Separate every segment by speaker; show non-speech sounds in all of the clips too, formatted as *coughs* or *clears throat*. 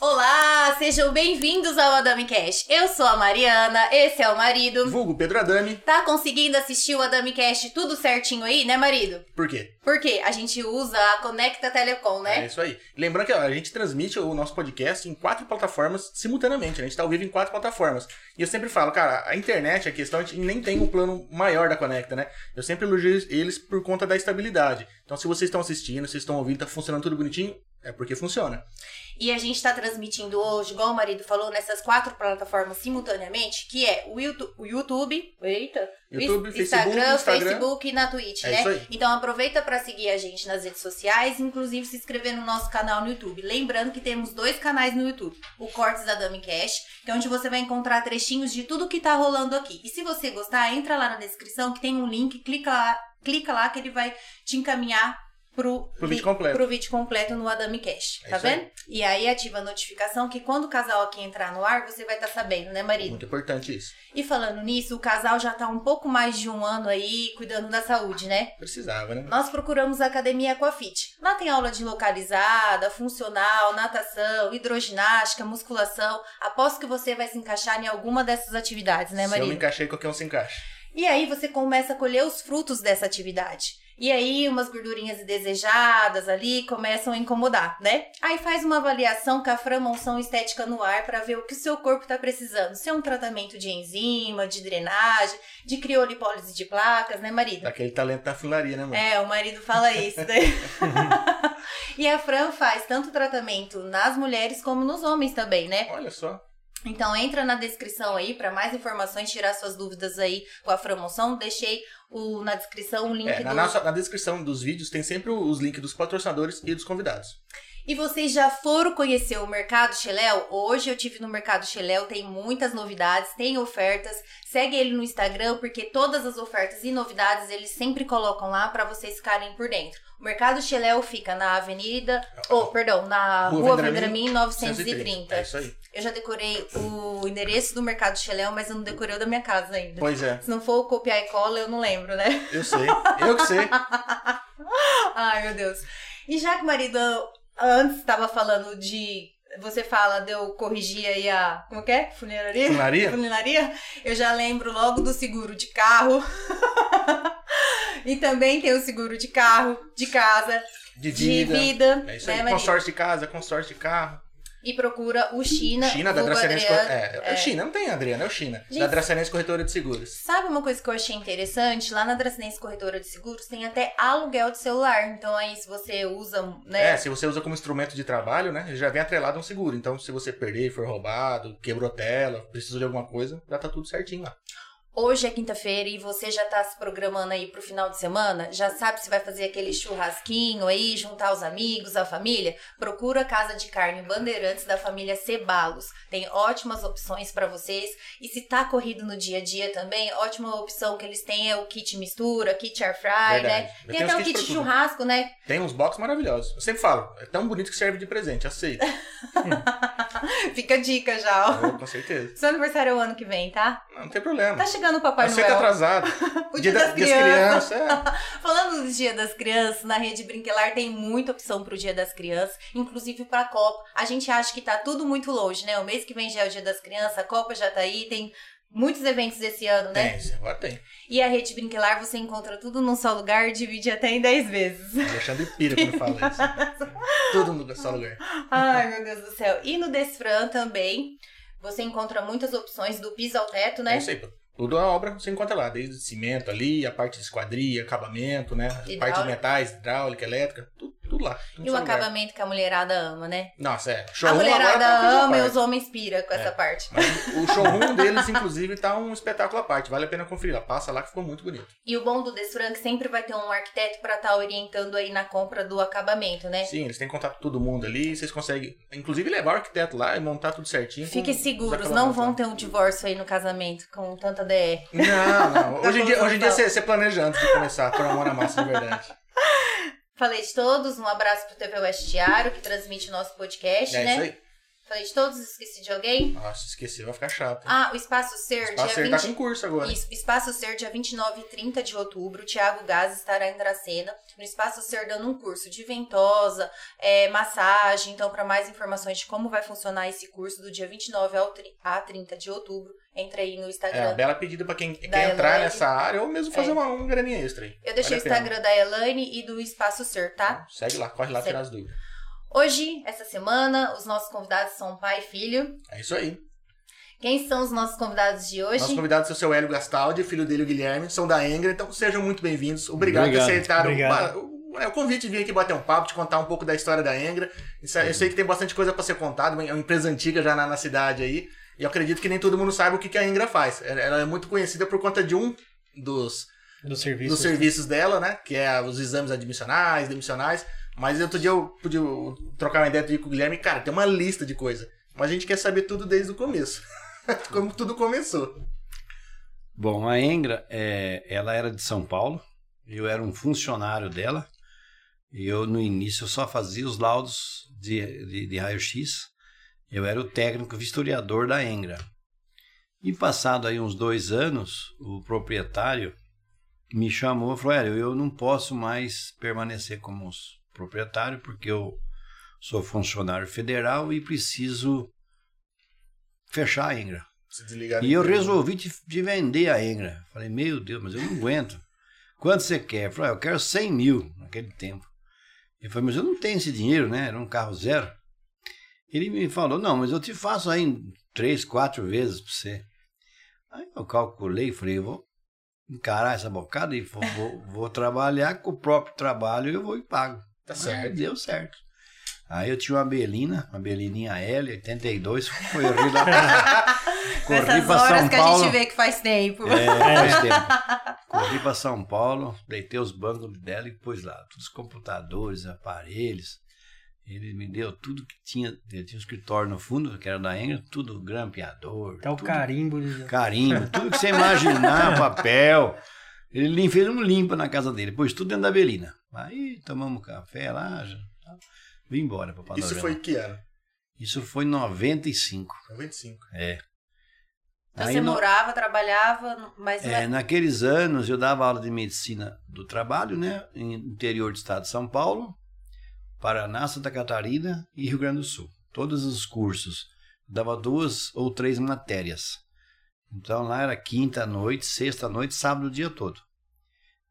Speaker 1: Olá, sejam bem-vindos ao Adami Cash. Eu sou a Mariana, esse é o marido.
Speaker 2: Vulgo Pedro Adami.
Speaker 1: Tá conseguindo assistir o Adami Cash tudo certinho aí, né, marido?
Speaker 2: Por quê?
Speaker 1: Porque a gente usa a Conecta Telecom,
Speaker 2: É
Speaker 1: né?
Speaker 2: isso aí. Lembrando que ó, a gente transmite o nosso podcast em quatro plataformas simultaneamente. né? A gente tá ao vivo em quatro plataformas. E eu sempre falo, cara, a internet, a questão, a gente nem tem um plano maior da Conecta, né? Eu sempre elogio eles por conta da estabilidade. Então, se vocês estão assistindo, vocês estão ouvindo, tá funcionando tudo bonitinho, é porque funciona.
Speaker 1: E a gente tá transmitindo hoje, igual o marido falou, nessas quatro plataformas simultaneamente, que é o Youtu- o YouTube, eita, o
Speaker 2: YouTube,
Speaker 1: Is-
Speaker 2: Facebook,
Speaker 1: Instagram,
Speaker 2: Instagram.
Speaker 1: Facebook e na Twitch,
Speaker 2: É
Speaker 1: né?
Speaker 2: isso aí.
Speaker 1: Então aproveita pra seguir a gente nas redes sociais, inclusive se inscrever no nosso canal no YouTube. Lembrando que temos dois canais no YouTube, o Cortes da Dami Cash, que é onde você vai encontrar trechinhos de tudo que tá rolando aqui. E se você gostar, entra lá na descrição que tem um link, clica lá, clica lá que ele vai te encaminhar pro,
Speaker 2: Pro vídeo
Speaker 1: li-
Speaker 2: completo.
Speaker 1: pro vídeo completo no Adami Cash,
Speaker 2: É
Speaker 1: tá
Speaker 2: isso aí.
Speaker 1: vendo? E aí ativa a notificação que quando o casal aqui entrar no ar, você vai estar sabendo, né, marido?
Speaker 2: Muito importante isso.
Speaker 1: E falando nisso, o casal já tá um pouco mais de um ano aí cuidando da saúde, né?
Speaker 2: Precisava, né?
Speaker 1: Nós procuramos a Academia Aquafit. Lá tem aula de localizada, funcional, natação, hidroginástica, musculação. Aposto que você vai se encaixar em alguma dessas atividades, né,
Speaker 2: se eu
Speaker 1: marido?
Speaker 2: me encaixei, qualquer um se encaixa.
Speaker 1: E aí você começa a colher os frutos dessa atividade. E aí umas gordurinhas indesejadas ali começam a incomodar, né? Aí faz uma avaliação com a Fran Monção Estética no ar para ver o que o seu corpo tá precisando. Se é um tratamento de enzima, de drenagem, de criolipólise de placas, né, marido?
Speaker 2: Daquele Tá talento da filaria, né, mano?
Speaker 1: É, o marido fala isso, né? *laughs* e a Fran faz tanto tratamento nas mulheres como nos homens também, né?
Speaker 2: Olha só.
Speaker 1: Então entra na descrição aí para mais informações, tirar suas dúvidas aí com a Framoção. Deixei o- na descrição o link
Speaker 2: É, na,
Speaker 1: do.
Speaker 2: nossa- na descrição dos vídeos tem sempre os links dos patrocinadores e dos convidados.
Speaker 1: E vocês já foram conhecer o Mercado Xeléu? Hoje eu tive no Mercado Xeléu, tem muitas novidades, tem ofertas. Segue ele no Instagram porque todas as ofertas e novidades eles sempre colocam lá para vocês ficarem por dentro. O Mercado Xeléu fica na Avenida, oh, perdão, na
Speaker 2: Rua
Speaker 1: Rua
Speaker 2: Vendramin,
Speaker 1: Vendramin 930.
Speaker 2: É isso aí.
Speaker 1: Eu já decorei o endereço do Mercado Xeléu, mas eu não decorei o da minha casa ainda.
Speaker 2: Pois é,
Speaker 1: Se não for o copiar e cola, eu não lembro, né? *laughs*
Speaker 2: eu sei. Eu que sei.
Speaker 1: Ai, meu Deus. E já que o marido antes estava falando de. Você fala, deu corrigir aí a. Como que é? Funeraria?
Speaker 2: Filaria?
Speaker 1: Funilaria? Eu já lembro logo do seguro de carro. *laughs* e também tem o seguro de carro, de casa,
Speaker 2: De
Speaker 1: de
Speaker 2: vida.
Speaker 1: vida.
Speaker 2: É isso
Speaker 1: né,
Speaker 2: aí.
Speaker 1: marido?
Speaker 2: Consórcio de casa, consórcio de carro.
Speaker 1: E procura o China.
Speaker 2: China da
Speaker 1: vulgo
Speaker 2: Dracerense
Speaker 1: Adriano.
Speaker 2: Corretora. É, é o China, não tem Adriana, é o China.
Speaker 1: Gente.
Speaker 2: Da Dracerense Corretora de Seguros.
Speaker 1: Sabe uma coisa que eu achei interessante? Lá na Dracinense Corretora de Seguros tem até aluguel de celular. Então aí se você usa, né?
Speaker 2: É, se você usa como instrumento de trabalho, né? ele Já vem atrelado a um seguro. Então, se você perder, for roubado, quebrou tela, precisou de alguma coisa, já tá tudo certinho lá.
Speaker 1: Hoje é quinta-feira e você já tá se programando aí pro final de semana? Já sabe se vai fazer aquele churrasquinho aí, juntar os amigos, a família? Procura a Casa de Carne Bandeirantes da família Cebalos. Tem ótimas opções pra vocês. E se tá corrido no dia a dia também, ótima opção que eles têm é o kit mistura, kit air fry, né?
Speaker 2: Verdade.
Speaker 1: Tem
Speaker 2: Tem
Speaker 1: até
Speaker 2: uns
Speaker 1: o
Speaker 2: kits
Speaker 1: kit
Speaker 2: pra tudo.
Speaker 1: churrasco, né? *laughs*
Speaker 2: Tem uns box maravilhosos. Eu sempre falo, é tão bonito que serve de
Speaker 1: *laughs*
Speaker 2: presente, aceito.
Speaker 1: Fica a dica já, ó.
Speaker 2: Eu, com certeza.
Speaker 1: Seu aniversário é o ano que vem, tá?
Speaker 2: Não, não tem problema.
Speaker 1: Tá chegando o Papai
Speaker 2: Você
Speaker 1: Noel.
Speaker 2: tá atrasado.
Speaker 1: *laughs* O dia das crianças.
Speaker 2: crianças. é.
Speaker 1: Falando do Dia das Crianças, na Rede Brinquelar tem muita opção pro Dia das Crianças, inclusive pra Copa. A gente acha que tá tudo muito longe, né? O mês que vem já é o Dia das Crianças, a Copa já tá aí, tem muitos eventos esse ano, né?
Speaker 2: Tem, agora tem.
Speaker 1: E a Rede Brinquelar você encontra tudo num só lugar e divide até em 10 vezes. *laughs*
Speaker 2: Alexandre pira quando fala isso. Todo mundo só lugar.
Speaker 1: Ai, meu Deus do céu. E no Desfran também, você encontra muitas opções do piso ao teto,
Speaker 2: É
Speaker 1: né?
Speaker 2: isso aí, pô. Tudo a obra você encontra lá, desde cimento ali, a parte de esquadria, acabamento, né? A parte
Speaker 1: Hidráulica.
Speaker 2: de metais, hidráulica, elétrica, tudo, tudo lá. tudo
Speaker 1: E
Speaker 2: no
Speaker 1: o
Speaker 2: seu lugar.
Speaker 1: acabamento que a mulherada ama, né?
Speaker 2: Nossa, é.
Speaker 1: a
Speaker 2: Showroom
Speaker 1: mulherada
Speaker 2: agora tá uma coisa à
Speaker 1: ama e
Speaker 2: parte.
Speaker 1: os homens pira com
Speaker 2: É.
Speaker 1: essa parte.
Speaker 2: Mas o showroom deles, inclusive, tá um espetáculo à parte. Vale a pena conferir lá. Passa lá que ficou muito bonito.
Speaker 1: E o bom do Desfranc sempre vai ter um arquiteto pra estar orientando aí na compra do acabamento, né?
Speaker 2: Sim, eles têm contato com todo mundo ali. Vocês conseguem, inclusive, levar o arquiteto lá e montar tudo certinho. com
Speaker 1: Fiquem
Speaker 2: os
Speaker 1: seguros, não
Speaker 2: acabamentos lá.
Speaker 1: vão ter um divórcio aí no casamento com tanta DR.
Speaker 2: Não,
Speaker 1: *laughs*
Speaker 2: não.
Speaker 1: Tá
Speaker 2: Hoje em dia,
Speaker 1: bom,
Speaker 2: hoje em dia
Speaker 1: então.
Speaker 2: você, você planeja antes de começar a pôr a mão na massa, de verdade.
Speaker 1: Falei de todos, um abraço pro TV West Diário, que transmite o nosso podcast,
Speaker 2: É
Speaker 1: né?
Speaker 2: isso aí.
Speaker 1: Falei de todos, esqueci de alguém.
Speaker 2: Nossa, esqueci, vai ficar chato. hein?
Speaker 1: Ah, o Espaço Ser,
Speaker 2: Espaço
Speaker 1: dia
Speaker 2: Ser tá
Speaker 1: 20,
Speaker 2: com curso agora.
Speaker 1: Isso, Espaço Ser, dia 29 e 30 de outubro. O Thiago Gás estará em Dracena, no Espaço Ser, dando um curso de ventosa, é, massagem. Então, para mais informações de como vai funcionar esse curso, do dia 29 ao tri- a 30 de outubro, entra aí no
Speaker 2: É, uma
Speaker 1: Instagram.
Speaker 2: bela pedida pra quem
Speaker 1: Da
Speaker 2: quer entrar
Speaker 1: Elaine.
Speaker 2: nessa área ou mesmo fazer
Speaker 1: É.
Speaker 2: uma, uma graninha extra aí.
Speaker 1: Eu deixei
Speaker 2: Vale a
Speaker 1: o
Speaker 2: pena.
Speaker 1: Instagram da Elaine e do Espaço Ser, tá?
Speaker 2: Segue lá, corre lá
Speaker 1: Segue.
Speaker 2: tirar as dúvidas.
Speaker 1: Hoje, essa semana, os nossos convidados são pai e filho.
Speaker 2: É isso aí.
Speaker 1: Quem são os nossos convidados de hoje? *laughs*
Speaker 2: Nossos convidados são o seu Hélio Gastaldi, filho dele, o Guilherme, são da Engra, então sejam muito bem-vindos. Obrigado,
Speaker 3: Obrigado,
Speaker 2: que aceitaram
Speaker 3: obrigado.
Speaker 2: um o, o- é, o convite de vir aqui bater um papo, te contar um pouco da história da Engra. Isso é- eu sei que tem bastante coisa para ser contada, é uma empresa antiga já na, na cidade aí, e eu acredito que nem todo mundo sabe o que, que a Engra faz. Ela, ela é muito conhecida por conta de um dos,
Speaker 3: Do serviço.
Speaker 2: dos serviços dela, né? Que é os exames admissionais, demissionais. Mas outro dia eu pude eu, trocar uma ideia outro dia com o Guilherme, cara, tem uma lista de coisa. Mas a gente quer saber tudo desde o começo. *laughs* Como tudo começou.
Speaker 3: Bom, a Engra, é, ela era de São Paulo, eu era um funcionário dela, e eu no início eu só fazia os laudos de, de- de raio-x, eu era o técnico vistoriador da Engra. E passado aí uns dois anos, o proprietário me chamou e falou, Hélio, eu não posso mais permanecer como s- proprietário, porque eu sou funcionário federal e preciso fechar a Engra.
Speaker 2: Se desligar.
Speaker 3: E eu resolvi te, te vender a Engra. Falei, meu Deus, mas eu não aguento. Quanto você quer? Eu falei, ah, eu quero 100 mil naquele tempo. Ele falou, mas eu não tenho esse dinheiro, né? Era um carro zero. Ele me falou, não, mas eu te faço aí em três, quatro vezes pra você. Aí eu calculei e falei, eu vou encarar essa bocada e vou, vou- vou trabalhar com o próprio trabalho eu vou e pago.
Speaker 2: Tá
Speaker 3: Aí
Speaker 2: certo.
Speaker 3: Deu certo. Aí eu tinha uma Belina, uma Belininha L, 82, foi o Rio da
Speaker 1: *laughs*
Speaker 3: Corri
Speaker 1: Nessas
Speaker 3: pra
Speaker 1: horas
Speaker 3: São
Speaker 1: que
Speaker 3: Paulo.
Speaker 1: a gente vê que faz tempo.
Speaker 3: É, faz tempo.
Speaker 2: *laughs*
Speaker 3: Corri para São Paulo, deitei os bancos dela e pus lá todos os computadores, aparelhos. Ele me deu tudo que tinha. Eu tinha um escritório no fundo, que era da Engra, tudo grampeador.
Speaker 4: Até Tá o
Speaker 3: tudo,
Speaker 4: carimbo. ele-
Speaker 3: carimbo, tudo que você imaginar, papel. Ele lim- fez um limpa na casa dele, pôs tudo dentro da Belina. Aí tomamos café lá, já, tal. vim embora para
Speaker 2: Isso foi que ano?
Speaker 3: Isso foi em 95.
Speaker 2: 95.
Speaker 1: Então
Speaker 3: é. Aí
Speaker 1: você
Speaker 3: no-
Speaker 1: morava, trabalhava, mas não
Speaker 3: É, naqueles anos eu dava aula de medicina do trabalho, né? Em interior do estado de São Paulo, Paraná, Santa Catarina e Rio Grande do Sul. Todos os cursos. Dava duas ou três matérias. Então lá era quinta à noite, sexta à noite, sábado o dia todo.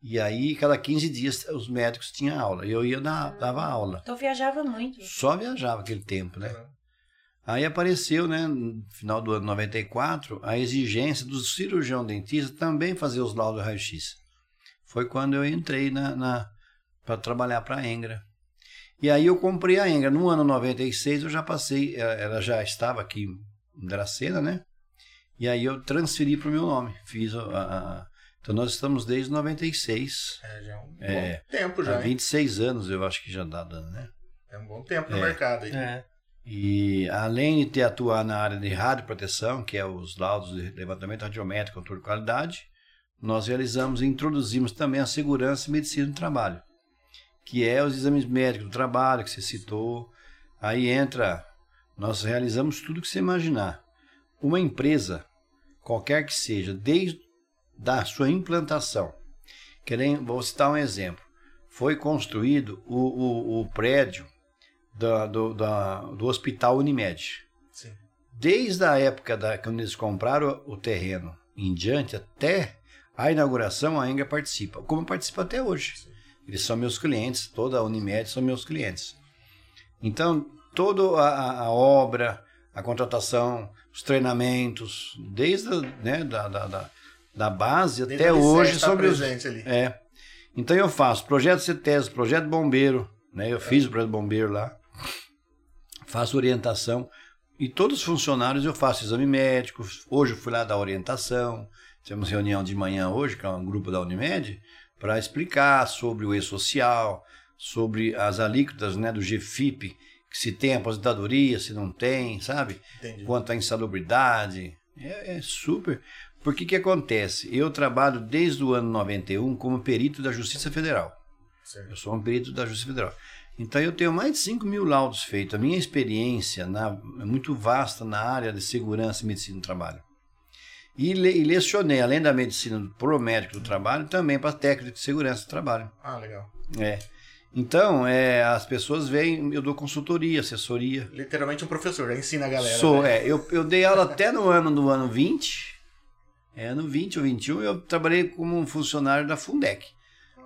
Speaker 3: E aí, cada 15 dias, os médicos tinham aula. E eu ia dar, dava aula.
Speaker 1: Então viajava muito.
Speaker 3: Só viajava aquele tempo, né?
Speaker 2: Uhum.
Speaker 3: Aí apareceu, né, no final do ano 94, a exigência do cirurgião dentista também fazer os laudos raio-x. Foi quando eu entrei na, para trabalhar para a Engra. E aí eu comprei a Engra. No ano 96 eu já passei, ela, ela já estava aqui em Dracena, né? E aí eu transferi para o meu nome. Fiz a, a- a- Então nós estamos desde 96.
Speaker 2: É, já é um
Speaker 3: É.
Speaker 2: bom tempo
Speaker 3: Há
Speaker 2: já. hein?
Speaker 3: 26 anos eu acho que já dá dando, né?
Speaker 2: É um bom tempo no
Speaker 3: É.
Speaker 2: mercado aí.
Speaker 4: É.
Speaker 3: E além de ter atuado na área de radioproteção, que é os laudos de levantamento radiométrico e controle de qualidade, nós realizamos e introduzimos também a segurança e medicina do trabalho, que é os exames médicos do trabalho que você citou. Aí entra, nós realizamos tudo que você imaginar. Uma empresa, qualquer que seja, desde da sua implantação. Querem, vou citar um exemplo. Foi construído o, o- o prédio da- do, da- do Hospital Unimed.
Speaker 2: Sim.
Speaker 3: Desde a época da, quando eles compraram o terreno em diante até a inauguração, a Enga participa, como participa até hoje. Eles são meus clientes, toda a Unimed são meus clientes. Então, toda a, a- a obra, a contratação, os treinamentos, desde a, né, da, da, da, da base
Speaker 2: Desde
Speaker 3: até
Speaker 2: a
Speaker 3: hoje,
Speaker 2: licença tá
Speaker 3: sobre os,
Speaker 2: presente ali.
Speaker 3: é. Então eu faço projeto CETES, projeto bombeiro, né? Eu fiz o projeto bombeiro lá. Faço orientação e todos os funcionários eu faço exame médico. Hoje eu fui lá dar orientação. Tivemos reunião de manhã hoje com um grupo da Unimed para explicar sobre o e-social, sobre as alíquotas, né, do GFIP, que se tem aposentadoria, se não tem, sabe?
Speaker 2: Entendi.
Speaker 3: quanto à insalubridade. É, é super. Porque que acontece? Eu trabalho desde o ano 91 como um perito da Justiça Federal.
Speaker 2: Certo.
Speaker 3: Eu sou um perito da Justiça Federal. Então eu tenho mais de 5 mil laudos feitos. A minha experiência na- é muito vasta na área de segurança e medicina do trabalho. E, le, e lecionei, além da medicina do- pro médico do trabalho, também para técnico de segurança do trabalho.
Speaker 2: Ah, legal.
Speaker 3: É. Então, é, as pessoas veem, eu dou consultoria, assessoria.
Speaker 2: Literalmente um professor, ensina a galera.
Speaker 3: Sou,
Speaker 2: né?
Speaker 3: é, eu, eu dei aula até no ano do ano 20. É, no 20 ou 21, eu trabalhei como um funcionário da Fundec.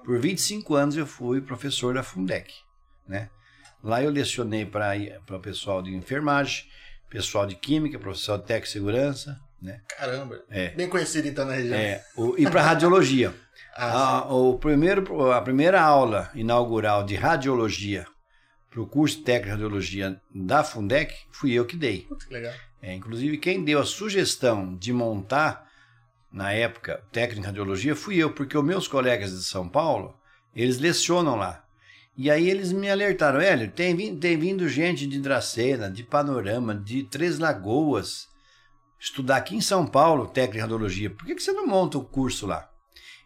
Speaker 3: Por 25 anos eu fui professor da Fundec, né? Lá eu lecionei para o pessoal de enfermagem, pessoal de química, profissional de técnico de segurança, né?
Speaker 2: Caramba.
Speaker 3: É.
Speaker 2: Bem conhecido então na região.
Speaker 3: É, o- e para radiologia.
Speaker 2: *laughs* Ah,
Speaker 3: A, o primeiro, a primeira aula inaugural de radiologia para o curso técnico de radiologia da Fundec fui eu que dei.
Speaker 2: sim, legal.
Speaker 3: É, inclusive, quem deu a sugestão de montar, na época, o técnico de radiologia, fui eu, porque os meus colegas de São Paulo, eles lecionam lá. E aí eles me alertaram, Hélio, tem vindo, tem vindo gente de Dracena, de Panorama, de Três Lagoas, estudar aqui em São Paulo, técnico de radiologia, por que, que você não monta o curso lá?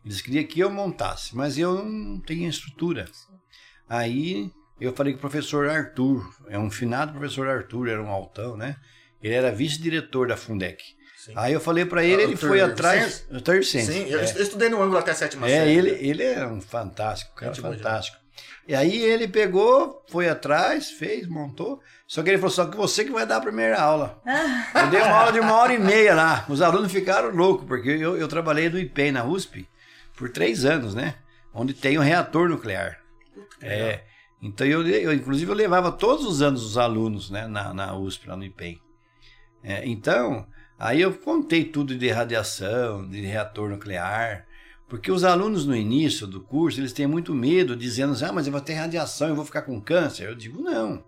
Speaker 3: Eles queriam que eu montasse, mas eu não tenho estrutura. Aí eu falei com o professor Arthur, é um finado professor Arthur, era um altão, né? Ele era vice-diretor da Fundec.
Speaker 2: Sim.
Speaker 3: Aí eu falei pra ele,
Speaker 2: Ah,
Speaker 3: ele
Speaker 2: Arthur
Speaker 3: foi atrás. Arthur Vicente,
Speaker 2: Sim, eu
Speaker 3: é.
Speaker 2: eu estudei no ângulo até a sétima
Speaker 3: É,
Speaker 2: série. né?
Speaker 3: ele, ele era um fantástico, cara
Speaker 2: Gente boa
Speaker 3: fantástico. E aí ele pegou, foi atrás, fez, montou. Só que ele falou, só que você que vai dar a primeira aula.
Speaker 2: Ah.
Speaker 3: Eu dei uma aula de uma hora e meia lá. Os alunos ficaram loucos, porque eu, eu trabalhei no IPEM, na USP, por três anos, né? Onde tem um reator nuclear. É. Então, eu, eu, inclusive, eu levava todos os anos os alunos, né? Na, na USP, lá no IPEM. É, então, aí eu contei tudo de radiação, de reator nuclear, porque os alunos no início do curso, eles têm muito medo, dizendo assim, ah, mas eu vou ter radiação, eu vou ficar com câncer. Eu digo, não.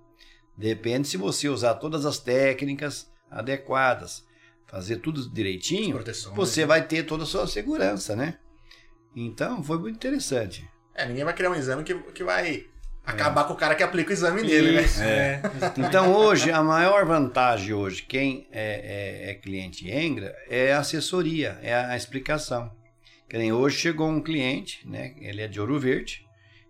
Speaker 3: Depende se você usar todas as técnicas adequadas, fazer tudo direitinho,
Speaker 2: Proteção.
Speaker 3: você vai ter toda a sua segurança, né? Então, foi muito interessante.
Speaker 2: É, ninguém vai criar um exame que, que vai acabar com o cara que aplica o exame nele, né?
Speaker 3: É. Isso, é. Então hoje, a maior vantagem hoje, quem é, é- é cliente Engra, é a assessoria, é a, a explicação. Que nem hoje chegou um cliente, né? Ele é de Ouro Verde,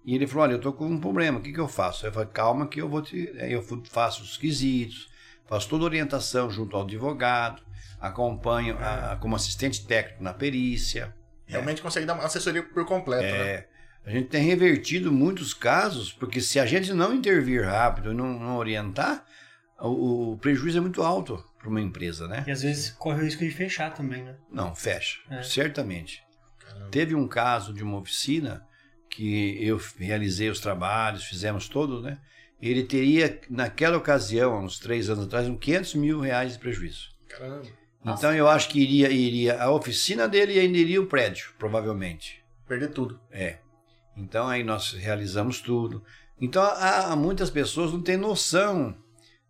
Speaker 3: e ele falou: olha, eu tô com um problema, o que, que eu faço? Eu falei, calma que eu vou te. é, Eu fu- faço os quesitos, faço toda a orientação junto ao advogado, acompanho a- como assistente técnico na perícia.
Speaker 2: Realmente consegue dar uma assessoria por completo, né?
Speaker 3: É, a gente tem revertido muitos casos, porque se a gente não intervir rápido e não, não orientar, o, o prejuízo é muito alto para uma empresa, né?
Speaker 4: E às vezes corre o risco de fechar também, né?
Speaker 3: Não, fecha,
Speaker 4: É.
Speaker 3: certamente.
Speaker 2: Caramba.
Speaker 3: Teve um caso de uma oficina que eu realizei os trabalhos, fizemos todos, né? Ele teria, naquela ocasião, há uns três anos atrás, uns 500 mil reais de prejuízo.
Speaker 2: Caramba.
Speaker 1: Nossa.
Speaker 3: Então eu acho que iria, iria a oficina dele e ainda iria o prédio, provavelmente.
Speaker 2: Perder tudo.
Speaker 3: É. Então aí nós realizamos tudo. Então há, há muitas pessoas não têm noção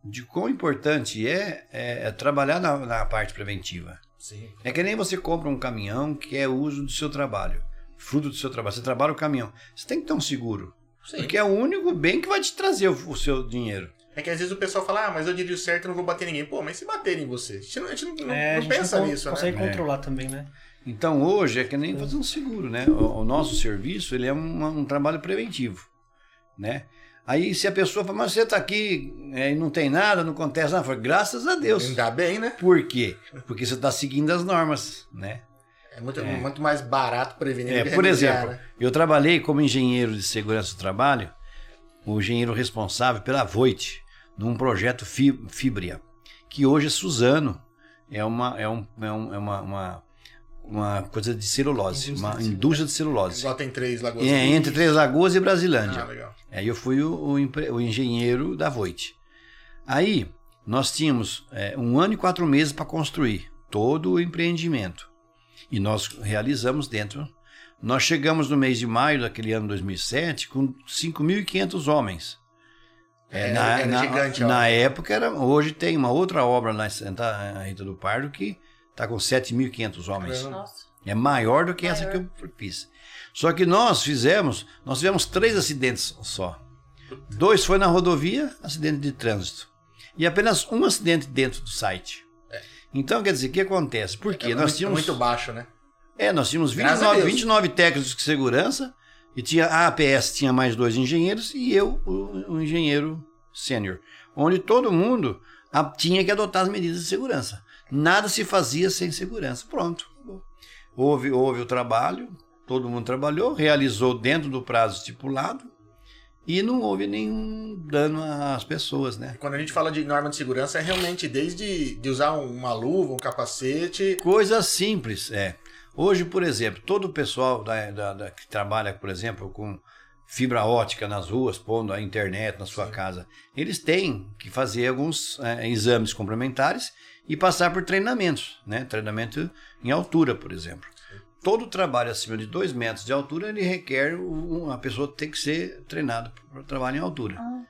Speaker 3: de quão importante é, é, é trabalhar na, na parte preventiva.
Speaker 2: Sim.
Speaker 3: É que nem você compra um caminhão que é uso do seu trabalho, fruto do seu trabalho. Você trabalha o caminhão, você tem que ter um seguro,
Speaker 2: Sim.
Speaker 3: porque é o único bem que vai te trazer o, o seu dinheiro.
Speaker 2: É que às vezes o pessoal fala, ah, mas eu dirijo certo, eu não vou bater ninguém. Pô, mas se baterem em você? A gente não, a gente não-
Speaker 4: É, a
Speaker 2: não
Speaker 4: gente
Speaker 2: pensa
Speaker 4: con-
Speaker 2: nisso, né?
Speaker 4: consegue
Speaker 3: É.
Speaker 4: controlar também, né?
Speaker 3: Então hoje é que nem fazer um seguro, né? O, o nosso serviço ele é um, um trabalho preventivo, né? Aí se a pessoa fala, mas você está aqui é, e não tem nada, não acontece nada, eu falo, graças a Deus.
Speaker 2: Ainda bem, né?
Speaker 3: Por quê? Porque você está seguindo as normas, né?
Speaker 2: É muito,
Speaker 3: É.
Speaker 2: muito mais barato prevenir.
Speaker 3: É,
Speaker 2: do que
Speaker 3: por
Speaker 2: remediar,
Speaker 3: exemplo,
Speaker 2: né?
Speaker 3: eu trabalhei como engenheiro de segurança do trabalho, o engenheiro responsável pela Voit, num projeto Fi- Fibria, que hoje é Suzano, é uma, é um, é um- é uma, uma, uma coisa de celulose,
Speaker 4: Indústria
Speaker 3: uma
Speaker 4: de celulose.
Speaker 3: indústria de celulose.
Speaker 2: né? Igual tem três lagoas.
Speaker 3: É, entre Três Lagoas e
Speaker 2: Ah,
Speaker 3: Brasilândia.
Speaker 2: legal.
Speaker 3: Aí É, eu fui o, o empre- o engenheiro da Voit. Aí nós tínhamos é, um ano e quatro meses para construir todo o empreendimento. E nós realizamos dentro. Nós chegamos no mês de maio daquele ano 2007 com 5.500 homens.
Speaker 2: É,
Speaker 3: na,
Speaker 2: era
Speaker 3: na-
Speaker 2: gigante, ó.
Speaker 3: na época era. Hoje tem uma outra obra lá em Santa Rita do Pardo que está com 7.500 homens.
Speaker 2: Caramba.
Speaker 1: Nossa.
Speaker 3: É maior do que essa que
Speaker 1: Maior.
Speaker 3: eu fiz. Só que nós fizemos, nós tivemos três acidentes só. Dois foi na rodovia, acidente de trânsito. E apenas um acidente dentro do site. Então, quer dizer, o que acontece? Porque
Speaker 2: É
Speaker 3: nós
Speaker 2: muito,
Speaker 3: tínhamos.
Speaker 2: muito baixo, né?
Speaker 3: É, nós tínhamos
Speaker 2: Graças a
Speaker 3: 29,
Speaker 2: Deus.
Speaker 3: 29 técnicos de segurança E tinha a APS tinha mais dois engenheiros e eu, o, o engenheiro sênior, onde todo mundo a- tinha que adotar as medidas de segurança. Nada se fazia sem segurança. Pronto. Houve, houve o trabalho, todo mundo trabalhou, realizou dentro do prazo estipulado e não houve nenhum dano às pessoas, né?
Speaker 2: Quando a gente fala de norma de segurança, é realmente desde de usar uma luva, um capacete.
Speaker 3: Coisa simples, é. Hoje, por exemplo, todo o pessoal da, da- da- que trabalha, por exemplo, com fibra ótica nas ruas, pondo a internet na sua casa, eles têm que fazer alguns é, exames complementares e passar por treinamentos, né? Treinamento em altura, por exemplo. Todo trabalho acima de 2 metros de altura, ele requer um, a pessoa tem que ser treinada para o trabalho em altura.
Speaker 1: Ah,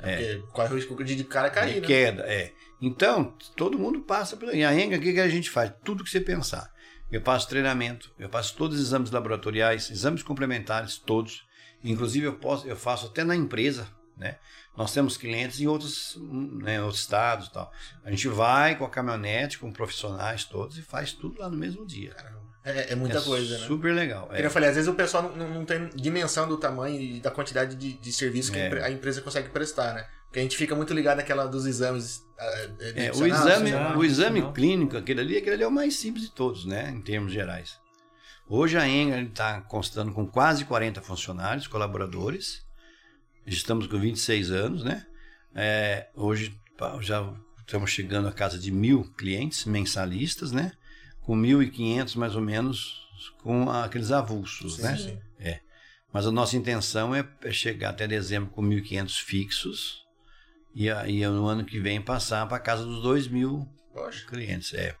Speaker 3: É.
Speaker 2: Porque corre o risco de de cara
Speaker 3: De
Speaker 2: cair, né?
Speaker 3: queda, é. Então, todo mundo passa pela. E a Enga, o que, que a gente faz? Tudo que você pensar. Eu passo treinamento, eu passo todos os exames laboratoriais, exames complementares, todos. Inclusive, eu, posso, eu faço até na empresa, né? Nós temos clientes em outros, hum, né, outros estados e tal. A gente vai com a caminhonete, com profissionais todos e faz tudo lá no mesmo dia.
Speaker 2: É, é muita
Speaker 3: É
Speaker 2: coisa, né?
Speaker 3: Super legal.
Speaker 2: Como
Speaker 3: É.
Speaker 2: Eu falei, às vezes o pessoal não- não, não tem dimensão do tamanho e da quantidade de, de serviço que a
Speaker 3: É.
Speaker 2: empre- a empresa consegue prestar, né? Porque a gente fica muito ligado naquela dos exames. ah, eh,
Speaker 3: É, o
Speaker 2: dicionários,
Speaker 3: exame,
Speaker 2: né?
Speaker 4: funcional,
Speaker 3: o exame
Speaker 4: funcional.
Speaker 3: clínico, aquele ali, aquele ali é o mais simples de todos, né? Em termos gerais. Hoje a Engra está constando com quase 40 funcionários, colaboradores. Estamos com 26 anos, né? É, hoje pá, já estamos chegando à casa de mil clientes mensalistas, né? Com 1.500 mais ou menos com aqueles avulsos, né?
Speaker 1: Sim.
Speaker 3: Mas a nossa intenção é é chegar até dezembro com 1.500 fixos e aí no ano que vem passar para a casa dos 2.000
Speaker 2: Poxa,
Speaker 3: clientes. É.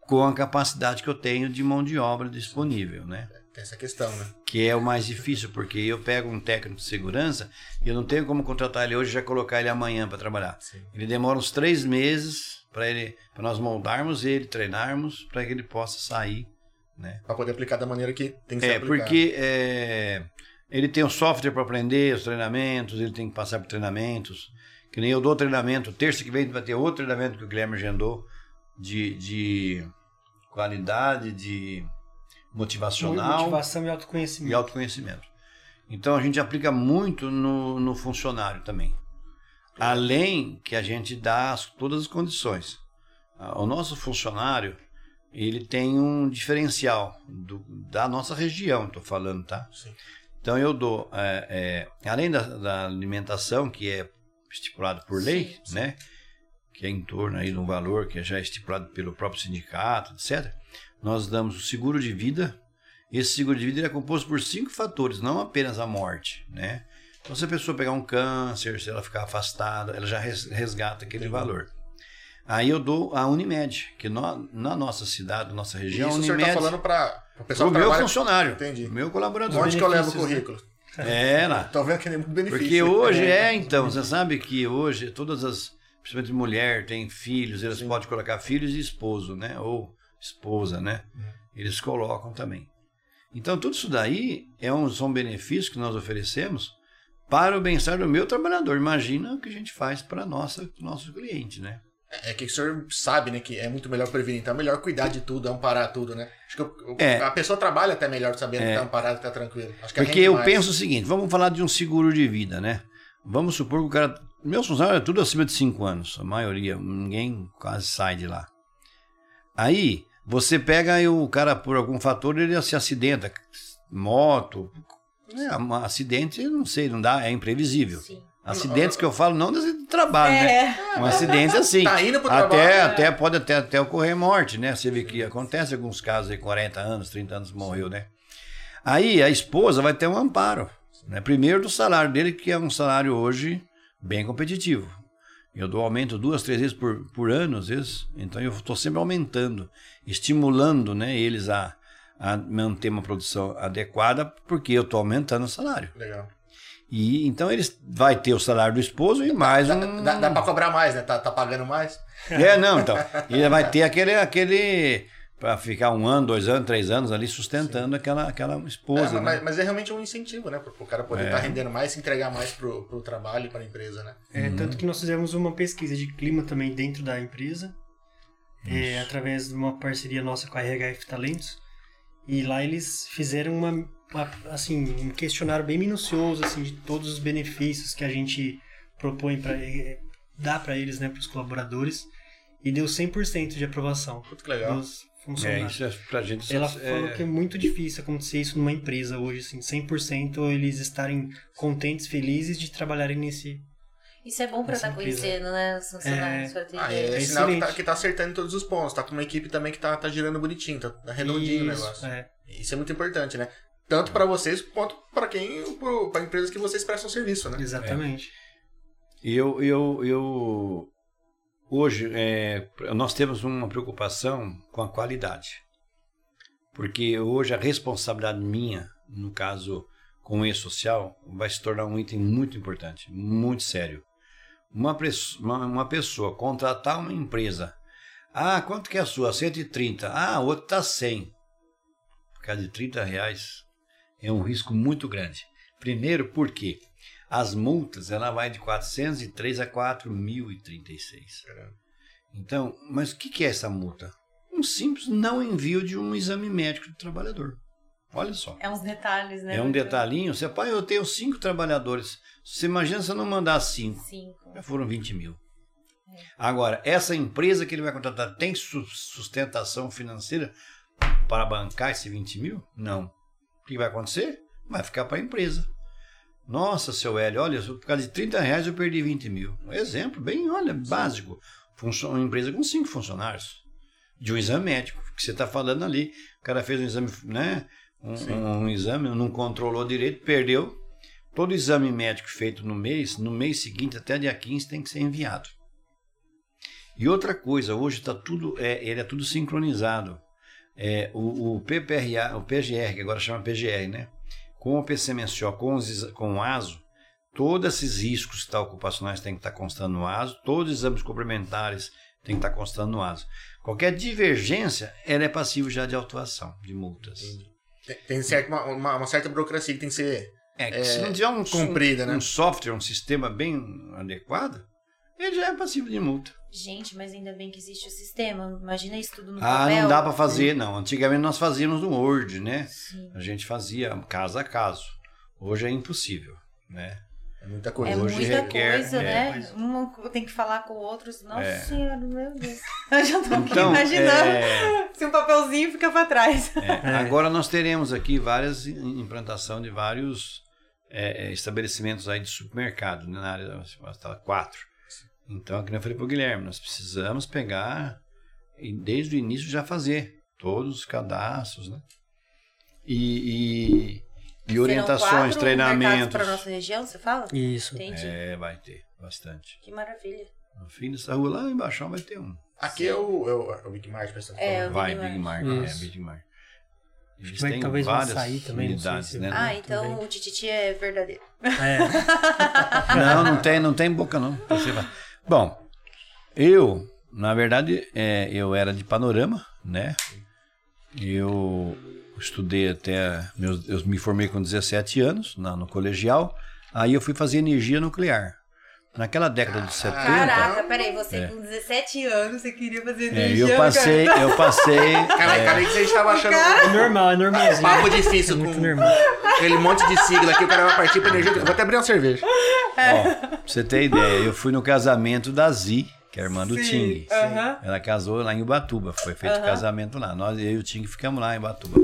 Speaker 3: Com a capacidade que eu tenho de mão de obra disponível, né?
Speaker 2: tem essa questão, né?
Speaker 3: Que é o mais difícil, porque eu pego um técnico de segurança e eu não tenho como contratar ele hoje e já colocar ele amanhã para trabalhar.
Speaker 2: Sim.
Speaker 3: Ele demora uns três meses para ele, para nós moldarmos ele, treinarmos, para que ele possa sair
Speaker 2: Pra poder aplicar da maneira que tem que ser
Speaker 3: É,
Speaker 2: aplicado.
Speaker 3: porque é, ele tem um software para aprender os treinamentos, ele tem que passar por treinamentos. Que nem eu dou treinamento, terça que vem vai ter outro treinamento que o Guilherme agendou de, de qualidade, de motivacional
Speaker 4: Motivação e
Speaker 3: e
Speaker 4: autoconhecimento.
Speaker 3: autoconhecimento. Então a gente aplica muito no, no funcionário também. Além que a gente dá as- todas as condições. Ah, O nosso funcionário, ele tem um diferencial do- da nossa região, estou falando, tá?
Speaker 2: Sim.
Speaker 3: Então eu dou, é, é, além da, da alimentação, que é estipulado por lei, né? Que é em torno aí de um valor que é já estipulado pelo próprio sindicato, etc. Nós damos o seguro de vida. Esse seguro de vida ele é composto por cinco fatores, não apenas a morte, né? Então, se a pessoa pegar um câncer, se ela ficar afastada, ela já res- resgata aquele valor. Aí eu dou a Unimed, que no- na nossa cidade, na nossa
Speaker 2: E
Speaker 3: região, a
Speaker 2: isso o senhor
Speaker 3: Unimed,
Speaker 2: tá falando pra. O
Speaker 3: o
Speaker 2: pessoal que
Speaker 3: meu
Speaker 2: trabalha.
Speaker 3: funcionário,
Speaker 2: Entendi.
Speaker 3: o meu colaborador.
Speaker 2: Onde que eu levo o
Speaker 4: benefícios, né?
Speaker 2: currículo?
Speaker 3: É, lá.
Speaker 2: Tô vendo que tem muito benefício.
Speaker 3: Porque hoje é, então, você sabe que hoje todas as, principalmente mulher, tem filhos, eles podem colocar filhos e esposo, né? Ou esposa, né? Eles colocam também. Então, tudo isso daí é um, são benefícios que nós oferecemos para o bem-estar do meu trabalhador. Imagina o que a gente faz para nossa nosso cliente, né?
Speaker 2: É que o senhor sabe, né, que é muito melhor prevenir, então é melhor cuidar de tudo, amparar tudo, né? Acho que o- o-
Speaker 3: É.
Speaker 2: a pessoa trabalha até melhor sabendo que tá amparado, que tá tranquilo. Acho que
Speaker 3: Porque
Speaker 2: rende
Speaker 3: eu
Speaker 2: mais.
Speaker 3: penso o seguinte, vamos falar de um seguro de vida, né? Vamos supor que o cara. Meus funcionários é tudo acima de 5 anos, a maioria, ninguém quase sai de lá. Aí, você pega e o cara, por algum fator, ele se acidenta. Moto, né, um acidente, eu não sei, não dá, é imprevisível.
Speaker 1: Sim. É.
Speaker 3: Acidentes que eu falo não desse de trabalho, né? Um acidente assim.
Speaker 2: Tá indo pro
Speaker 3: Até,
Speaker 2: trabalho.
Speaker 3: até pode até, até ocorrer morte, né? Você vê que acontece alguns casos aí, 40 anos, 30 anos morreu, né? Aí a esposa vai ter um amparo, né? Primeiro do salário dele, que é um salário hoje bem competitivo. Eu dou aumento duas, três vezes por, por ano, às vezes. Então eu estou sempre aumentando, estimulando né, eles a, a manter uma produção adequada, porque eu estou aumentando o salário.
Speaker 2: né? Legal.
Speaker 3: E então eles vai ter o salário do esposo e mais
Speaker 2: Dá,
Speaker 3: um.
Speaker 2: dá, dá pra cobrar mais, né? Tá, tá pagando mais?
Speaker 3: *laughs* É, não, então. Ele vai ter aquele. aquele para ficar um ano, dois anos, três anos ali sustentando aquela, aquela
Speaker 2: É,
Speaker 3: esposa.
Speaker 2: mas,
Speaker 3: né? É.
Speaker 2: mas é realmente um incentivo, né? Pro, pro cara poder estar rendendo mais, se entregar mais pro, pro trabalho, e pra empresa, né?
Speaker 4: É,
Speaker 3: Uhum.
Speaker 4: tanto que nós fizemos uma pesquisa de clima também dentro da empresa, é, através de uma parceria nossa com a RHF Talentos. E lá eles fizeram uma, uma- assim, um questionário bem minucioso assim de todos os benefícios que a gente propõe para dá para eles, né, para os colaboradores. E deu 100% de aprovação
Speaker 2: Puta que legal.
Speaker 4: dos
Speaker 3: É,
Speaker 4: funcionários.
Speaker 3: isso é pra gente.
Speaker 4: Ela
Speaker 3: é,
Speaker 4: falou que é muito difícil acontecer isso numa empresa hoje, assim, 100% eles estarem contentes, felizes de trabalharem nesse.
Speaker 1: Isso é bom pra
Speaker 4: Essa
Speaker 1: estar
Speaker 4: empresa.
Speaker 1: conhecendo, né? Os funcionários. pra ter
Speaker 2: Ah,
Speaker 1: ideia.
Speaker 2: é, sinal
Speaker 4: É
Speaker 2: que tá,
Speaker 4: excelente.
Speaker 2: que tá acertando em todos os pontos. Tá com uma equipe também que tá, tá girando bonitinho, tá, tá redondinho o
Speaker 4: Isso,
Speaker 2: negócio.
Speaker 4: é.
Speaker 2: Isso é muito importante, né? Tanto pra vocês quanto pra quem, pro- pra empresas que vocês prestam serviço, né?
Speaker 4: Exatamente.
Speaker 3: E eu, eu, eu hoje é, nós temos uma preocupação com a qualidade, porque hoje a responsabilidade minha, no caso com o e-social, vai se tornar um item muito importante, muito sério. Uma, pres- uma, uma pessoa contratar uma empresa, ah, quanto que é a sua? 130. Ah, a outra está 100. Por causa de 30 reais é um risco muito grande. Primeiro, por quê? As multas, ela vai de 403 a 4.036.
Speaker 2: Caramba.
Speaker 3: Então, mas o que que é essa multa? Um simples não envio de um exame médico do trabalhador. Olha só.
Speaker 1: É uns detalhes, né?
Speaker 3: É um detalhinho. Você, pai, eu tenho cinco trabalhadores. Você imagina se eu não mandar cinco.
Speaker 1: Cinco.
Speaker 3: Já foram 20 mil. Agora, essa empresa que ele vai contratar tem su- sustentação financeira para bancar esse 20 mil? Não. O que vai acontecer? Vai ficar para a empresa. Nossa, seu Hélio, olha, por causa de 30 reais eu perdi 20 mil. Um exemplo bem, olha, básico. Funcio- uma empresa com cinco funcionários. De um exame médico, que você está falando ali. O cara fez um exame, né? Um,
Speaker 2: Sim.
Speaker 3: um exame, não controlou direito, perdeu. Todo exame médico feito no mês, no mês seguinte, até dia 15, tem que ser enviado. E outra coisa, hoje está tudo, é, ele é tudo sincronizado. É, o, o PPRA, o PGR, que agora chama PGR, né? Com o PCMSO, com, os exa- com o ASO, todos esses riscos tá, ocupacionais têm que estar constando no ASO, todos os exames complementares têm que estar constando no ASO. Qualquer divergência, ela é passível já de autuação, de multas.
Speaker 2: Tem, tem certo, uma, uma- uma certa burocracia que tem que ser
Speaker 3: É, que se não tiver um,
Speaker 2: cumprida,
Speaker 3: um,
Speaker 2: né?
Speaker 3: um software, um sistema bem adequado, ele já é passível de multa.
Speaker 1: Gente, mas ainda bem que existe o sistema. Imagina isso tudo no
Speaker 3: Ah,
Speaker 1: papel.
Speaker 3: não dá para fazer, não. Antigamente nós fazíamos no Word, né?
Speaker 1: Sim.
Speaker 3: A gente fazia caso a caso. Hoje é impossível, né?
Speaker 2: É muita
Speaker 1: É
Speaker 2: coisa.
Speaker 3: Hoje
Speaker 1: muita
Speaker 3: requer-
Speaker 1: coisa,
Speaker 3: é,
Speaker 1: né?
Speaker 4: mas-
Speaker 1: Um tem que falar com o outro. assim, Nossa
Speaker 3: É.
Speaker 1: senhora, meu Deus. *laughs* Eu já tô aqui
Speaker 3: Então,
Speaker 1: imaginando
Speaker 3: é,
Speaker 1: se um papelzinho fica pra trás.
Speaker 3: é, agora nós teremos aqui várias im- implantação de vários é, é, estabelecimentos aí de supermercado, né? na área estava quatro. Então, aqui eu falei para o Guilherme, nós precisamos pegar e desde o início já fazer todos os cadastros, né? E, e, e
Speaker 1: Serão
Speaker 3: orientações,
Speaker 1: quatro mercados
Speaker 3: treinamentos.
Speaker 1: Pra nossa região, você fala?
Speaker 4: Isso.
Speaker 1: Entendi.
Speaker 3: É, vai ter bastante.
Speaker 1: Que maravilha.
Speaker 3: No fim dessa rua, lá embaixo vai ter um.
Speaker 2: Aqui é o, é o, é o Big Mart, pessoal.
Speaker 1: É, o
Speaker 3: vai,
Speaker 1: Big
Speaker 3: Big Mar.
Speaker 4: Mar.
Speaker 3: É,
Speaker 4: Isso.
Speaker 3: Big Mar. Eles
Speaker 4: Vai que
Speaker 3: têm
Speaker 4: talvez vá
Speaker 3: várias
Speaker 4: sair também, não sei
Speaker 3: unidades,
Speaker 4: se-
Speaker 3: né?
Speaker 1: Ah,
Speaker 4: tudo
Speaker 1: então
Speaker 4: bem.
Speaker 1: o Tititi é verdadeiro.
Speaker 4: É.
Speaker 3: Não, não tem, não tem boca, não. Então Você vai. Bom, eu, na verdade, é, eu era de panorama, né? Eu estudei até. meus- eu me formei com 17 anos na- no colegial. Aí eu fui fazer energia nuclear. Naquela década de 70.
Speaker 1: Caraca, peraí, você com 17 anos, você queria fazer
Speaker 3: é,
Speaker 1: energia,
Speaker 3: eu
Speaker 1: cara.
Speaker 3: passei, eu passei.
Speaker 1: *laughs*
Speaker 2: Cara,
Speaker 3: é,
Speaker 2: cara, aí que vocês estavam Tá achando
Speaker 4: É normal, é
Speaker 2: um *laughs*
Speaker 4: normalzinho.
Speaker 2: papo
Speaker 4: É
Speaker 2: difícil
Speaker 4: muito
Speaker 2: com
Speaker 4: normal.
Speaker 2: aquele monte de sigla aqui, o cara vai partir pra energia. Vou até abrir uma cerveja.
Speaker 3: Ó, pra você ter ideia, eu fui no casamento da Zi, que é a irmã do
Speaker 1: Sim,
Speaker 3: Ting.
Speaker 1: aham.
Speaker 3: Ela casou lá em Ubatuba, foi feito o
Speaker 1: Aham.
Speaker 3: casamento lá. Nós, eu e o Ting ficamos lá em Ubatuba.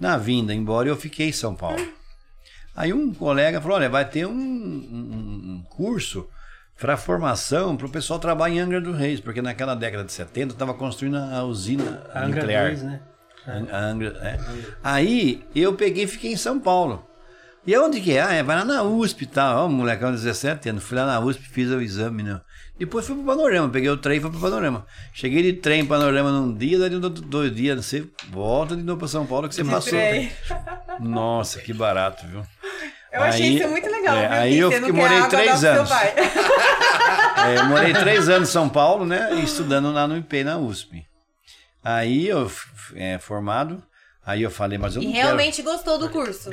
Speaker 3: Na vinda embora, eu fiquei em São Paulo. Aí um colega falou: olha, vai ter um, um- um curso para formação para o pessoal trabalhar em Angra dos Reis, porque naquela década de 70 estava construindo a usina
Speaker 4: A Angra
Speaker 3: nuclear.
Speaker 4: 2, né?
Speaker 3: An- a Angra, né? Aí eu peguei e fiquei em São Paulo. E onde que é? Ah, é, vai lá na USP e tal. Ó, molecão de 17 anos. Fui lá na USP, fiz o exame, né? Depois fui pro Panorama, peguei o trem e fui pro Panorama. Cheguei de trem em Panorama num dia, daí no outro- dois dias, você volta de novo pra São Paulo que você passou.
Speaker 1: trem.
Speaker 3: Nossa, que barato, viu?
Speaker 1: Eu achei
Speaker 3: Aí-
Speaker 1: isso muito legal.
Speaker 3: é,
Speaker 1: viu,
Speaker 3: aí
Speaker 1: Gui?
Speaker 3: eu
Speaker 1: Você
Speaker 3: fiquei-
Speaker 1: não quer
Speaker 3: morei
Speaker 1: água, dá
Speaker 3: três
Speaker 1: pro seu
Speaker 3: anos.
Speaker 1: pai.
Speaker 3: É, eu morei três anos em São Paulo, né? Estudando lá no IP, na USP. Aí eu, f- é, formado, aí eu falei, mas eu
Speaker 1: E
Speaker 3: não quero...
Speaker 1: realmente gostou do curso.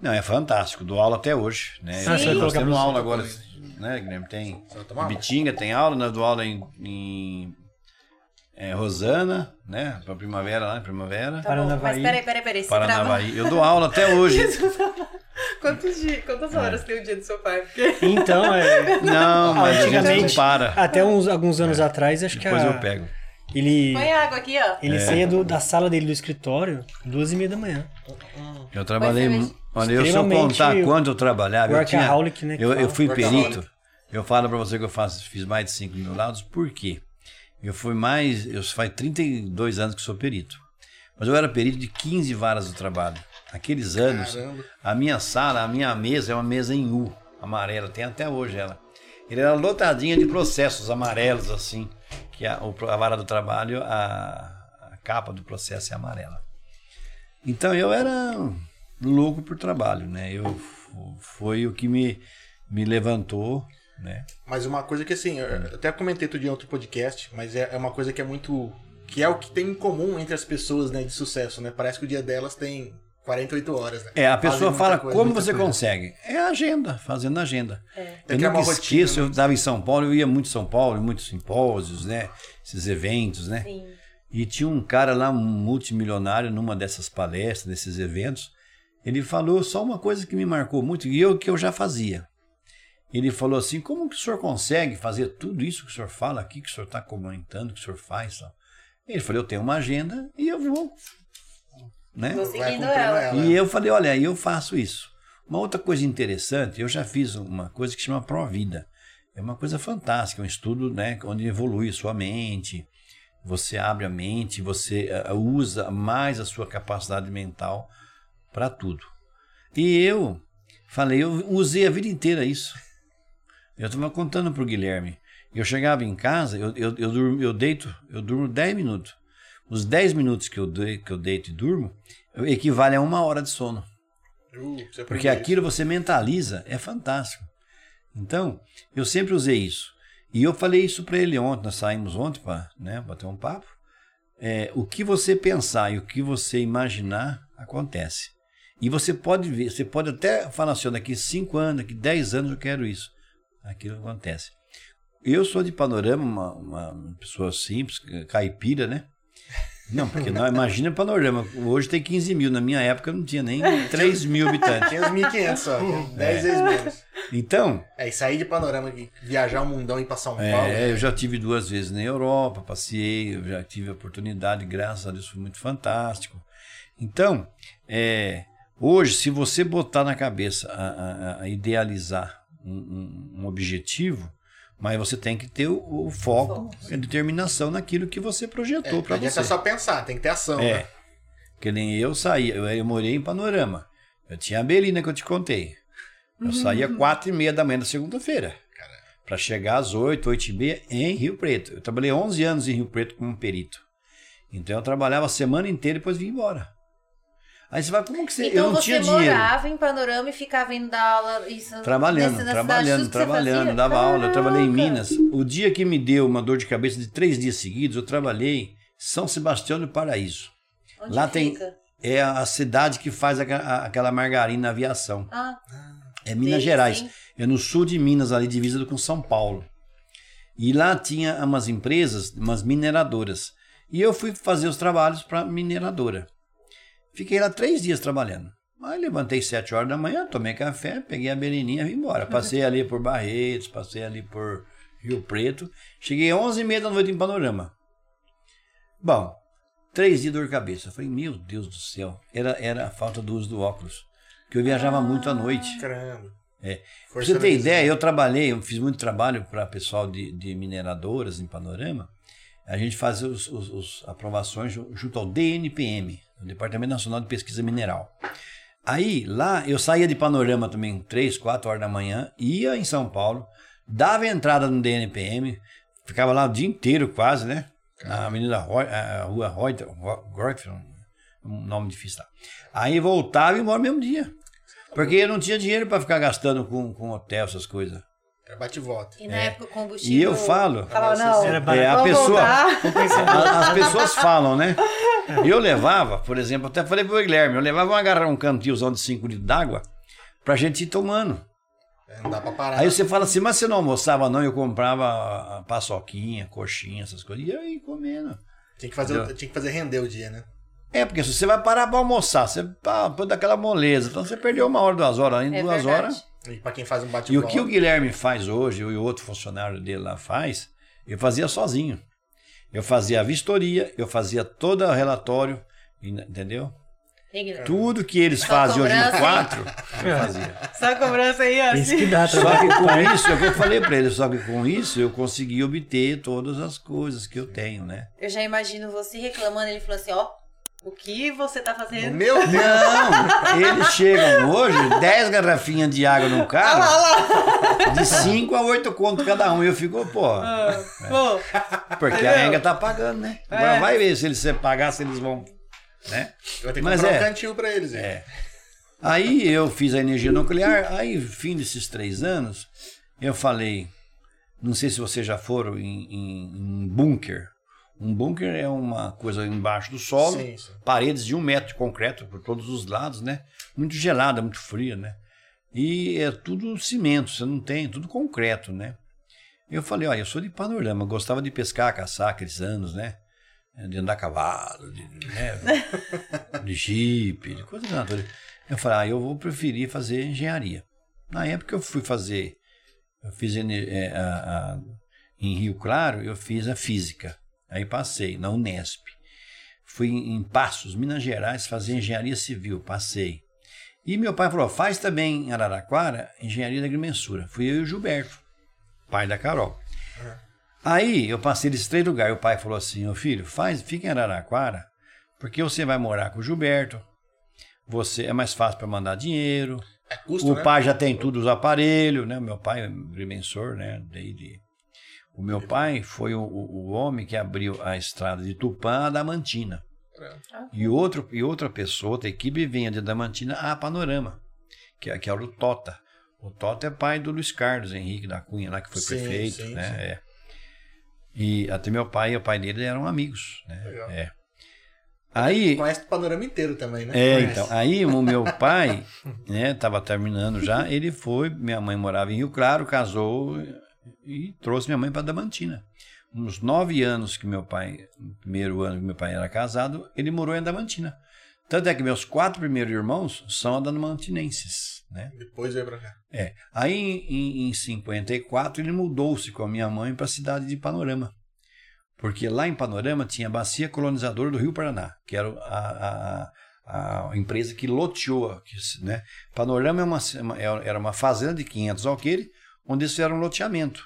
Speaker 3: Não, é fantástico. Dou aula até hoje. Né?
Speaker 1: Sim.
Speaker 3: Nós
Speaker 1: Você vai
Speaker 3: temos
Speaker 4: colocar pra
Speaker 3: aula
Speaker 4: você
Speaker 3: agora, né, Guilherme? Tem
Speaker 2: Você vai tomar uma?
Speaker 3: né? Bitinga, tem aula, nós dou aula em, em eh, Rosana, né? Pra primavera lá, em primavera.
Speaker 1: Tá bom, mas
Speaker 4: Paranavaí.
Speaker 1: peraí, peraí, peraí. Você trava...
Speaker 3: Paranavaí. Eu dou aula até hoje.
Speaker 1: *laughs* Quantos dias, quantas
Speaker 3: É.
Speaker 1: horas tem o dia do seu pai? Porque
Speaker 4: Então, é.
Speaker 3: Não, mas a gente não
Speaker 4: Antigamente- Ah,
Speaker 3: para.
Speaker 4: Até uns, alguns anos atrás, acho que
Speaker 3: É. Depois
Speaker 4: a-
Speaker 3: eu pego. É.
Speaker 4: ele.
Speaker 1: põe água aqui, ó.
Speaker 4: Ele saía do- da sala dele do escritório duas e meia da manhã.
Speaker 3: Eu trabalhei.
Speaker 1: Mas é
Speaker 3: mu- Olha, eu se eu
Speaker 4: extremamente
Speaker 3: contar quando eu trabalhava, eu tinha.
Speaker 4: workaholic, né, que
Speaker 3: Eu, eu
Speaker 4: fala.
Speaker 3: fui
Speaker 2: Workaholic.
Speaker 3: perito. Eu falo pra você que eu faço, fiz mais de 5 mil laudos, por quê? Eu fui mais. Eu faz 32 anos que sou perito. Mas eu era perito de 15 varas do trabalho. Aqueles anos,
Speaker 2: Caramba.
Speaker 3: a minha sala, a minha mesa é uma mesa em U, amarela, tem até hoje ela. Ele era lotadinha de processos amarelos, assim, que a, o pro- a vara do trabalho, a, a capa do processo é amarela. Então eu era louco por trabalho, né? Eu, f- foi o que me, me levantou, né?
Speaker 2: Mas uma coisa que assim, eu até comentei outro dia em outro podcast, mas é, é uma coisa que é muito. que é o que tem em comum entre as pessoas, né, de sucesso, né? Parece que o dia delas tem 48 horas, né?
Speaker 3: É, a
Speaker 2: Fazem
Speaker 3: pessoa
Speaker 2: muita
Speaker 3: fala
Speaker 2: coisa,
Speaker 3: como
Speaker 2: muita
Speaker 3: você
Speaker 2: coisa.
Speaker 3: consegue. É a agenda, fazendo agenda.
Speaker 2: que
Speaker 3: Eu
Speaker 2: criar
Speaker 3: nunca
Speaker 2: uma rotina, né?
Speaker 3: esqueço, eu estava em São Paulo, eu ia muito em São Paulo, muitos simpósios, né? Esses eventos, né?
Speaker 1: Sim.
Speaker 3: E tinha um cara lá, um multimilionário, numa dessas palestras, desses eventos. Ele falou só uma coisa que me marcou muito, e eu que eu já fazia. Ele falou assim: como que o senhor consegue fazer tudo isso que o senhor fala aqui, que o senhor está comentando, que o senhor faz? tal?" Ele falou: eu tenho uma agenda e eu vou. Né?
Speaker 1: Tô
Speaker 2: Vai
Speaker 1: seguindo
Speaker 2: comprando
Speaker 1: ela.
Speaker 2: ela.
Speaker 3: E é eu falei, olha, eu faço isso. Uma outra coisa interessante, eu já fiz uma coisa que chama Provida. É uma coisa fantástica, um estudo né, onde evolui a sua mente, você abre a mente, você ah, usa mais a sua capacidade mental para tudo. E eu falei, eu usei a vida inteira isso. Eu estava contando para o Guilherme. Eu chegava em casa, eu, eu, eu, durmo, eu deito, eu durmo 10 minutos. Os 10 minutos que eu, dei- que eu deito e durmo equivale a uma hora de sono.
Speaker 2: Uh, você
Speaker 3: Porque
Speaker 2: aprendeu
Speaker 3: aquilo você mentaliza, é fantástico. Então, eu sempre usei isso. E eu falei isso para ele ontem, nós saímos ontem para né, bater um papo. É, o que você pensar e o que você imaginar acontece. E você pode ver, você pode até falar assim, ó, daqui 5 anos, daqui 10 anos eu quero isso. Aquilo acontece. Eu sou de panorama, uma, uma pessoa simples, caipira, né? Não, porque não, imagina panorama. Hoje tem 15 mil, na minha época não tinha nem 3 mil habitantes.
Speaker 2: Tinha uns 1.500 só,
Speaker 3: Hum,
Speaker 2: que é 10 vezes menos.
Speaker 3: Então,
Speaker 2: É, e sair de panorama aqui, viajar o mundão e ir pra São Paulo. né?
Speaker 3: é, eu já tive duas vezes na Europa, passei, eu já tive a oportunidade, graças a Deus foi muito fantástico. Então, é, hoje, se você botar na cabeça a, a- a idealizar um, um- um objetivo, mas você tem que ter o, o foco, a determinação naquilo que você projetou
Speaker 2: É, não
Speaker 3: para você.
Speaker 2: adianta só pensar, tem que ter ação,
Speaker 3: É.
Speaker 2: né?
Speaker 3: Que nem eu saía, eu, eu morei em Panorama. Eu tinha a Belina que eu te contei. Eu
Speaker 1: Uhum.
Speaker 3: saía quatro e meia da manhã da segunda-feira. Pra chegar às oito, oito e meia em Rio Preto. Eu trabalhei 11 anos em Rio Preto como perito. Então eu trabalhava a semana inteira e depois vim embora. Aí você vai, como que você...
Speaker 1: Então
Speaker 3: eu não
Speaker 1: você
Speaker 3: tinha dinheiro.
Speaker 1: morava em Panorama e ficava indo dar aula isso,
Speaker 3: Trabalhando,
Speaker 1: nesse- na cidade,
Speaker 3: trabalhando,
Speaker 1: tudo que você fazia?
Speaker 3: trabalhando, dava aula. Eu trabalhei em
Speaker 1: Caraca.
Speaker 3: Minas. O dia que me deu uma dor de cabeça de três dias seguidos, eu trabalhei em São Sebastião do Paraíso.
Speaker 1: Onde
Speaker 3: Lá tem-
Speaker 1: fica?
Speaker 3: é a cidade que faz aca- a- aquela margarina na aviação.
Speaker 1: Ah,
Speaker 3: É Minas
Speaker 1: Sim,
Speaker 3: Gerais.
Speaker 1: sim.
Speaker 3: É no sul de Minas, ali divisa com São Paulo. E lá tinha umas empresas, umas mineradoras. E eu fui fazer os trabalhos para mineradora. Fiquei lá três dias trabalhando. Aí levantei sete horas da manhã, tomei café, peguei a beleninha e vim embora. Passei ali por Barretos, passei ali por Rio Preto. Cheguei às 11h30 da noite em Panorama. Bom, três dias de dor de cabeça. Eu falei, meu Deus do céu. Era, era a falta do uso do óculos. Porque eu viajava muito à noite.
Speaker 2: Caramba.
Speaker 3: É. Pra
Speaker 2: Força
Speaker 3: você ter
Speaker 2: na
Speaker 3: ideia, eu trabalhei, eu fiz muito trabalho para pessoal de, de mineradoras em Panorama. A gente fazia os, os- os aprovações ju- junto ao DNPM, o Departamento Nacional de Pesquisa Mineral. Aí, lá, eu saía de Panorama também três, quatro horas da manhã, ia em São Paulo, dava entrada no DNPM, ficava lá o dia inteiro quase, né? Na Avenida Roy, a Rua Reuter, um nome difícil lá. Aí voltava e ia embora no mesmo dia. Porque eu não tinha dinheiro para ficar gastando com, com hotel, essas coisas.
Speaker 2: Era bate e volta.
Speaker 1: E na época o combustível.
Speaker 3: É. E eu
Speaker 1: *laughs*
Speaker 3: falo,
Speaker 1: Falava, não.
Speaker 4: Era
Speaker 3: é, a
Speaker 1: vamos
Speaker 3: pessoa,
Speaker 1: voltar.
Speaker 3: a- as pessoas falam, né? Eu levava, por exemplo, até falei pro Guilherme, eu levava uma garra, um cantilzão de 5 litros d'água pra gente ir tomando.
Speaker 2: É, Não dá pra parar.
Speaker 3: Aí você fala assim, mas você não almoçava não, eu comprava a paçoquinha, coxinha, essas coisas, e eu ia comendo.
Speaker 2: Tinha que, fazer,
Speaker 3: Entendeu?
Speaker 2: tinha que fazer render o dia, né?
Speaker 3: É, porque se você vai parar pra almoçar, você pá, pô, dá aquela moleza, então você perdeu uma hora, duas horas, ainda
Speaker 1: É
Speaker 3: duas
Speaker 1: verdade.
Speaker 3: horas.
Speaker 2: E pra quem faz um
Speaker 3: E
Speaker 2: bate-bola.
Speaker 3: o que o Guilherme faz hoje, e o outro funcionário dele lá faz, eu fazia sozinho. Eu fazia a vistoria, eu fazia todo o relatório, e- entendeu?
Speaker 1: Ignorante.
Speaker 3: Tudo que eles
Speaker 1: Só
Speaker 3: fazem hoje em
Speaker 1: cobrança, hein?
Speaker 3: quatro, eu fazia.
Speaker 5: Só cobrança aí, ó.
Speaker 4: Isso que dá
Speaker 3: Só
Speaker 4: trabalho.
Speaker 3: que com isso, é o que eu falei pra ele, só que com isso eu consegui obter todas as coisas que eu tenho, né?
Speaker 1: Eu já imagino você reclamando, ele falou assim, ó,
Speaker 5: O que você tá fazendo?
Speaker 2: Meu Deus!
Speaker 3: Não, eles chegam hoje, 10 garrafinhas de água no
Speaker 5: Olha lá,
Speaker 3: carro,
Speaker 5: olha lá.
Speaker 3: de 5 a 8 conto cada um. E eu fico, pô,
Speaker 1: É.
Speaker 5: Ah, pô,
Speaker 3: porque a Enga tá pagando, né? Agora
Speaker 5: É.
Speaker 3: vai ver se eles se pagar, se eles vão. Né?
Speaker 2: Vai ter que
Speaker 3: Mas
Speaker 2: comprar
Speaker 3: é.
Speaker 2: um cantil pra eles. hein?
Speaker 3: É. Aí eu fiz a energia nuclear, aí fim desses três anos, eu falei, não sei se vocês já foram em, em- em bunker. Um bunker é uma coisa embaixo do solo,
Speaker 2: Sim, sim.
Speaker 3: paredes de um metro de concreto por todos os lados, né? Muito gelada, muito fria, né? E é tudo cimento, você não tem, é tudo concreto, né? Eu falei, olha, eu sou de panorama, gostava de pescar, caçar aqueles anos, né? De andar a cavalo, de, né? de jipe, de coisa da natureza. Eu falei, ah, eu vou preferir fazer engenharia. Na época eu fui fazer, eu fiz ene- eh, a- a- em Rio Claro, eu fiz a física. Aí passei na Unesp. Fui em em Passos, Minas Gerais, fazer engenharia civil, passei. E meu pai falou, faz também em Araraquara engenharia da agrimensura. Fui eu e o Gilberto, pai da Carol. Aí eu passei desses três lugares. O pai falou assim, ô filho, faz, fica em Araraquara, porque você vai morar com o Gilberto, você é mais fácil para mandar dinheiro,
Speaker 2: É custo,
Speaker 3: o
Speaker 2: né?
Speaker 3: pai já tem todos os aparelhos, né? O meu pai é agrimensor, né? Desde... O meu pai foi o, o o homem que abriu a estrada de Tupã a Damantina.
Speaker 2: É.
Speaker 3: E, outro, e outra pessoa, outra equipe, vinha de Damantina a Panorama, que, é- que era o Tota. O Tota é pai do Luiz Carlos Henrique da Cunha, lá que foi
Speaker 2: Sim,
Speaker 3: prefeito,
Speaker 2: sim,
Speaker 3: né?
Speaker 2: sim.
Speaker 3: É. E até meu pai e o pai dele eram amigos, né?
Speaker 2: Legal.
Speaker 3: É. Aí,
Speaker 2: Conhece o panorama inteiro também, né?
Speaker 3: é,
Speaker 4: Mas-
Speaker 3: então. Aí o meu pai, né, tava terminando já, ele foi, minha mãe morava em Rio Claro, casou e trouxe minha mãe para Damantina. Uns nove anos que meu pai, no primeiro ano que meu pai era casado, ele morou em Damantina. Tanto é que meus quatro primeiros irmãos são adamantinenses, né?
Speaker 2: Depois veio pra cá.
Speaker 3: É. Aí em, em- em 54 ele mudou-se com a minha mãe para a cidade de Panorama. Porque lá em Panorama tinha a Bacia Colonizadora do Rio Paraná, que era a, a- a empresa que loteou. a- que se- né? Panorama é uma, ci- uma- é- era uma fazenda de 500 alqueires, onde eles fizeram um loteamento.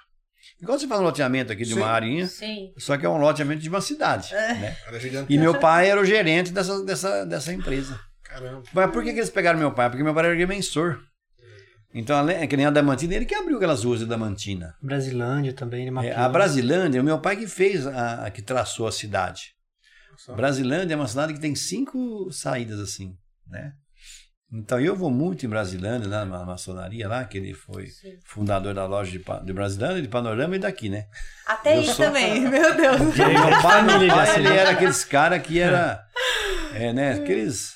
Speaker 3: Igual você faz um loteamento aqui de
Speaker 2: Sim.
Speaker 3: uma arinha,
Speaker 1: sim.
Speaker 3: só que é um loteamento de uma cidade. né?
Speaker 2: Era gigante.
Speaker 3: E meu pai era o gerente dessa, dessa, dessa empresa.
Speaker 2: Caramba.
Speaker 3: Mas por que, que eles pegaram meu pai? Porque meu pai era agrimensor. Então, além, é que nem a Damantina, ele que abriu aquelas ruas de Damantina.
Speaker 4: Brasilândia também, ele
Speaker 3: É,
Speaker 4: mapeou.
Speaker 3: a Brasilândia, o meu pai que fez, a, a que traçou a cidade. Brasilândia é uma cidade que tem cinco saídas assim, né? Então, eu vou muito em Brasilândia, lá na maçonaria lá, que ele foi
Speaker 1: Sim.
Speaker 3: fundador da loja de, pa- de Brasilândia, de Panorama e daqui, né?
Speaker 1: Até
Speaker 3: Eu
Speaker 1: isso
Speaker 3: sou-
Speaker 1: também.
Speaker 5: meu Deus.
Speaker 3: Meu pai, meu
Speaker 4: família já
Speaker 3: pai,
Speaker 4: se
Speaker 3: ele
Speaker 4: liga.
Speaker 3: era aqueles caras que era. É, né? Aqueles.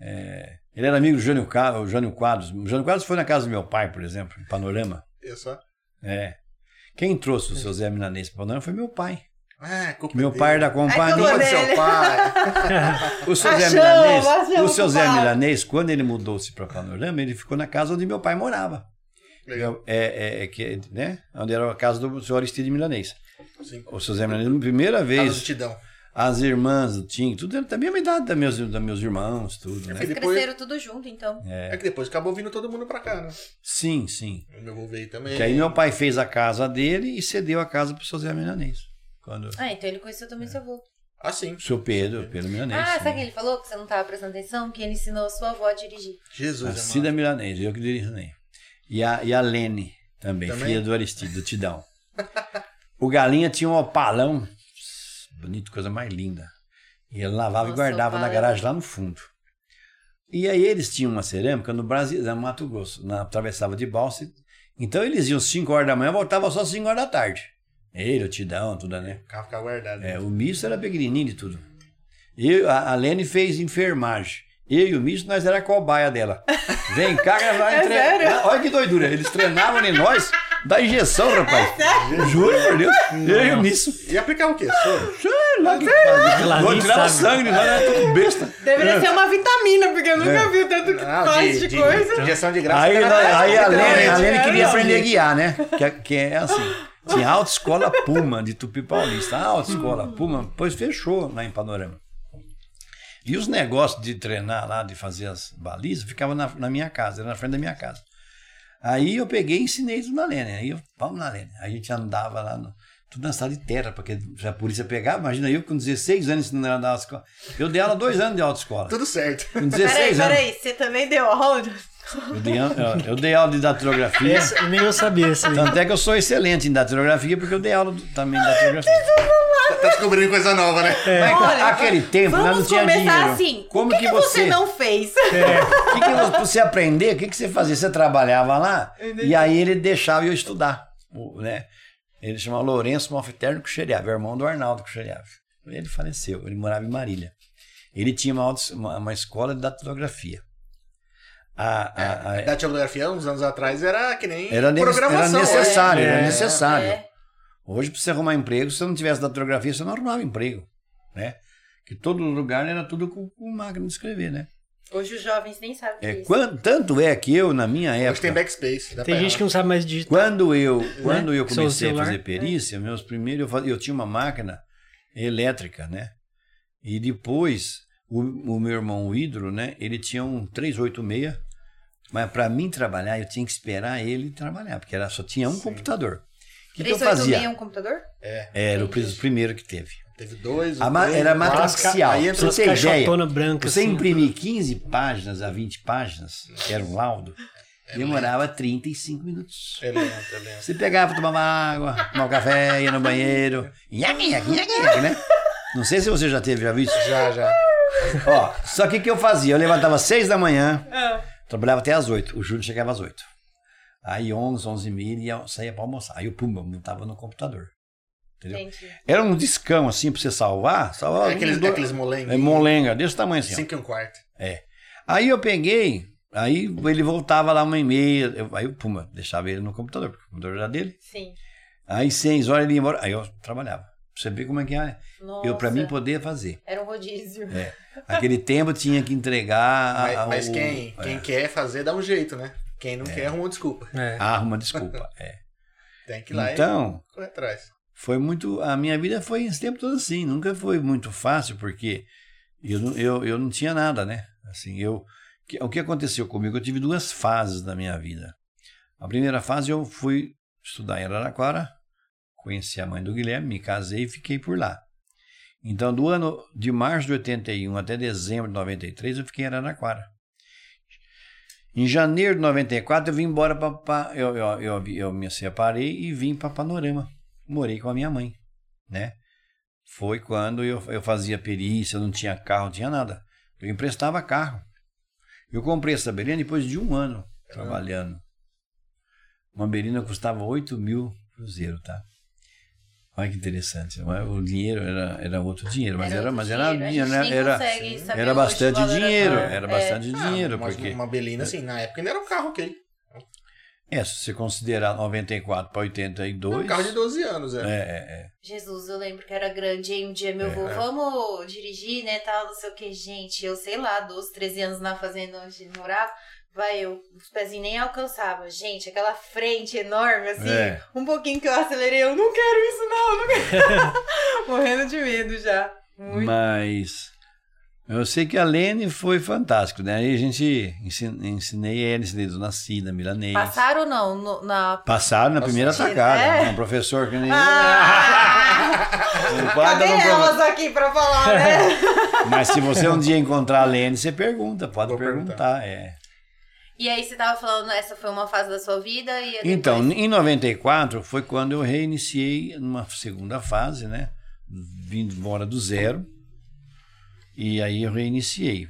Speaker 3: é, ele era amigo do Jânio, Ca- o Jânio Quadros. O Jânio Quadros foi na casa do meu pai, por exemplo, em Panorama.
Speaker 2: Eu só.
Speaker 3: É. Quem trouxe o seu Zé Milanês para Panorama foi meu pai.
Speaker 2: Ah, é culpa
Speaker 3: Meu pai era da
Speaker 5: Ai,
Speaker 3: companhia.
Speaker 5: culpa
Speaker 2: Culpa do seu
Speaker 5: dele.
Speaker 2: pai.
Speaker 3: *laughs* O seu Zé
Speaker 5: Achou,
Speaker 3: Milanês,
Speaker 5: achou,
Speaker 3: o seu Zé
Speaker 5: culpado.
Speaker 3: Milanês, quando ele mudou-se para Panorama, ele ficou na casa onde meu pai morava.
Speaker 2: Legal.
Speaker 3: É, é, é, que, né? Onde era a casa do senhor Aristide Milanês.
Speaker 2: Sim.
Speaker 3: O seu Zé Milanês, primeira
Speaker 2: Casa
Speaker 3: vez.
Speaker 2: do Tidão.
Speaker 3: As irmãs do Tim, tudo era da mesma idade dos meus, da meus irmãos, tudo, né?
Speaker 1: Vocês
Speaker 2: depois-
Speaker 1: cresceram tudo junto, então.
Speaker 2: É. que depois acabou vindo todo mundo pra cá, né?
Speaker 3: Sim, sim.
Speaker 2: Meu avô veio também.
Speaker 3: Que aí meu pai fez a casa dele e cedeu a casa pro seu Zé Milanês. Quando...
Speaker 1: Ah, então ele conheceu também seu avô.
Speaker 2: Ah, sim.
Speaker 3: O seu Pedro, Pedro Milanês.
Speaker 1: ah, sabe
Speaker 3: sim.
Speaker 1: quem ele falou que você não tava prestando atenção? Que ele ensinou a sua avó a dirigir.
Speaker 2: Jesus, é
Speaker 3: A
Speaker 2: amado.
Speaker 3: Cida Milanês, eu que dirigi. E a, e a Lene também,
Speaker 2: Também?
Speaker 3: filha do Aristide, do Tidão. o Galinha tinha um opalão, bonito, coisa mais linda. E ele lavava
Speaker 1: Nossa,
Speaker 3: e guardava na
Speaker 1: opala.
Speaker 3: garagem lá no fundo. E aí eles tinham uma cerâmica no Brasil, no Mato Grosso, na, atravessava de balsa. e- Então eles iam 5 horas da manhã, voltavam só 5 horas da tarde. Ele, o Tidão, tudo, né?
Speaker 2: O carro ficava guardado.
Speaker 3: É, o misto era pequenininho de tudo. Eu, a, a Lene fez enfermagem Eu e o Mício, nós era a cobaia dela. Vem cá, ela
Speaker 5: *laughs*
Speaker 3: vai
Speaker 5: É
Speaker 3: entre-
Speaker 5: sério?
Speaker 3: Ah, Olha que doidura. Eles treinavam em nós da injeção, rapaz.
Speaker 5: É
Speaker 3: Juro por Deus. Eu e o Mício.
Speaker 2: E aplicar o quê? Soro?
Speaker 3: Ah,
Speaker 2: é,
Speaker 3: Sei lá o que
Speaker 4: Ela
Speaker 3: Vou
Speaker 4: nem
Speaker 3: tirar o
Speaker 4: sabe.
Speaker 3: sangue, de nós era tudo besta. É.
Speaker 5: Deveria ser uma vitamina, porque eu nunca vi o tanto que
Speaker 2: Ah,
Speaker 5: faz de, coisa.
Speaker 2: Injeção de graça.
Speaker 3: Aí,
Speaker 2: Cara,
Speaker 3: nós- aí a Lene, a
Speaker 5: literalmente,
Speaker 3: Lene
Speaker 5: é,
Speaker 3: queria
Speaker 5: não,
Speaker 3: aprender a
Speaker 5: gente.
Speaker 3: guiar, né? Que, é- que é assim. Tinha autoescola Puma de Tupi Paulista. A autoescola Puma, pois fechou lá em Panorama. E os negócios de treinar lá, de fazer as balizas, ficavam na, na minha casa, era na frente da minha casa. Aí eu peguei e ensinei tudo na Lene. Aí eu, vamos na Lene. Aí a gente andava lá, no, tudo na sala de terra, porque se a polícia pegava, imagina eu com 16 anos ensinando ela a dar autoescola. Eu dei ela dois anos de autoescola.
Speaker 2: Tudo certo. *laughs*
Speaker 3: Com 16
Speaker 5: Peraí,
Speaker 3: anos.
Speaker 5: peraí, você também deu aula?
Speaker 3: Eu dei, an- eu dei aula de datilografia.
Speaker 4: Essa, nem eu sabia essa aí.
Speaker 3: Tanto é que eu sou excelente em datilografia, porque eu dei aula do- também em datilografia.
Speaker 2: Tá, tá descobrindo coisa nova, né?
Speaker 3: Mas
Speaker 5: Olha,
Speaker 3: É, aquele tempo, nós não
Speaker 5: Vamos
Speaker 3: tinha
Speaker 5: começar
Speaker 3: dinheiro.
Speaker 5: assim.
Speaker 3: Como
Speaker 5: o que, que você...
Speaker 3: você
Speaker 5: não fez?
Speaker 3: O que, que você- pra você aprender? O que, que você fazia? Você trabalhava lá
Speaker 5: Entendi.
Speaker 3: e aí ele deixava eu estudar. o- né? Ele chamava Lourenço Malfiterno Cuxeriave, é irmão do Arnaldo Cuxeriave. Ele faleceu, ele morava em Marília. Ele tinha uma, auto- uma, uma escola de datilografia. A- a- a-
Speaker 2: Da teolografia, uns anos atrás, era que nem
Speaker 3: É. Era, ne- era
Speaker 2: programação.
Speaker 3: necessário,
Speaker 4: é.
Speaker 3: era
Speaker 4: É.
Speaker 3: necessário.
Speaker 1: É.
Speaker 3: Hoje, para você arrumar emprego, se você não tivesse datilografia, você não arrumava emprego, né? Que todo lugar era tudo com, com máquina de escrever, né?
Speaker 5: Hoje os jovens nem sabem o que
Speaker 3: É,
Speaker 5: é isso.
Speaker 3: quan- tanto é que eu, na minha
Speaker 2: Hoje tem
Speaker 3: época,
Speaker 2: backspace. dá
Speaker 3: é.
Speaker 4: Tem
Speaker 2: pra
Speaker 4: gente que não sabe mais digitar.
Speaker 3: quando eu, quando eu
Speaker 4: Só o
Speaker 3: comecei a
Speaker 4: celular.
Speaker 3: fazer perícia, meus primeiros, eu, fazia- eu tinha uma máquina elétrica, né? E depois, o, o meu irmão, o Hidro, né? Ele tinha um 386, mas para mim trabalhar, eu tinha que esperar ele trabalhar, porque era, só tinha um computador. O que, que eu fazia? É,
Speaker 1: 386 é um computador?
Speaker 3: Era o pres- primeiro que teve.
Speaker 2: Teve dois. um,
Speaker 3: A ma-
Speaker 2: três,
Speaker 3: era
Speaker 2: quatro.
Speaker 3: matricial.
Speaker 2: Aí entra
Speaker 3: Você tem
Speaker 4: Essas
Speaker 3: ideia?
Speaker 4: caixotonas brancas.
Speaker 3: Você
Speaker 4: assim.
Speaker 3: imprimir 15 páginas a 20 páginas, que era um laudo, demorava 35 minutos.
Speaker 2: É lento, é lento.
Speaker 3: Você pegava, tomava água, tomava um café, ia no banheiro. Nhaqui, nhaqui, nhaqui, nhaqui, né? Não sei se você já teve, já viu isso?
Speaker 2: Já, já.
Speaker 3: Ó, só que o que eu fazia? Eu levantava às 6 da manhã,
Speaker 5: Ah,
Speaker 3: Trabalhava até às 8. O Júlio chegava às 8. Aí 11, 11 e meia, ele ia- saía pra almoçar. Aí eu, pumba, montava no computador. Entendeu?
Speaker 1: Entendi.
Speaker 3: Era um discão, assim, pra você salvar. Salvava
Speaker 2: É aqueles,
Speaker 3: um, dois-
Speaker 2: aqueles molengues.
Speaker 3: É molenga, desse tamanho assim. ó.
Speaker 2: Cinco e um quarto.
Speaker 3: Aí eu peguei, aí ele voltava lá uma e meia. eu- aí eu, pumba, deixava ele no computador, porque o computador era dele.
Speaker 5: sim.
Speaker 3: Aí seis horas ele ia embora. Aí eu trabalhava. Pra você ver como é que é. né?
Speaker 1: Nossa,
Speaker 3: Eu, pra mim, poder fazer. É.
Speaker 1: era um rodízio.
Speaker 3: Aquele tempo eu tinha que entregar. a-
Speaker 2: Mas,
Speaker 3: a-
Speaker 2: mas
Speaker 3: Ah, o-
Speaker 2: quem,
Speaker 3: é,
Speaker 2: quem quer fazer, dá um jeito, né? Quem não quer, arruma desculpa.
Speaker 4: É.
Speaker 3: Arruma, desculpa. é.
Speaker 2: Tem que ir lá é?
Speaker 3: Então.
Speaker 2: e correr atrás.
Speaker 3: foi muito. A minha vida foi esse tempo todo assim. Nunca foi muito fácil, porque eu, não- eu, eu não tinha nada, né? Assim, eu, que- o que aconteceu comigo? Eu tive duas fases da minha vida. A primeira fase eu fui estudar em Araraquara, conheci a mãe do Guilherme, me casei e fiquei por lá. Então, do ano de março de 81 até dezembro de 93, eu fiquei em Araraquara. Em janeiro de 94, eu vim embora para. Eu, eu, eu, eu me separei e vim para Panorama morei com a minha mãe, né? Foi quando eu, eu fazia perícia, eu não tinha carro, não tinha nada. Eu emprestava carro. Eu comprei essa berina depois de um ano trabalhando. Uma berina custava 8 mil cruzeiro, tá? Olha que interessante. Mas O dinheiro era, era outro dinheiro, mas era,
Speaker 1: outro
Speaker 3: mas era,
Speaker 1: dinheiro. A
Speaker 3: dinheiro,
Speaker 1: gente
Speaker 3: né?
Speaker 1: nem
Speaker 3: era,
Speaker 1: consegue saber hoje
Speaker 3: era
Speaker 1: o
Speaker 3: bastante
Speaker 1: valor
Speaker 3: dinheiro.
Speaker 1: atual.
Speaker 3: Era
Speaker 1: É.
Speaker 3: bastante dinheiro,
Speaker 2: Ah, mas
Speaker 3: porque.
Speaker 2: Uma belina, assim, na época ainda era um carro, ok.
Speaker 3: É, se você considerar 94 para 82.
Speaker 2: Era Um carro de 12 anos, é.
Speaker 3: é, é, é.
Speaker 1: Jesus, eu lembro que era grande, aí um dia meu avô, vamos dirigir, né, tal, não sei o que, gente, eu sei lá, 12, 13 anos na fazenda onde ele morava, vai eu, os pezinhos nem alcançava, gente, aquela frente enorme, assim,
Speaker 3: É.
Speaker 5: Um pouquinho que eu acelerei, eu não quero isso não, não
Speaker 3: *laughs*
Speaker 5: quero. Morrendo de medo já. Muito.
Speaker 3: Mas eu sei que a Lene foi fantástico, né? Aí a gente ensin- ensinei ela, ensinei Dona Cida, Milanês.
Speaker 1: passaram ou não no-
Speaker 3: *laughs*
Speaker 1: na...
Speaker 3: Passaram na primeira
Speaker 2: Passaram.
Speaker 3: sacada.
Speaker 5: É.
Speaker 3: né? Um professor que nem.
Speaker 1: *laughs*
Speaker 5: Ah,
Speaker 3: Não guarda
Speaker 5: cadê
Speaker 3: no
Speaker 5: elas aqui pra falar,
Speaker 3: *laughs*
Speaker 5: né?
Speaker 3: prof- Mas se você um dia encontrar a Lene, você pergunta, pode
Speaker 2: Vou
Speaker 3: perguntar.
Speaker 2: perguntar.
Speaker 3: é.
Speaker 1: E aí você tava falando, essa foi uma fase da sua vida e... depois-
Speaker 3: Então, em 94 foi quando eu reiniciei numa segunda fase, né? Vindo embora do zero. E aí eu reiniciei.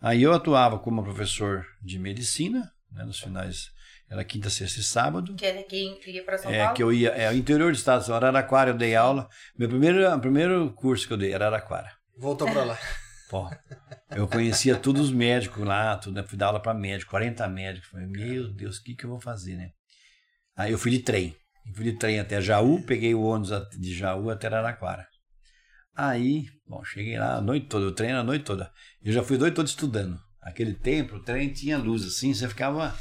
Speaker 3: Aí eu atuava como professor de medicina, né, nos finais, era quinta, sexta e sábado.
Speaker 1: Que era quem ia pra São
Speaker 3: É,
Speaker 1: Paulo?
Speaker 3: que eu ia, é, o interior do estado, Araraquara, eu dei aula. Meu primeiro, primeiro curso que eu dei era Araraquara.
Speaker 2: Voltou pra lá.
Speaker 3: Pô, Eu conhecia todos os médicos lá, tudo, né? fui dar aula para médico, 40 médicos. Falei, meu Deus, o que, que eu vou fazer, né? Aí eu fui de trem. Eu Fui de trem até Jaú, peguei o ônibus at- de Jaú até Araraquara. Aí, bom, cheguei lá a noite toda, o trem era a noite toda. Eu já fui a noite toda estudando. Aquele tempo, o trem tinha luz assim, você ficava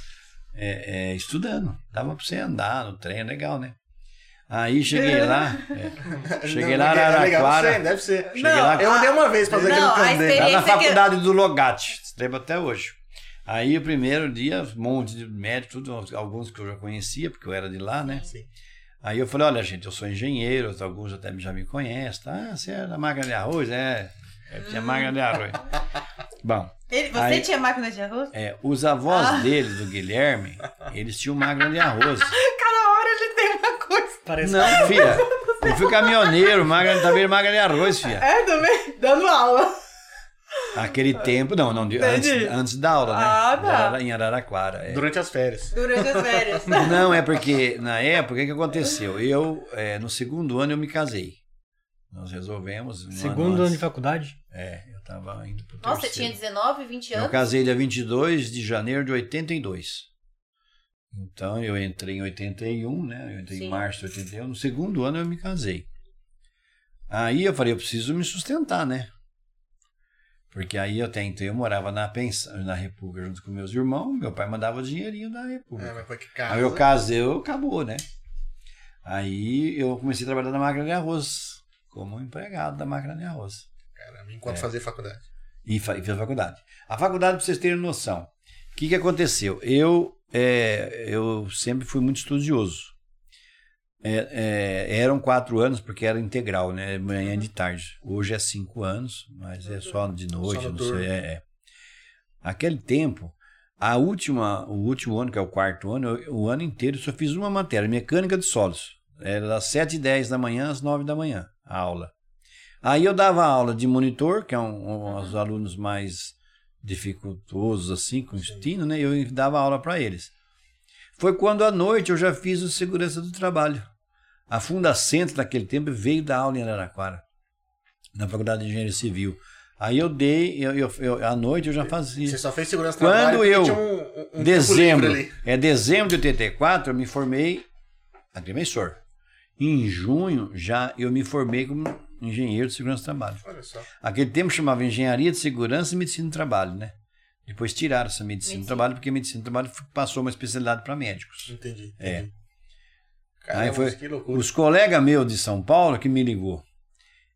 Speaker 3: é, é, estudando. Dava pra você andar no trem, legal, né? Aí cheguei lá,
Speaker 2: *laughs*
Speaker 3: é, *laughs* cheguei lá
Speaker 2: Não,
Speaker 3: na
Speaker 2: é legal,
Speaker 3: Araraquara.
Speaker 2: Deve ser, deve ser.
Speaker 3: Cheguei lá,
Speaker 2: Eu andei uma vez pra fazer
Speaker 1: Não,
Speaker 2: aquele
Speaker 1: a
Speaker 2: candeiro.
Speaker 3: Lá Tá na
Speaker 1: experiência que-
Speaker 3: faculdade do Logate, lembro até hoje. Aí o primeiro dia, um monte de médico, tudo, alguns que eu já conhecia, porque eu era de lá, né?
Speaker 2: Sim.
Speaker 3: Aí eu falei, olha gente, eu sou engenheiro, alguns até já me conhecem, tá? Ah, você é da máquina de arroz? É, é tinha máquina de arroz. Bom,
Speaker 5: Ele- você
Speaker 3: Aí-
Speaker 5: tinha máquina de arroz?
Speaker 3: é, os avós dele, do Guilherme, eles tinham máquina de arroz.
Speaker 5: Cada hora ele tem uma coisa.
Speaker 4: Parece
Speaker 3: Não, filha, eu fui caminhoneiro, máquina, também máquina de arroz, filha.
Speaker 5: É, também. Dando aula.
Speaker 3: Aquele tempo, não, não, de- antes,
Speaker 5: Entendi.
Speaker 3: antes da aula, né?
Speaker 5: Ah, tá.
Speaker 3: Da aula Em Araraquara. é.
Speaker 2: Durante as férias.
Speaker 5: Durante as
Speaker 3: *laughs*
Speaker 5: férias.
Speaker 3: Não, é porque na época, o que que aconteceu? Eu, eh, no segundo ano, eu me casei. Nós resolvemos. um
Speaker 4: Segundo ano de
Speaker 3: antes.
Speaker 4: faculdade?
Speaker 3: É, eu tava indo pro
Speaker 1: Nossa, você tinha
Speaker 3: terceiro.
Speaker 1: 19, 20
Speaker 3: Eu
Speaker 1: anos?
Speaker 3: casei dia 22 de janeiro de 82. Então eu entrei em 81, né? Eu entrei
Speaker 1: Sim.
Speaker 3: em março de 81. No segundo ano eu me casei. Aí eu falei, eu preciso me sustentar, né? Porque aí até então eu morava na pensão, na República junto com meus irmãos. Meu pai mandava dinheirinho da República.
Speaker 2: É, mas foi que
Speaker 3: Aí eu casei, eu acabou, né? Aí eu comecei a trabalhar na máquina de arroz, como empregado da máquina de arroz.
Speaker 2: Caramba,
Speaker 3: É.
Speaker 2: enquanto fazia faculdade.
Speaker 3: E fa- e fiz a faculdade. A faculdade, pra vocês terem noção, o que, que aconteceu? Eu, é, eu sempre fui muito estudioso. É, é, eram quatro anos, porque era integral, né? Manhã e de tarde. Hoje é cinco anos, mas é só de noite,
Speaker 2: Só
Speaker 3: não
Speaker 2: noturno.
Speaker 3: sei. É, é. Aquele tempo, a última, o último ano, que é o quarto ano, eu- o ano inteiro eu só fiz uma matéria, mecânica de solos. Era das 7 e 10 da manhã às 9 da manhã, a aula. Aí eu dava aula de monitor, que é um, um os alunos mais dificultosos, assim, com destino, né? Eu dava aula para eles. Foi quando à noite eu já fiz o segurança do trabalho. A Fundacentro, naquele tempo, veio dar aula em Araraquara, na Faculdade de Engenharia Civil. Aí eu dei, eu, eu- eu- à noite eu já fazia.
Speaker 2: Você só fez segurança
Speaker 3: Quando
Speaker 2: trabalho porque
Speaker 3: eu-
Speaker 2: tinha um, um- um
Speaker 3: dezembro.
Speaker 2: tempo livre
Speaker 3: É dezembro de 84, eu me formei agrimensor. Em junho, já eu me formei como engenheiro de segurança do trabalho.
Speaker 2: ali. Olha só.
Speaker 3: Aquele tempo chamava Engenharia de Segurança e Medicina do Trabalho, né? Depois tiraram essa medicina, do
Speaker 1: Medicina.
Speaker 3: trabalho, porque medicina do trabalho f- passou uma especialidade para médicos.
Speaker 2: Entendi. entendi.
Speaker 3: É.
Speaker 2: Caramba,
Speaker 3: Aí foi-
Speaker 2: que loucura.
Speaker 3: Os colegas meus de São Paulo que me ligou.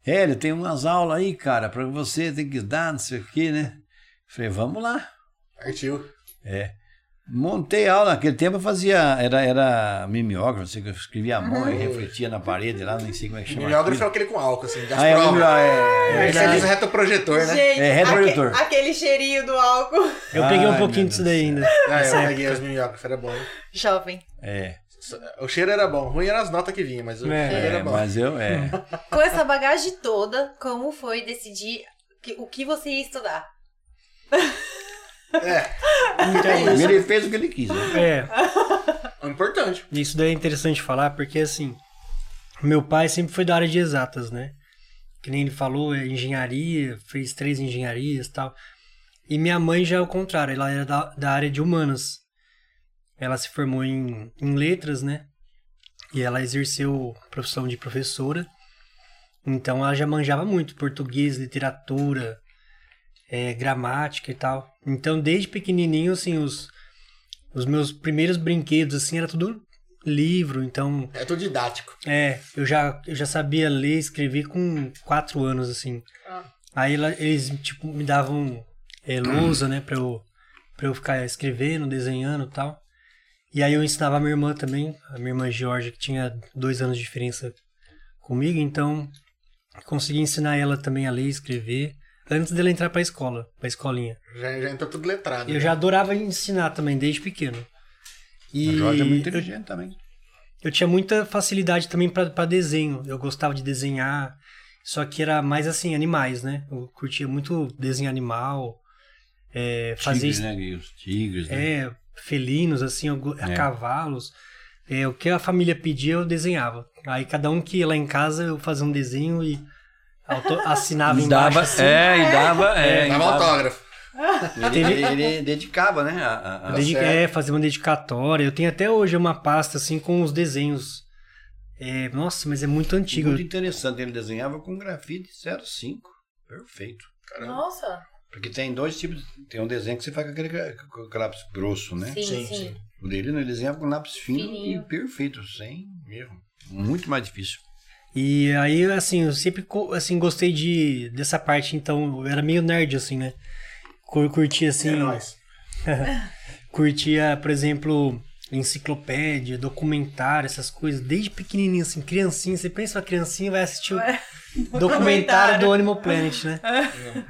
Speaker 3: Hélio, tem umas aulas aí, cara, para você, tem que dar, não sei o quê, né? Falei, vamos lá.
Speaker 2: Partiu.
Speaker 3: Montei aula, naquele tempo eu fazia, era, era mimeógrafo, não sei o que, eu escrevia a mão e refletia na parede lá, nem sei como é que chama.
Speaker 2: Ah, é. Mimeógrafo é
Speaker 3: aquilo.
Speaker 2: aquele com álcool, assim.
Speaker 3: ah, é,
Speaker 2: Gasprom.
Speaker 3: mimeógrafo, é,
Speaker 2: Aí
Speaker 3: é,
Speaker 2: você diz
Speaker 3: verdade.
Speaker 2: retoprojetor, né?
Speaker 5: Gente,
Speaker 3: É, retroprojetor.
Speaker 5: aque- aquele cheirinho do álcool. *laughs*
Speaker 4: Eu peguei um
Speaker 3: Ai,
Speaker 4: pouquinho
Speaker 3: meu
Speaker 4: disso
Speaker 3: Deus
Speaker 4: daí
Speaker 3: do
Speaker 4: ainda.
Speaker 2: Ah,
Speaker 4: Nessa
Speaker 2: eu
Speaker 4: época.
Speaker 2: peguei os mimeógrafos, era bom. hein?
Speaker 1: Jovem.
Speaker 3: é,
Speaker 2: O cheiro era bom. Ruim eram as notas que vinham, mas o
Speaker 4: É.
Speaker 2: cheiro
Speaker 3: é,
Speaker 2: era bom.
Speaker 3: mas eu, é.
Speaker 2: *laughs*
Speaker 1: Com essa bagagem toda, como foi decidir que- o que você ia estudar?
Speaker 2: É,
Speaker 4: Então,
Speaker 3: Primeiro ele fez o que ele quis, né?
Speaker 4: é,
Speaker 2: é importante.
Speaker 4: Isso daí é interessante falar, porque assim, meu pai sempre foi da área de exatas, né? Que nem ele falou, é engenharia, fez três engenharias e tal. E minha mãe já é o contrário, ela era da, da área de humanas. Ela se formou em, em letras, né? E ela exerceu a profissão de professora. Então ela já manjava muito português, literatura, é, gramática e tal. Então desde pequenininho, assim, os, os meus primeiros brinquedos, assim, era tudo livro. Então,
Speaker 2: É tudo didático.
Speaker 4: é, eu já, eu já sabia ler e escrever com quatro anos, assim. Aí ela- eles, tipo, me davam é, lousa, né, pra eu, pra eu ficar escrevendo, desenhando e tal. E aí eu ensinava a minha irmã também, a minha irmã Georgia, que tinha dois anos de diferença comigo, então consegui ensinar ela também a ler e escrever antes dela entrar pra escola, pra escolinha.
Speaker 2: Já, já entrou tudo letrado.
Speaker 4: Eu
Speaker 2: né?
Speaker 4: já adorava ensinar também, desde pequeno. E
Speaker 3: O Jorge é muito
Speaker 4: eu,
Speaker 3: inteligente também.
Speaker 4: eu tinha muita facilidade também pra pra desenho. Eu gostava de desenhar, só que era mais assim, animais, né? Eu curtia muito desenho animal, é, fazer
Speaker 3: Tigres, né? E os tigres, né?
Speaker 4: é, felinos, assim, eu go-
Speaker 3: É.
Speaker 4: cavalos. É, o que a família pedia, eu desenhava. Aí cada um que ia lá em casa, eu fazia um desenho e
Speaker 3: *laughs*
Speaker 4: Auto- assinava
Speaker 6: E
Speaker 4: embaixo.
Speaker 6: dava,
Speaker 4: assim.
Speaker 6: é, e dava, é. e
Speaker 2: Dava
Speaker 6: dava.
Speaker 2: autógrafo.
Speaker 3: Ele,
Speaker 4: *laughs*
Speaker 3: ele dedicava, né? a- a- a-
Speaker 4: Dedi-
Speaker 2: certo.
Speaker 4: é, fazer uma dedicatória. Eu tenho até hoje uma pasta assim com os desenhos. É, nossa, mas é muito antigo.
Speaker 3: Muito interessante. Ele desenhava com grafite 05. Perfeito.
Speaker 2: Caramba.
Speaker 5: Nossa.
Speaker 3: Porque tem dois tipos. Tem um desenho que você faz com aquele gra- com aquele lápis grosso, né?
Speaker 1: Sim, sim.
Speaker 2: Sim, sim.
Speaker 3: O dele não, ele desenhava com lápis fino
Speaker 1: Fininho.
Speaker 3: e perfeito, sem erro. Muito mais difícil.
Speaker 4: E aí, assim, eu sempre co- assim, gostei de, dessa parte, então eu era meio nerd, assim, né? Cur- Curtia, assim,
Speaker 2: É nóis.
Speaker 4: curtia, por exemplo, enciclopédia, documentário, essas coisas, desde pequenininho, assim, criancinha. Você pensa uma criancinha vai assistir o documentário do Animal Planet, né?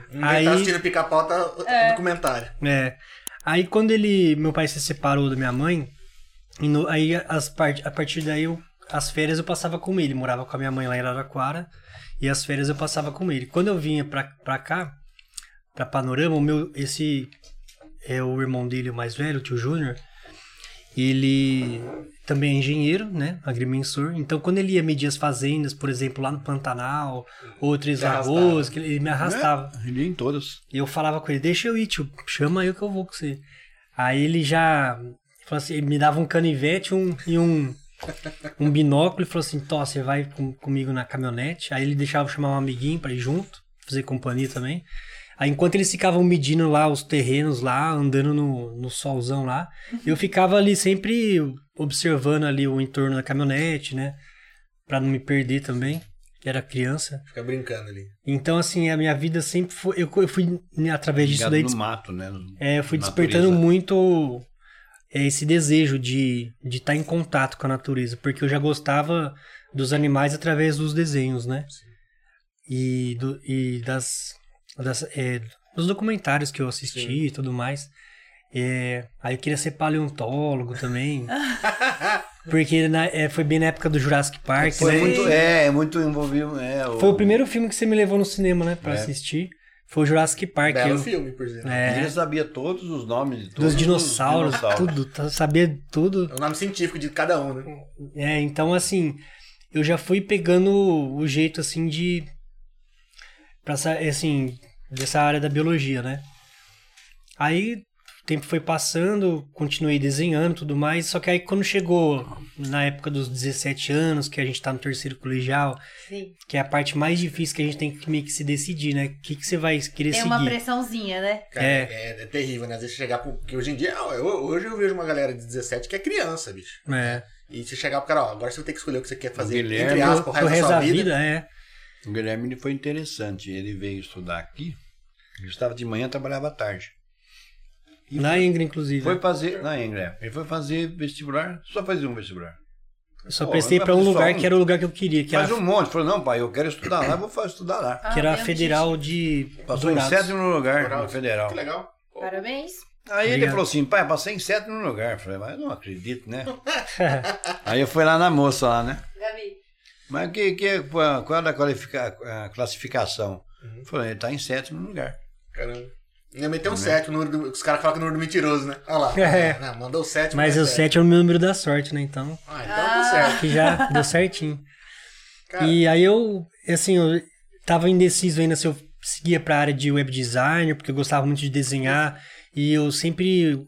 Speaker 2: Ninguém tá
Speaker 4: Aí-
Speaker 2: assistindo pica-pau, tá documentário.
Speaker 4: É. Aí quando ele, meu pai se separou da minha mãe, e no- aí as par- a partir daí eu- as férias eu passava com ele, morava com a minha mãe lá em Araraquara, e as férias eu passava com ele. Quando eu vinha pra, pra cá, pra Panorama, o meu esse é o irmão dele o mais velho, o tio Júnior, ele também é engenheiro, né, agrimensor. Então quando ele ia medir as fazendas, por exemplo, lá no Pantanal, ou Três
Speaker 2: Te arrastava.
Speaker 4: Lagoas, que ele ele me arrastava.
Speaker 3: Né? Ele ia em todas.
Speaker 4: E eu falava com ele, deixa eu ir, tio, chama eu que eu vou com você. Aí ele já falou assim, ele me dava um canivete um, e um, um binóculo e falou assim, Tó, você vai com- comigo na caminhonete. Aí ele deixava eu chamar um amiguinho pra ir junto, fazer companhia também. Aí enquanto eles ficavam medindo lá os terrenos lá, andando no, no solzão lá, eu ficava ali sempre observando ali o entorno da caminhonete, né? Pra não me perder também. Era criança.
Speaker 2: Fica brincando ali.
Speaker 4: Então, assim, a minha vida sempre foi. Eu, eu fui, né, através disso
Speaker 3: Ligado
Speaker 4: daí,
Speaker 3: no
Speaker 4: des-
Speaker 3: mato, né? No-
Speaker 4: é, eu fui
Speaker 3: natureza.
Speaker 4: despertando muito é, esse desejo de estar de tá em contato com a natureza, porque eu já gostava dos animais através dos desenhos, né? E, do- e das, das, é, dos documentários que eu assisti e tudo mais. É, aí eu queria ser paleontólogo também. porque na- é, foi bem na época do Jurassic Park,
Speaker 3: Foi
Speaker 4: né?
Speaker 3: muito, é, muito envolvido. É, o,
Speaker 4: Foi o primeiro filme que você me levou no cinema, né? Pra
Speaker 3: É.
Speaker 4: assistir. Foi o Jurassic Park.
Speaker 2: Belo
Speaker 4: eu-
Speaker 2: filme, por exemplo. É.
Speaker 4: É,
Speaker 3: Ele sabia todos os nomes de todos
Speaker 4: dos dinossauros,
Speaker 3: os dinossauros.
Speaker 4: tudo. tá- Sabia tudo.
Speaker 2: o nome científico de cada um, né?
Speaker 4: É, então, assim, eu já fui pegando o jeito, assim, de... Pra, essa- assim, dessa área da biologia, né? Aí, o tempo foi passando, continuei desenhando e tudo mais. Só que aí, quando chegou na época dos 17 anos, que a gente tá no terceiro colegial,
Speaker 1: Sim.
Speaker 4: que é a parte mais difícil que a gente tem que meio que se decidir, né? O que, que você vai querer
Speaker 1: Tem
Speaker 4: seguir?
Speaker 1: uma pressãozinha, né?
Speaker 2: Cara,
Speaker 4: É.
Speaker 2: é. é terrível, né? Às vezes chegar pro. Porque hoje em dia, eu- hoje eu vejo uma galera de 17 que é criança, bicho.
Speaker 4: É.
Speaker 2: E se chegar pro cara, ó, agora você vai ter que escolher o que você quer fazer,
Speaker 3: Guilherme,
Speaker 2: entre aspas, o
Speaker 4: Pro
Speaker 2: resto da sua vida.
Speaker 4: é.
Speaker 3: O Guilherme ele foi interessante. Ele veio estudar aqui. Ele estava de manhã, trabalhava à tarde.
Speaker 4: Na Angra, inclusive.
Speaker 3: Foi fazer. Na Angra. Ele foi fazer vestibular. Só fazia um vestibular.
Speaker 4: Eu só
Speaker 3: Pô,
Speaker 4: prestei
Speaker 3: mas
Speaker 4: pra um
Speaker 3: só
Speaker 4: lugar
Speaker 3: um.
Speaker 4: que era o lugar que eu queria, que era,
Speaker 3: Faz um monte. Falou, não, pai, eu quero estudar lá, vou fa- estudar lá.
Speaker 4: que era a
Speaker 1: Ah,
Speaker 4: Federal de
Speaker 3: Passou em
Speaker 4: Dourados.
Speaker 3: sétimo lugar
Speaker 2: Dourados.
Speaker 3: no federal.
Speaker 2: Que legal.
Speaker 1: Parabéns.
Speaker 3: Aí ele
Speaker 4: Obrigado.
Speaker 3: falou assim, pai, passei em sétimo lugar. Eu falei, mas eu não acredito,
Speaker 4: *laughs*
Speaker 3: né? Aí eu fui lá na moça lá, né?
Speaker 1: Gabi.
Speaker 3: Mas que, que, qual qual era a, qualifica- a classificação?
Speaker 4: Uhum.
Speaker 3: Eu Falei, ele tá em sétimo lugar.
Speaker 2: Caramba. Ainda meteu um 7, o número do- os caras falam que é o número do mentiroso, né? Olha lá.
Speaker 4: Né? *laughs* É.
Speaker 2: Não, mandou 7.
Speaker 4: Mas o 7 é o meu número da sorte, né? Então,
Speaker 2: Ah, então deu certo.
Speaker 4: que já deu certinho.
Speaker 2: Cara,
Speaker 4: E aí eu, assim, eu tava indeciso ainda se eu seguia pra área de web designer, porque eu gostava muito de desenhar. E eu sempre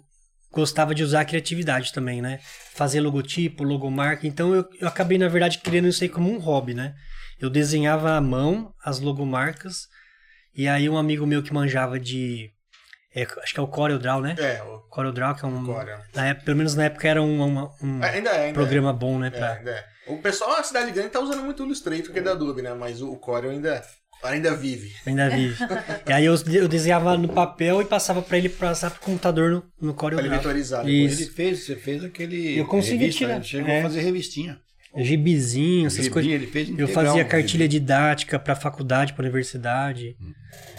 Speaker 4: gostava de usar a criatividade também, né? Fazer logotipo, logomarca. Então eu, eu acabei, na verdade, criando isso aí como um hobby, né? Eu desenhava à mão as logomarcas. E aí um amigo meu que manjava de... é, acho que é o CorelDRAW, né?
Speaker 2: É, o
Speaker 4: CorelDRAW, que é um...
Speaker 2: Cora.
Speaker 4: Na época- pelo menos na época era um, uma- um
Speaker 2: Ainda é, ainda
Speaker 4: programa bom, né?
Speaker 2: é.
Speaker 4: pra-
Speaker 2: É, ainda é. O pessoal, a Cidade Grande tá usando muito o Illustrator, que é da Adobe, né? Mas o, o Corel ainda, ainda vive.
Speaker 4: Ainda vive. e aí eu, eu desenhava no papel e passava pra ele passar pro computador no, no
Speaker 2: Pra ele é então
Speaker 4: Corel Draw.
Speaker 2: vetorizar
Speaker 4: Isso.
Speaker 3: Ele fez, você fez aquele.
Speaker 4: Eu consegui
Speaker 3: revista,
Speaker 4: tirar.
Speaker 3: Ele chegou
Speaker 4: É.
Speaker 3: a fazer revistinha.
Speaker 4: Gibizinho, essas
Speaker 3: Gibi,
Speaker 4: coisas.
Speaker 3: ele fez
Speaker 4: Eu
Speaker 3: integral,
Speaker 4: fazia
Speaker 3: um
Speaker 4: cartilha
Speaker 3: gibi.
Speaker 4: didática pra faculdade, pra universidade.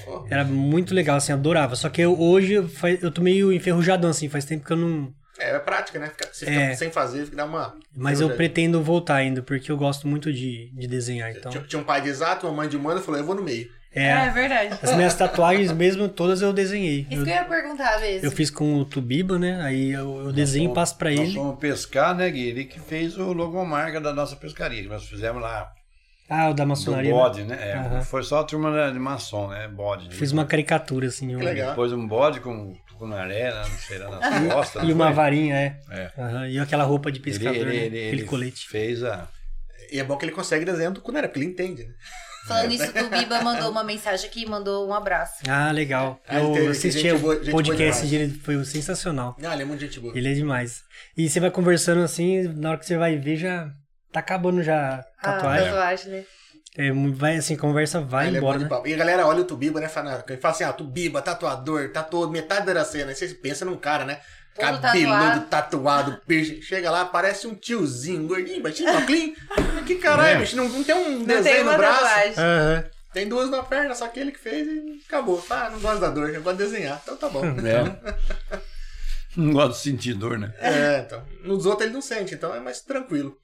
Speaker 2: Ó.
Speaker 4: Era muito legal, assim, adorava. Só que eu- hoje eu, fa- eu tô meio enferrujadão, assim, faz tempo que eu não.
Speaker 2: É, é prática, né? Fica, você fica
Speaker 4: É.
Speaker 2: sem fazer, fica dá uma.
Speaker 4: Mas eu pretendo voltar ainda, porque eu gosto muito de, de desenhar. Então,
Speaker 2: Tinha, tinha um pai de exato, uma mãe de humano, falou, eu vou no meio.
Speaker 5: É,
Speaker 4: é.
Speaker 5: verdade.
Speaker 4: As minhas tatuagens mesmo, todas eu desenhei.
Speaker 1: Isso
Speaker 4: Eu,
Speaker 1: que eu ia perguntar,
Speaker 4: eu
Speaker 1: mesmo.
Speaker 4: fiz com o Tubiba, né? Aí eu, eu desenho e
Speaker 3: Fomos-
Speaker 4: passo pra
Speaker 3: nós
Speaker 4: ele.
Speaker 3: fomos pescar, né, Gui? Ele que fez o logomarca da nossa pescaria, que nós fizemos lá.
Speaker 4: Ah, o da
Speaker 3: Do
Speaker 4: maçonaria. né?
Speaker 3: bode, né? É,
Speaker 4: Aham.
Speaker 3: Foi só a turma da- de maçom, né? Bode. né?
Speaker 4: Fiz uma caricatura, assim. de um-
Speaker 2: Que legal.
Speaker 3: Depois um bode com tucunaré, né? não sei lá, nas
Speaker 2: Tá
Speaker 3: costas.
Speaker 4: *laughs* E
Speaker 3: não
Speaker 4: uma
Speaker 3: foi?
Speaker 4: varinha, é.
Speaker 3: É.
Speaker 4: Aham, E aquela roupa de
Speaker 3: Ele,
Speaker 4: pescador,
Speaker 3: ele,
Speaker 4: né?
Speaker 3: ele,
Speaker 4: aquele
Speaker 3: ele
Speaker 4: colete.
Speaker 3: fez
Speaker 4: *laughs*
Speaker 3: a...
Speaker 2: E é bom que ele consegue desenhar do Cunera, porque ele entende, né?
Speaker 1: Falando isso, o Biba mandou uma mensagem aqui, mandou um abraço.
Speaker 4: Ah, legal.
Speaker 2: Ah, ele
Speaker 4: eu
Speaker 2: teve-
Speaker 4: assisti
Speaker 2: gente
Speaker 4: o
Speaker 2: boa- gente boa
Speaker 4: podcast
Speaker 2: demais.
Speaker 4: dele, foi sensacional.
Speaker 2: Ah, ele é muito gente boa.
Speaker 4: Ele é demais. E você vai conversando assim, na hora que você vai ver, já tá acabando já a
Speaker 5: Ah,
Speaker 4: tatuagem.
Speaker 5: tatuagem, né?
Speaker 4: É, mu- vai assim, conversa vai
Speaker 2: Ele é
Speaker 4: embora,
Speaker 2: bom de
Speaker 4: né?
Speaker 2: papo. E a galera olha o Tubiba, né? Fala, ele fala assim, ah, Tubiba, tatuador, tatuou metade da cena. Aí você pensa num cara, né?
Speaker 1: Todo
Speaker 2: Cabeludo, tatuado, piercing. Chega lá, parece um tiozinho, gordinho, baixinho, óculos. Que caralho,
Speaker 3: É.
Speaker 2: bicho, não, não tem um
Speaker 5: Não tem
Speaker 2: desenho
Speaker 5: uma
Speaker 2: no braço.
Speaker 5: tatuagem.
Speaker 4: Aham.
Speaker 2: Tem duas na perna, só que ele que fez e acabou. Ah, não gosto da dor, eu gosto de desenhar. Então tá bom.
Speaker 3: *laughs* É. Não gosto de sentir dor, né?
Speaker 2: é, então. Nos outros ele não sente, então é mais tranquilo.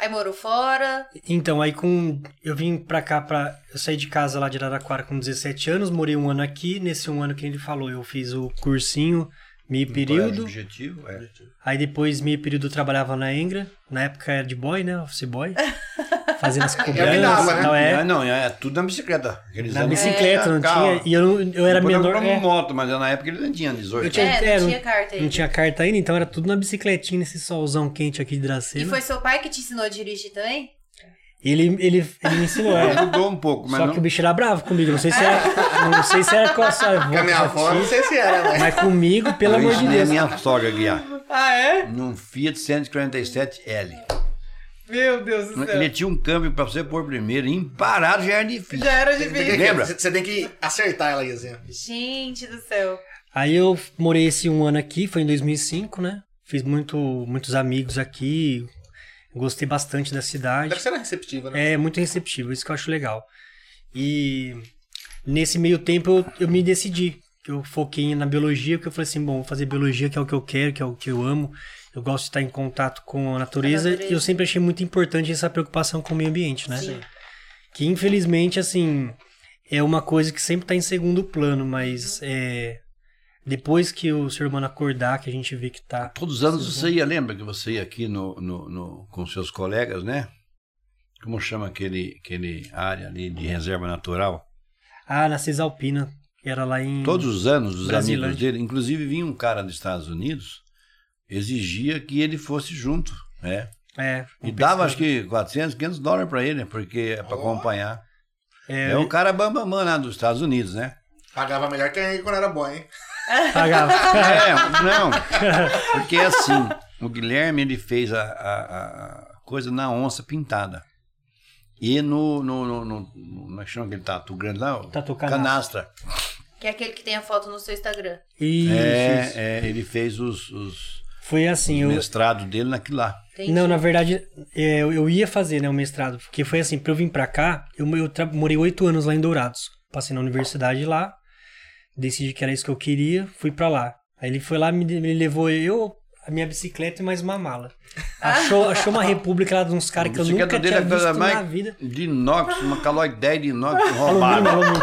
Speaker 1: Aí morou fora,
Speaker 4: Então, aí com. Eu vim pra cá pra. Eu saí de casa lá de Araraquara com 17 anos, morei um ano aqui. Nesse um ano que ele falou, eu fiz o cursinho, meio
Speaker 3: Colégio
Speaker 4: período.
Speaker 3: objetivo, é.
Speaker 4: Aí depois, meio período, eu trabalhava na Engra. Na época era de boy, né? Office boy. Fazendo as cobranças.
Speaker 2: dava, né?
Speaker 4: tal, é.
Speaker 3: Ah, Não, é tudo na bicicleta. Aqueles
Speaker 4: Na
Speaker 3: anos-
Speaker 4: bicicleta, não
Speaker 3: Carro.
Speaker 4: tinha. E eu, não- eu era
Speaker 3: Depois Eu
Speaker 4: menor.
Speaker 3: um comprava
Speaker 4: é.
Speaker 3: uma moto, mas na época ele não tinha 18.
Speaker 4: Eu tinha-
Speaker 1: é,
Speaker 4: é,
Speaker 1: não
Speaker 4: não-
Speaker 1: tinha carta
Speaker 4: Não
Speaker 1: ainda.
Speaker 4: tinha carta ainda, então era tudo na bicicletinha, nesse solzão quente aqui de
Speaker 1: E
Speaker 4: Dracena.
Speaker 1: foi seu pai que te ensinou a dirigir também?
Speaker 4: Ele, ele, ele me ensinou, é.
Speaker 3: Ele mudou um pouco, mas
Speaker 4: Só
Speaker 3: não...
Speaker 4: que o bicho era bravo comigo. Não sei se era, não sei se era com a sua avó.
Speaker 2: Com a
Speaker 4: *laughs*
Speaker 2: minha avó, não sei se era, mas.
Speaker 4: Mas comigo, pelo
Speaker 3: eu
Speaker 4: amor de
Speaker 3: ensinei a
Speaker 4: Deus.
Speaker 3: né, minha sogra a guiar.
Speaker 5: Ah, é?
Speaker 3: Num Fiat 147L.
Speaker 5: Meu Deus do céu.
Speaker 3: Ele tinha um câmbio pra você pôr primeiro. e Imparável já era difícil.
Speaker 5: Já era
Speaker 2: Você tem que-
Speaker 5: difícil.
Speaker 2: *laughs*
Speaker 3: Lembra?
Speaker 2: Você tem que acertar ela, assim, Iazinha.
Speaker 5: Gente do céu.
Speaker 4: Aí eu morei esse um ano aqui, foi em 2005, né? Fiz muito, muitos amigos aqui, gostei bastante da cidade.
Speaker 2: Deve ser receptiva, né?
Speaker 4: É muito receptivo, isso que eu acho legal. E nesse meio tempo eu, eu me decidi. que Eu foquei na biologia, porque eu falei assim, bom, vou fazer biologia, que é o que eu quero, que é o que eu amo. Eu gosto de estar em contato com a natureza.
Speaker 1: A natureza.
Speaker 4: E eu sempre achei muito importante essa preocupação com o meio ambiente, né?
Speaker 1: Sim.
Speaker 4: Que infelizmente, assim, é uma coisa que sempre está em segundo plano, mas é, depois que o ser humano acordar, que a gente vê que tá.
Speaker 3: Todos os anos você ia, lembra que você ia aqui no, no, no- com seus colegas, né? Como chama aquele, aquele área ali de reserva natural?
Speaker 4: Ah, na Cisalpina, que era lá em.
Speaker 3: Todos os anos, os amigos
Speaker 4: Brasilândia.
Speaker 3: dele, inclusive vinha um cara dos Estados Unidos, exigia que ele fosse junto, né?
Speaker 4: É.
Speaker 3: E dava acho que 400, 500 dólares pra ele, porque é pra acompanhar.
Speaker 4: É,
Speaker 3: É o cara bambamã lá dos Estados Unidos, né? *laughs*
Speaker 2: Pagava melhor que quando era bom, hein?
Speaker 4: pagava.
Speaker 3: É, não. Porque é assim, o Guilherme ele fez a, a- a coisa na onça pintada. E no. no, no, no, no como é que chama aquele tatu grande lá? O
Speaker 4: Tatu
Speaker 3: canastra.
Speaker 1: Que é aquele que tem a foto no seu Instagram.
Speaker 4: Isso, isso.
Speaker 3: É, é, ele fez os, os
Speaker 4: Foi assim, eu.
Speaker 3: mestrados dele naquilo lá.
Speaker 1: Entendi.
Speaker 4: Não, na verdade, é, eu, eu ia fazer, né, o mestrado. Porque foi assim, pra eu vir pra cá, eu, eu tra- morei oito anos lá em Dourados. Passei na universidade lá, decidi que era isso que eu queria, fui pra lá. Aí ele foi lá, me, me levou eu, a minha bicicleta e mais uma mala. Achou, achou uma república lá de uns caras que eu
Speaker 3: bicicleta
Speaker 4: nunca
Speaker 3: dele
Speaker 4: tinha
Speaker 3: é coisa
Speaker 4: visto
Speaker 3: mais-
Speaker 4: na vida.
Speaker 3: De inox, uma calói 10 de inox
Speaker 4: Alumínio,
Speaker 3: roubada.
Speaker 4: alumínio,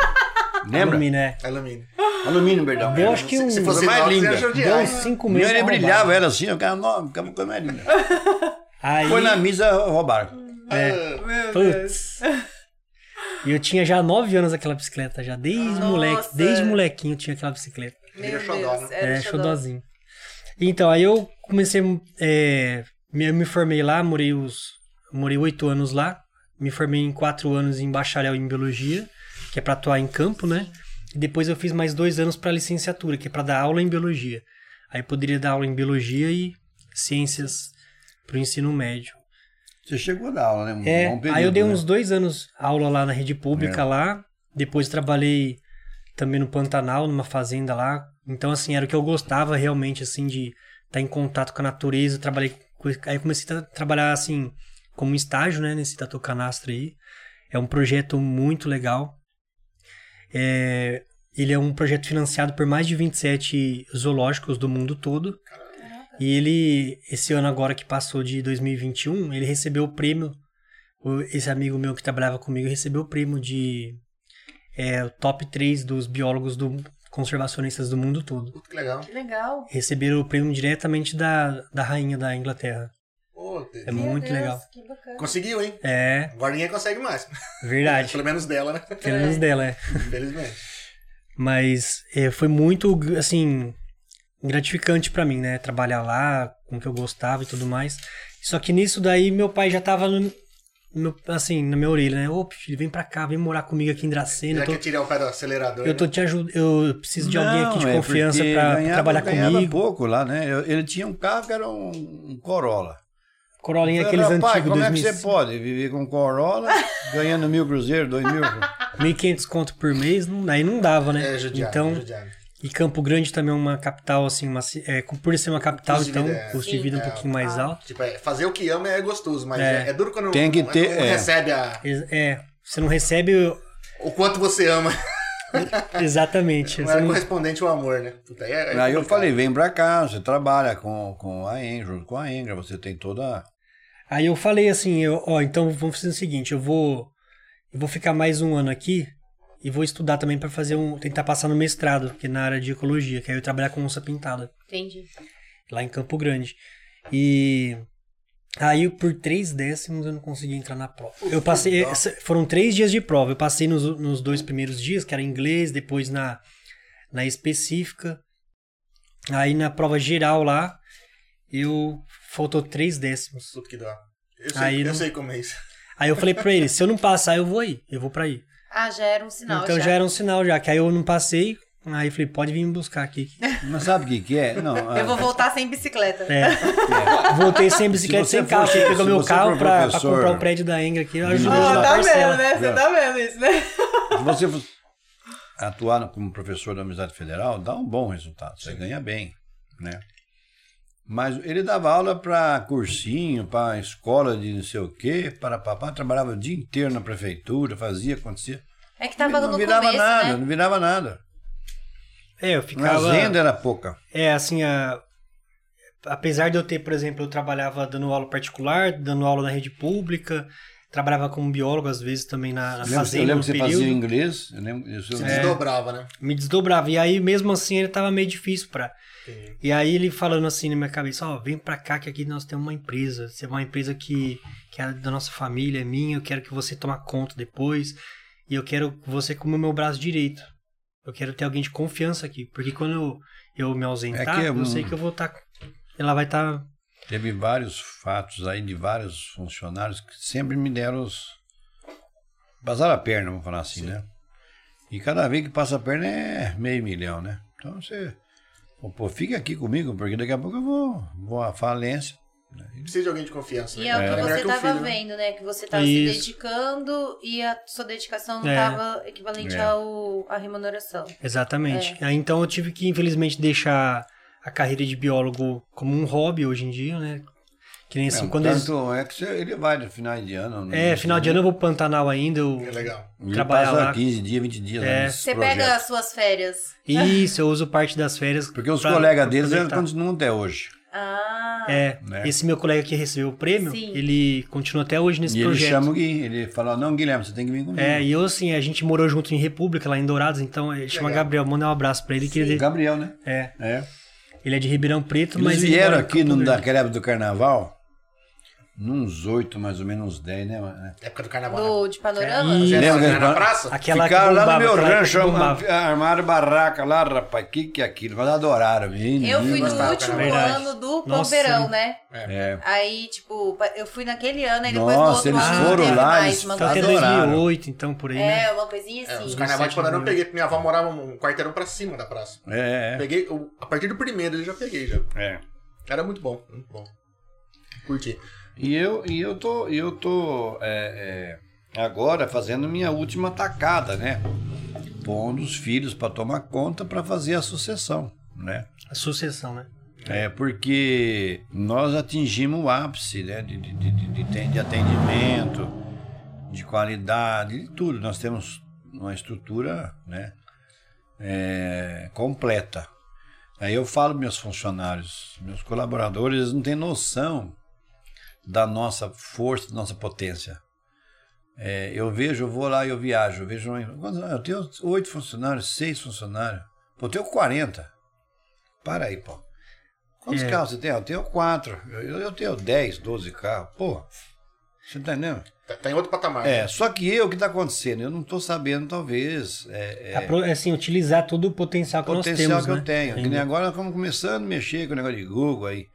Speaker 3: Lembra?
Speaker 4: alumínio, é.
Speaker 2: Alumínio.
Speaker 3: Alumínio, perdão.
Speaker 4: Deu acho que
Speaker 2: Se-
Speaker 4: um,
Speaker 2: se
Speaker 4: deu
Speaker 2: fosse
Speaker 3: mais
Speaker 2: nós,
Speaker 3: linda.
Speaker 2: você ia judiar,
Speaker 4: uns
Speaker 2: hein?
Speaker 4: cinco
Speaker 3: Meu,
Speaker 4: meses.
Speaker 3: ele
Speaker 4: tá roubado.
Speaker 3: brilhava, era assim, o cara, não, ficava com a linda.
Speaker 4: Aí,
Speaker 3: Foi na misa, roubaram.
Speaker 5: Meu Deus.
Speaker 4: Putz. E eu tinha já 9 anos aquela bicicleta, já desde
Speaker 1: Nossa.
Speaker 4: moleque, desde molequinho eu tinha aquela bicicleta.
Speaker 5: Meu
Speaker 2: xodó,
Speaker 5: Deus.
Speaker 2: né?
Speaker 5: Era
Speaker 4: é,
Speaker 5: xodó.
Speaker 4: xodózinho. Então, aí eu comecei, é, me, eu me formei lá, morei os, morei 8 anos lá, me formei em 4 anos em bacharel em biologia, que é pra atuar em campo, né? E depois eu fiz mais dois anos pra licenciatura, que é pra dar aula em biologia. Aí eu poderia dar aula em biologia e ciências pro ensino médio.
Speaker 3: Você chegou na aula, né? Um
Speaker 4: É,
Speaker 3: bom período,
Speaker 4: aí eu dei
Speaker 3: né?
Speaker 4: uns dois anos aula lá na rede pública
Speaker 3: É.
Speaker 4: lá. Depois trabalhei também no Pantanal, numa fazenda lá. Então, assim, era o que eu gostava realmente, assim, de estar em contato com a natureza. Trabalhei com- Aí comecei a trabalhar, assim, como estágio, né, nesse Tatu Canastra aí. É um projeto muito legal. É, Ele é um projeto financiado por mais de 27 zoológicos do mundo todo. E ele, esse ano agora que passou de 2021, ele recebeu o prêmio o- esse amigo meu que trabalhava comigo recebeu o prêmio de é, o top 3 dos biólogos do conservacionistas do mundo todo.
Speaker 2: Puta que legal.
Speaker 1: Que legal.
Speaker 4: Receberam o prêmio diretamente da, da rainha da Inglaterra.
Speaker 2: Ô, Pô,
Speaker 4: É muito legal.
Speaker 1: Que bacana.
Speaker 2: conseguiu, hein?
Speaker 4: É,
Speaker 2: Agora ninguém consegue mais. *laughs*
Speaker 4: verdade.
Speaker 2: Pelo menos dela,
Speaker 4: *laughs*
Speaker 2: né?
Speaker 4: Pelo menos dela, é.
Speaker 2: Infelizmente.
Speaker 4: Mas é, foi muito, assim, gratificante pra mim, né? Trabalhar lá, com o que eu gostava e tudo mais. Só que nisso daí, meu pai já tava, no, no- assim, na minha orelha, né? Ô, filho, vem pra cá, vem morar comigo aqui em Dracena.
Speaker 2: Já
Speaker 4: Eu tô,
Speaker 2: quer tirar o pé do acelerador. né?
Speaker 4: eu tô te ajudando, eu preciso de alguém aqui de
Speaker 3: Não, é
Speaker 4: confiança
Speaker 3: porque
Speaker 4: pra
Speaker 3: ganhava-
Speaker 4: trabalhar
Speaker 3: ganhava
Speaker 4: comigo.
Speaker 3: pouco lá, né? Eu- Ele tinha um carro que era um, um Corolla.
Speaker 4: Corolinha,
Speaker 3: Eu
Speaker 4: aqueles
Speaker 3: falei, Rapaz,
Speaker 4: antigos,
Speaker 3: como é
Speaker 4: 2000,
Speaker 3: que você pode viver com Corolla ganhando mil cruzeiros, dois
Speaker 5: *laughs*
Speaker 3: mil?
Speaker 4: 1.500 conto por mês, não, aí não dava,
Speaker 2: né?
Speaker 4: né?
Speaker 2: É, judiado,
Speaker 4: então,
Speaker 2: judiado.
Speaker 4: e Campo Grande também é uma capital, assim, uma, ci- é, por ser uma capital,
Speaker 2: Custo de
Speaker 4: então,
Speaker 2: vida é-
Speaker 4: o custo de
Speaker 1: Sim,
Speaker 4: vida é um
Speaker 2: é
Speaker 4: pouquinho mais alto.
Speaker 2: Tipo, é, fazer o que ama é gostoso, mas
Speaker 4: É.
Speaker 2: é, é duro quando
Speaker 3: Tem que
Speaker 2: não-
Speaker 3: ter,
Speaker 2: não
Speaker 3: é.
Speaker 2: recebe a-
Speaker 4: Ex- É, você não recebe
Speaker 3: *laughs*
Speaker 4: o-
Speaker 2: o quanto você
Speaker 4: *laughs*
Speaker 2: ama.
Speaker 4: exatamente.
Speaker 2: Não
Speaker 4: você
Speaker 3: é
Speaker 2: era
Speaker 4: não-
Speaker 2: correspondente ao amor, né? Puta, aí é- é
Speaker 3: Aí eu
Speaker 2: complicado.
Speaker 3: falei, vem pra cá, você trabalha com, com a Engra, junto com a Engra, você tem toda...
Speaker 4: Aí eu falei assim, eu, ó, então vamos fazer o seguinte, eu vou eu vou ficar mais um ano aqui e vou estudar também pra fazer um tentar passar no mestrado, que é na área de ecologia, que aí eu trabalhar com onça pintada
Speaker 1: Entendi.
Speaker 4: lá em Campo Grande. E aí por três décimos eu não consegui entrar na prova. Eu passei, essa- foram três dias de prova. Eu passei nos, nos dois primeiros dias, que era inglês, depois na na específica. Aí na prova geral lá, eu faltou três décimos.
Speaker 2: Puta Um que dó. Eu sei,
Speaker 4: Aí
Speaker 2: eu
Speaker 4: não-
Speaker 2: sei como é isso.
Speaker 4: Aí eu falei pra ele, se eu não passar, eu vou aí, eu vou pra aí.
Speaker 1: Ah, já era um sinal.
Speaker 4: então já. era um sinal já, que aí eu não passei, aí eu falei, pode vir me buscar aqui.
Speaker 3: Mas sabe o que que é? Não, a-
Speaker 5: Eu
Speaker 4: Ah.
Speaker 5: vou voltar sem bicicleta.
Speaker 4: É. Voltei sem bicicleta,
Speaker 3: *laughs* Se você
Speaker 4: sem carro,
Speaker 3: for-
Speaker 4: tive que pegar
Speaker 3: se
Speaker 4: meu
Speaker 3: você
Speaker 4: carro
Speaker 3: for
Speaker 4: pra, pra
Speaker 3: professor-
Speaker 4: comprar o prédio da Enga aqui, eu
Speaker 3: Ó,
Speaker 4: ajudei
Speaker 5: Ó,
Speaker 4: na
Speaker 5: tá
Speaker 4: parcela.
Speaker 5: vendo, né? Você
Speaker 3: Já.
Speaker 5: tá vendo isso, né?
Speaker 3: Se você fosse atuar no- como professor da Universidade Federal, dá um bom resultado, você ganha bem, né? Mas ele dava aula para cursinho, para escola de não sei o quê, para papá, trabalhava o dia inteiro na prefeitura, fazia, acontecia.
Speaker 1: É que tava
Speaker 3: não
Speaker 1: no
Speaker 3: virava
Speaker 1: começo,
Speaker 3: nada,
Speaker 1: né?
Speaker 3: não virava nada.
Speaker 4: É, eu
Speaker 3: A
Speaker 4: ficava...
Speaker 3: agenda era pouca.
Speaker 4: É, assim, a- apesar de eu ter, por exemplo, eu trabalhava dando aula particular, dando aula na rede pública, trabalhava como biólogo às vezes também
Speaker 3: Eu
Speaker 4: na, na
Speaker 3: lembro, eu
Speaker 4: fazenda,
Speaker 3: lembro
Speaker 4: no
Speaker 3: que você
Speaker 4: período.
Speaker 3: fazia inglês, eu lembro, eu
Speaker 2: Se
Speaker 3: sou- um
Speaker 2: desdobrava, né?
Speaker 4: me desdobrava. E aí, mesmo assim, ele tava meio difícil pra.
Speaker 2: Entendi.
Speaker 4: E aí ele falando assim na minha cabeça, ó, vem pra cá que aqui nós temos uma empresa. Você é uma empresa que, que é da nossa família, é minha, eu quero que você toma conta depois. E eu quero você como meu braço direito. Eu quero ter alguém de confiança aqui. Porque quando eu, eu me ausentar,
Speaker 3: É que é
Speaker 4: eu
Speaker 3: um-
Speaker 4: sei que eu vou estar. ela vai tá, estar.
Speaker 3: Teve vários fatos aí de vários funcionários que sempre me deram os. Passaram a perna, vamos falar assim, né? E cada vez que passa a perna é meio milhão, né? Então você. Pô, pô, fica aqui comigo, porque daqui a pouco eu vou, vou à falência.
Speaker 2: Precisa de alguém de confiança.
Speaker 1: E
Speaker 2: né?
Speaker 1: é o que
Speaker 2: Melhor
Speaker 1: você
Speaker 2: um
Speaker 1: tava
Speaker 2: filho, né?
Speaker 1: vendo, né? Que você tava
Speaker 4: Isso.
Speaker 1: se dedicando e a sua dedicação não
Speaker 4: É.
Speaker 1: tava equivalente
Speaker 3: É.
Speaker 1: ao, à remuneração.
Speaker 4: Exatamente. Aí, então eu tive que, infelizmente, deixar a carreira de biólogo como um hobby hoje em dia, né? Que nem assim,
Speaker 3: é,
Speaker 4: quando eles-
Speaker 3: tanto é que você- ele vai no final de ano. no
Speaker 4: É,
Speaker 3: início
Speaker 4: final de ano eu vou pro Pantanal ainda. eu-
Speaker 2: É legal.
Speaker 3: Ele
Speaker 4: trabalhar
Speaker 3: passa
Speaker 4: lá.
Speaker 3: 15 dias, 20 dias.
Speaker 4: É.
Speaker 3: É.
Speaker 1: Você pega as suas férias.
Speaker 4: Isso, eu uso parte das férias.
Speaker 3: Porque os
Speaker 4: pra-
Speaker 3: colegas
Speaker 4: pra
Speaker 3: deles eles
Speaker 4: aproveitar.
Speaker 3: continuam até hoje.
Speaker 1: Ah,
Speaker 4: É,
Speaker 3: né?
Speaker 4: esse meu colega que recebeu o prêmio,
Speaker 1: Sim.
Speaker 4: ele continua até hoje nesse
Speaker 3: e ele
Speaker 4: projeto.
Speaker 3: chama o Gui. Ele fala: Não, Guilherme, você tem que vir comigo.
Speaker 4: É, e eu assim, a gente morou junto em República, lá em Dourados, então ele chama
Speaker 2: Legal.
Speaker 4: Gabriel, manda um abraço pra ele, que
Speaker 3: O
Speaker 4: ele
Speaker 3: Gabriel, né?
Speaker 4: é,
Speaker 3: É.
Speaker 4: ele é de Ribeirão Preto,
Speaker 3: Eles
Speaker 4: mas ele
Speaker 3: vieram
Speaker 4: mora em
Speaker 3: aqui
Speaker 4: Campo
Speaker 3: no,
Speaker 4: Grande.
Speaker 3: naquela época do carnaval, nos oito, mais ou menos, uns dez, né? mano?
Speaker 2: Época do carnaval. né?
Speaker 1: do, de panorama.
Speaker 4: É, e-
Speaker 2: Lembra que era
Speaker 3: Lembra?
Speaker 2: na praça?
Speaker 4: Aquela que
Speaker 3: Ficaram lá
Speaker 4: bombava,
Speaker 3: no meu
Speaker 4: aquela que
Speaker 3: rancho, é
Speaker 4: bombava.
Speaker 3: arma- armaram barraca lá, rapaz, que que é aquilo? Mas adoraram, menino.
Speaker 1: Eu fui no
Speaker 2: Gostava,
Speaker 1: último
Speaker 2: cara.
Speaker 4: Verdade.
Speaker 1: ano do
Speaker 4: Nossa,
Speaker 1: Pamperão,
Speaker 4: sim.
Speaker 1: né?
Speaker 3: É.
Speaker 1: Aí, tipo, pa- eu fui naquele ano, e depois no
Speaker 3: Nossa,
Speaker 1: outro
Speaker 3: eles
Speaker 1: ano não
Speaker 3: foram
Speaker 1: teve
Speaker 3: lá,
Speaker 1: mais
Speaker 3: eles
Speaker 1: uma
Speaker 4: Foi
Speaker 1: coisa
Speaker 4: Então, até
Speaker 3: Adoro. Adoraram.
Speaker 4: 2008, então, por aí, né?
Speaker 1: É, uma coisinha
Speaker 2: É,
Speaker 1: assim.
Speaker 2: os carnavais de
Speaker 4: Sim, sim,
Speaker 2: Panorama eu
Speaker 4: sim.
Speaker 2: peguei, porque minha avó morava um quarteirão pra cima da praça.
Speaker 3: É,
Speaker 2: Peguei, o- a partir do primeiro eu já peguei já.
Speaker 3: é, é.
Speaker 2: Era muito bom, muito bom. Curti.
Speaker 3: E eu, e eu tô, eu tô é, é, agora fazendo minha última tacada, né? Pondo os filhos para tomar conta para fazer a sucessão, né?
Speaker 4: A sucessão, né?
Speaker 3: É porque nós atingimos o ápice né, de, de, de, de- de- de atendimento, de qualidade, de tudo. Nós temos uma estrutura né, é, completa. Aí eu falo para meus funcionários, meus colaboradores, eles não têm noção da nossa força, da nossa potência. É, eu vejo, eu vou lá e eu viajo. Eu, vejo, um, quantos- eu tenho oito funcionários, seis funcionários. Pô, eu tenho 40. Para aí, pô. Quantos
Speaker 4: É.
Speaker 3: carros você tem? Ah, Eu tenho quatro. Eu, eu tenho 10, 12 carros. Pô, você tá entendendo?
Speaker 2: Tá, tá em outro patamar.
Speaker 3: É, só que eu, o que tá acontecendo? Eu não tô sabendo, talvez, é, é,
Speaker 4: Apro- assim, utilizar todo o potencial que
Speaker 3: o potencial
Speaker 4: nós temos,
Speaker 3: que
Speaker 4: né?
Speaker 3: eu tenho. Que
Speaker 4: Ainda.
Speaker 3: nem agora nós estamos começando a mexer com o negócio de Google aí.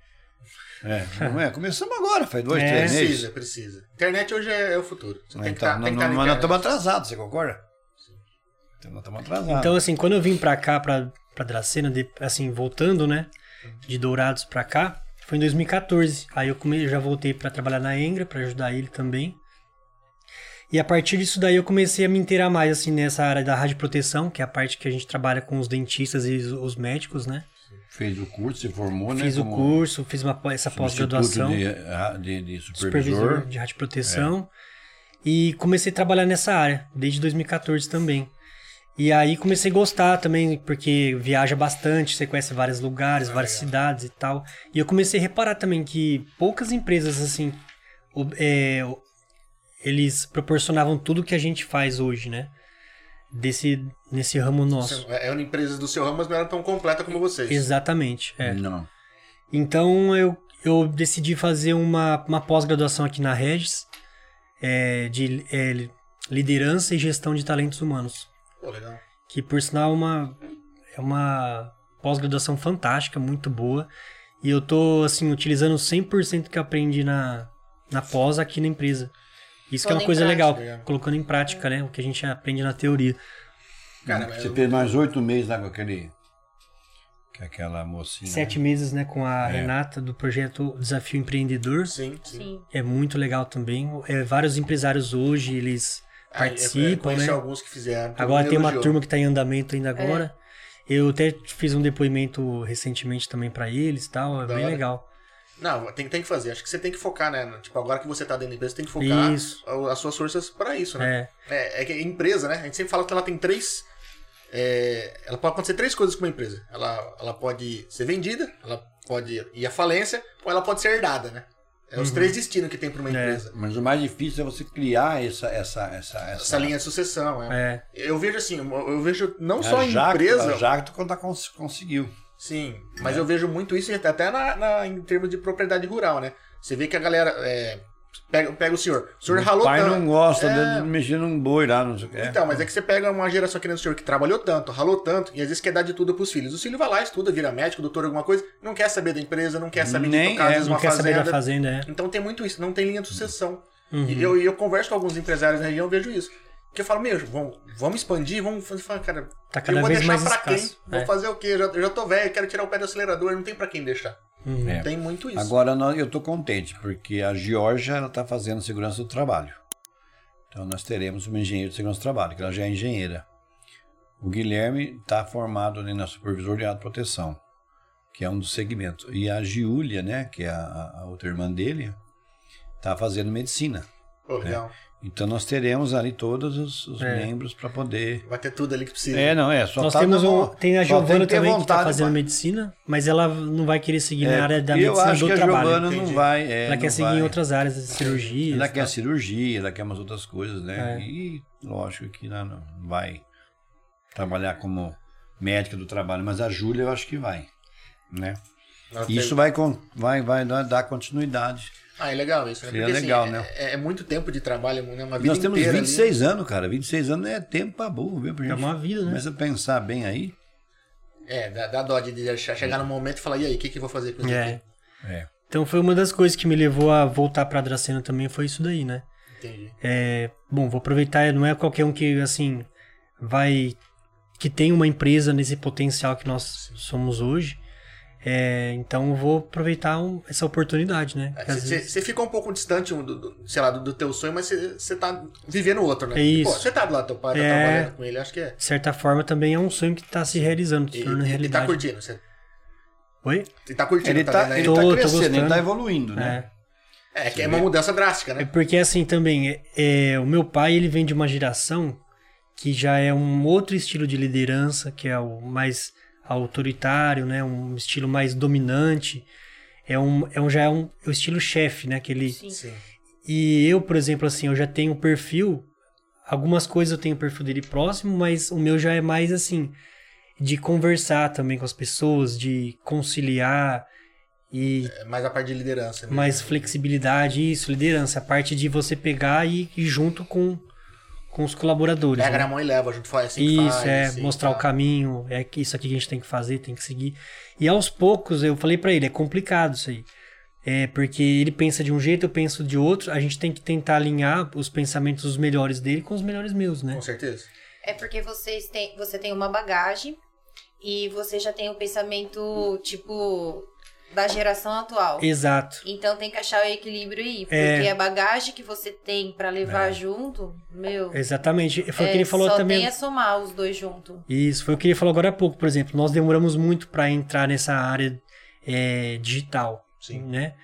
Speaker 3: É, não é? Começamos agora, faz dois,
Speaker 4: *laughs* É.
Speaker 3: três meses.
Speaker 2: Precisa, precisa. Internet hoje é, é o futuro. Você tem que
Speaker 3: Então,
Speaker 2: tá-
Speaker 3: não-
Speaker 2: tem que
Speaker 3: não-
Speaker 2: estar na
Speaker 3: mas nós
Speaker 2: internet.
Speaker 3: estamos atrasados, você concorda? Então, nós estamos atrasados.
Speaker 4: Então, assim, quando eu vim pra cá, pra, pra Dracena, de- assim, voltando, né? De Dourados pra cá, foi em 2014. Aí eu come- já voltei pra trabalhar na Engra, pra ajudar ele também. E a partir disso daí eu comecei a me inteirar mais, assim, nessa área da radioproteção, que é a parte que a gente trabalha com os dentistas e os, os médicos, né?
Speaker 3: Fez o curso, se formou, né?
Speaker 4: fiz o
Speaker 3: como
Speaker 4: curso, fiz uma, pós- essa
Speaker 3: substituto
Speaker 4: pós-graduação.
Speaker 3: De, ah, de, de
Speaker 4: supervisor
Speaker 3: supervisor.
Speaker 4: de rádio proteção e comecei a trabalhar nessa área desde 2014 também. E aí comecei a gostar também porque viaja bastante, você conhece vários lugares, várias cidades e tal. E eu comecei a reparar também que poucas empresas assim, ob- é, o- eles proporcionavam tudo que a gente faz hoje, né? Desse nesse ramo nosso.
Speaker 2: É é uma empresa do seu ramo, mas não era tão completa como vocês.
Speaker 4: Exatamente. É.
Speaker 3: Não.
Speaker 4: Então eu, eu decidi fazer uma, uma pós-graduação aqui na Regis é, de é, liderança e gestão de talentos humanos,
Speaker 2: Pô, legal.
Speaker 4: que por sinal é uma, é uma pós-graduação fantástica, muito boa. E eu tô assim utilizando 100% que eu aprendi na, na pós aqui na empresa. Isso que é
Speaker 1: Pondo
Speaker 4: uma
Speaker 1: em
Speaker 4: coisa
Speaker 1: prática,
Speaker 4: legal,
Speaker 2: né?
Speaker 4: colocando em prática, né, o que a gente aprende na teoria.
Speaker 2: Cara,
Speaker 3: Você
Speaker 2: eu-
Speaker 3: fez mais oito meses lá com aquele. Com aquela mocinha.
Speaker 4: Sete meses, né, com a Renata do projeto Desafio Empreendedor.
Speaker 2: Sim, sim.
Speaker 1: Sim.
Speaker 4: É muito legal também. É, vários empresários hoje,
Speaker 3: É,
Speaker 4: eles
Speaker 2: Ah, eu- eu
Speaker 4: participam,
Speaker 2: conheci
Speaker 4: né?
Speaker 2: alguns que fizeram. todo
Speaker 4: Agora
Speaker 2: mundo
Speaker 4: tem uma
Speaker 2: elogiou.
Speaker 4: turma que está em andamento ainda agora.
Speaker 3: É.
Speaker 4: Eu até fiz um depoimento recentemente também para eles e tal. É
Speaker 2: Da
Speaker 4: bem
Speaker 2: hora.
Speaker 4: legal.
Speaker 2: Não, tem, tem que fazer. Acho que você tem que focar, né? Tipo, agora que você tá dentro da empresa, você tem que focar
Speaker 4: Isso.
Speaker 2: a- as suas forças pra isso, né?
Speaker 4: É,
Speaker 2: É, é que a empresa, né? A gente sempre fala que ela tem três. é, ela pode acontecer três coisas com uma empresa. Ela, ela pode ser vendida, ela pode ir à falência, ou ela pode ser herdada, né? É os três destinos que tem pra uma
Speaker 4: É.
Speaker 2: empresa.
Speaker 3: Mas o mais difícil é você criar essa. Essa, essa, essa,
Speaker 2: Essa linha de sucessão. É.
Speaker 4: é.
Speaker 2: Eu vejo assim, eu- eu vejo não
Speaker 3: A
Speaker 2: só em
Speaker 3: Jacto-
Speaker 2: empresa,
Speaker 3: A Jacto quando ela cons- conseguiu.
Speaker 2: Sim, mas eu vejo muito isso até na, na- em termos de propriedade rural, né? Você vê que a galera. é, pega, pega o senhor. O senhor
Speaker 3: Meu
Speaker 2: ralou
Speaker 3: pai
Speaker 2: tanto.
Speaker 3: não gosta
Speaker 2: É.
Speaker 3: de mexer num boi lá, não sei o que.
Speaker 2: Então, mas é que você pega uma geração que nem o senhor que trabalhou tanto, ralou tanto, e às vezes quer dar de tudo pros filhos. O filho vai lá, estuda, vira médico, doutor, alguma coisa, não quer saber da empresa, não quer saber
Speaker 3: Nem
Speaker 2: de tocar, às
Speaker 3: é,
Speaker 2: vezes,
Speaker 4: Não
Speaker 2: uma
Speaker 4: quer
Speaker 2: fazenda.
Speaker 4: saber da fazenda, é.
Speaker 2: Então tem muito isso, não tem linha de sucessão.
Speaker 4: Uhum.
Speaker 2: E eu, e eu converso com alguns empresários na região e vejo isso. Que eu falo, meu, vamos, vamos expandir, vamos fazer. Cara,
Speaker 4: Tá
Speaker 2: eu
Speaker 4: cada
Speaker 2: vou
Speaker 4: vez
Speaker 2: deixar
Speaker 4: mais
Speaker 2: pra quem?
Speaker 4: escasso.
Speaker 2: Vou
Speaker 4: é.
Speaker 2: fazer o quê? Eu já, eu já tô velho, quero tirar o pé do acelerador, não tem pra quem deixar.
Speaker 4: Uhum.
Speaker 3: É.
Speaker 2: Tem muito isso.
Speaker 3: Agora nós- eu estou contente, porque a Georgia ela está fazendo segurança do trabalho. Então nós teremos uma engenheira de segurança do trabalho, que ela já é engenheira. O Guilherme está formado ali na supervisor de rádio proteção, que é um dos segmentos. E a Giulia, né, que é a, a- a outra irmã dele, está fazendo medicina.
Speaker 2: Pô,
Speaker 4: né?
Speaker 2: legal.
Speaker 3: Então nós teremos ali todos os, os
Speaker 4: É.
Speaker 3: membros para poder.
Speaker 2: Vai ter tudo ali que precisa.
Speaker 3: É, não, é. Só
Speaker 4: Nós
Speaker 3: tá
Speaker 4: temos
Speaker 3: na
Speaker 4: um,
Speaker 3: mão-
Speaker 4: tem
Speaker 3: só
Speaker 4: a
Speaker 3: tem
Speaker 4: Giovana
Speaker 3: que ter
Speaker 4: também que tá
Speaker 3: vontade,
Speaker 4: fazendo
Speaker 3: mano.
Speaker 4: medicina, mas ela não vai querer seguir
Speaker 3: É,
Speaker 4: na área da
Speaker 3: eu
Speaker 4: medicina
Speaker 3: acho
Speaker 4: do
Speaker 3: que a
Speaker 4: trabalho.
Speaker 3: Giovana
Speaker 2: Entendi.
Speaker 3: não vai. é,
Speaker 4: ela
Speaker 3: não
Speaker 4: quer seguir
Speaker 3: vai. É,
Speaker 4: em outras áreas, cirurgias.
Speaker 3: Ela
Speaker 4: e
Speaker 3: quer
Speaker 4: tal.
Speaker 3: cirurgia, ela quer umas outras coisas, né?
Speaker 4: tá. É.
Speaker 3: E lógico que ela não vai trabalhar como médica do trabalho, mas a Júlia eu acho que vai, né?
Speaker 2: Ela tem-
Speaker 3: Isso vai, con- vai, vai dar dar continuidade.
Speaker 2: Ah, é legal isso. Né?
Speaker 3: Seria
Speaker 2: Porque, assim,
Speaker 3: legal,
Speaker 2: é-
Speaker 3: né?
Speaker 2: É, é muito tempo de trabalho, né? Uma vida
Speaker 3: Nós temos
Speaker 2: inteira ali.
Speaker 3: 26 anos, cara. 26 anos é tempo pra burro, viu? Pra
Speaker 4: É
Speaker 3: gente
Speaker 4: uma vida, né?
Speaker 3: Começa a pensar bem aí.
Speaker 2: É, dá, dá dó de deixar- chegar no momento e falar, e aí, o que, que eu vou fazer com isso
Speaker 4: É.
Speaker 2: aqui?
Speaker 3: É.
Speaker 4: Então foi uma das coisas que me levou a voltar pra Dracena também, foi isso daí, né?
Speaker 2: Entendi.
Speaker 4: Bom, vou aproveitar, não é qualquer um que, assim, vai... Que tem uma empresa nesse potencial que nós somos hoje. É, então eu vou aproveitar um- essa oportunidade, né? Que às vezes-
Speaker 2: Você ficou um pouco distante, um do, do- sei lá, do, do teu sonho, mas você tá vivendo outro, né?
Speaker 4: É isso.
Speaker 2: você tá do lado do teu pai, tá
Speaker 4: É.
Speaker 2: trabalhando com ele, acho que é.
Speaker 4: de certa forma também é um sonho que tá se realizando, se
Speaker 2: E,
Speaker 4: tornando
Speaker 2: e- e tá
Speaker 4: realidade.
Speaker 2: curtindo. Você
Speaker 4: Oi?
Speaker 2: você tá curtindo,
Speaker 3: Ele
Speaker 2: tá,
Speaker 3: tá,
Speaker 2: vendo aí?
Speaker 3: ele
Speaker 4: Tô-
Speaker 3: tá
Speaker 4: tô
Speaker 3: crescendo, ele
Speaker 4: gostando.
Speaker 3: tá evoluindo, né?
Speaker 4: É.
Speaker 2: É, que é uma mudança drástica,
Speaker 4: É
Speaker 2: né?
Speaker 4: porque assim também, é, é, o meu pai ele vem de uma geração que já é um outro estilo de liderança, que é o mais autoritário, né? Um estilo mais dominante. É um, é um já é um, é o estilo chefe, né? Que ele,
Speaker 1: Sim.
Speaker 2: Sim.
Speaker 4: e eu, por exemplo, assim, eu já tenho um perfil. Algumas coisas eu tenho o perfil dele próximo, mas o meu já é mais assim de conversar também com as pessoas, de conciliar, E
Speaker 2: É mais a parte de liderança. né? mesmo.
Speaker 4: mais flexibilidade, isso, liderança. A parte de você pegar e ir junto com, com os colaboradores.
Speaker 2: Pega
Speaker 4: né?
Speaker 2: na mão e leva, junto faz assim É que
Speaker 4: Isso,
Speaker 2: faz,
Speaker 4: é,
Speaker 2: assim
Speaker 4: mostrar
Speaker 2: que
Speaker 4: o caminho, é que isso aqui que a gente tem que fazer, tem que seguir. E aos poucos, eu falei pra ele, é complicado isso aí. É, porque ele pensa de um jeito, eu penso de outro, a gente tem que tentar alinhar os pensamentos dos melhores dele com os melhores meus,
Speaker 2: faz.
Speaker 4: né?
Speaker 2: Com certeza.
Speaker 1: É porque vocês têm, você tem uma bagagem e você já tem o pensamento, tipo, da geração atual.
Speaker 4: Exato.
Speaker 1: Então tem que achar o equilíbrio
Speaker 4: É.
Speaker 1: aí. Porque a bagagem que você tem pra levar junto, meu.
Speaker 4: Exatamente. É. Foi o
Speaker 1: é,
Speaker 4: que ele falou
Speaker 1: só
Speaker 4: também.
Speaker 1: tem a somar os dois junto.
Speaker 4: Isso, foi o que ele falou agora há pouco, por exemplo. Nós demoramos muito para entrar nessa área é, digital,
Speaker 2: Sim.
Speaker 4: né?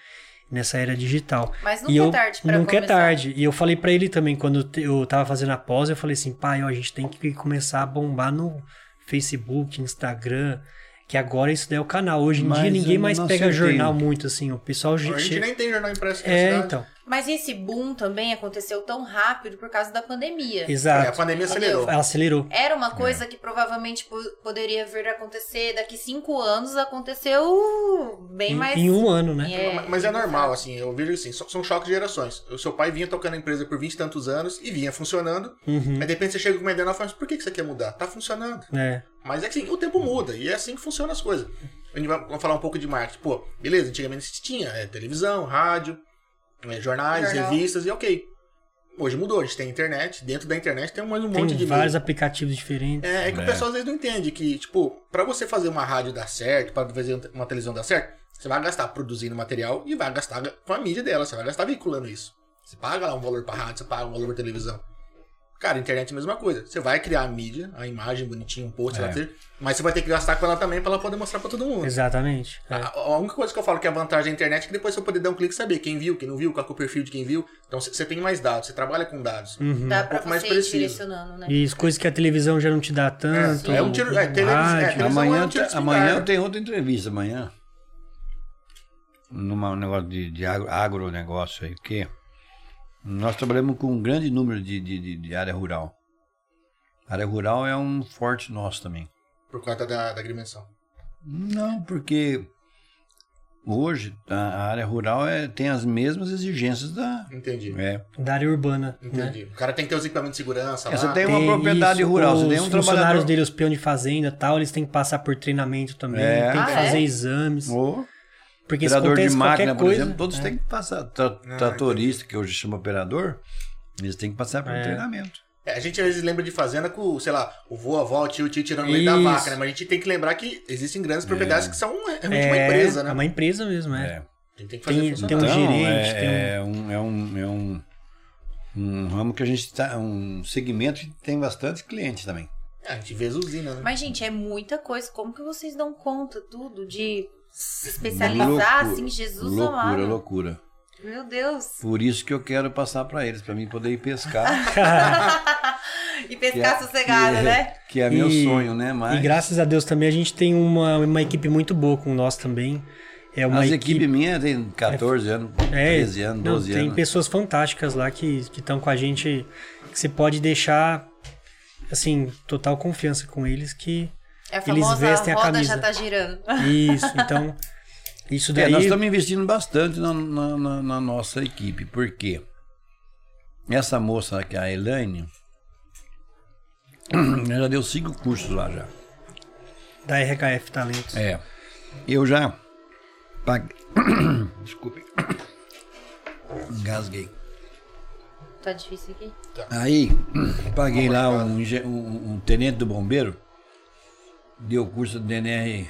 Speaker 4: Nessa era digital.
Speaker 1: Mas nunca
Speaker 4: E eu,
Speaker 1: é tarde pra
Speaker 4: nunca
Speaker 1: começar.
Speaker 4: é tarde. E eu falei pra ele também, quando eu te- eu tava fazendo a pós, eu falei assim, pai, ó, a gente tem que começar a bombar no Facebook, Instagram, que agora isso daí é o canal. Hoje em
Speaker 3: Mas
Speaker 4: dia ninguém
Speaker 3: eu
Speaker 4: mais
Speaker 3: não
Speaker 4: pega
Speaker 3: sei o
Speaker 4: jornal
Speaker 3: tempo.
Speaker 4: muito, assim, o pessoal...
Speaker 2: A gente
Speaker 4: che-
Speaker 2: nem tem jornal impresso aqui na
Speaker 4: É,
Speaker 2: cidade.
Speaker 4: então,
Speaker 1: Mas esse boom também aconteceu tão rápido por causa da pandemia.
Speaker 2: É, a
Speaker 4: exato.
Speaker 2: pandemia acelerou.
Speaker 4: Ela acelerou.
Speaker 1: Era uma coisa que provavelmente po- poderia vir a acontecer daqui cinco anos, aconteceu bem
Speaker 4: Em,
Speaker 1: mais.
Speaker 4: em um ano, né?
Speaker 1: É,
Speaker 2: Mas é normal, assim, eu vejo assim, so- são choques de gerações. O seu pai vinha tocando a empresa por 20 e tantos anos e vinha funcionando.
Speaker 4: Uhum,
Speaker 2: Aí de repente você chega com uma ideia nova e fala, mas por que que você quer mudar? Tá funcionando.
Speaker 4: é.
Speaker 2: Mas é que assim, o tempo muda e é assim que funcionam as coisas. A gente vai vamos falar um pouco de marketing. Pô, beleza, antigamente tinha é, televisão, rádio, é, jornais,
Speaker 1: Jornal.
Speaker 2: revistas e ok. Hoje mudou, a gente tem internet, dentro da internet tem mais um monte de
Speaker 4: Tem vários
Speaker 2: meio.
Speaker 4: aplicativos diferentes.
Speaker 2: É, é que o
Speaker 3: É.
Speaker 2: pessoal às vezes não entende que, tipo, pra você fazer uma rádio dar certo, pra fazer uma televisão dar certo, você vai gastar produzindo material e vai gastar com a mídia dela, você vai gastar veiculando isso. Você paga lá um valor pra rádio, você paga um valor pra televisão. Cara, internet é a mesma coisa. Você vai criar a mídia, a imagem bonitinha, um post, sei lá,
Speaker 3: É.
Speaker 2: seja, mas você vai ter que gastar com ela também pra ela poder mostrar pra todo mundo.
Speaker 4: Exatamente. é.
Speaker 2: A, a única coisa que eu falo que é a vantagem da internet é que depois você vai poder dar um clique e saber quem viu, quem não viu, qual que é o perfil de quem viu. Então você- você tem mais dados, você trabalha com dados.
Speaker 4: Uhum.
Speaker 1: Dá pra
Speaker 2: Um pouco mais
Speaker 1: você ir
Speaker 2: preciso.
Speaker 1: direcionando, né?
Speaker 4: Isso, coisas que a televisão já não te dá tanto.
Speaker 2: é um tiro- é,
Speaker 4: o
Speaker 2: televis- é,
Speaker 4: rádio.
Speaker 2: televisão é
Speaker 3: Amanhã,
Speaker 2: um tiro de
Speaker 3: amanhã
Speaker 2: espingarda.
Speaker 3: tem outra entrevista, amanhã. Num negócio de, de agro, agronegócio aí, porque nós trabalhamos com um grande número de, de, de- de área rural. A área rural é um forte nosso também.
Speaker 2: Por conta da, da agrimensão.
Speaker 3: Não, porque hoje a, a área rural é- tem as mesmas exigências da.
Speaker 2: Entendi.
Speaker 3: É,
Speaker 4: da área urbana. Né?
Speaker 2: Entendi. O cara tem que ter os equipamentos de segurança
Speaker 3: Essa
Speaker 2: lá.
Speaker 3: tem- uma propriedade rural,
Speaker 4: Os
Speaker 3: você tem um
Speaker 4: funcionários
Speaker 3: trabalhador-
Speaker 4: dele, os peões de fazenda e tal, eles têm que passar por treinamento também,
Speaker 3: É.
Speaker 4: tem que
Speaker 1: Ah,
Speaker 4: fazer
Speaker 1: é?
Speaker 4: exames.
Speaker 3: o
Speaker 4: Porque isso
Speaker 3: operador
Speaker 4: acontece
Speaker 3: de
Speaker 4: com
Speaker 3: máquina,
Speaker 4: qualquer
Speaker 3: por
Speaker 4: coisa.
Speaker 3: exemplo, todos
Speaker 4: é.
Speaker 3: têm que passar. Tra-
Speaker 2: Ah,
Speaker 3: tratorista, que hoje chama operador, eles têm que passar por
Speaker 4: É.
Speaker 3: um treinamento.
Speaker 2: É, a gente às vezes lembra de fazenda com, sei lá, o vô, a avó, o tio, o tio tirando leite da
Speaker 4: Isso.
Speaker 2: vaca, né? Mas a gente tem que lembrar que existem grandes propriedades que são realmente
Speaker 4: É,
Speaker 2: uma empresa,
Speaker 4: É
Speaker 2: né?
Speaker 4: uma empresa mesmo, é. *laughs*
Speaker 3: É.
Speaker 2: A gente tem que fazer
Speaker 4: Tem,
Speaker 2: funcionar.
Speaker 4: tem um
Speaker 3: Então,
Speaker 4: gerente,
Speaker 3: é,
Speaker 4: tem um...
Speaker 3: é um... É um, é um, um ramo que a gente está. Um segmento que tem bastante cliente também.
Speaker 2: É, a gente vê as usinas, né?
Speaker 1: Mas, gente, é muita coisa. Como que vocês dão conta tudo de se
Speaker 3: Loucura,
Speaker 1: especializar assim? Jesus
Speaker 3: loucura,
Speaker 1: amado.
Speaker 3: loucura.
Speaker 1: Meu Deus.
Speaker 3: Por isso que eu quero passar para eles, para mim poder ir
Speaker 4: *laughs*
Speaker 3: pescar.
Speaker 4: Ah,
Speaker 1: *laughs* e
Speaker 3: que é-
Speaker 1: pescar sossegado,
Speaker 3: que-
Speaker 1: né?
Speaker 3: Que é meu
Speaker 4: E-
Speaker 3: sonho, né? Mas
Speaker 4: E graças a Deus também a gente tem uma, uma equipe muito boa com nós também. É uma
Speaker 3: as
Speaker 4: equipe...
Speaker 3: equipes minhas tem 14 anos,
Speaker 4: É,
Speaker 3: 13 anos,
Speaker 4: não,
Speaker 3: 12
Speaker 4: tem
Speaker 3: anos.
Speaker 4: pessoas fantásticas lá que estão com a gente, que você pode deixar, assim, total confiança com eles que...
Speaker 1: É a
Speaker 4: Eles
Speaker 1: famosa
Speaker 4: vestem a
Speaker 1: roda
Speaker 4: camisa.
Speaker 1: já tá girando. *laughs*
Speaker 4: Isso,
Speaker 3: *laughs*
Speaker 4: então... Isso
Speaker 3: É,
Speaker 4: daí...
Speaker 3: nós estamos investindo bastante na, na- na- na nossa equipe, porque essa moça aqui, a Elaine, *clears throat* ela já deu cinco cursos lá já.
Speaker 4: Da RKF Talentos.
Speaker 3: É. Eu já paguei. *coughs* Desculpe. Engasguei.
Speaker 1: Tá difícil aqui?
Speaker 3: Aí, paguei lá um, engen- um- um tenente do bombeiro, deu o curso do DNR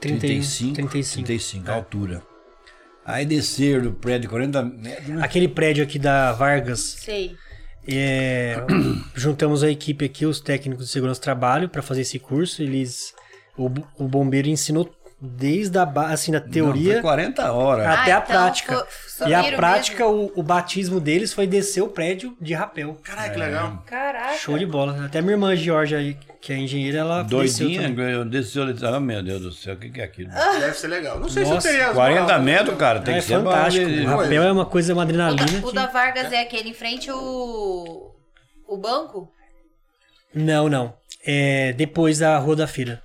Speaker 3: 35,
Speaker 4: 35.
Speaker 3: 35, altura. Aí desceram do prédio 40 metros, né?
Speaker 4: Aquele prédio aqui da Vargas,
Speaker 1: Sei.
Speaker 4: é, *clears throat* juntamos a equipe aqui, os técnicos de segurança do trabalho, para fazer esse curso. Eles, o, bo- o bombeiro ensinou desde a ba- assim, da
Speaker 3: Não, foi
Speaker 4: teoria
Speaker 3: 40 horas.
Speaker 4: até
Speaker 1: Ah,
Speaker 4: a
Speaker 1: então
Speaker 4: prática.
Speaker 1: foi- subiram
Speaker 4: e a
Speaker 1: mesmo?
Speaker 4: prática, o, o batismo deles foi descer o prédio de rapel.
Speaker 2: Caraca, que legal.
Speaker 1: Caraca.
Speaker 4: Show de bola. Até minha irmã Georgia, aí, que é engenheira, ela desceu
Speaker 3: Doidinha,
Speaker 4: também.
Speaker 3: eu desci ali. Ah, meu Deus do céu, o que, que é aquilo?
Speaker 2: Deve ser legal. Não sei se
Speaker 4: Nossa,
Speaker 2: eu teria as
Speaker 3: 40
Speaker 2: balas.
Speaker 3: metros, cara, tem
Speaker 4: é
Speaker 3: que ser bom. né?
Speaker 4: fantástico.
Speaker 3: Ele-
Speaker 4: O rapel é uma coisa, é uma
Speaker 1: O da,
Speaker 4: adrenalina.
Speaker 1: o
Speaker 4: que-
Speaker 1: da Vargas é aquele em frente o o banco?
Speaker 4: Não, não. É depois da Rua da Feira.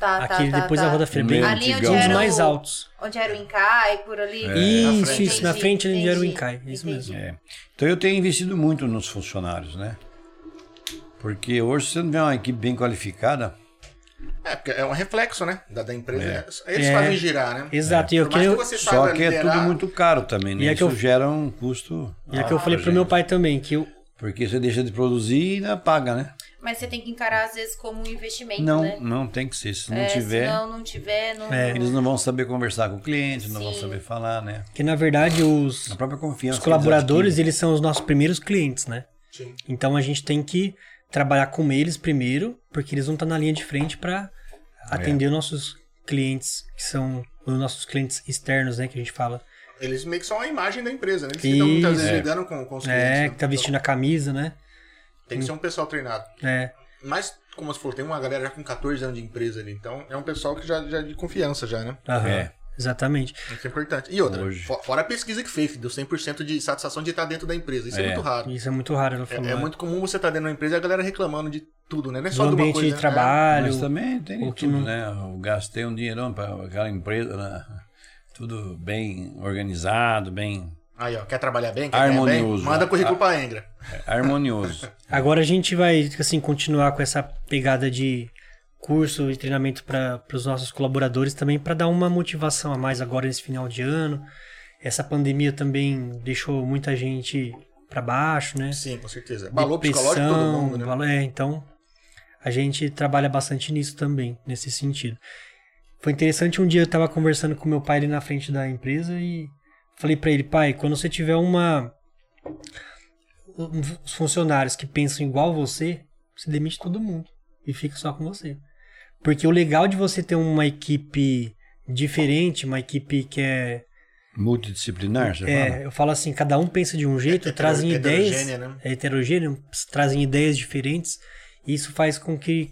Speaker 1: Tá, tá,
Speaker 4: Aquele
Speaker 1: tá,
Speaker 4: depois
Speaker 1: tá.
Speaker 4: da roda freira,
Speaker 3: Meu
Speaker 4: bem
Speaker 1: Ali onde
Speaker 3: antigão.
Speaker 4: um dos
Speaker 1: era
Speaker 4: mais
Speaker 1: o-
Speaker 4: altos.
Speaker 1: Onde era o Incai, por ali.
Speaker 2: na
Speaker 4: isso,
Speaker 2: frente.
Speaker 4: isso, na
Speaker 1: Entendi,
Speaker 4: frente onde era o
Speaker 1: entendi,
Speaker 4: Incai. é Isso
Speaker 1: entendi.
Speaker 4: mesmo.
Speaker 3: É. Então eu tenho investido muito nos funcionários, né? Porque hoje se você não vê uma equipe bem qualificada,
Speaker 2: É, porque é um reflexo, né? Da, da empresa. Eles
Speaker 4: É.
Speaker 2: fazem girar, né?
Speaker 4: Exato,
Speaker 2: Por
Speaker 4: e eu
Speaker 2: mais
Speaker 4: queria.
Speaker 2: que você
Speaker 3: só
Speaker 2: saiba
Speaker 3: que é
Speaker 2: liderar,
Speaker 3: tudo muito caro também, né?
Speaker 4: E é que
Speaker 3: Isso
Speaker 4: eu-
Speaker 3: gera um custo.
Speaker 4: E é que eu
Speaker 3: alto
Speaker 4: falei
Speaker 3: pra
Speaker 4: pro meu
Speaker 3: Ah, gente.
Speaker 4: pai também, que eu,
Speaker 3: Porque você deixa de produzir e ainda paga, né?
Speaker 1: Mas você tem que encarar, às vezes, como um investimento,
Speaker 3: Não,
Speaker 1: né?
Speaker 3: não tem que ser. Se não
Speaker 1: É,
Speaker 3: tiver,
Speaker 1: Se não, não tiver, não.
Speaker 4: É.
Speaker 3: eles não vão saber conversar com o cliente, não vão
Speaker 1: Sim.
Speaker 3: saber falar, né?
Speaker 4: que na verdade os,
Speaker 3: A própria confiança.
Speaker 4: os
Speaker 3: que
Speaker 4: colaboradores,
Speaker 3: eles
Speaker 4: eles são os nossos primeiros clientes, né?
Speaker 2: Sim.
Speaker 4: Então a gente tem que trabalhar com eles primeiro, porque eles vão estar na linha de frente para
Speaker 3: Ah,
Speaker 4: atender
Speaker 3: é.
Speaker 4: os nossos clientes, que são os nossos clientes externos, né? Que a gente fala.
Speaker 2: Eles meio que são a imagem da empresa, né? Eles que estão muitas
Speaker 4: Isso.
Speaker 2: vezes
Speaker 3: É.
Speaker 2: lidando com, com os clientes.
Speaker 4: É,
Speaker 2: né?
Speaker 4: que tá vestindo a camisa, né?
Speaker 2: Então, tem que ser um pessoal treinado.
Speaker 4: É.
Speaker 2: Mas, como você falou, tem uma galera já com 14 anos de empresa ali. Então, é um pessoal que já, já é de confiança já, né?
Speaker 4: aham,
Speaker 3: É.
Speaker 4: Exatamente.
Speaker 2: Isso é importante. E outra,
Speaker 3: Hoje.
Speaker 2: fo- fora a pesquisa que fez, deu 100% de satisfação de estar dentro da empresa. Isso é,
Speaker 3: É.
Speaker 2: muito raro.
Speaker 4: Isso é muito raro, ela
Speaker 2: É,
Speaker 4: falou.
Speaker 2: é muito comum você estar dentro da empresa e a galera reclamando de tudo, né? Não é
Speaker 4: do
Speaker 2: só de uma
Speaker 4: ambiente
Speaker 2: coisa.
Speaker 4: de
Speaker 2: né?
Speaker 4: trabalho.
Speaker 3: Mas também tem
Speaker 4: ou
Speaker 3: de
Speaker 4: que
Speaker 3: tudo,
Speaker 4: não-
Speaker 3: né? Eu gastei um dinheirão para aquela empresa, né? tudo bem organizado, bem
Speaker 2: É. Aí, ó, quer trabalhar bem, quer ganhar bem?
Speaker 3: Harmonioso.
Speaker 2: Manda currículo
Speaker 3: Ah.
Speaker 2: pra Engra.
Speaker 3: harmonioso.
Speaker 4: Agora a gente vai, assim, continuar com essa pegada de curso e treinamento para os nossos colaboradores também, para dar uma motivação a mais agora nesse final de ano. Essa pandemia também deixou muita gente para baixo, né?
Speaker 2: Sim, com certeza. Balou psicológico de todo
Speaker 4: Depressão,
Speaker 2: mundo, né?
Speaker 4: balou- é, então a gente trabalha bastante nisso também, nesse sentido. Foi interessante, um dia eu tava conversando com meu pai ali na frente da empresa e falei pra ele, pai, quando você tiver uma um- os funcionários que pensam igual você, você demite todo mundo e fica só com você. Porque o legal de você ter uma equipe diferente, uma equipe que é,
Speaker 3: Multidisciplinar, você fala?
Speaker 4: é, eu falo assim, cada um pensa de um
Speaker 2: É,
Speaker 4: jeito, trazem ideias,
Speaker 2: Heterogênea, né?
Speaker 4: é heterogêneo, trazem ideias diferentes, e isso faz com que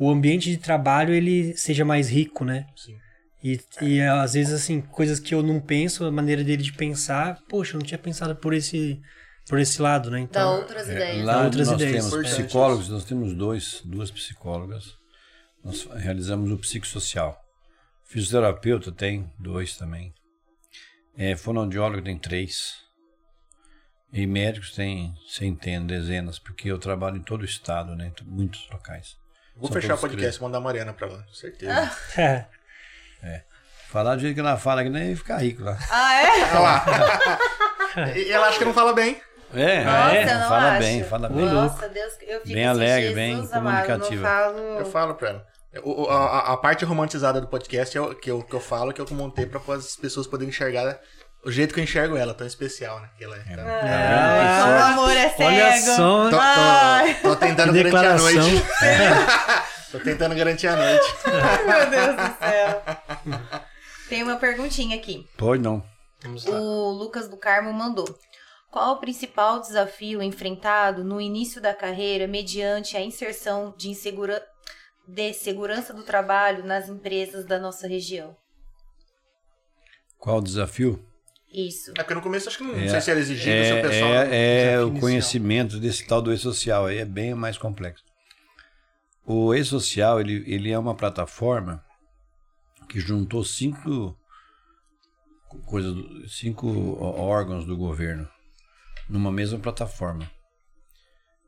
Speaker 4: o ambiente de trabalho ele seja mais rico, né?
Speaker 2: Sim.
Speaker 4: E, e às vezes, assim, coisas que eu não penso, a maneira dele de pensar, poxa, eu não tinha pensado por esse, por esse lado, né?
Speaker 1: Dá
Speaker 4: Então,
Speaker 1: outras
Speaker 3: É,
Speaker 1: ideias. né?
Speaker 3: lá
Speaker 4: Outras
Speaker 3: nós
Speaker 4: ideias.
Speaker 3: temos
Speaker 2: Importante
Speaker 3: psicólogos, nós temos dois, duas psicólogas. Nós realizamos o psicossocial. Fisioterapeuta tem dois também. É, fonoaudiólogo tem três. E médicos tem centenas, dezenas, porque eu trabalho em todo o estado, né? em Muitos locais.
Speaker 2: Vou
Speaker 3: São
Speaker 2: fechar o
Speaker 3: todos
Speaker 2: podcast e mandar a Mariana pra lá, certeza. *laughs*
Speaker 4: *laughs* é.
Speaker 3: Falar do jeito que ela fala, que nem ia ficar rico lá.
Speaker 5: Ah, é?
Speaker 2: Olha lá. e *laughs* ela acha que não fala bem.
Speaker 3: É,
Speaker 1: Nossa,
Speaker 3: é,
Speaker 1: eu não
Speaker 3: fala
Speaker 1: acho.
Speaker 3: bem, fala bem.
Speaker 1: Nossa, Deus, eu fico
Speaker 3: Bem
Speaker 1: assim,
Speaker 3: alegre,
Speaker 1: Jesus
Speaker 3: bem
Speaker 1: amado, não
Speaker 3: comunicativa.
Speaker 1: *laughs*
Speaker 2: Eu
Speaker 1: falo.
Speaker 2: falo pra ela. O- o- a, a parte romantizada do podcast é o que eu, que eu falo, que eu montei pra as pessoas poderem enxergar o jeito que eu enxergo ela, tão especial, né? Que ela é. Tá-
Speaker 3: É.
Speaker 5: Ah,
Speaker 3: Olha
Speaker 5: o
Speaker 3: só.
Speaker 5: amor é cego.
Speaker 4: olha
Speaker 1: Ah.
Speaker 4: só,
Speaker 2: Tô, tô- tô tentando
Speaker 4: Que
Speaker 2: garantir a
Speaker 4: declaração.
Speaker 2: noite. *laughs* tô tentando garantir a noite.
Speaker 5: Meu Deus do céu.
Speaker 1: Tem uma perguntinha aqui.
Speaker 3: Pois não.
Speaker 2: Vamos lá.
Speaker 1: O Lucas do Carmo mandou. Qual o principal desafio enfrentado no início da carreira mediante a inserção de, insegura... de segurança do trabalho nas empresas da nossa região?
Speaker 3: Qual o desafio?
Speaker 1: Isso.
Speaker 2: É porque no começo acho que não,
Speaker 3: É,
Speaker 2: sei se era exigido, se o
Speaker 3: É,
Speaker 2: pessoal.
Speaker 3: é- é
Speaker 4: desafio
Speaker 3: o
Speaker 4: inicial.
Speaker 3: conhecimento desse tal do e-social, aí é bem mais complexo. O e-social, ele, ele é uma plataforma que juntou cinco co- coisas, do- cinco ó- órgãos do governo numa mesma plataforma.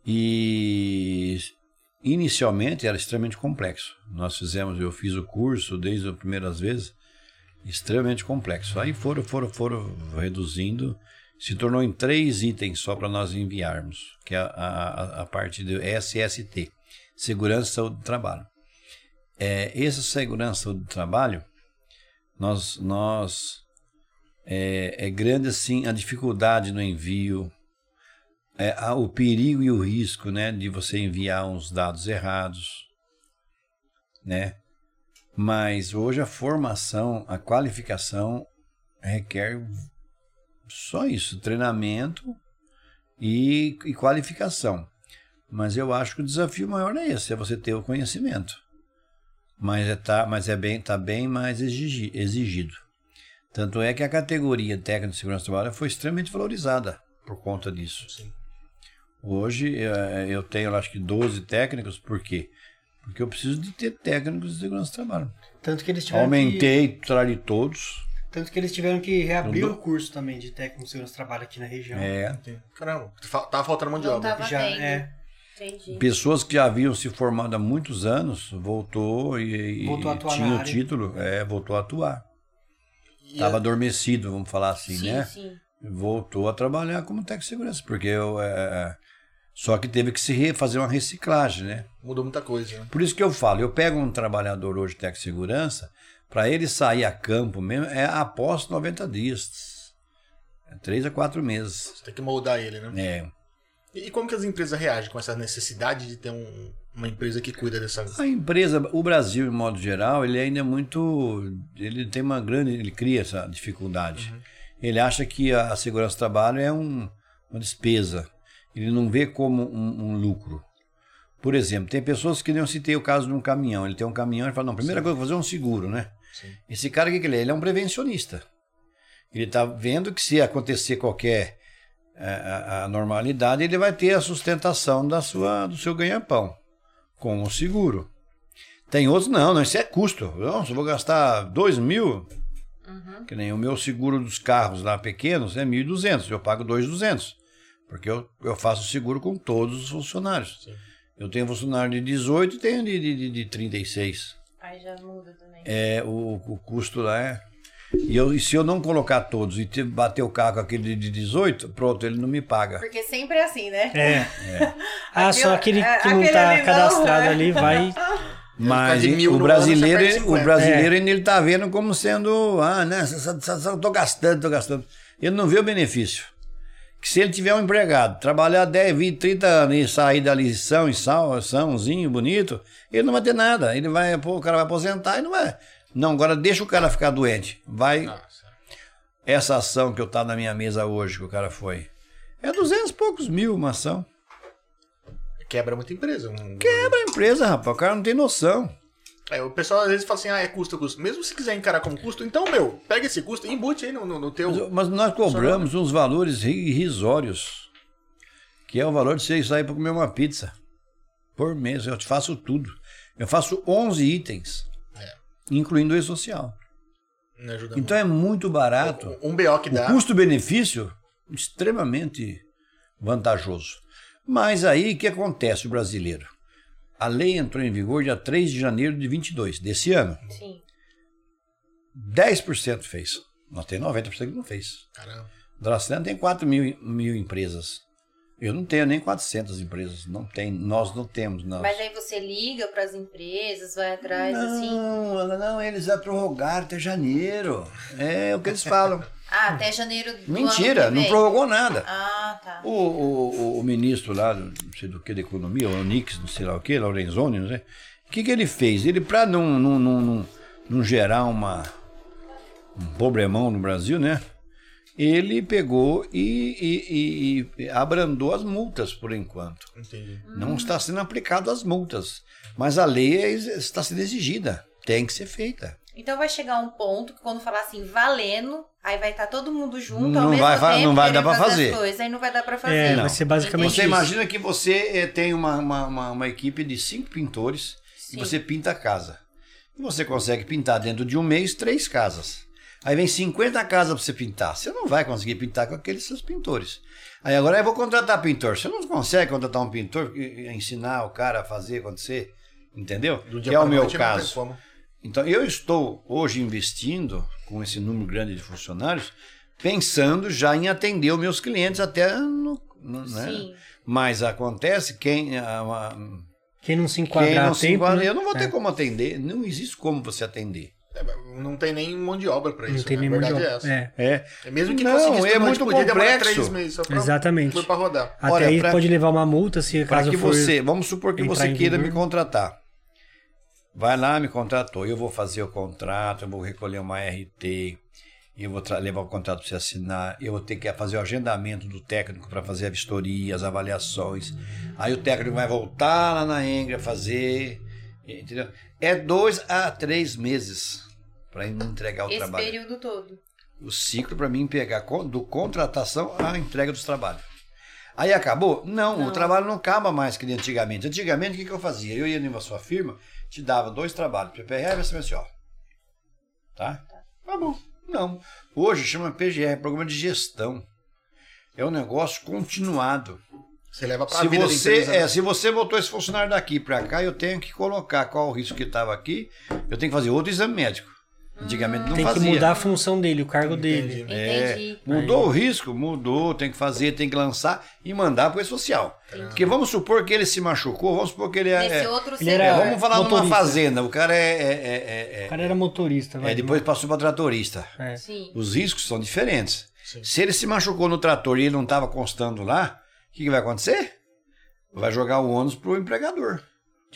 Speaker 3: E inicialmente era extremamente complexo. Nós fizemos, eu fiz o curso desde as primeiras vezes, extremamente complexo. Aí foram, foram, foram reduzindo se tornou em três itens só para nós enviarmos, que é a, a, a parte do SST, Segurança e Saúde do Trabalho. É, essa segurança e saúde do trabalho, nós, nós é, é grande assim a dificuldade no envio, é, a- o perigo e o risco né, de você enviar uns dados errados, né? Mas hoje a formação, a qualificação requer só isso, treinamento e, e qualificação. Mas eu acho que o desafio maior é esse, é você ter o conhecimento. Mas é, tá, mas é bem, tá bem mais exigi- exigido. Tanto é que a categoria técnica de segurança do trabalho foi extremamente valorizada por conta disso.
Speaker 2: Sim.
Speaker 3: Hoje eh, eu tenho, acho que, 12 técnicos, por quê? Porque eu preciso de ter técnicos de segurança do trabalho.
Speaker 4: Tanto que eles tiveram que,
Speaker 3: Aumentei o salário de todos.
Speaker 4: tanto que eles tiveram que reabrir
Speaker 3: Não dou-
Speaker 4: o curso também de técnico de segurança do trabalho aqui na região.
Speaker 3: É.
Speaker 2: Caramba, fa- tava faltando mão de
Speaker 1: Não
Speaker 2: obra.
Speaker 1: tava
Speaker 4: Já
Speaker 1: tendo.
Speaker 4: é,
Speaker 1: Entendi.
Speaker 3: Pessoas que já haviam se formado há muitos anos, voltou e, e
Speaker 4: Voltou a atuar
Speaker 3: tinha
Speaker 4: na
Speaker 3: o
Speaker 4: área.
Speaker 3: título, é, voltou a atuar.
Speaker 2: E
Speaker 3: Estava adormecido, vamos falar assim,
Speaker 1: sim,
Speaker 3: né?
Speaker 1: sim.
Speaker 3: Voltou a trabalhar como técnico de segurança, porque eu, é, só que teve que se re- fazer uma reciclagem, né?
Speaker 2: mudou muita coisa, né?
Speaker 3: Por isso que eu falo, eu pego um trabalhador hoje de técnico de segurança, para ele sair a campo mesmo, é após 90 dias. É 3 a 4 meses.
Speaker 2: Você tem que moldar ele, né?
Speaker 3: É.
Speaker 2: E e como que as empresas reagem com essa necessidade de ter um- uma empresa que cuida dessa...
Speaker 3: A empresa, o Brasil, em modo geral, ele ainda é muito. Ele tem uma grande. Ele cria essa dificuldade. Ele acha que a a segurança do trabalho é um- uma despesa. Ele não vê como um, um lucro. Por exemplo, tem pessoas que nem eu citei o caso de um caminhão. Ele tem um caminhão e fala: não, primeira coisa, eu vou fazer um seguro, né?
Speaker 2: Sim.
Speaker 3: Esse cara, o que que ele é? Ele é um prevencionista. Ele está vendo que se acontecer qualquer eh, a, normalidade, ele vai ter a sustentação da sua, do seu ganha-pão com o seguro. Tem outros, não, não, isso é custo. Não, se eu vou gastar dois mil, que nem o meu seguro dos carros lá pequenos é 1.200, eu pago 2.200, porque eu, eu faço seguro com todos os funcionários.
Speaker 2: Sim.
Speaker 3: Eu tenho um funcionário de 18 e tenho de, de, de, de 36.
Speaker 1: Aí já muda também.
Speaker 3: É, o, o custo lá é. E, eu, e se eu não colocar todos e te- bater o carro com aquele de 18, pronto, ele não me paga.
Speaker 5: Porque sempre é assim, né?
Speaker 4: É. Ah,
Speaker 5: Aquele-
Speaker 4: só aquele
Speaker 5: é,
Speaker 4: que não
Speaker 5: aquele
Speaker 4: tá
Speaker 5: ali não,
Speaker 4: cadastrado
Speaker 5: né? *laughs*
Speaker 4: ali vai.
Speaker 3: Mas
Speaker 2: Por causa de mil
Speaker 3: o
Speaker 2: no ano, você perde É.
Speaker 3: brasileiro, o
Speaker 2: 50.
Speaker 3: brasileiro ainda ele tá vendo como sendo, ah, né, só- só- só- só tô gastando, tô gastando. Ele não vê o benefício. Que se ele tiver um empregado, trabalhar 10, 20, 30 anos e sair dali são e sal, sãozinho, bonito, ele não vai ter nada. Ele vai, pô, o cara vai aposentar e não vai. Não, agora deixa o cara ficar doente. Vai,
Speaker 2: Nossa.
Speaker 3: essa ação que eu tá na minha mesa hoje, que o cara foi, é 200 e poucos mil uma ação.
Speaker 2: Quebra muita empresa. Um...
Speaker 3: Quebra a empresa, rapaz, o cara não tem noção.
Speaker 2: É, o pessoal às vezes fala assim, ah, é custo, custo. Mesmo se quiser encarar como custo, então, meu, pega esse custo e embute aí no, no, no teu...
Speaker 3: Mas, mas nós cobramos uns valores ri- irrisórios, que é o valor de você sair para comer uma pizza por mês. Eu te faço tudo. Eu faço 11 itens, incluindo o e-social.
Speaker 2: Não ajuda
Speaker 3: Então é muito barato.
Speaker 2: muito. Um BO que
Speaker 3: O
Speaker 2: dá...
Speaker 3: custo-benefício, extremamente vantajoso. Mas aí o que acontece, o brasileiro? A lei entrou em vigor dia 3 de janeiro de 22 desse ano.
Speaker 1: Sim.
Speaker 3: 10% fez. Nós tem 90% que não fez.
Speaker 2: Caramba.
Speaker 3: Dracena tem 4 mil, mil empresas. Eu não tenho nem 400 empresas. Não tem. Nós não temos. Nós.
Speaker 1: Mas aí você liga pras empresas, vai atrás, assim.
Speaker 3: não, ela- não, eles já prorrogaram até janeiro. É o que
Speaker 1: *laughs*
Speaker 3: eles falam.
Speaker 1: Ah, até janeiro do
Speaker 3: Mentira,
Speaker 1: ano que
Speaker 3: não
Speaker 1: vem.
Speaker 3: prorrogou nada.
Speaker 1: Ah, tá.
Speaker 3: O, o- o- o ministro lá, do- não sei do que, da economia, o Onix, não sei lá o que, Lorenzoni, não sei. O que, que ele fez? Ele, para não, não, não, não, não gerar uma, um problemão no Brasil, né? Ele pegou e, e- e- e abrandou as multas por enquanto.
Speaker 2: Entendi.
Speaker 3: Não está sendo aplicado as multas. Mas a lei é- está sendo exigida. Tem que ser feita.
Speaker 1: Então vai chegar um ponto que quando falar assim, valendo, aí vai estar todo mundo junto
Speaker 3: Não
Speaker 1: ao mesmo
Speaker 3: vai fa-
Speaker 1: tempo.
Speaker 3: não vai dar
Speaker 1: querendo
Speaker 3: pra
Speaker 1: as
Speaker 3: fazer.
Speaker 1: coisas, aí não vai dar pra fazer.
Speaker 4: É,
Speaker 3: não.
Speaker 4: vai ser basicamente
Speaker 3: Você
Speaker 4: isso.
Speaker 3: imagina que você eh, tem uma, uma, uma- uma equipe de cinco pintores
Speaker 1: Sim.
Speaker 3: e você pinta a casa. E você consegue pintar dentro de um mês três casas. Aí vem 50 casas para você pintar. Você não vai conseguir pintar com aqueles seus pintores. Aí agora eu vou contratar pintor. Você não consegue contratar um pintor e e ensinar o cara a fazer acontecer, entendeu?
Speaker 2: Do
Speaker 3: Que
Speaker 2: dia
Speaker 3: é o
Speaker 2: pra
Speaker 3: meu
Speaker 2: noite não tem
Speaker 3: caso.
Speaker 2: como.
Speaker 3: Então, eu estou hoje investindo com esse número grande de funcionários, pensando já em atender os meus clientes até no. no- né?
Speaker 1: Sim.
Speaker 3: Mas acontece quem. a- a-
Speaker 4: Quem não se
Speaker 3: quem
Speaker 4: enquadrar
Speaker 3: não
Speaker 4: a
Speaker 3: se
Speaker 4: tempo,
Speaker 3: enquadra,
Speaker 4: né?
Speaker 3: eu não vou ter
Speaker 4: É.
Speaker 3: como atender. Não existe como você atender.
Speaker 2: É, mas não tem nem mão de obra pra
Speaker 4: Não
Speaker 2: isso.
Speaker 4: tem
Speaker 2: né?
Speaker 4: nem
Speaker 2: A verdade
Speaker 4: mundial.
Speaker 2: é essa.
Speaker 4: É,
Speaker 3: É.
Speaker 2: É mesmo que
Speaker 3: Não,
Speaker 2: conseguisse
Speaker 3: é
Speaker 2: tudo, mas
Speaker 3: muito
Speaker 2: podia demorar
Speaker 3: complexo.
Speaker 2: três meses só pra,
Speaker 4: exatamente.
Speaker 2: foi pra rodar.
Speaker 4: Até
Speaker 3: Olha,
Speaker 4: aí
Speaker 3: pra-
Speaker 4: pode levar uma multa se
Speaker 3: Para
Speaker 4: caso
Speaker 3: que
Speaker 4: for.
Speaker 3: você. Vamos supor que
Speaker 4: entrar
Speaker 3: você
Speaker 4: em
Speaker 3: queira me
Speaker 4: vigor.
Speaker 3: contratar. Vai lá, me contratou. Eu vou fazer o contrato, eu vou recolher uma RT, eu vou tra- levar o contrato para você assinar, eu vou ter que fazer o agendamento do técnico para fazer a vistoria, as avaliações. Aí o técnico vai voltar lá na Engra fazer. Entendeu? É dois a três meses para entregar o
Speaker 1: Esse
Speaker 3: trabalho.
Speaker 1: período todo.
Speaker 3: O ciclo para mim pegar con- do contratação à entrega dos trabalhos. Aí acabou? Não,
Speaker 5: Não.
Speaker 3: o trabalho não acaba mais que nem antigamente. Antigamente, o que, que eu fazia? Eu ia numa sua firma, te dava dois trabalhos, PPR e SMSO. Tá? Tá bom. Não. Hoje chama PGR, Programa de Gestão. É um negócio continuado.
Speaker 2: Você leva pra
Speaker 3: Se
Speaker 2: vida da
Speaker 3: você,
Speaker 2: empresa, né?
Speaker 3: é, se você botou esse funcionário daqui pra cá, eu tenho que colocar qual o risco que estava aqui. Eu tenho que fazer outro exame médico. Antigamente não
Speaker 4: Tem
Speaker 3: fazia.
Speaker 4: que mudar a função dele, o cargo dele.
Speaker 2: Entendi.
Speaker 3: É.
Speaker 1: Entendi.
Speaker 3: Mudou o risco? Mudou, tem que fazer, tem que lançar e mandar para o social. Porque vamos supor que ele se machucou, vamos supor que ele é.
Speaker 1: Nesse
Speaker 3: é-
Speaker 1: outro
Speaker 4: ele era-
Speaker 3: é,
Speaker 1: setor.
Speaker 3: vamos falar numa
Speaker 4: motorista.
Speaker 3: fazenda, o cara é. é- é- é-
Speaker 4: O cara era motorista, vai.
Speaker 3: é, depois passou para tratorista.
Speaker 4: É.
Speaker 1: Sim.
Speaker 3: Os riscos são diferentes.
Speaker 2: Sim.
Speaker 3: Se ele se machucou no trator e ele não estava constando lá, o que, que vai acontecer? Vai jogar o ônus pro empregador.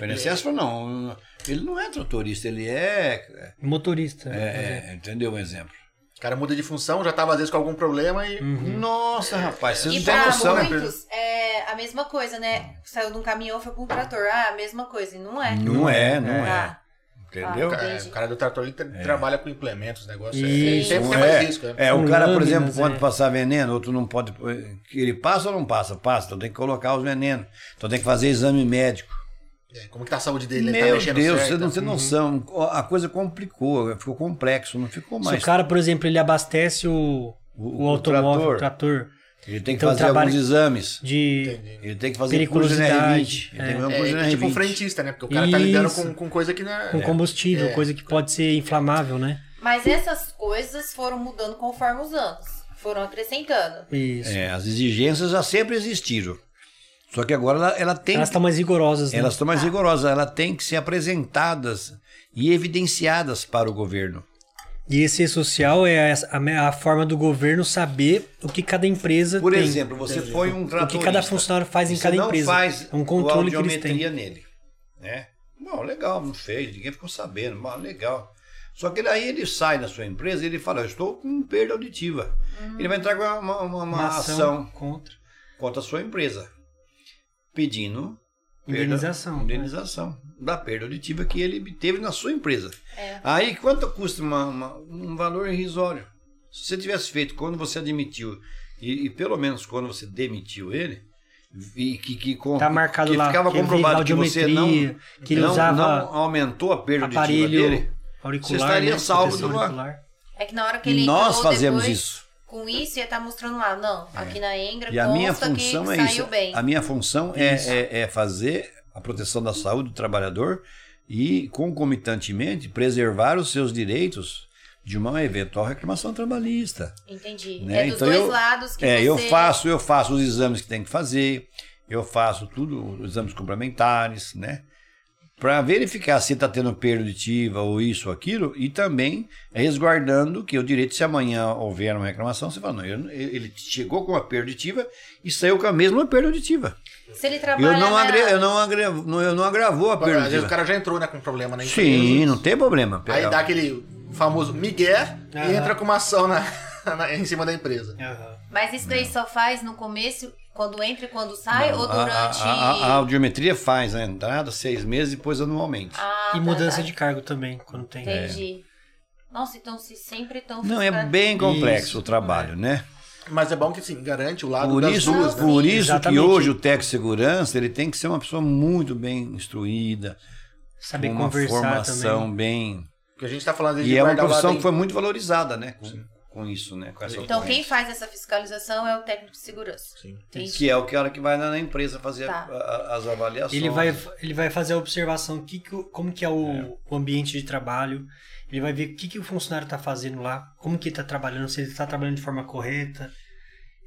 Speaker 3: O
Speaker 4: É.
Speaker 3: INSS falou, não, ele não é tratorista, ele é,
Speaker 4: Motorista. né?
Speaker 3: é-
Speaker 4: Uhum.
Speaker 3: é- entendeu um exemplo?
Speaker 2: O cara muda de função, já tava às vezes com algum problema e.
Speaker 3: Uhum.
Speaker 2: hum,
Speaker 4: Uhum.
Speaker 3: Nossa, rapaz, você
Speaker 1: E
Speaker 3: não
Speaker 1: pra
Speaker 3: tem noção. né,
Speaker 1: muitos, é a mesma coisa, né? Saiu de um caminhão, foi pra um trator. Ah, a mesma coisa. E não é.
Speaker 3: Não é, não
Speaker 2: né?
Speaker 3: é.
Speaker 2: Ah,
Speaker 1: Tá.
Speaker 3: Entendeu?
Speaker 2: Cara,
Speaker 1: Entendi.
Speaker 2: o cara do trator ele tra- trabalha com implementos, negócio. é-
Speaker 4: Isso,
Speaker 2: sempre
Speaker 3: É. Não
Speaker 2: tem mais risco, né?
Speaker 3: é, é, o
Speaker 4: Com
Speaker 3: cara, por
Speaker 4: lâminas,
Speaker 3: exemplo, pode
Speaker 4: é.
Speaker 3: passar veneno, outro não pode. eh, Ele passa ou não passa? Passa, então tem que colocar os venenos. Então tem que fazer exame médico.
Speaker 2: É, Como que tá a saúde dele? Ele tá
Speaker 3: Meu
Speaker 2: mexendo
Speaker 3: Deus,
Speaker 2: certo?
Speaker 3: você não tem noção. A coisa complicou, ficou complexo, não ficou
Speaker 4: Se o
Speaker 3: mais.
Speaker 4: cara, por exemplo, ele abastece o, o,
Speaker 3: o
Speaker 4: automóvel,
Speaker 3: trator.
Speaker 4: o trator,
Speaker 3: Ele tem que
Speaker 4: Então,
Speaker 3: fazer
Speaker 4: trabalho-
Speaker 3: alguns exames.
Speaker 4: de.
Speaker 2: Entendi.
Speaker 3: Ele tem que fazer curso de
Speaker 4: Periculosidade,
Speaker 3: R20. Ele tem que fazer um
Speaker 2: É,
Speaker 3: curso
Speaker 2: é
Speaker 3: de
Speaker 2: tipo um
Speaker 3: R20.
Speaker 2: frentista, né? Porque o cara tá lidando
Speaker 4: Isso.
Speaker 2: com, com coisa que não é.
Speaker 4: Com combustível, coisa que pode ser inflamável, né?
Speaker 1: Mas essas coisas foram mudando conforme os anos. Foram acrescentando.
Speaker 4: Isso.
Speaker 3: É, as exigências já sempre existiram. Só que agora ela, ela tem
Speaker 4: Elas estão mais rigorosas, né?
Speaker 3: Elas estão mais rigorosas, elas têm que ser apresentadas e evidenciadas para o governo.
Speaker 4: E esse social é essa- a, me- a forma do governo saber o que cada empresa
Speaker 3: Por
Speaker 4: tem.
Speaker 3: exemplo, você foi um
Speaker 4: o
Speaker 3: tratorista.
Speaker 4: que cada funcionário faz em
Speaker 3: Você
Speaker 4: cada
Speaker 3: não
Speaker 4: empresa.
Speaker 3: faz
Speaker 4: É um controle que eles
Speaker 3: audiometria
Speaker 4: têm.
Speaker 3: nele, né? Bom, legal, não fez, ninguém ficou sabendo, bom, legal. Só que ele- aí ele sai da sua empresa e ele fala, eu estou com perda auditiva.
Speaker 4: Hum.
Speaker 3: Ele vai entrar com uma, uma- uma- uma ação
Speaker 4: contra
Speaker 3: contra a sua empresa, pedindo perda-
Speaker 4: indenização. né?
Speaker 3: indenização da perda auditiva que ele teve na sua empresa.
Speaker 1: É.
Speaker 3: Aí quanto custa uma- uma- um valor irrisório? Se você tivesse feito quando você admitiu e, e pelo menos quando você demitiu ele e que, que, com-
Speaker 4: Tá marcado
Speaker 3: que
Speaker 4: lá
Speaker 3: ficava
Speaker 4: que ele
Speaker 3: comprovado
Speaker 4: fez
Speaker 3: que você não,
Speaker 4: audiometria, que ele
Speaker 3: não,
Speaker 4: usava
Speaker 3: não aumentou a perda auditiva
Speaker 4: aparelho
Speaker 3: dele.
Speaker 4: auricular.
Speaker 3: Você estaria
Speaker 4: né?
Speaker 3: salvo
Speaker 4: Proteção
Speaker 3: do-
Speaker 4: auricular.
Speaker 1: É que na hora que ele
Speaker 3: Nós
Speaker 1: entrou
Speaker 3: fazemos
Speaker 1: depois,
Speaker 3: isso. É.
Speaker 1: Com isso, ia estar mostrando lá. Não, aqui na Engra
Speaker 3: E a minha
Speaker 1: consta que
Speaker 3: função é
Speaker 1: saiu
Speaker 3: isso.
Speaker 1: bem.
Speaker 3: A minha função é,
Speaker 4: Isso.
Speaker 3: é- é fazer a proteção da saúde do trabalhador e, concomitantemente, preservar os seus direitos de uma eventual reclamação trabalhista.
Speaker 1: Entendi.
Speaker 3: né?
Speaker 1: É dos
Speaker 3: Então
Speaker 1: dois
Speaker 3: eu-
Speaker 1: lados que
Speaker 3: é,
Speaker 1: você...
Speaker 3: eu faço, eu faço os exames que tem que fazer, eu faço tudo, os exames complementares, né? Para verificar se está tendo perda auditiva ou isso ou aquilo, e também resguardando que o direito, se amanhã houver uma reclamação, você fala, não, eu- ele chegou com a perda auditiva e saiu com a mesma perda auditiva.
Speaker 1: Se ele trabalha
Speaker 3: Eu não,
Speaker 1: na-
Speaker 3: agre, eu, não agre, não- eu não agravou a perda
Speaker 2: Às vezes o
Speaker 3: auditiva.
Speaker 2: cara já entrou né, com problema na empresa.
Speaker 3: Sim, não tem problema.
Speaker 2: Aí dá aquele famoso migué e
Speaker 4: Aham.
Speaker 2: entra com uma ação na, *laughs* na- em cima da empresa.
Speaker 4: Aham.
Speaker 1: Mas isso daí só faz no começo, quando entra e quando sai, ou
Speaker 3: A- a-
Speaker 1: durante...
Speaker 3: A, a- a audiometria faz a entrada seis meses e depois anualmente.
Speaker 1: Ah,
Speaker 4: E
Speaker 1: tá,
Speaker 4: mudança
Speaker 1: tá. É.
Speaker 4: de cargo também, quando tem.
Speaker 1: Entendi. Nossa, então se sempre estão...
Speaker 3: É. Não, é bem complexo o trabalho, né?
Speaker 2: Mas é bom que sim, garante o lado
Speaker 3: Por
Speaker 2: das
Speaker 3: isso,
Speaker 2: duas, né?
Speaker 3: por isso que
Speaker 4: Exatamente.
Speaker 3: hoje o técnico de segurança ele tem que ser uma pessoa muito bem instruída,
Speaker 4: Saber
Speaker 3: com uma
Speaker 4: conversar
Speaker 3: formação
Speaker 4: também.
Speaker 3: bem.
Speaker 2: Porque a gente tá falando às vezes,
Speaker 3: E é uma
Speaker 2: guardar o lado
Speaker 3: profissão
Speaker 2: em-
Speaker 3: que foi muito valorizada, né? Com, com isso, né? Com essa
Speaker 1: Então quem
Speaker 3: ocorrência.
Speaker 1: faz essa fiscalização é o técnico de segurança.
Speaker 2: Sim.
Speaker 1: Entendi.
Speaker 3: Que é o cara que vai na na empresa fazer
Speaker 1: Tá.
Speaker 3: a- a- as avaliações.
Speaker 4: Ele vai, ele vai fazer a observação que que o- como que é o, o ambiente de trabalho, ele vai ver o que, que o funcionário está fazendo lá, como que está trabalhando, se ele está trabalhando de forma correta,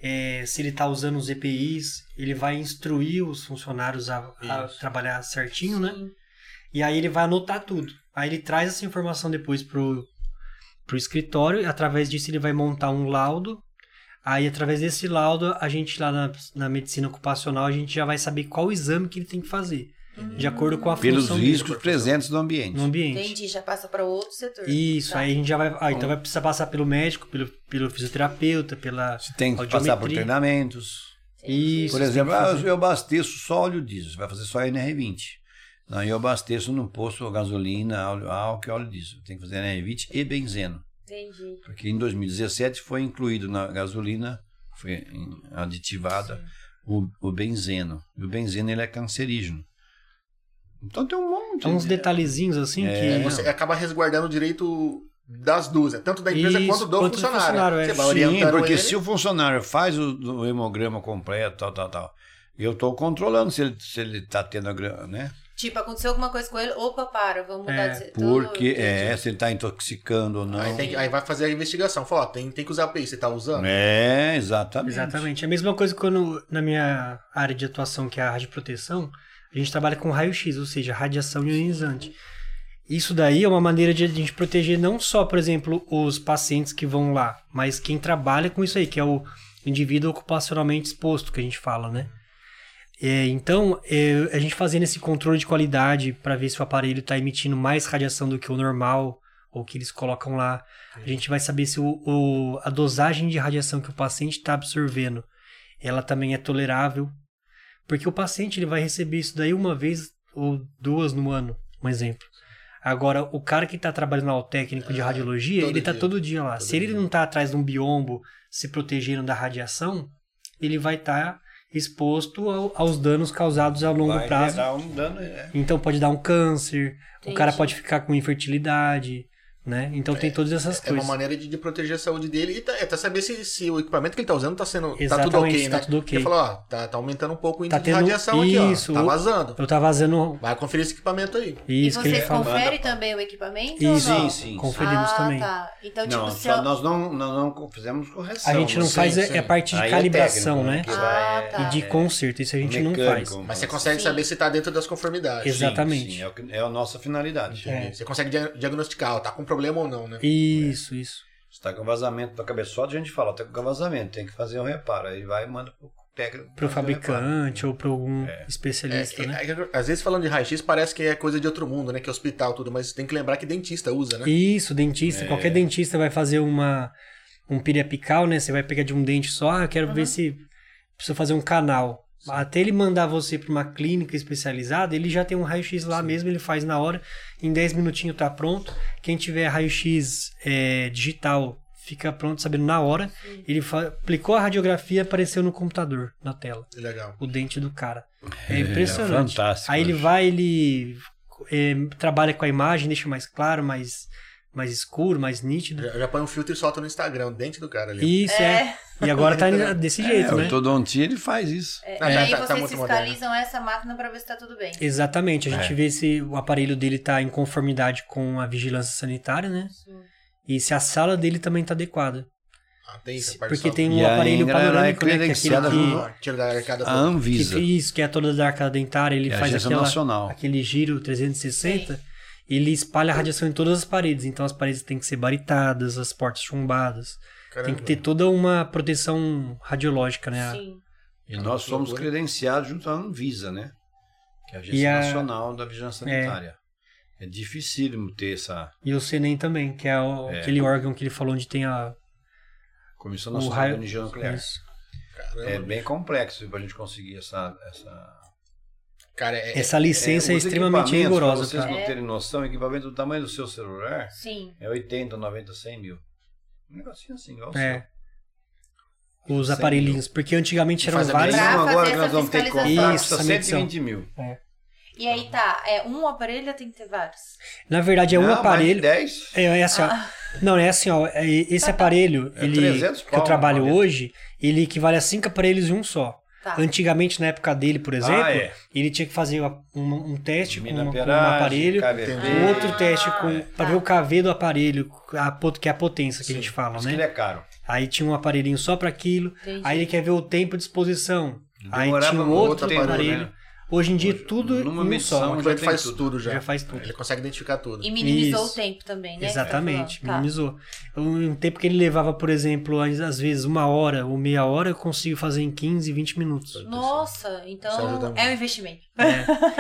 Speaker 4: eh, se ele está usando os EPIs, ele vai instruir os funcionários a, a trabalhar certinho, né?
Speaker 1: Sim.
Speaker 4: E aí ele vai anotar tudo. Aí ele traz essa informação depois pro, pro escritório e através disso ele vai montar um laudo. Aí através desse laudo, a gente lá na, na medicina ocupacional, a gente já vai saber qual exame que ele tem que fazer. De acordo com a
Speaker 3: pelos
Speaker 4: função dele
Speaker 3: riscos presentes no ambiente.
Speaker 4: no ambiente.
Speaker 1: Entendi, já passa para outro setor.
Speaker 4: Isso,
Speaker 1: Tá.
Speaker 4: aí a gente já vai. ah, então vai precisar passar pelo médico, pelo, pelo fisioterapeuta, pela.
Speaker 3: Você tem que passar por
Speaker 4: Audiometria.
Speaker 3: treinamentos.
Speaker 1: Entendi.
Speaker 4: Isso.
Speaker 3: Por
Speaker 4: você
Speaker 3: exemplo,
Speaker 4: tem que
Speaker 3: ah,
Speaker 4: fazer.
Speaker 3: eu abasteço só óleo diesel, você vai fazer só NR20. Não, eu abasteço num posto gasolina, óleo, álcool e óleo diesel. Tem que fazer NR20 e benzeno.
Speaker 1: Entendi.
Speaker 3: Porque em 2017 foi incluído na gasolina, foi em- aditivada o, o benzeno. E o benzeno ele é cancerígeno. Então tem um monte.
Speaker 4: Tem uns detalhezinhos assim
Speaker 2: É,
Speaker 4: que.
Speaker 2: Você acaba resguardando o direito das duas, né? tanto da empresa
Speaker 4: Isso,
Speaker 2: quanto do
Speaker 4: quanto do
Speaker 2: funcionário.
Speaker 4: funcionário, é.
Speaker 2: Você vai
Speaker 3: Sim,
Speaker 2: orientando
Speaker 3: porque
Speaker 2: ele.
Speaker 3: se o funcionário faz o, o hemograma completo, tal, tal, tal, eu estou controlando se ele, se ele tá tendo a grana, né?
Speaker 1: Tipo, aconteceu alguma coisa com ele, opa, para, vamos mudar
Speaker 4: É,
Speaker 1: de setor.
Speaker 3: Porque
Speaker 1: entendi.
Speaker 3: é, se ele tá intoxicando ou não.
Speaker 2: Aí, tem que- aí vai fazer a investigação. Fala, ó, tem, tem que usar o API, você tá usando?
Speaker 3: É, exatamente.
Speaker 4: Exatamente. É a mesma coisa quando, na minha área de atuação, que é a radioproteção, a gente trabalha com raio-x, ou seja, radiação ionizante. Isso daí é uma maneira de a gente proteger não só, por exemplo, os pacientes que vão lá, mas quem trabalha com isso aí, que é o indivíduo ocupacionalmente exposto, que a gente fala, né? É, então, é, a gente fazendo esse controle de qualidade para ver se o aparelho está emitindo mais radiação do que o normal, ou que eles colocam lá. A gente vai saber se o, o- a dosagem de radiação que o paciente está absorvendo, ela também é tolerável. Porque o paciente ele vai receber isso daí uma vez ou duas no ano, um exemplo. Agora, o cara que está trabalhando lá, o técnico de radiologia,
Speaker 2: É, todo
Speaker 4: ele está
Speaker 2: dia.
Speaker 4: todo dia lá.
Speaker 2: Todo
Speaker 4: se ele
Speaker 2: dia.
Speaker 4: não está atrás de um biombo se protegendo da radiação, ele vai estar exposto ao- aos danos causados a longo
Speaker 3: Vai
Speaker 4: prazo.
Speaker 3: gerar um dano, é.
Speaker 4: Então pode dar um câncer, o
Speaker 1: Entendi.
Speaker 4: cara pode ficar com infertilidade, né? Então tem todas essas
Speaker 2: É uma
Speaker 4: coisas.
Speaker 2: maneira de, de proteger a saúde dele e tá, é, tá saber se, se o equipamento que ele tá usando tá sendo. tá tudo
Speaker 4: Exatamente,
Speaker 2: ok,
Speaker 4: tá
Speaker 2: né?
Speaker 4: tudo ok.
Speaker 2: Ele falou, ó, tá, tá aumentando um pouco o índice
Speaker 4: Tá
Speaker 2: de
Speaker 4: tendo
Speaker 2: radiação aqui,
Speaker 4: isso,
Speaker 2: ó. Tá
Speaker 4: o-
Speaker 2: vazando.
Speaker 4: Eu tava fazendo
Speaker 2: Vai conferir esse equipamento aí.
Speaker 1: E
Speaker 4: isso que ele
Speaker 1: vocês
Speaker 4: falou.
Speaker 1: conferem
Speaker 3: Manda,
Speaker 1: também o equipamento? ou
Speaker 4: Isso,
Speaker 1: não?
Speaker 3: Sim, sim.
Speaker 4: conferimos
Speaker 1: ah,
Speaker 4: também.
Speaker 1: tá. Então,
Speaker 3: Não,
Speaker 1: tipo, se
Speaker 3: só
Speaker 1: eu...
Speaker 3: nós não, nós não fizemos correção.
Speaker 4: A gente não
Speaker 3: Sim,
Speaker 4: faz é
Speaker 2: sim.
Speaker 4: é a parte de
Speaker 3: Aí é
Speaker 4: calibração, né?
Speaker 3: técnico, que vai- é,
Speaker 1: Ah, tá.
Speaker 4: E de conserto, isso a gente não faz.
Speaker 3: mecânico, né?
Speaker 2: Mas você consegue
Speaker 1: Sim.
Speaker 2: saber se tá dentro das conformidades.
Speaker 4: Exato. Exatamente.
Speaker 3: Sim, é, o que- é a nossa finalidade.
Speaker 4: É.
Speaker 2: Você consegue dia- diagnosticar, ó, tá com problema ou não, né?
Speaker 4: Isso, isso.
Speaker 3: Se tá com vazamento da cabeçote, a gente fala, tá com vazamento, tem que fazer um reparo. Aí vai e manda pro técnico. fazer
Speaker 4: Pro
Speaker 3: o
Speaker 4: fabricante ou pro algum
Speaker 2: É,
Speaker 4: especialista,
Speaker 2: é,
Speaker 4: né?
Speaker 2: é, às vezes falando de raio-x parece que é coisa de outro mundo, né? Que é hospital tudo, mas tem que lembrar que dentista usa, né?
Speaker 4: Isso, dentista. Qualquer dentista vai fazer uma um piriapical, né? Você vai pegar de um dente só. Ah, eu quero ver se preciso fazer um canal. Até ele mandar você para uma clínica especializada, ele já tem um raio-x lá mesmo, ele faz na hora. Em 10 minutinhos tá pronto. Quem tiver raio-x é, digital fica pronto, sabendo na hora. Ele fa- aplicou a radiografia, apareceu no computador, na tela
Speaker 2: Legal.
Speaker 4: o dente do cara. É
Speaker 3: É,
Speaker 4: impressionante.
Speaker 3: fantástico,
Speaker 4: Aí ele
Speaker 3: acho.
Speaker 4: vai, ele é, trabalha com a imagem, deixa mais claro, mais, mais escuro, mais nítido.
Speaker 2: Já, já põe um filtro e solta no Instagram, o dente do cara ali.
Speaker 4: Isso é. E agora tá *laughs* desse
Speaker 3: É,
Speaker 4: jeito,
Speaker 3: o
Speaker 4: né?
Speaker 3: ortodontia ele faz isso.
Speaker 1: É,
Speaker 2: Não,
Speaker 1: e
Speaker 2: tá-
Speaker 1: aí
Speaker 2: tá- tá
Speaker 1: vocês
Speaker 2: muito
Speaker 1: fiscalizam essa máquina pra ver se tá tudo bem.
Speaker 4: Exatamente. A gente
Speaker 3: É.
Speaker 4: vê se o aparelho dele tá em conformidade com a vigilância sanitária, né? E se a sala dele também tá adequada.
Speaker 2: Ah, tem isso, a parte
Speaker 4: Porque
Speaker 2: só-
Speaker 4: tem um
Speaker 3: E a
Speaker 4: aparelho
Speaker 3: Angra, ela é
Speaker 4: panorâmico, né? Que é
Speaker 3: credenciada
Speaker 4: aquele
Speaker 2: Ah, Tira da arcada
Speaker 3: A
Speaker 2: toda.
Speaker 4: que,
Speaker 3: Anvisa,
Speaker 4: que isso, que é toda da arcada dentária, ele
Speaker 3: é a
Speaker 4: faz
Speaker 3: agência
Speaker 4: aquela...
Speaker 3: nacional.
Speaker 4: aquele giro 360, ele espalha a radiação em todas as paredes. Então as paredes têm que ser baritadas, as portas chumbadas. Tem
Speaker 2: Caramba.
Speaker 4: que ter toda uma proteção radiológica, né?
Speaker 1: Sim.
Speaker 3: E nós somos credenciados junto à Anvisa, né? Que é a
Speaker 4: E
Speaker 3: Agência
Speaker 4: a-
Speaker 3: Nacional da Vigilância Sanitária. É, dificílimo ter essa
Speaker 4: E o CNEM também, que é, o-
Speaker 3: É.
Speaker 4: aquele órgão que ele falou onde tem a.
Speaker 3: Comissão
Speaker 4: o
Speaker 3: Nacional de
Speaker 4: raio.
Speaker 3: Energia Nuclear.
Speaker 4: Isso.
Speaker 2: Caramba.
Speaker 3: É bem complexo para a gente conseguir essa. essa...
Speaker 2: Cara, é,
Speaker 4: Essa licença é,
Speaker 3: os
Speaker 4: extremamente
Speaker 3: equipamentos,
Speaker 4: rigorosa.
Speaker 3: Para vocês
Speaker 4: tá?
Speaker 3: não terem noção, o equipamento do tamanho do seu celular
Speaker 1: Sim.
Speaker 3: é 80, 90, 100 mil. Um negocinho assim, igual o seu.
Speaker 4: É. Os
Speaker 3: Sempre.
Speaker 4: aparelhinhos, porque antigamente eram
Speaker 2: Faz a
Speaker 4: vários.
Speaker 3: Tem um
Speaker 1: Pra
Speaker 3: agora
Speaker 1: fazer
Speaker 3: que nós
Speaker 1: essa
Speaker 3: vamos ter que comprar,
Speaker 1: fiscalização.
Speaker 3: custa
Speaker 4: Isso,
Speaker 3: 120 mil.
Speaker 1: E aí tá, é um aparelho ou tem que ter vários?
Speaker 4: Na verdade, é um
Speaker 3: Não, mais de
Speaker 4: aparelho.
Speaker 3: 10.
Speaker 4: É, é assim, ó.
Speaker 1: Ah.
Speaker 4: Não, é assim, ó. é- Esse aparelho,
Speaker 3: É
Speaker 4: ele,
Speaker 3: 300
Speaker 4: que
Speaker 3: pau,
Speaker 4: eu trabalho
Speaker 3: né,
Speaker 4: hoje, ele equivale a cinco aparelhos em um só.
Speaker 1: Tá.
Speaker 4: Antigamente, na época dele, por exemplo,
Speaker 3: é.
Speaker 4: ele tinha que fazer uma- um, um teste com, uma- com um
Speaker 3: Minaperagem,
Speaker 4: aparelho,
Speaker 3: KVD.
Speaker 4: um outro teste com
Speaker 1: tá.
Speaker 4: para ver o KV do aparelho, a pot- que é a potência que a gente
Speaker 3: Por
Speaker 4: fala,
Speaker 3: isso que ele
Speaker 4: né?
Speaker 3: é caro.
Speaker 4: Aí tinha um aparelhinho só para aquilo,
Speaker 1: Entendi.
Speaker 4: aí ele quer ver o tempo de exposição, aí
Speaker 3: Demorava
Speaker 4: tinha um
Speaker 3: muito
Speaker 4: outro
Speaker 3: tempo,
Speaker 4: aparelho.
Speaker 3: né?
Speaker 4: Hoje em dia, tudo em
Speaker 3: numa
Speaker 4: um
Speaker 3: medição,
Speaker 4: só.
Speaker 2: o
Speaker 3: já
Speaker 2: cliente
Speaker 3: tem
Speaker 2: faz
Speaker 3: tudo.
Speaker 2: tudo já.
Speaker 4: Já faz tudo.
Speaker 2: Ele consegue identificar tudo.
Speaker 1: E minimizou
Speaker 4: Isso.
Speaker 1: o tempo também, né?
Speaker 4: Exatamente,
Speaker 1: Tá.
Speaker 4: minimizou. Um tempo que ele levava, por exemplo, às às vezes uma hora ou meia hora, eu consigo fazer em 15, 20 minutos.
Speaker 1: Nossa,
Speaker 2: Isso ajuda
Speaker 1: então
Speaker 2: muito.
Speaker 1: é um investimento.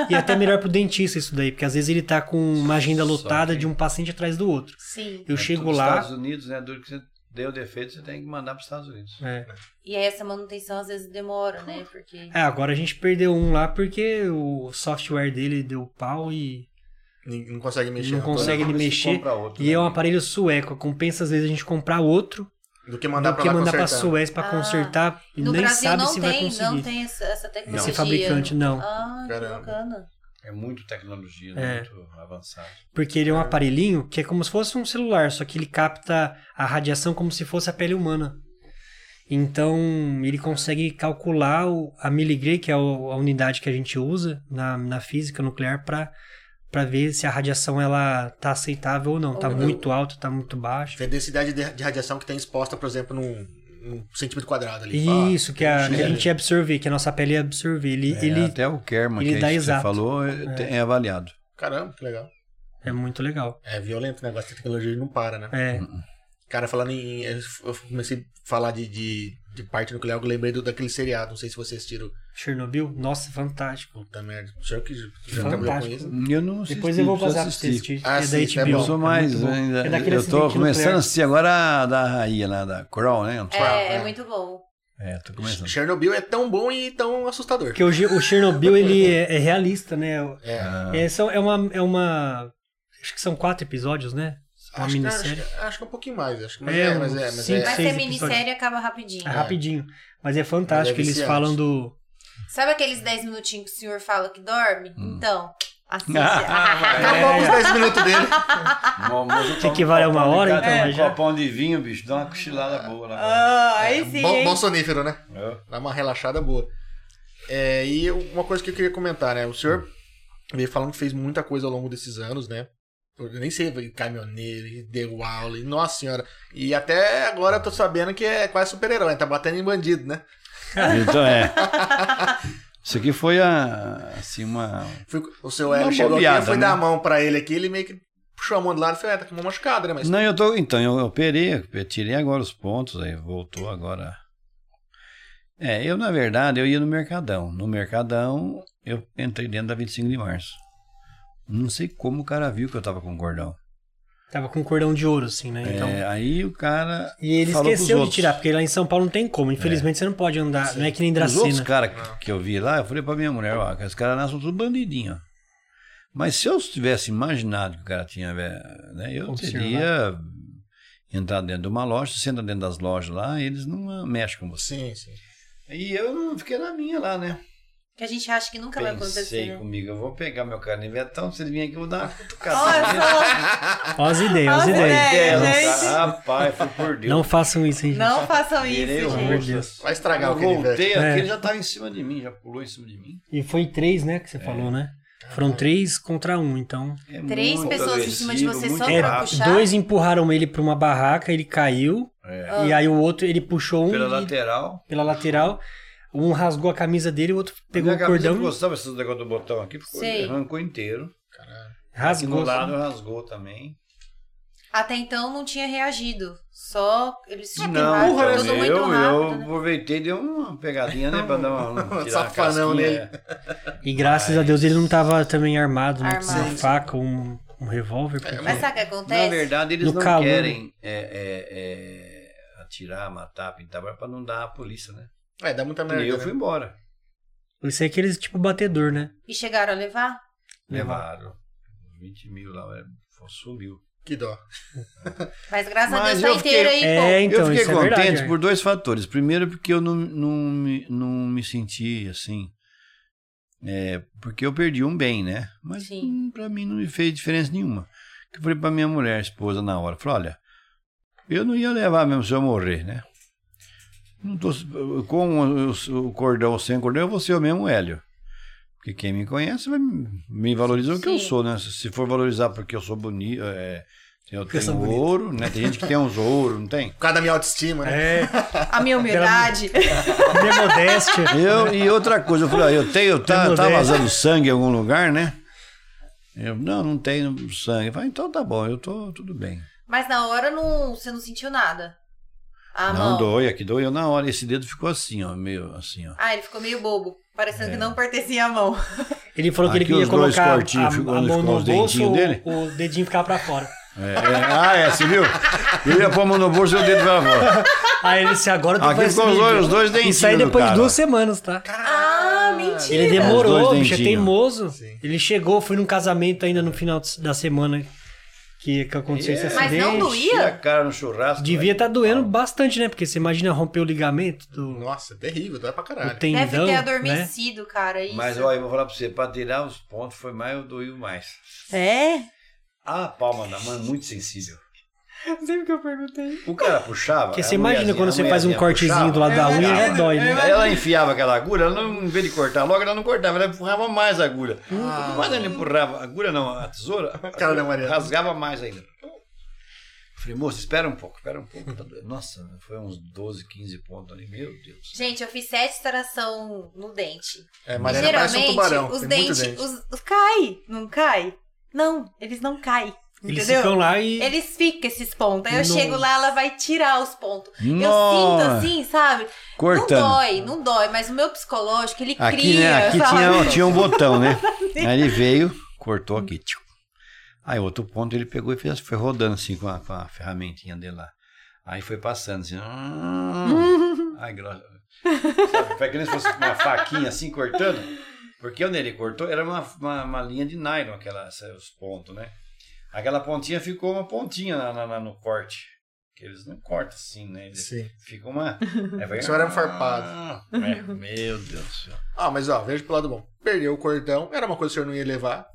Speaker 4: E é até melhor pro dentista isso daí, porque às vezes ele tá com uma agenda
Speaker 3: Só
Speaker 4: lotada
Speaker 3: que-
Speaker 4: de um paciente atrás do outro.
Speaker 1: *laughs* Sim.
Speaker 4: Eu
Speaker 3: É
Speaker 4: chego
Speaker 3: tudo
Speaker 4: lá,
Speaker 3: Estados Unidos, né? Duro que você deu defeito, você tem que mandar para os Estados Unidos.
Speaker 4: É.
Speaker 1: E aí essa manutenção às vezes demora, né? Porque.
Speaker 4: É, agora a gente perdeu um lá porque o software dele deu pau e.
Speaker 2: Não não consegue mexer.
Speaker 4: Não
Speaker 2: Antônio.
Speaker 4: consegue
Speaker 3: Toda
Speaker 4: ele
Speaker 3: vez que
Speaker 4: mexer
Speaker 3: compra outro,
Speaker 4: E
Speaker 3: né?
Speaker 4: é um aparelho sueco. Compensa às vezes a gente comprar outro
Speaker 2: Do que mandar
Speaker 4: do
Speaker 2: pra
Speaker 4: que
Speaker 2: lá
Speaker 4: mandar pra
Speaker 2: consertar.
Speaker 4: Suécia pra
Speaker 1: Ah,
Speaker 4: consertar e
Speaker 1: No
Speaker 4: nem
Speaker 1: Brasil
Speaker 4: sabe
Speaker 1: não
Speaker 4: se vai
Speaker 1: tem,
Speaker 4: conseguir.
Speaker 1: não tem essa, essa tecnologia.
Speaker 4: Esse fabricante, não.
Speaker 1: Ah, que
Speaker 2: Caramba.
Speaker 1: bacana.
Speaker 3: É muito tecnologia, né?
Speaker 4: É.
Speaker 3: muito avançado.
Speaker 4: Porque ele é um aparelhinho que é como se fosse um celular, só que ele capta a radiação como se fosse a pele humana. Então, ele consegue calcular o- a miligrey, que é o- a unidade que a gente usa na, na física nuclear, para ver se a radiação ela tá aceitável ou não. Tá
Speaker 1: Ou não.
Speaker 4: muito alta, tá muito baixa.
Speaker 2: Vê a densidade de, de radiação que tem exposta, por exemplo, num, num centímetro quadrado ali.
Speaker 4: Isso, que a, que a
Speaker 2: engenharia.
Speaker 4: gente é absorve, que a nossa pele absorve. Ele
Speaker 3: É,
Speaker 4: ele-
Speaker 3: até o Kerman
Speaker 4: ele
Speaker 3: que,
Speaker 4: dá
Speaker 3: a gente-
Speaker 4: exato.
Speaker 3: você falou é, tem- é avaliado.
Speaker 2: Caramba, que legal.
Speaker 4: é muito legal.
Speaker 2: É violento o negócio, a tecnologia não para, né?
Speaker 4: É,
Speaker 3: Uhum.
Speaker 2: Cara, falando em. Eu comecei a falar de, de, de parte nuclear, eu lembrei do, daquele seriado. Não sei se vocês assistiram.
Speaker 4: Chernobyl, nossa, fantástico.
Speaker 2: Puta merda. O senhor que já trabalhou com
Speaker 4: Fantástico.
Speaker 2: isso.
Speaker 3: Eu não assisti,
Speaker 4: Depois eu vou
Speaker 3: preciso
Speaker 4: passar pra você assistir.
Speaker 2: Ah,
Speaker 4: é
Speaker 2: assiste,
Speaker 4: da
Speaker 2: é
Speaker 4: HBO.
Speaker 2: bom.
Speaker 3: Eu sou mais
Speaker 4: muito bom.
Speaker 3: ainda.
Speaker 4: É daquele
Speaker 3: eu tô
Speaker 4: acidente
Speaker 3: começando
Speaker 4: nuclear.
Speaker 3: a assistir agora a da rainha lá, da Coral, né?
Speaker 1: É, é muito bom.
Speaker 3: É, tô começando.
Speaker 2: Chernobyl é tão bom e tão assustador.
Speaker 4: Porque o, Ge- o Chernobyl, ele é, é realista, né?
Speaker 3: Ah,
Speaker 4: É, são, é, uma, é uma... Acho que são quatro episódios, né? Uma
Speaker 2: acho, que,
Speaker 4: minissérie.
Speaker 2: acho, acho que é um pouquinho mais. Acho que, mas
Speaker 4: É,
Speaker 2: é, mas é,
Speaker 4: uns
Speaker 2: mas
Speaker 4: cinco,
Speaker 2: é.
Speaker 1: Mas
Speaker 4: Seis
Speaker 1: ser minissérie acaba rapidinho.
Speaker 4: É rapidinho. Mas é fantástico.
Speaker 2: Mas é
Speaker 4: Eles
Speaker 2: viciante.
Speaker 4: falam do...
Speaker 1: Sabe aqueles 10 minutinhos que o senhor fala que dorme?
Speaker 3: Hum.
Speaker 1: Então, assiste.
Speaker 3: *laughs*
Speaker 2: Acabou
Speaker 4: É.
Speaker 2: os 10 minutos dele.
Speaker 3: bom, mas eu tomo
Speaker 4: que vale
Speaker 3: um
Speaker 4: uma
Speaker 3: copão de
Speaker 4: hora,
Speaker 3: cada-
Speaker 4: então,
Speaker 3: Um
Speaker 4: já?
Speaker 3: copão de vinho, bicho, dá uma cochilada boa lá.
Speaker 5: Ah, aí sim,
Speaker 2: Bom,
Speaker 5: hein?
Speaker 2: bom sonífero, né?
Speaker 3: É.
Speaker 2: Dá uma relaxada boa. É, e eu- uma coisa que eu queria comentar, né? O senhor veio falando que fez muita coisa ao longo desses anos, né? Eu nem sei, caminhoneiro, e deu aula, e nossa senhora. E até agora eu tô sabendo que é quase super-herói, tá batendo em bandido, né?
Speaker 3: Então é. Isso aqui foi a, assim, uma.
Speaker 2: Fui- o seu
Speaker 3: Uma
Speaker 2: Hélio chegou aqui,
Speaker 3: bobeada,
Speaker 2: eu fui
Speaker 3: né?
Speaker 2: dar a mão pra ele aqui, ele meio que puxou a mão do lado e falou, é, tá com uma machucada, né? Mas
Speaker 3: Não, eu tô. Então, eu operei, eu tirei agora os pontos, aí voltou agora. É, eu, na verdade, eu ia no Mercadão. No Mercadão, eu entrei dentro da 25 de março. Não sei como o cara viu que eu tava com cordão.
Speaker 4: Tava com um cordão de ouro, assim, né? Então...
Speaker 3: É, aí o cara.
Speaker 4: E ele
Speaker 3: falou pros
Speaker 4: esqueceu de
Speaker 3: outros.
Speaker 4: tirar, porque lá em São Paulo não tem como. Infelizmente, você não pode andar. Não é que nem
Speaker 3: Os outros
Speaker 4: Dracena.
Speaker 3: caras que, que eu vi lá, eu falei pra minha mulher, ó, esses caras lá são tudo bandidinho. ó. Mas se eu tivesse imaginado que o cara tinha, eh, né, eu
Speaker 4: Observar.
Speaker 3: teria entrado dentro de uma loja, você entra dentro das lojas lá, eles não ah, mexem com você.
Speaker 2: sim, sim.
Speaker 3: E eu não fiquei na minha lá, né?
Speaker 1: Que a gente acha que nunca vai acontecer.
Speaker 3: Pensei
Speaker 1: né?
Speaker 3: comigo, eu vou pegar meu canivetão, se ele vir aqui, eu vou dar uma
Speaker 5: Olha
Speaker 3: cutucada.
Speaker 5: só,
Speaker 4: Ó as ideias, ó
Speaker 5: Olha
Speaker 4: as
Speaker 5: as
Speaker 4: ideias.
Speaker 5: ideias,
Speaker 3: Nossa,
Speaker 5: gente.
Speaker 3: Rapaz, foi por Deus.
Speaker 4: Não façam isso, hein, gente.
Speaker 5: não façam
Speaker 3: Virei
Speaker 5: isso,
Speaker 3: um o
Speaker 5: gente.
Speaker 4: Meu
Speaker 3: rosto.
Speaker 4: Deus.
Speaker 2: Vai estragar
Speaker 3: Eu
Speaker 2: o aquele velho.
Speaker 3: voltei,
Speaker 4: É.
Speaker 3: aquele já tava em cima de mim, já pulou em cima de mim.
Speaker 4: E foi três, né, que você falou, né? Foram três contra um, então...
Speaker 3: É
Speaker 1: Três
Speaker 3: muito
Speaker 1: pessoas em cima de
Speaker 3: agressivo,
Speaker 1: você
Speaker 3: muito
Speaker 1: só
Speaker 4: É,
Speaker 1: pra
Speaker 3: rápido.
Speaker 1: puxar.
Speaker 4: dois empurraram ele pra uma barraca, ele caiu. E aí o outro, ele puxou um
Speaker 3: É. Pela
Speaker 4: e-
Speaker 3: lateral.
Speaker 4: pela lateral. Um rasgou a camisa dele, o outro pegou
Speaker 3: Minha
Speaker 4: o
Speaker 3: camisa
Speaker 4: cordão,
Speaker 3: Não gostava desse negócio do botão aqui, porque
Speaker 1: Sei.
Speaker 3: arrancou inteiro. Aqui
Speaker 4: rasgou.
Speaker 3: do lado né? rasgou também.
Speaker 1: Até então não tinha reagido. Só eles se
Speaker 3: não,
Speaker 1: empurraram,
Speaker 3: então,
Speaker 1: tudo
Speaker 3: eu,
Speaker 1: muito
Speaker 3: eu
Speaker 1: rápido, né?
Speaker 3: aproveitei e dei uma pegadinha, né? Pra dar uma.
Speaker 2: Um
Speaker 3: tirar a
Speaker 2: safanão
Speaker 3: casquinha,
Speaker 2: nele.
Speaker 3: né?
Speaker 4: E graças a Deus ele não tava também armado, né? Com uma
Speaker 1: Armado. É,
Speaker 4: faca, um, um revólver. porque-
Speaker 1: Mas sabe o que
Speaker 3: Na
Speaker 1: acontece?
Speaker 3: verdade, eles
Speaker 4: No
Speaker 3: não
Speaker 4: calor.
Speaker 3: querem é, é, é, atirar, matar, pintar, pra não dar a polícia, né?
Speaker 2: É, dá muita merda,
Speaker 3: E eu
Speaker 2: né?
Speaker 3: fui embora.
Speaker 4: Isso é aqueles tipo batedor, né?
Speaker 1: E chegaram a levar?
Speaker 3: Levaram. 20 mil lá, é, subiu.
Speaker 2: Que dó.
Speaker 1: Mas graças a Deus
Speaker 3: Mas
Speaker 1: tá
Speaker 3: eu fiquei-
Speaker 1: inteiro aí,
Speaker 4: É,
Speaker 1: pô.
Speaker 4: então,
Speaker 3: eu fiquei
Speaker 4: isso é
Speaker 3: contente
Speaker 4: verdade. é.
Speaker 3: por dois fatores. Primeiro, porque eu não, não, me- não me senti assim. é, porque eu perdi um bem, né? Mas
Speaker 1: Sim.
Speaker 3: hum, pra mim não me fez diferença nenhuma. Que eu falei pra minha mulher, esposa, na hora: falei, olha, eu não ia levar mesmo se eu morrer, né? Não tô, com o, o cordão ou sem cordão, eu vou ser o mesmo Hélio. Porque quem me conhece vai me- me valoriza o que eu
Speaker 1: Sim.
Speaker 3: sou, né? Se se for valorizar porque eu sou bonito, é, eu
Speaker 4: Porque eu sou
Speaker 3: tenho
Speaker 4: bonito.
Speaker 3: ouro, né? Tem gente que tem uns ouro, não tem?
Speaker 2: Por causa da minha autoestima, né?
Speaker 4: É,
Speaker 5: A minha humildade.
Speaker 4: de
Speaker 3: *laughs*
Speaker 4: modéstia.
Speaker 3: Eu, e outra coisa, eu falei, ó, eu tenho, tá,
Speaker 4: Tem
Speaker 3: tá
Speaker 4: modéstia.
Speaker 3: vazando sangue em algum lugar, né? Eu, não, não tenho sangue. Eu falei, então tá bom, eu tô tudo bem.
Speaker 1: Mas na hora não, você não sentiu nada. Ah,
Speaker 3: não
Speaker 1: mão.
Speaker 3: dói, aqui doeu na hora. Esse dedo ficou assim, ó, meio assim, ó.
Speaker 1: Ah, ele ficou meio bobo. Parecendo que não pertencia à mão.
Speaker 4: Ele falou que
Speaker 3: Aqui
Speaker 4: ele queria
Speaker 3: os dois
Speaker 4: colocar a,
Speaker 3: cortinhos,
Speaker 4: a
Speaker 3: ficou-
Speaker 4: mão
Speaker 3: ficou
Speaker 4: no
Speaker 3: os dentinhos
Speaker 4: bolso, o-
Speaker 3: dele?
Speaker 4: o dedinho ficava pra fora.
Speaker 3: É, é, ah, é, você viu? Eu ia pôr a mão no bolso e o dedo vai fora.
Speaker 4: Aí ele disse, agora tu
Speaker 3: Aqui
Speaker 4: faz
Speaker 3: ficou os
Speaker 4: vídeo.
Speaker 3: dois, os dois dentinhos.
Speaker 4: Isso aí
Speaker 3: do
Speaker 4: depois de
Speaker 3: cara.
Speaker 4: duas semanas, tá?
Speaker 1: Ah, mentira.
Speaker 4: Ele
Speaker 3: É, os
Speaker 4: demorou,
Speaker 3: dois
Speaker 4: o bicho é
Speaker 3: dentinhos.
Speaker 4: teimoso.
Speaker 2: Sim.
Speaker 4: Ele chegou, foi num casamento ainda no final da semana que, que aconteceu
Speaker 2: É.
Speaker 4: esse
Speaker 1: Mas
Speaker 4: é acidente.
Speaker 1: não doía?
Speaker 3: Enfia a cara no churrasco.
Speaker 4: Devia tá-
Speaker 3: velho.
Speaker 4: estar doendo bastante, né? Porque você imagina romper o ligamento do,
Speaker 2: Nossa, é terrível, dói pra
Speaker 4: do
Speaker 2: caralho.
Speaker 1: Deve
Speaker 4: tendão,
Speaker 1: ter
Speaker 4: né?
Speaker 1: adormecido, cara. Isso.
Speaker 3: Mas olha, eu vou falar pra você, pra tirar os pontos foi mais, eu doiu mais.
Speaker 5: É?
Speaker 3: A palma da mão é muito sensível.
Speaker 5: Sempre que eu perguntei.
Speaker 3: O cara puxava.
Speaker 4: Porque
Speaker 3: a
Speaker 4: você imagina
Speaker 3: mulherzinha-
Speaker 4: quando
Speaker 3: a
Speaker 4: você faz um
Speaker 3: mulherzinha
Speaker 4: cortezinho do
Speaker 3: puxava,
Speaker 4: lado da
Speaker 5: É
Speaker 4: unha, já
Speaker 5: verdade.
Speaker 4: dói, né?
Speaker 5: É.
Speaker 3: Ela enfiava aquela agulha, ela não, em vez de cortar logo, ela não cortava, ela empurrava mais a agulha. Quanto mais ela empurrava a agulha, não, a tesoura, a
Speaker 2: Ah. Cara da Maria.
Speaker 3: rasgava mais ainda. Falei, moço, espera um pouco, espera um pouco. tá doendo. Nossa, foi uns 12, 15 pontos ali, meu Deus.
Speaker 1: Gente, eu fiz sete extração no dente.
Speaker 2: É,
Speaker 1: E
Speaker 2: Mariana parece um
Speaker 1: geralmente,
Speaker 2: tubarão.
Speaker 1: os
Speaker 2: tem
Speaker 1: dentes.
Speaker 2: muito dente.
Speaker 1: Os, os- cai, não cai? Não, eles não caem.
Speaker 4: Eles
Speaker 1: entendeu?
Speaker 4: ficam lá e. *laughs*
Speaker 1: Eles ficam esses pontos. Aí eu
Speaker 4: Nossa.
Speaker 1: chego lá, ela vai tirar os pontos. Eu sinto
Speaker 3: Nossa.
Speaker 1: assim, sabe? Não dói, não dói, mas o meu psicológico, ele
Speaker 3: Aqui, né?
Speaker 1: cria.
Speaker 3: Aqui
Speaker 1: sabe?
Speaker 3: tinha, tinha um
Speaker 1: *laughs*
Speaker 3: botão, né? Aí ele veio, cortou aqui. tchiu. Aí outro ponto ele pegou e fez, foi rodando assim com a, com a ferramentinha dele lá. Aí foi passando assim. *laughs* hum. Ai, grossa. Sabe, foi que nem se fosse uma faquinha assim cortando. Porque onde ele cortou era uma, uma, uma linha de nylon, aquela, essa- os pontos, né? Aquela pontinha ficou uma pontinha na, na- na- no corte. Que eles não cortam assim, né? Eles
Speaker 2: Sim. *laughs*
Speaker 3: ficam uma. Aí vai-
Speaker 2: Isso era um farpado.
Speaker 3: Ah, é, meu Deus do céu.
Speaker 2: Ah, mas ó, veja pelo lado bom. Perdeu o cordão, era uma coisa que o senhor não ia levar.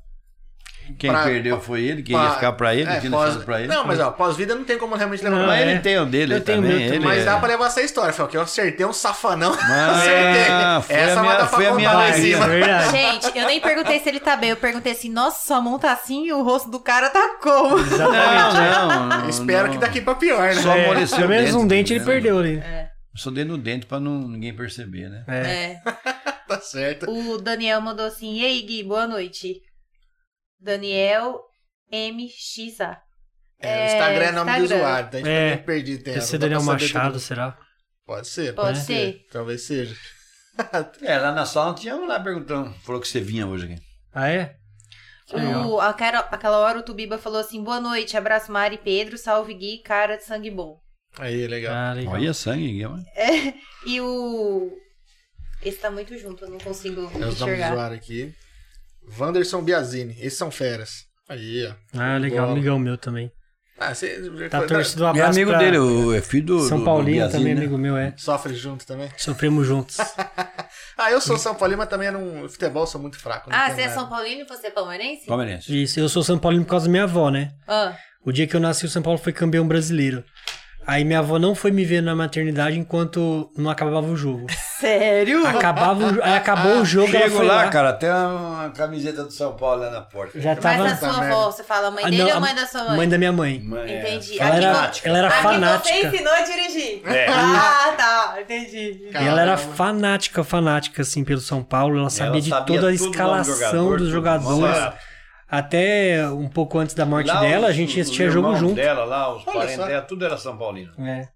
Speaker 3: Quem
Speaker 2: Pra-
Speaker 3: perdeu foi ele, quem
Speaker 2: pra-
Speaker 3: ia ficar pra ele,
Speaker 2: É,
Speaker 3: quem não
Speaker 2: pós-
Speaker 3: fica pra ele.
Speaker 2: Não, mas ó, pós-vida não tem como realmente levar.
Speaker 4: Não,
Speaker 2: mas
Speaker 3: mas
Speaker 4: é.
Speaker 3: ele tem o dele
Speaker 4: Eu tenho
Speaker 3: também.
Speaker 4: meu
Speaker 3: ele
Speaker 4: também.
Speaker 2: mas
Speaker 3: é-
Speaker 2: dá pra levar essa história, Fel, que eu acertei um safanão.
Speaker 3: Mas- é,
Speaker 2: Acertei.
Speaker 3: foi
Speaker 2: Essa
Speaker 3: a
Speaker 2: vai
Speaker 3: minha,
Speaker 2: dar pra
Speaker 3: foi a minha
Speaker 2: contar lá em
Speaker 3: alegria.
Speaker 4: É
Speaker 2: cima.
Speaker 1: *laughs*
Speaker 4: verdade.
Speaker 1: Gente, eu nem perguntei se ele tá bem. Eu perguntei assim, nossa, sua mão tá assim e o rosto do cara tá como?
Speaker 3: Não, não,
Speaker 2: *laughs*
Speaker 3: não,
Speaker 2: Espero
Speaker 3: não.
Speaker 2: que daqui pra pior, né?
Speaker 3: Só amoleceu
Speaker 4: né? Pelo
Speaker 3: o
Speaker 4: menos um dente ele
Speaker 3: né?
Speaker 4: perdeu ali.
Speaker 3: Só dei no dente pra não, ninguém perceber, né?
Speaker 4: É.
Speaker 1: É.
Speaker 2: *laughs* Tá certo.
Speaker 1: O Daniel mandou assim, ei Gui, boa noite. Daniel MXA.
Speaker 2: É, o Instagram é nome do
Speaker 1: Instagram.
Speaker 2: usuário, tá? A gente
Speaker 4: É.
Speaker 2: é. perdido tempo.
Speaker 4: Deve
Speaker 2: não dá pra
Speaker 4: ser Daniel
Speaker 2: saber
Speaker 4: um Machado,
Speaker 2: tudo.
Speaker 4: será?
Speaker 2: Pode ser,
Speaker 1: Pode ser.
Speaker 2: Talvez seja.
Speaker 3: É, lá na sala tinha um lá perguntando. Falou que você vinha hoje aqui.
Speaker 4: Ah, é? Que legal.
Speaker 1: O, aquela, aquela hora o Tubiba falou assim, boa noite, abraço Mari e Pedro, salve Gui, cara de sangue bom.
Speaker 2: Aí, legal.
Speaker 4: Ah, legal.
Speaker 3: Olha sangue, Guilherme.
Speaker 1: E o... Esse tá muito junto, eu não consigo
Speaker 2: É os nomes do
Speaker 1: enxergar.
Speaker 2: usuário aqui. Wanderson Biazini. Esses são feras. Aí, ó.
Speaker 4: Ah, legal.
Speaker 2: Bola.
Speaker 4: Amigão meu também.
Speaker 2: Ah, você...
Speaker 4: Tá torcido um
Speaker 3: É
Speaker 4: abraço
Speaker 3: amigo
Speaker 4: pra
Speaker 3: dele, o, é filho do. do-
Speaker 4: São
Speaker 3: do
Speaker 4: Paulino
Speaker 3: Biazini,
Speaker 4: também,
Speaker 3: né?
Speaker 4: amigo meu, é.
Speaker 2: Sofre junto também?
Speaker 4: Sofremos juntos.
Speaker 2: *laughs* Ah, eu sou São Paulino, mas também eu não, futebol eu sou muito fraco. né? Então, não
Speaker 1: Ah,
Speaker 2: entendo
Speaker 1: você é
Speaker 2: nada.
Speaker 1: São Paulino e você é palmeirense?
Speaker 3: Palmeirense.
Speaker 4: Isso, eu sou São Paulino por causa da minha avó, né?
Speaker 1: Ah,
Speaker 4: O dia que eu nasci, o São Paulo foi campeão brasileiro. Aí minha avó não foi me ver na maternidade enquanto não acabava
Speaker 3: *laughs*
Speaker 4: o jogo.
Speaker 1: sério?
Speaker 4: Acabava o, jo- aí acabou o jogo, ela
Speaker 3: Chego
Speaker 4: foi
Speaker 3: lá,
Speaker 4: lá.
Speaker 3: cara, até uma camiseta do São Paulo lá na porta.
Speaker 4: Já tava...
Speaker 1: Mas a sua
Speaker 2: merda.
Speaker 1: avó, você fala a mãe
Speaker 4: Ah,
Speaker 1: dele
Speaker 4: não,
Speaker 1: ou a mãe da sua mãe?
Speaker 4: Mãe da minha mãe.
Speaker 3: Mas-
Speaker 2: É.
Speaker 1: Entendi.
Speaker 4: Ela
Speaker 1: Aqui
Speaker 4: era,
Speaker 1: vo-
Speaker 4: ela era
Speaker 1: aqui
Speaker 4: fanática.
Speaker 1: você ensinou a dirigir.
Speaker 3: É.
Speaker 1: *laughs* Ah, tá. Entendi.
Speaker 2: né,
Speaker 4: E ela era
Speaker 2: Caramba.
Speaker 4: fanática, fanática, assim, pelo São Paulo. Ela sabia de
Speaker 3: sabia
Speaker 4: toda a
Speaker 3: tudo do
Speaker 4: escalação
Speaker 3: nome do
Speaker 4: dos
Speaker 3: jogador, tudo.
Speaker 4: jogadores.
Speaker 3: Nossa.
Speaker 4: Até um pouco antes da morte
Speaker 3: Lá
Speaker 4: dela, a
Speaker 3: os-
Speaker 4: gente
Speaker 3: os
Speaker 4: assistia jogo
Speaker 3: irmãos
Speaker 4: junto.
Speaker 3: dela lá, os
Speaker 2: Olha
Speaker 3: parentes
Speaker 2: só.
Speaker 3: dela, tudo era São Paulino.
Speaker 4: É.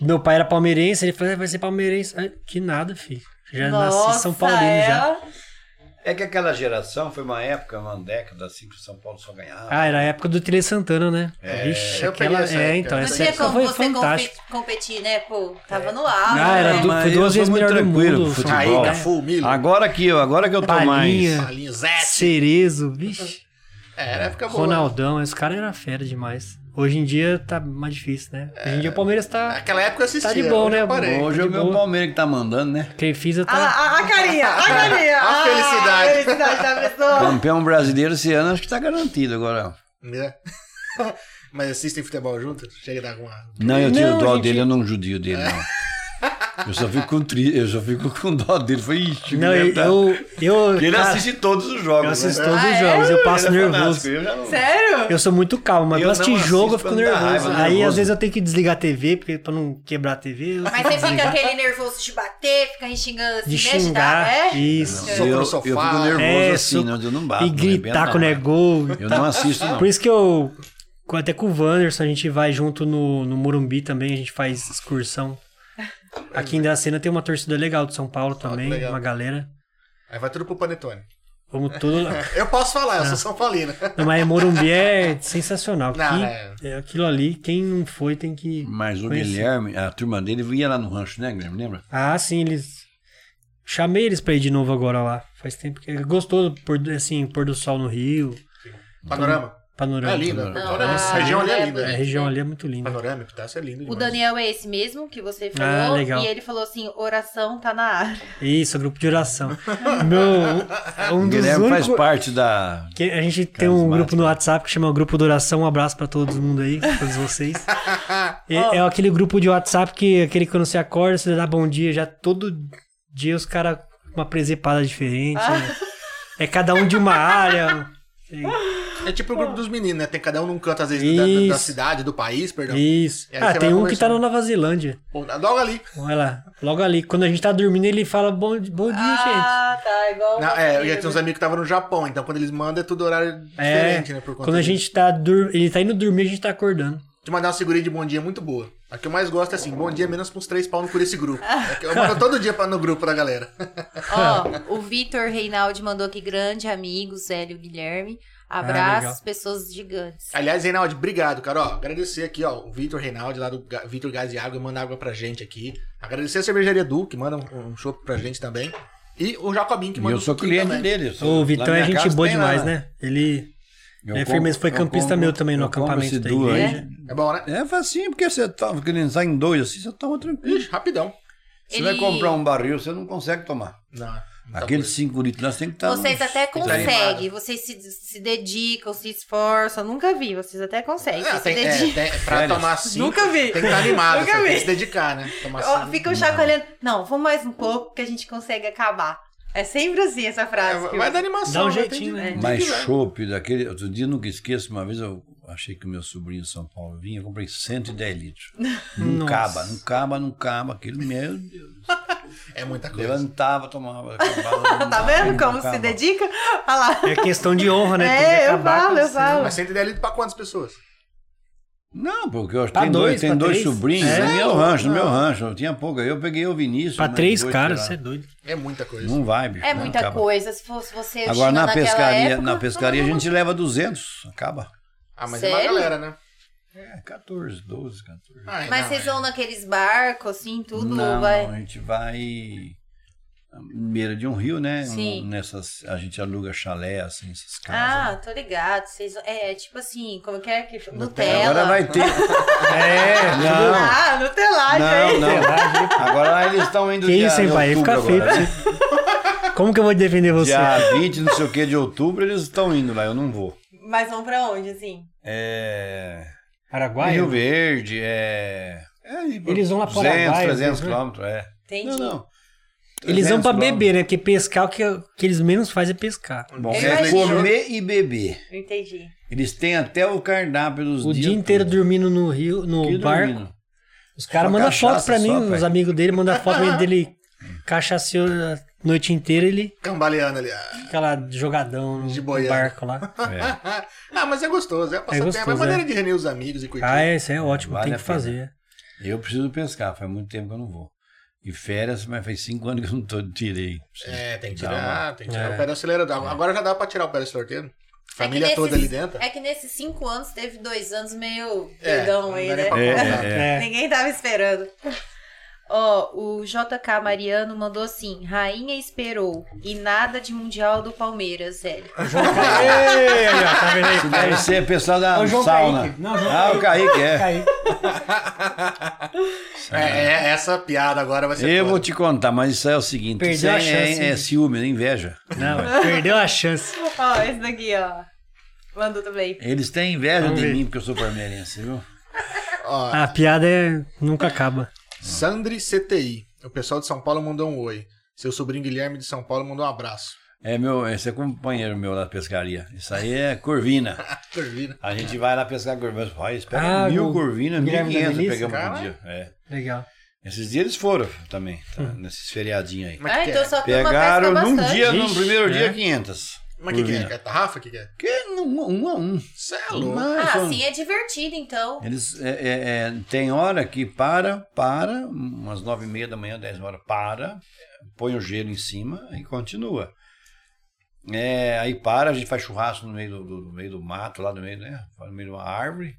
Speaker 4: Meu pai era palmeirense, ele falou, "Ah, vai ser palmeirense. Ah, Que nada, filho. Já nasci São Paulino já.
Speaker 1: já.
Speaker 3: É que aquela geração foi uma época, uma década assim, que o São Paulo só ganhava.
Speaker 4: Ah, era a época do Tele Santana, né?
Speaker 3: É,
Speaker 4: Vixe,
Speaker 2: eu peguei
Speaker 4: aquela...
Speaker 2: essa
Speaker 4: É,
Speaker 2: época.
Speaker 4: então,
Speaker 2: Não
Speaker 1: Não
Speaker 4: essa
Speaker 1: tinha
Speaker 4: época
Speaker 1: como
Speaker 4: foi
Speaker 1: você
Speaker 4: fantástica.
Speaker 1: compe- competir, né? Pô, tava no auge.
Speaker 4: Ah, era
Speaker 1: né?
Speaker 4: du-
Speaker 3: Mas
Speaker 4: foi
Speaker 3: eu
Speaker 4: duas
Speaker 3: sou
Speaker 4: vezes
Speaker 3: muito
Speaker 4: melhor do
Speaker 3: tranquilo
Speaker 4: mundo.
Speaker 3: pro
Speaker 4: São
Speaker 3: futebol.
Speaker 4: Paulo,
Speaker 2: Raíga,
Speaker 4: né?
Speaker 2: Full, Milho.
Speaker 3: Agora que eu, agora que eu tô
Speaker 4: Palinha.
Speaker 3: mais.
Speaker 2: Malinho, Zé.
Speaker 4: Cerezo, vixe.
Speaker 2: É, era época boa.
Speaker 4: Ronaldão, esse cara era fera demais. Hoje em dia tá mais difícil, né? Hoje em dia o Palmeiras tá.
Speaker 2: Naquela época eu assistia.
Speaker 4: Tá de bom,
Speaker 2: hoje eu
Speaker 4: né?
Speaker 2: parei.
Speaker 4: Bom.
Speaker 3: Hoje é o meu
Speaker 4: Futebol.
Speaker 3: Palmeiras que tá mandando, né?
Speaker 4: Quem fiz
Speaker 5: Ah,
Speaker 4: tá.
Speaker 5: lá, a, a carinha,
Speaker 2: *laughs*
Speaker 5: a carinha.
Speaker 2: A
Speaker 5: Ah,
Speaker 2: felicidade.
Speaker 5: A felicidade da
Speaker 4: *laughs*
Speaker 5: pessoa.
Speaker 3: Campeão brasileiro esse ano acho que tá garantido agora.
Speaker 2: Né? *laughs* Mas assistem futebol junto? Chega a dar alguma...
Speaker 3: Não, eu tenho
Speaker 4: Não,
Speaker 3: dó
Speaker 4: gente.
Speaker 3: dele, eu não judio dele, não.
Speaker 4: *laughs*
Speaker 3: Eu só fico com tri... eu só fico com dó dele. Foi ixi,
Speaker 4: Não, eu.
Speaker 3: menino, tá-
Speaker 4: eu, eu-
Speaker 3: Ele
Speaker 4: cara,
Speaker 3: assiste todos os jogos.
Speaker 4: eu assisto
Speaker 3: né?
Speaker 4: todos
Speaker 1: Ah,
Speaker 4: os
Speaker 1: é?
Speaker 4: jogos, eu
Speaker 3: Ele
Speaker 4: passo
Speaker 3: é
Speaker 4: nervoso.
Speaker 3: fanático, eu já não-
Speaker 5: Sério?
Speaker 4: Eu sou muito calmo, mas
Speaker 3: Eu
Speaker 4: pra
Speaker 3: não
Speaker 4: assistir jogo eu
Speaker 3: assisto
Speaker 4: fico
Speaker 3: pra não dar
Speaker 4: nervoso.
Speaker 3: raiva, né?
Speaker 4: Aí
Speaker 3: nervoso.
Speaker 4: às vezes eu tenho que desligar a TV porque, pra não quebrar a TV. eu
Speaker 1: Mas
Speaker 4: tenho que
Speaker 1: você fica
Speaker 4: desligar.
Speaker 1: aquele nervoso de bater, fica xingando assim,
Speaker 4: De
Speaker 1: né? De dar-
Speaker 4: xingar.
Speaker 1: é?
Speaker 4: Isso.
Speaker 2: Soco
Speaker 3: Eu,
Speaker 2: no
Speaker 3: eu
Speaker 2: sofá.
Speaker 3: fico nervoso
Speaker 4: É,
Speaker 3: assim,
Speaker 4: soco-
Speaker 3: não, eu não bato.
Speaker 4: E
Speaker 3: não arrebento,
Speaker 4: gritar
Speaker 3: não.
Speaker 4: quando é gol.
Speaker 3: Eu não assisto, não.
Speaker 4: Por isso que eu. com- Até com o Wanderson a gente vai junto no, no Morumbi também, a gente faz excursão. Aqui em Dracena tem uma torcida legal de São Paulo também,
Speaker 2: Ah, legal.
Speaker 4: uma galera.
Speaker 2: Aí vai tudo pro Panetone.
Speaker 4: Vamos todo.
Speaker 2: Eu posso falar, eu
Speaker 4: Ah.
Speaker 2: sou São
Speaker 4: *laughs*
Speaker 2: Paulino.
Speaker 4: Não, mas Morumbi é sensacional.
Speaker 2: Não,
Speaker 4: Aqui-
Speaker 2: é.
Speaker 4: é aquilo ali, quem não foi tem que.
Speaker 3: Mas o
Speaker 4: conhecer.
Speaker 3: Guilherme, a turma dele ia lá no rancho, né, Guilherme? Lembra?
Speaker 4: Ah, sim, eles. Chamei eles pra ir de é novo agora lá. Faz tempo que. Gostou do pôr, do- assim, pôr do sol no Rio.
Speaker 2: Panorama. É
Speaker 4: Panorâmico.
Speaker 2: linda.
Speaker 3: Não,
Speaker 2: Olha,
Speaker 1: ah,
Speaker 2: essa região ali é
Speaker 1: é
Speaker 2: linda.
Speaker 4: A
Speaker 1: bonito.
Speaker 4: região ali é muito linda.
Speaker 2: Panorâmico, tá? Isso é lindo
Speaker 1: O
Speaker 2: demais.
Speaker 1: Daniel é esse mesmo que você falou.
Speaker 4: Ah, legal.
Speaker 1: E ele falou assim: oração tá na área.
Speaker 4: Isso, é grupo de oração. Meu, um dos
Speaker 3: Guilherme faz
Speaker 4: únicos...
Speaker 3: parte da.
Speaker 4: que a gente tem um
Speaker 3: Carismático.
Speaker 4: grupo no WhatsApp que chama Grupo de Oração. Um abraço pra todo mundo aí, pra
Speaker 2: *laughs*
Speaker 4: todos vocês. É, é aquele grupo de WhatsApp que aquele que quando você acorda, você dá bom dia, já todo dia os caras com uma presepada diferente.
Speaker 2: *laughs*
Speaker 4: É cada um de uma área.
Speaker 2: É tipo o grupo dos meninos, né? Tem cada um num canto, às vezes, da- da, da
Speaker 4: Isso.
Speaker 2: cidade, do país, perdão.
Speaker 4: Isso.
Speaker 2: E aí
Speaker 4: Ah,
Speaker 2: você
Speaker 4: tem
Speaker 2: vai
Speaker 4: um que tá
Speaker 2: conversando.
Speaker 4: na Nova Zelândia.
Speaker 2: Bom, Logo um ali.
Speaker 4: Olha lá, logo ali. Quando a gente tá dormindo, ele fala bom, bom dia, gente.
Speaker 5: Ah, tá, igual.
Speaker 2: Não, é, eu já
Speaker 5: Sim,
Speaker 2: tinha uns amigos que estavam no Japão, então quando eles mandam é tudo horário
Speaker 4: É,
Speaker 2: diferente, né? Por conta
Speaker 4: quando a
Speaker 2: disso.
Speaker 4: gente tá dur... ele tá indo dormir, a gente tá acordando.
Speaker 2: Te mandar uma segurinha de bom dia muito boa. A que eu mais gosto é assim, bom dia menos com uns três pau no cu desse grupo. É que eu mando todo dia pra, no grupo da galera. *laughs*
Speaker 3: *laughs* Ah,
Speaker 1: *laughs* Ó, o Vitor Reinaldi mandou aqui grande amigo, Zélio Guilherme.
Speaker 3: Ah,
Speaker 1: Abraço,
Speaker 4: legal.
Speaker 1: pessoas gigantes.
Speaker 2: Aliás, Reinaldi, obrigado, cara. Ó, agradecer aqui, ó, o Vitor Reinaldi, lá do Ga- Vitor Gás e Água, manda água pra gente aqui. Agradecer a cervejaria Du, que manda um, um show pra gente também. E o Jacobin, que
Speaker 3: E
Speaker 2: manda
Speaker 3: eu sou
Speaker 2: um suquinho
Speaker 3: cliente
Speaker 2: também.
Speaker 3: dele. eu sou-
Speaker 4: O
Speaker 3: lá
Speaker 4: Vitão
Speaker 3: na
Speaker 4: é
Speaker 3: minha
Speaker 4: gente
Speaker 3: casa
Speaker 4: boa
Speaker 3: tem
Speaker 4: demais,
Speaker 3: lá.
Speaker 4: né? Ele.
Speaker 3: Eu
Speaker 4: Ele é firmeza, foi
Speaker 3: eu
Speaker 4: campista meu também no
Speaker 3: eu compro
Speaker 4: acampamento
Speaker 3: esse
Speaker 4: da
Speaker 3: duo aí.
Speaker 4: igreja.
Speaker 2: É bom, né?
Speaker 3: É facinho, porque você toma, porque ele sai em dois assim, você toma tranquilo.
Speaker 2: Ixi, rapidão.
Speaker 3: Você
Speaker 1: Ele-
Speaker 3: vai comprar um barril, você não consegue tomar.
Speaker 2: Não, tá muita
Speaker 3: Aqueles
Speaker 2: coisa.
Speaker 3: 5 litros lá você tem que tá estar.
Speaker 1: Vocês até
Speaker 2: Tá animado.
Speaker 1: conseguem, vocês se, se dedicam, se esforçam. Nunca vi, vocês até conseguem.
Speaker 2: Ah,
Speaker 1: Vocês se
Speaker 2: tem, é,
Speaker 1: dedicam.
Speaker 2: tem- pra
Speaker 3: Férias.
Speaker 2: tomar cinco,
Speaker 5: Nunca vi.
Speaker 2: tem que estar animado,
Speaker 5: Nunca
Speaker 2: sabe? tem
Speaker 5: vi.
Speaker 2: que se dedicar, né? Tomar
Speaker 1: Ó,
Speaker 2: cinco.
Speaker 1: fica o Chaco olhando. Não, vamos mais um pouco que a gente consegue acabar. É sempre assim essa frase. que
Speaker 2: É, vai
Speaker 1: eu-
Speaker 2: dar animação.
Speaker 4: Dá um
Speaker 2: né?
Speaker 4: jeitinho,
Speaker 2: Tem
Speaker 4: né?
Speaker 1: É
Speaker 2: que-
Speaker 3: Mas
Speaker 2: tem que-
Speaker 3: chopp daquele. Outro dia eu nunca esqueço, uma vez eu achei que o meu sobrinho de São Paulo vinha, eu comprei 110
Speaker 1: *laughs*
Speaker 3: litros. Não
Speaker 4: Nossa.
Speaker 3: caba, não caba, não caba. Aquele, meu Deus.
Speaker 2: É muita coisa.
Speaker 3: Levantava,
Speaker 1: *laughs*
Speaker 3: tomava.
Speaker 1: *laughs*
Speaker 3: acabava,
Speaker 1: Tá
Speaker 3: levantava,
Speaker 1: vendo como
Speaker 3: acabava.
Speaker 1: se dedica? Olha lá.
Speaker 4: É questão de honra, né?
Speaker 1: *laughs* É,
Speaker 4: Tem que
Speaker 1: eu
Speaker 4: acabar
Speaker 1: falo,
Speaker 4: com
Speaker 1: eu
Speaker 4: isso,
Speaker 1: falo.
Speaker 4: né?
Speaker 2: Mas 110 litros pra quantas pessoas?
Speaker 3: Não, porque eu acho que
Speaker 4: Pra
Speaker 3: tem dois,
Speaker 4: dois,
Speaker 3: tem
Speaker 4: pra
Speaker 3: dois
Speaker 4: três.
Speaker 3: sobrinhos.
Speaker 4: É?
Speaker 3: no meu rancho, no meu rancho. Eu tinha pouco. Aí eu peguei o Vinícius.
Speaker 4: Pra
Speaker 3: né,
Speaker 4: três
Speaker 3: dois,
Speaker 4: caras, você
Speaker 3: sei
Speaker 4: é
Speaker 3: lá.
Speaker 4: doido.
Speaker 2: É muita coisa.
Speaker 3: Não vai, bicho.
Speaker 1: É
Speaker 3: não
Speaker 1: muita
Speaker 3: acaba.
Speaker 1: coisa. Se fosse você eu
Speaker 3: Agora
Speaker 1: tinha
Speaker 3: na
Speaker 1: naquela
Speaker 3: pescaria,
Speaker 1: época,
Speaker 3: na pescaria a
Speaker 1: não.
Speaker 3: gente leva 200, acaba.
Speaker 2: Ah, mas é
Speaker 1: Sério?
Speaker 2: uma galera, né?
Speaker 3: É, 14, 12, 14.
Speaker 2: Ah, é,
Speaker 1: Mas
Speaker 2: não,
Speaker 1: vocês
Speaker 2: é.
Speaker 1: vão naqueles barcos, assim, tudo,
Speaker 3: não,
Speaker 1: vai.
Speaker 3: a gente vai à beira de um rio, né?
Speaker 1: Sim.
Speaker 3: Um- nessas, a gente aluga chalé, assim, essas
Speaker 1: Ah,
Speaker 3: casas.
Speaker 1: tô ligado. Vocês, é, tipo assim, como que é que Nutella.
Speaker 3: Agora vai
Speaker 1: *laughs*
Speaker 3: ter.
Speaker 4: É,
Speaker 3: Não,
Speaker 1: Ah, Nutella,
Speaker 3: não,
Speaker 1: gente.
Speaker 3: não. Agora lá eles estão indo
Speaker 4: *laughs* Que
Speaker 3: dia
Speaker 4: isso, hein,
Speaker 3: de
Speaker 4: pai? Fica
Speaker 3: outubro
Speaker 4: feio.
Speaker 3: agora, né?
Speaker 4: Como que eu vou defender você?
Speaker 3: Dia 20, não sei o que, de outubro, eles estão indo lá, eu não vou.
Speaker 1: Mas vão pra onde, assim?
Speaker 3: É.
Speaker 4: Paraguai?
Speaker 3: Rio Verde, é. é aí,
Speaker 4: né? Eles vão lá pro
Speaker 3: 200,
Speaker 4: Araguaia,
Speaker 3: 300
Speaker 4: né?
Speaker 3: quilômetros, é.
Speaker 1: Entendi.
Speaker 3: Não, não.
Speaker 4: Eles vão
Speaker 3: 300
Speaker 4: pra
Speaker 3: quilômetros.
Speaker 4: beber, né? Porque pescar, o que, o que eles menos fazem é pescar.
Speaker 2: Bom,
Speaker 1: Eu
Speaker 3: é
Speaker 1: imagino.
Speaker 3: comer e beber.
Speaker 1: Entendi.
Speaker 3: Eles têm até o cardápio dos
Speaker 4: O dia
Speaker 3: dias
Speaker 4: inteiro
Speaker 3: todos.
Speaker 4: dormindo no rio, no
Speaker 3: Que
Speaker 4: barco.
Speaker 3: dormindo.
Speaker 4: Os caras
Speaker 3: Só
Speaker 4: mandam foto
Speaker 3: cachaça
Speaker 4: pra mim,
Speaker 3: só,
Speaker 4: os
Speaker 3: pai.
Speaker 4: amigos dele mandam foto pra
Speaker 3: *laughs*
Speaker 4: mim dele cachaceou a noite inteira, ele
Speaker 2: Cambaleando ali. ah.
Speaker 4: fica lá jogadão no
Speaker 2: De boiada.
Speaker 4: barco lá.
Speaker 3: É.
Speaker 2: *laughs* ah, mas é gostoso. É, passatempo, é
Speaker 4: gostoso,
Speaker 2: maneira
Speaker 4: é.
Speaker 2: de reunir os amigos e curtir.
Speaker 4: Ah, é, isso é ótimo,
Speaker 3: Vale
Speaker 4: tem
Speaker 3: a
Speaker 4: que
Speaker 3: pena.
Speaker 4: fazer.
Speaker 3: Eu preciso pescar, faz muito tempo que eu não vou. E férias, mas faz cinco anos que eu não tô, tirei.
Speaker 2: É, tem que
Speaker 3: Dá
Speaker 2: tirar, tem que tirar
Speaker 4: É.
Speaker 2: o pé do acelerador. Agora já dá pra tirar o pé do acelerador. Família
Speaker 1: É que
Speaker 2: toda ali
Speaker 1: nesses-
Speaker 2: dentro.
Speaker 1: É que nesses cinco anos teve dois anos meio
Speaker 2: É,
Speaker 1: doidão
Speaker 2: não
Speaker 1: aí,
Speaker 2: dá nem
Speaker 1: né?
Speaker 2: pra
Speaker 3: É,
Speaker 2: contar.
Speaker 3: é,
Speaker 1: *laughs*
Speaker 4: É.
Speaker 1: Ninguém tava esperando. Ó, o JK Mariano mandou assim: Rainha esperou e nada de Mundial do Palmeiras,
Speaker 2: *laughs*
Speaker 1: velho.
Speaker 4: *laughs* Ei, ó, tá vendo aí?
Speaker 3: Isso deve ser pessoal da
Speaker 4: É o João
Speaker 3: sauna.
Speaker 4: Kaique. Não, o João
Speaker 3: ah, o Kaique, é.
Speaker 4: Kaique.
Speaker 2: É, é, essa piada agora vai ser.
Speaker 3: Eu
Speaker 2: foda.
Speaker 3: vou te contar, mas isso aí é o seguinte:
Speaker 4: Perdeu
Speaker 3: isso aí
Speaker 4: a chance,
Speaker 3: é, é
Speaker 4: hein?
Speaker 3: ciúme, é inveja.
Speaker 4: Não, perdeu a chance.
Speaker 1: ó, esse daqui, ó. Mandou
Speaker 2: é
Speaker 1: também.
Speaker 3: Eles têm inveja
Speaker 4: Vamos
Speaker 3: de
Speaker 4: ver.
Speaker 3: mim porque eu sou palmeirense, viu?
Speaker 2: Ó,
Speaker 4: A piada é, nunca acaba.
Speaker 2: Sandri CTI. O pessoal de São Paulo mandou um oi. Seu sobrinho Guilherme de São Paulo mandou um abraço. *laughs*
Speaker 3: É meu, esse é companheiro meu lá da pescaria. Isso aí é corvina.
Speaker 2: Corvina.
Speaker 3: A gente vai lá pescar corvina. Olha, espera
Speaker 4: Ah,
Speaker 3: mil
Speaker 4: o
Speaker 3: corvinas, mil
Speaker 4: Guilherme da
Speaker 3: quinhentos
Speaker 4: Melissa?
Speaker 3: pegamos por
Speaker 2: Caralho.
Speaker 3: dia. É.
Speaker 4: Legal.
Speaker 3: Esses dias eles foram também, tá? nesses feriadinhos aí.
Speaker 2: Como é que
Speaker 1: ah,
Speaker 2: que
Speaker 1: então
Speaker 2: é?
Speaker 1: só tem uma pesca
Speaker 3: Pegaram num
Speaker 1: bastante.
Speaker 3: dia, no
Speaker 4: Ixi,
Speaker 3: primeiro dia,
Speaker 4: é.
Speaker 2: Mas
Speaker 3: 500.
Speaker 2: o que, que é?
Speaker 3: Corvina.
Speaker 2: Que é tarrafa? Que que é?
Speaker 3: Que é um, um a um.
Speaker 2: Cê é louco.
Speaker 3: Mas,
Speaker 1: Ah,
Speaker 3: ó,
Speaker 1: sim, é divertido então.
Speaker 3: Eles, é, é, é, tem hora que para, para, umas nove e meia da manhã, dez horas, para, põe o gelo em cima e continua. É, aí para, a gente faz churrasco no meio do, do- no meio do mato, lá no meio, né? No meio de uma árvore.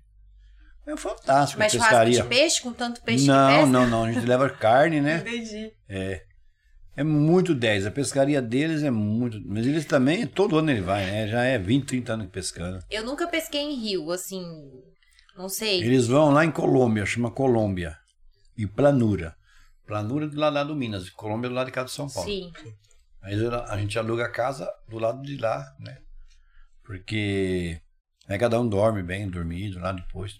Speaker 3: É fantástico
Speaker 1: Mas
Speaker 3: a
Speaker 1: churrasco de
Speaker 3: pescaria.
Speaker 1: peixe com tanto peixe
Speaker 3: não, né?
Speaker 1: que pesca.
Speaker 3: não, não. A gente leva carne, né?
Speaker 1: Entendi.
Speaker 3: É. É muito 10. A pescaria deles é muito. Mas eles também, todo ano ele vai, né? Já é 20, 30 anos pescando.
Speaker 1: Eu nunca pesquei em rio, assim. Não sei.
Speaker 3: Eles vão lá em Colômbia, chama Colômbia. E Planura. Planura do lado lá do Minas, Colômbia do lado de cá de São Paulo.
Speaker 1: Sim.
Speaker 3: Aí a gente aluga a casa do lado de lá, né? Porque aí cada um dorme bem, dormido lá depois.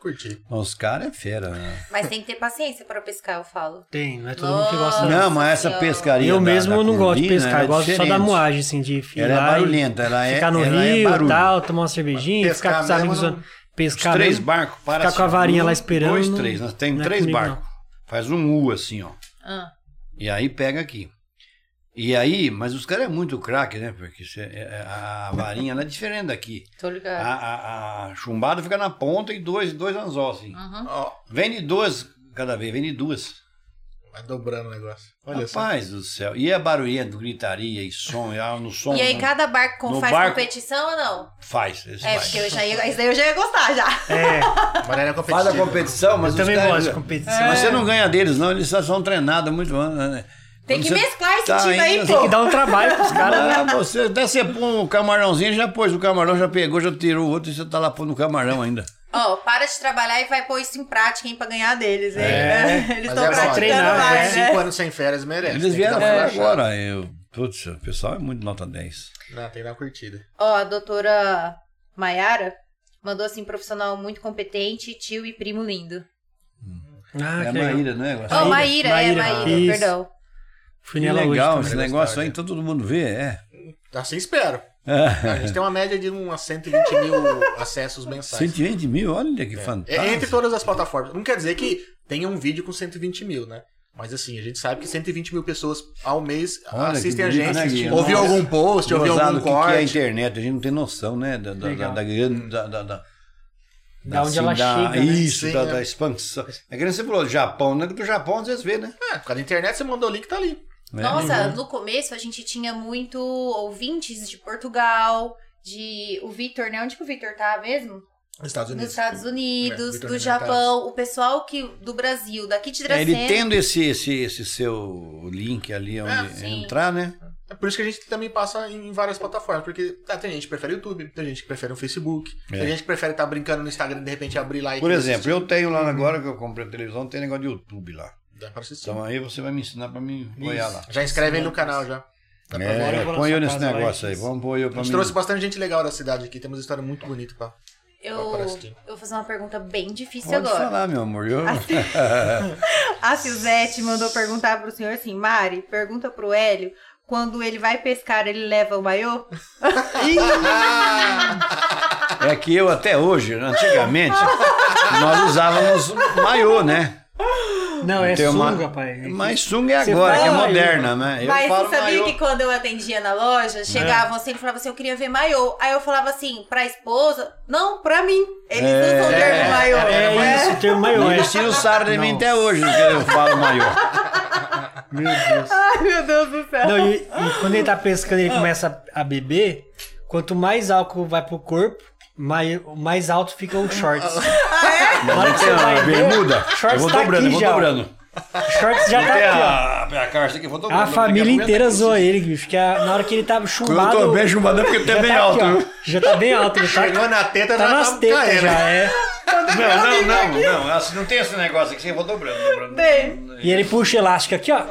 Speaker 2: Curti.
Speaker 3: Mas os caras é fera, né?
Speaker 1: Mas tem que ter paciência pra pescar, eu falo.
Speaker 4: Tem, não é todo mundo que gosta.
Speaker 1: Nossa
Speaker 3: Não, mas essa
Speaker 1: Senhora.
Speaker 3: pescaria.
Speaker 4: Eu
Speaker 3: da-
Speaker 4: mesmo
Speaker 3: da
Speaker 4: eu não gosto de
Speaker 3: Corvina,
Speaker 4: pescar,
Speaker 3: ela é
Speaker 4: eu gosto só da
Speaker 3: diferente.
Speaker 4: moagem, assim, de ir
Speaker 3: Ela é
Speaker 4: lá e
Speaker 3: barulhenta, ela é.
Speaker 4: ficar no
Speaker 3: ela é
Speaker 4: rio e
Speaker 3: barulho.
Speaker 4: tal, tomar uma cervejinha, ficar com os amigos
Speaker 3: mesmo
Speaker 4: zoando.
Speaker 3: não- Os
Speaker 4: pescar.
Speaker 3: três
Speaker 4: mesmo.
Speaker 3: barcos para
Speaker 4: ficar com a varinha lá
Speaker 3: um,
Speaker 4: esperando,
Speaker 3: Dois,
Speaker 4: não-
Speaker 3: três. Nós temos
Speaker 4: não é
Speaker 3: três
Speaker 4: comigo,
Speaker 3: barcos. Faz um U assim, ó.
Speaker 1: Ah,
Speaker 3: E aí pega aqui. E aí, mas os caras é muito craque, né? Porque cê- é- é- a varinha ela é diferente daqui.
Speaker 1: tô
Speaker 3: A,
Speaker 1: ligado.
Speaker 3: a, a chumbada fica na ponta e dois, dois anzol, assim.
Speaker 1: Uhum.
Speaker 2: Ó,
Speaker 3: Vende duas cada vez, vende duas.
Speaker 2: vai dobrando o negócio. Olha só.
Speaker 3: Rapaz do céu. E é barulhento, gritaria e som, e ah, no som.
Speaker 1: E aí,
Speaker 3: não
Speaker 1: cada barco com-
Speaker 3: No
Speaker 1: faz
Speaker 3: barco-
Speaker 1: competição ou não?
Speaker 3: Faz. eles
Speaker 1: É,
Speaker 3: faz.
Speaker 1: porque eu já ia, isso daí eu já ia gostar *laughs* já.
Speaker 4: É,
Speaker 2: Maneira
Speaker 3: Faz a
Speaker 2: competitiva.
Speaker 3: competição, mas
Speaker 4: eu
Speaker 3: os
Speaker 4: também
Speaker 3: caras- É.
Speaker 4: gosto de
Speaker 1: É.
Speaker 4: competição.
Speaker 3: Mas você não ganha deles, não. Eles só são treinados há muito anos, né?
Speaker 1: Tem que
Speaker 3: Quando você
Speaker 1: mesclar esse
Speaker 3: tá
Speaker 1: time aí,
Speaker 3: indo,
Speaker 4: Tem
Speaker 1: pô.
Speaker 4: que dar um trabalho pros caras.
Speaker 3: Ah, você até você põe um camarãozinho, já pôs o camarão, já pegou, já tirou o outro e você tá lá pondo o camarão ainda.
Speaker 1: Ó, para de trabalhar e vai pôr isso em prática, hein, pra ganhar deles, hein? *laughs* Eles
Speaker 2: Mas
Speaker 1: estão
Speaker 2: é bom,
Speaker 1: praticando
Speaker 4: treinar,
Speaker 1: mais,
Speaker 2: Cinco
Speaker 1: né?
Speaker 2: anos sem férias merece.
Speaker 3: Eles
Speaker 2: Tem que dar
Speaker 3: vieram
Speaker 2: uma
Speaker 3: é,
Speaker 2: relaxada.
Speaker 3: agora. Eu, putz, o pessoal é muito nota 10.
Speaker 2: Não, tem que dar uma curtida.
Speaker 1: Ó, a doutora Maiara mandou assim, profissional muito competente, tio e primo lindo.
Speaker 4: Ah,
Speaker 3: é a
Speaker 4: que legal.
Speaker 3: Maíra, né?
Speaker 1: Ó,
Speaker 4: Maíra.
Speaker 1: Maíra, é,
Speaker 4: Maíra.
Speaker 1: Maíra,
Speaker 4: Isso.
Speaker 1: perdão.
Speaker 4: Fui
Speaker 3: Que
Speaker 4: nela hoje
Speaker 3: legal
Speaker 4: também.
Speaker 3: esse
Speaker 2: vai
Speaker 3: negócio
Speaker 2: gostar,
Speaker 3: aí,
Speaker 2: né?
Speaker 3: todo mundo vê, é.
Speaker 2: Assim espero. A
Speaker 3: *laughs*
Speaker 2: gente tem uma média de uns 120 mil acessos mensais.
Speaker 3: 120 mil, olha que fantástico.
Speaker 2: É, entre todas as plataformas. Não quer dizer que tenha um vídeo com 120 mil, né? Mas assim, a gente sabe que 120 mil pessoas ao mês
Speaker 3: Olha,
Speaker 2: assistem
Speaker 3: que
Speaker 2: a
Speaker 3: bonito,
Speaker 2: gente,
Speaker 3: né, Guilherme?
Speaker 2: ouviu
Speaker 3: Nossa.
Speaker 2: algum post, ouviu
Speaker 3: Gozado,
Speaker 2: algum
Speaker 3: o que, que é a
Speaker 2: corte.
Speaker 3: internet? A gente não tem noção, né? Da, da, da,
Speaker 4: Legal.
Speaker 3: da grande- da- da- da-
Speaker 4: Da onde ela
Speaker 3: da-
Speaker 4: chega, né?
Speaker 3: Isso,
Speaker 2: Sim,
Speaker 3: da,
Speaker 2: é.
Speaker 3: da expansão. É que nem você falou, Japão, né? Que Do Japão às vezes vê, né? É.
Speaker 2: É, por causa da internet, você mandou o link, tá ali.
Speaker 4: Né?
Speaker 1: Nossa,
Speaker 4: Uhum.
Speaker 1: no começo a gente tinha muito ouvintes de Portugal, de o Vitor, né? Onde que o Vitor tá mesmo?
Speaker 2: Nos Estados
Speaker 1: Dos
Speaker 2: Unidos.
Speaker 1: Estados Unidos,
Speaker 2: É, Vitor
Speaker 1: do
Speaker 2: Mendes.
Speaker 1: Japão, o pessoal que do Brasil, daqui de
Speaker 3: É,
Speaker 1: Dracena.
Speaker 3: ele tendo esse, esse, esse seu link ali onde
Speaker 1: Ah, sim.
Speaker 3: entrar, né?
Speaker 2: É por isso que a gente também passa em várias plataformas, porque tá, tem gente que prefere o YouTube, tem gente que prefere o Facebook,
Speaker 3: É.
Speaker 2: tem gente que prefere estar brincando no Instagram e de repente abrir
Speaker 4: É
Speaker 2: lá e
Speaker 3: Por exemplo, eu tenho
Speaker 4: Uhum.
Speaker 3: lá agora que eu comprei a televisão, tem negócio de YouTube lá.
Speaker 2: Dá pra assistir.
Speaker 3: Então aí você vai me ensinar pra me apoiar lá.
Speaker 2: Já inscreve aí no canal já. Dá pra ver.
Speaker 4: Agora eu
Speaker 3: É,
Speaker 4: vou na
Speaker 3: põe
Speaker 4: sua
Speaker 3: eu nesse
Speaker 4: casa lá e
Speaker 3: negócio aí,
Speaker 4: fiz.
Speaker 3: vamos pôr eu
Speaker 2: A
Speaker 3: pra mim.
Speaker 2: gente trouxe bastante gente legal da cidade aqui, temos uma história muito bonita pra.
Speaker 1: Eu,
Speaker 2: Vai para assistir.
Speaker 1: eu vou fazer uma pergunta bem difícil
Speaker 3: Pode
Speaker 1: agora. Assim,
Speaker 3: falar, meu amor. Eu...
Speaker 1: A Silvete mandou perguntar pro senhor assim, Mari, pergunta pro Hélio, quando ele vai pescar, ele leva o maiô?
Speaker 3: É que eu até hoje, antigamente, nós usávamos maiô, né?
Speaker 4: Não, é
Speaker 3: Tem uma-
Speaker 4: sunga, pai.
Speaker 3: Mas sunga é
Speaker 4: Você
Speaker 3: agora, que é
Speaker 4: fala aí.
Speaker 3: moderna, né? Eu
Speaker 1: Mas
Speaker 3: falo
Speaker 1: você sabia
Speaker 3: maiô.
Speaker 1: que quando eu atendia na
Speaker 4: É.
Speaker 1: loja, chegavam assim e falavam assim, eu queria ver maiô. Aí eu falava assim, pra esposa, não, pra mim. Eles usam o termo maiô.
Speaker 4: É,
Speaker 1: É.
Speaker 4: isso, o termo maior.
Speaker 3: Eles tiram o sarro de mim
Speaker 4: Não.
Speaker 3: até hoje, que eu falo maiô.
Speaker 4: Meu Deus.
Speaker 1: *laughs* Ai, meu Deus do céu.
Speaker 4: Não, e, e quando ele tá pescando, ele começa a beber. Quanto mais álcool vai pro corpo, mai- mais, alto fica o shorts. Na hora que você vai ver,
Speaker 3: Bermuda.
Speaker 4: shorts
Speaker 3: Eu vou
Speaker 4: tá
Speaker 3: dobrando, eu
Speaker 4: aqui
Speaker 3: vou
Speaker 4: já, ó.
Speaker 3: dobrando.
Speaker 4: o shorts já tá
Speaker 3: Tem
Speaker 4: aqui,
Speaker 3: a, a caixa aqui, eu vou
Speaker 4: ó.
Speaker 3: dobrando.
Speaker 4: A
Speaker 3: Daqui
Speaker 4: família
Speaker 3: pouco
Speaker 4: inteira
Speaker 3: tá aqui.
Speaker 4: zoa ele, bicho, porque a- na hora que ele tá
Speaker 3: Quando eu
Speaker 4: chumbado.
Speaker 3: tô bem chumbado é porque eu
Speaker 4: já
Speaker 3: tô bem
Speaker 4: tá
Speaker 3: alto.
Speaker 4: aqui, ó.
Speaker 3: viu?
Speaker 4: já tá bem alto, ele tá,
Speaker 2: Chegou na teta,
Speaker 4: tá
Speaker 2: já
Speaker 4: nas
Speaker 2: tava
Speaker 4: tetas
Speaker 2: caindo.
Speaker 4: já, é.
Speaker 3: Não, não, não, não. assim, Não tem esse negócio aqui, eu vou dobrando, dobrando.
Speaker 1: Tem.
Speaker 4: E ele puxa o elástico aqui, ó.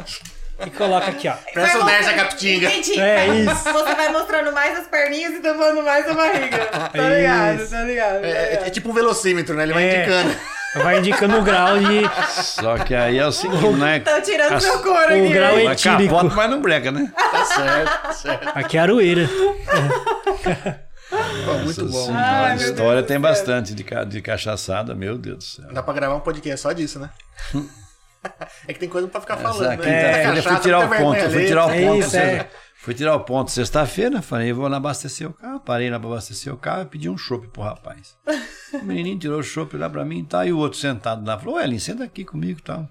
Speaker 4: E coloca aqui, ó.
Speaker 2: Parece o
Speaker 1: Vai
Speaker 2: Nerds da
Speaker 1: mostrando-
Speaker 2: Capitinga.
Speaker 1: Entendi.
Speaker 4: É
Speaker 1: Vai-
Speaker 4: isso.
Speaker 1: Você vai mostrando mais as perninhas e tampando mais a
Speaker 4: *laughs*
Speaker 1: barriga. Tá ligado,
Speaker 4: Isso.
Speaker 1: tá ligado. tá
Speaker 2: É,
Speaker 1: ligado.
Speaker 2: é- é tipo um velocímetro, né? Ele vai
Speaker 4: É.
Speaker 2: indicando.
Speaker 4: *laughs* Vai indicando o grau de.
Speaker 3: Só que aí é o seguinte, né?
Speaker 4: Tá
Speaker 1: Estão tirando meu couro
Speaker 4: o
Speaker 1: aqui.
Speaker 4: grau
Speaker 1: né?
Speaker 4: é-
Speaker 3: Mas capota, mas não breca, né?
Speaker 2: Tá certo, tá certo.
Speaker 4: Aqui é aroeira.
Speaker 2: Pô, muito
Speaker 3: Nossa
Speaker 2: bom.
Speaker 3: Senhora,
Speaker 1: Tá Ai, meu
Speaker 3: história
Speaker 1: Deus do
Speaker 3: tem
Speaker 1: céu.
Speaker 3: bastante de, ca- de cachaçada, meu Deus do céu.
Speaker 2: Dá pra gravar um podcast só disso, né? *laughs* É que tem coisa pra ficar falando,
Speaker 3: Essa
Speaker 2: né?
Speaker 3: aqui,
Speaker 2: Muita
Speaker 4: tá
Speaker 3: é, eu fui
Speaker 2: cachaça,
Speaker 3: tirar o
Speaker 2: muita
Speaker 3: ponto, eu
Speaker 2: vergonha
Speaker 3: fui tirar o
Speaker 4: alheia.
Speaker 3: ponto.
Speaker 4: É isso,
Speaker 3: sexta-
Speaker 4: é.
Speaker 3: Fui tirar o ponto sexta-feira, falei, vou lá abastecer o carro. Parei lá pra abastecer o carro e pedi um chopp pro
Speaker 4: *laughs*
Speaker 3: rapaz. O menininho tirou o chopp lá pra mim e tá, e o outro sentado lá. Falou, Elin, senta aqui comigo e tal.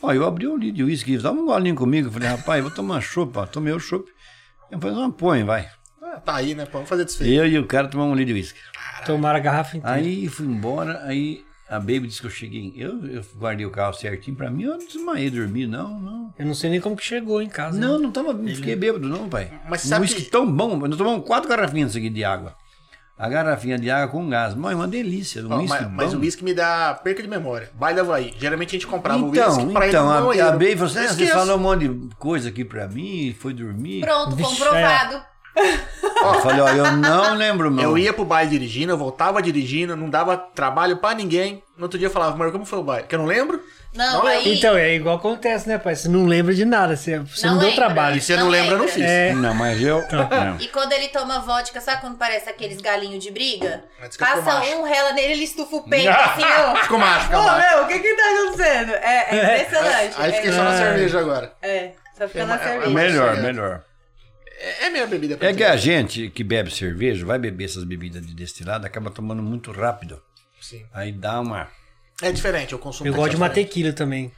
Speaker 3: Ó, eu abri um litro de uísque, dá um golinho comigo. Falei, rapaz, vou tomar chopp, ó. Tomei o chopp. Eu falei, não, põe, vai.
Speaker 2: alheia. Ah, Tá aí, né? pô? Vamos fazer desfeito.
Speaker 3: Eu e o cara tomamos um litro de uísque.
Speaker 4: Tomaram a garrafa inteira.
Speaker 3: Aí fui embora, aí A Baby disse que eu cheguei. Eu, eu guardei o carro certinho pra mim, eu não desmaiei dormir, não, não.
Speaker 4: Eu não sei nem como que chegou em casa.
Speaker 3: Não, não tava. Não fiquei bêbado, não, pai.
Speaker 2: Mas
Speaker 3: um
Speaker 2: sabe-
Speaker 3: uísque tão bom, nós tomamos quatro garrafinhas aqui de água. A garrafinha de água com gás. Mãe, uma delícia. Um
Speaker 2: Ó,
Speaker 3: uísque
Speaker 2: mas,
Speaker 3: bom.
Speaker 2: mas o uísque me dá perca de memória. Baile Havaí. Geralmente a gente comprava o
Speaker 3: então,
Speaker 2: uísque pra ir
Speaker 3: então,
Speaker 2: no
Speaker 3: a,
Speaker 2: banheiro.
Speaker 3: a Baby falou assim, "Ah, você
Speaker 2: Esqueço.
Speaker 3: falou um monte de coisa aqui pra mim, foi dormir.
Speaker 1: Pronto,
Speaker 4: Vixe, é.
Speaker 1: comprovado.
Speaker 3: Eu falei, ó, eu não lembro, não.
Speaker 2: Eu ia pro baile dirigindo, eu voltava dirigindo, não dava trabalho pra ninguém. No outro dia eu falava, amor, como foi o baile? Que eu não lembro?
Speaker 1: Não,
Speaker 2: Não,
Speaker 1: aí.
Speaker 4: Então, é igual acontece, né, pai? Você não lembra de nada, você, você Ah, não,
Speaker 1: Não
Speaker 4: deu
Speaker 1: lembra.
Speaker 4: trabalho.
Speaker 2: E você não,
Speaker 1: Não
Speaker 2: lembra, eu não
Speaker 1: lembra.
Speaker 2: fiz.
Speaker 4: É.
Speaker 3: Não, mas eu.
Speaker 2: Então,
Speaker 3: não.
Speaker 1: E quando ele toma vodka, sabe quando parece aqueles galinhos de briga?
Speaker 2: Antes que eu
Speaker 1: Passa
Speaker 2: macho.
Speaker 1: um, rela nele, ele estufa o peito assim,
Speaker 2: *laughs*
Speaker 1: ó.
Speaker 2: Ficou macho,
Speaker 5: Ô,
Speaker 2: ficou macho.
Speaker 5: meu, o que que tá acontecendo? É, é impressionante.
Speaker 2: Aí fiquei só na
Speaker 4: Ai.
Speaker 2: cerveja agora.
Speaker 5: É, é, só fica
Speaker 2: É,
Speaker 5: na
Speaker 2: é,
Speaker 5: cerveja.
Speaker 3: Melhor, melhor.
Speaker 2: É, é minha bebida
Speaker 3: É que
Speaker 2: preferida.
Speaker 3: a gente que bebe cerveja, vai beber essas bebidas de destilado, acaba tomando muito rápido.
Speaker 2: Sim.
Speaker 3: Aí dá uma.
Speaker 2: É diferente, eu consumo.
Speaker 4: Eu gosto de uma
Speaker 2: tequila.
Speaker 4: tequila também.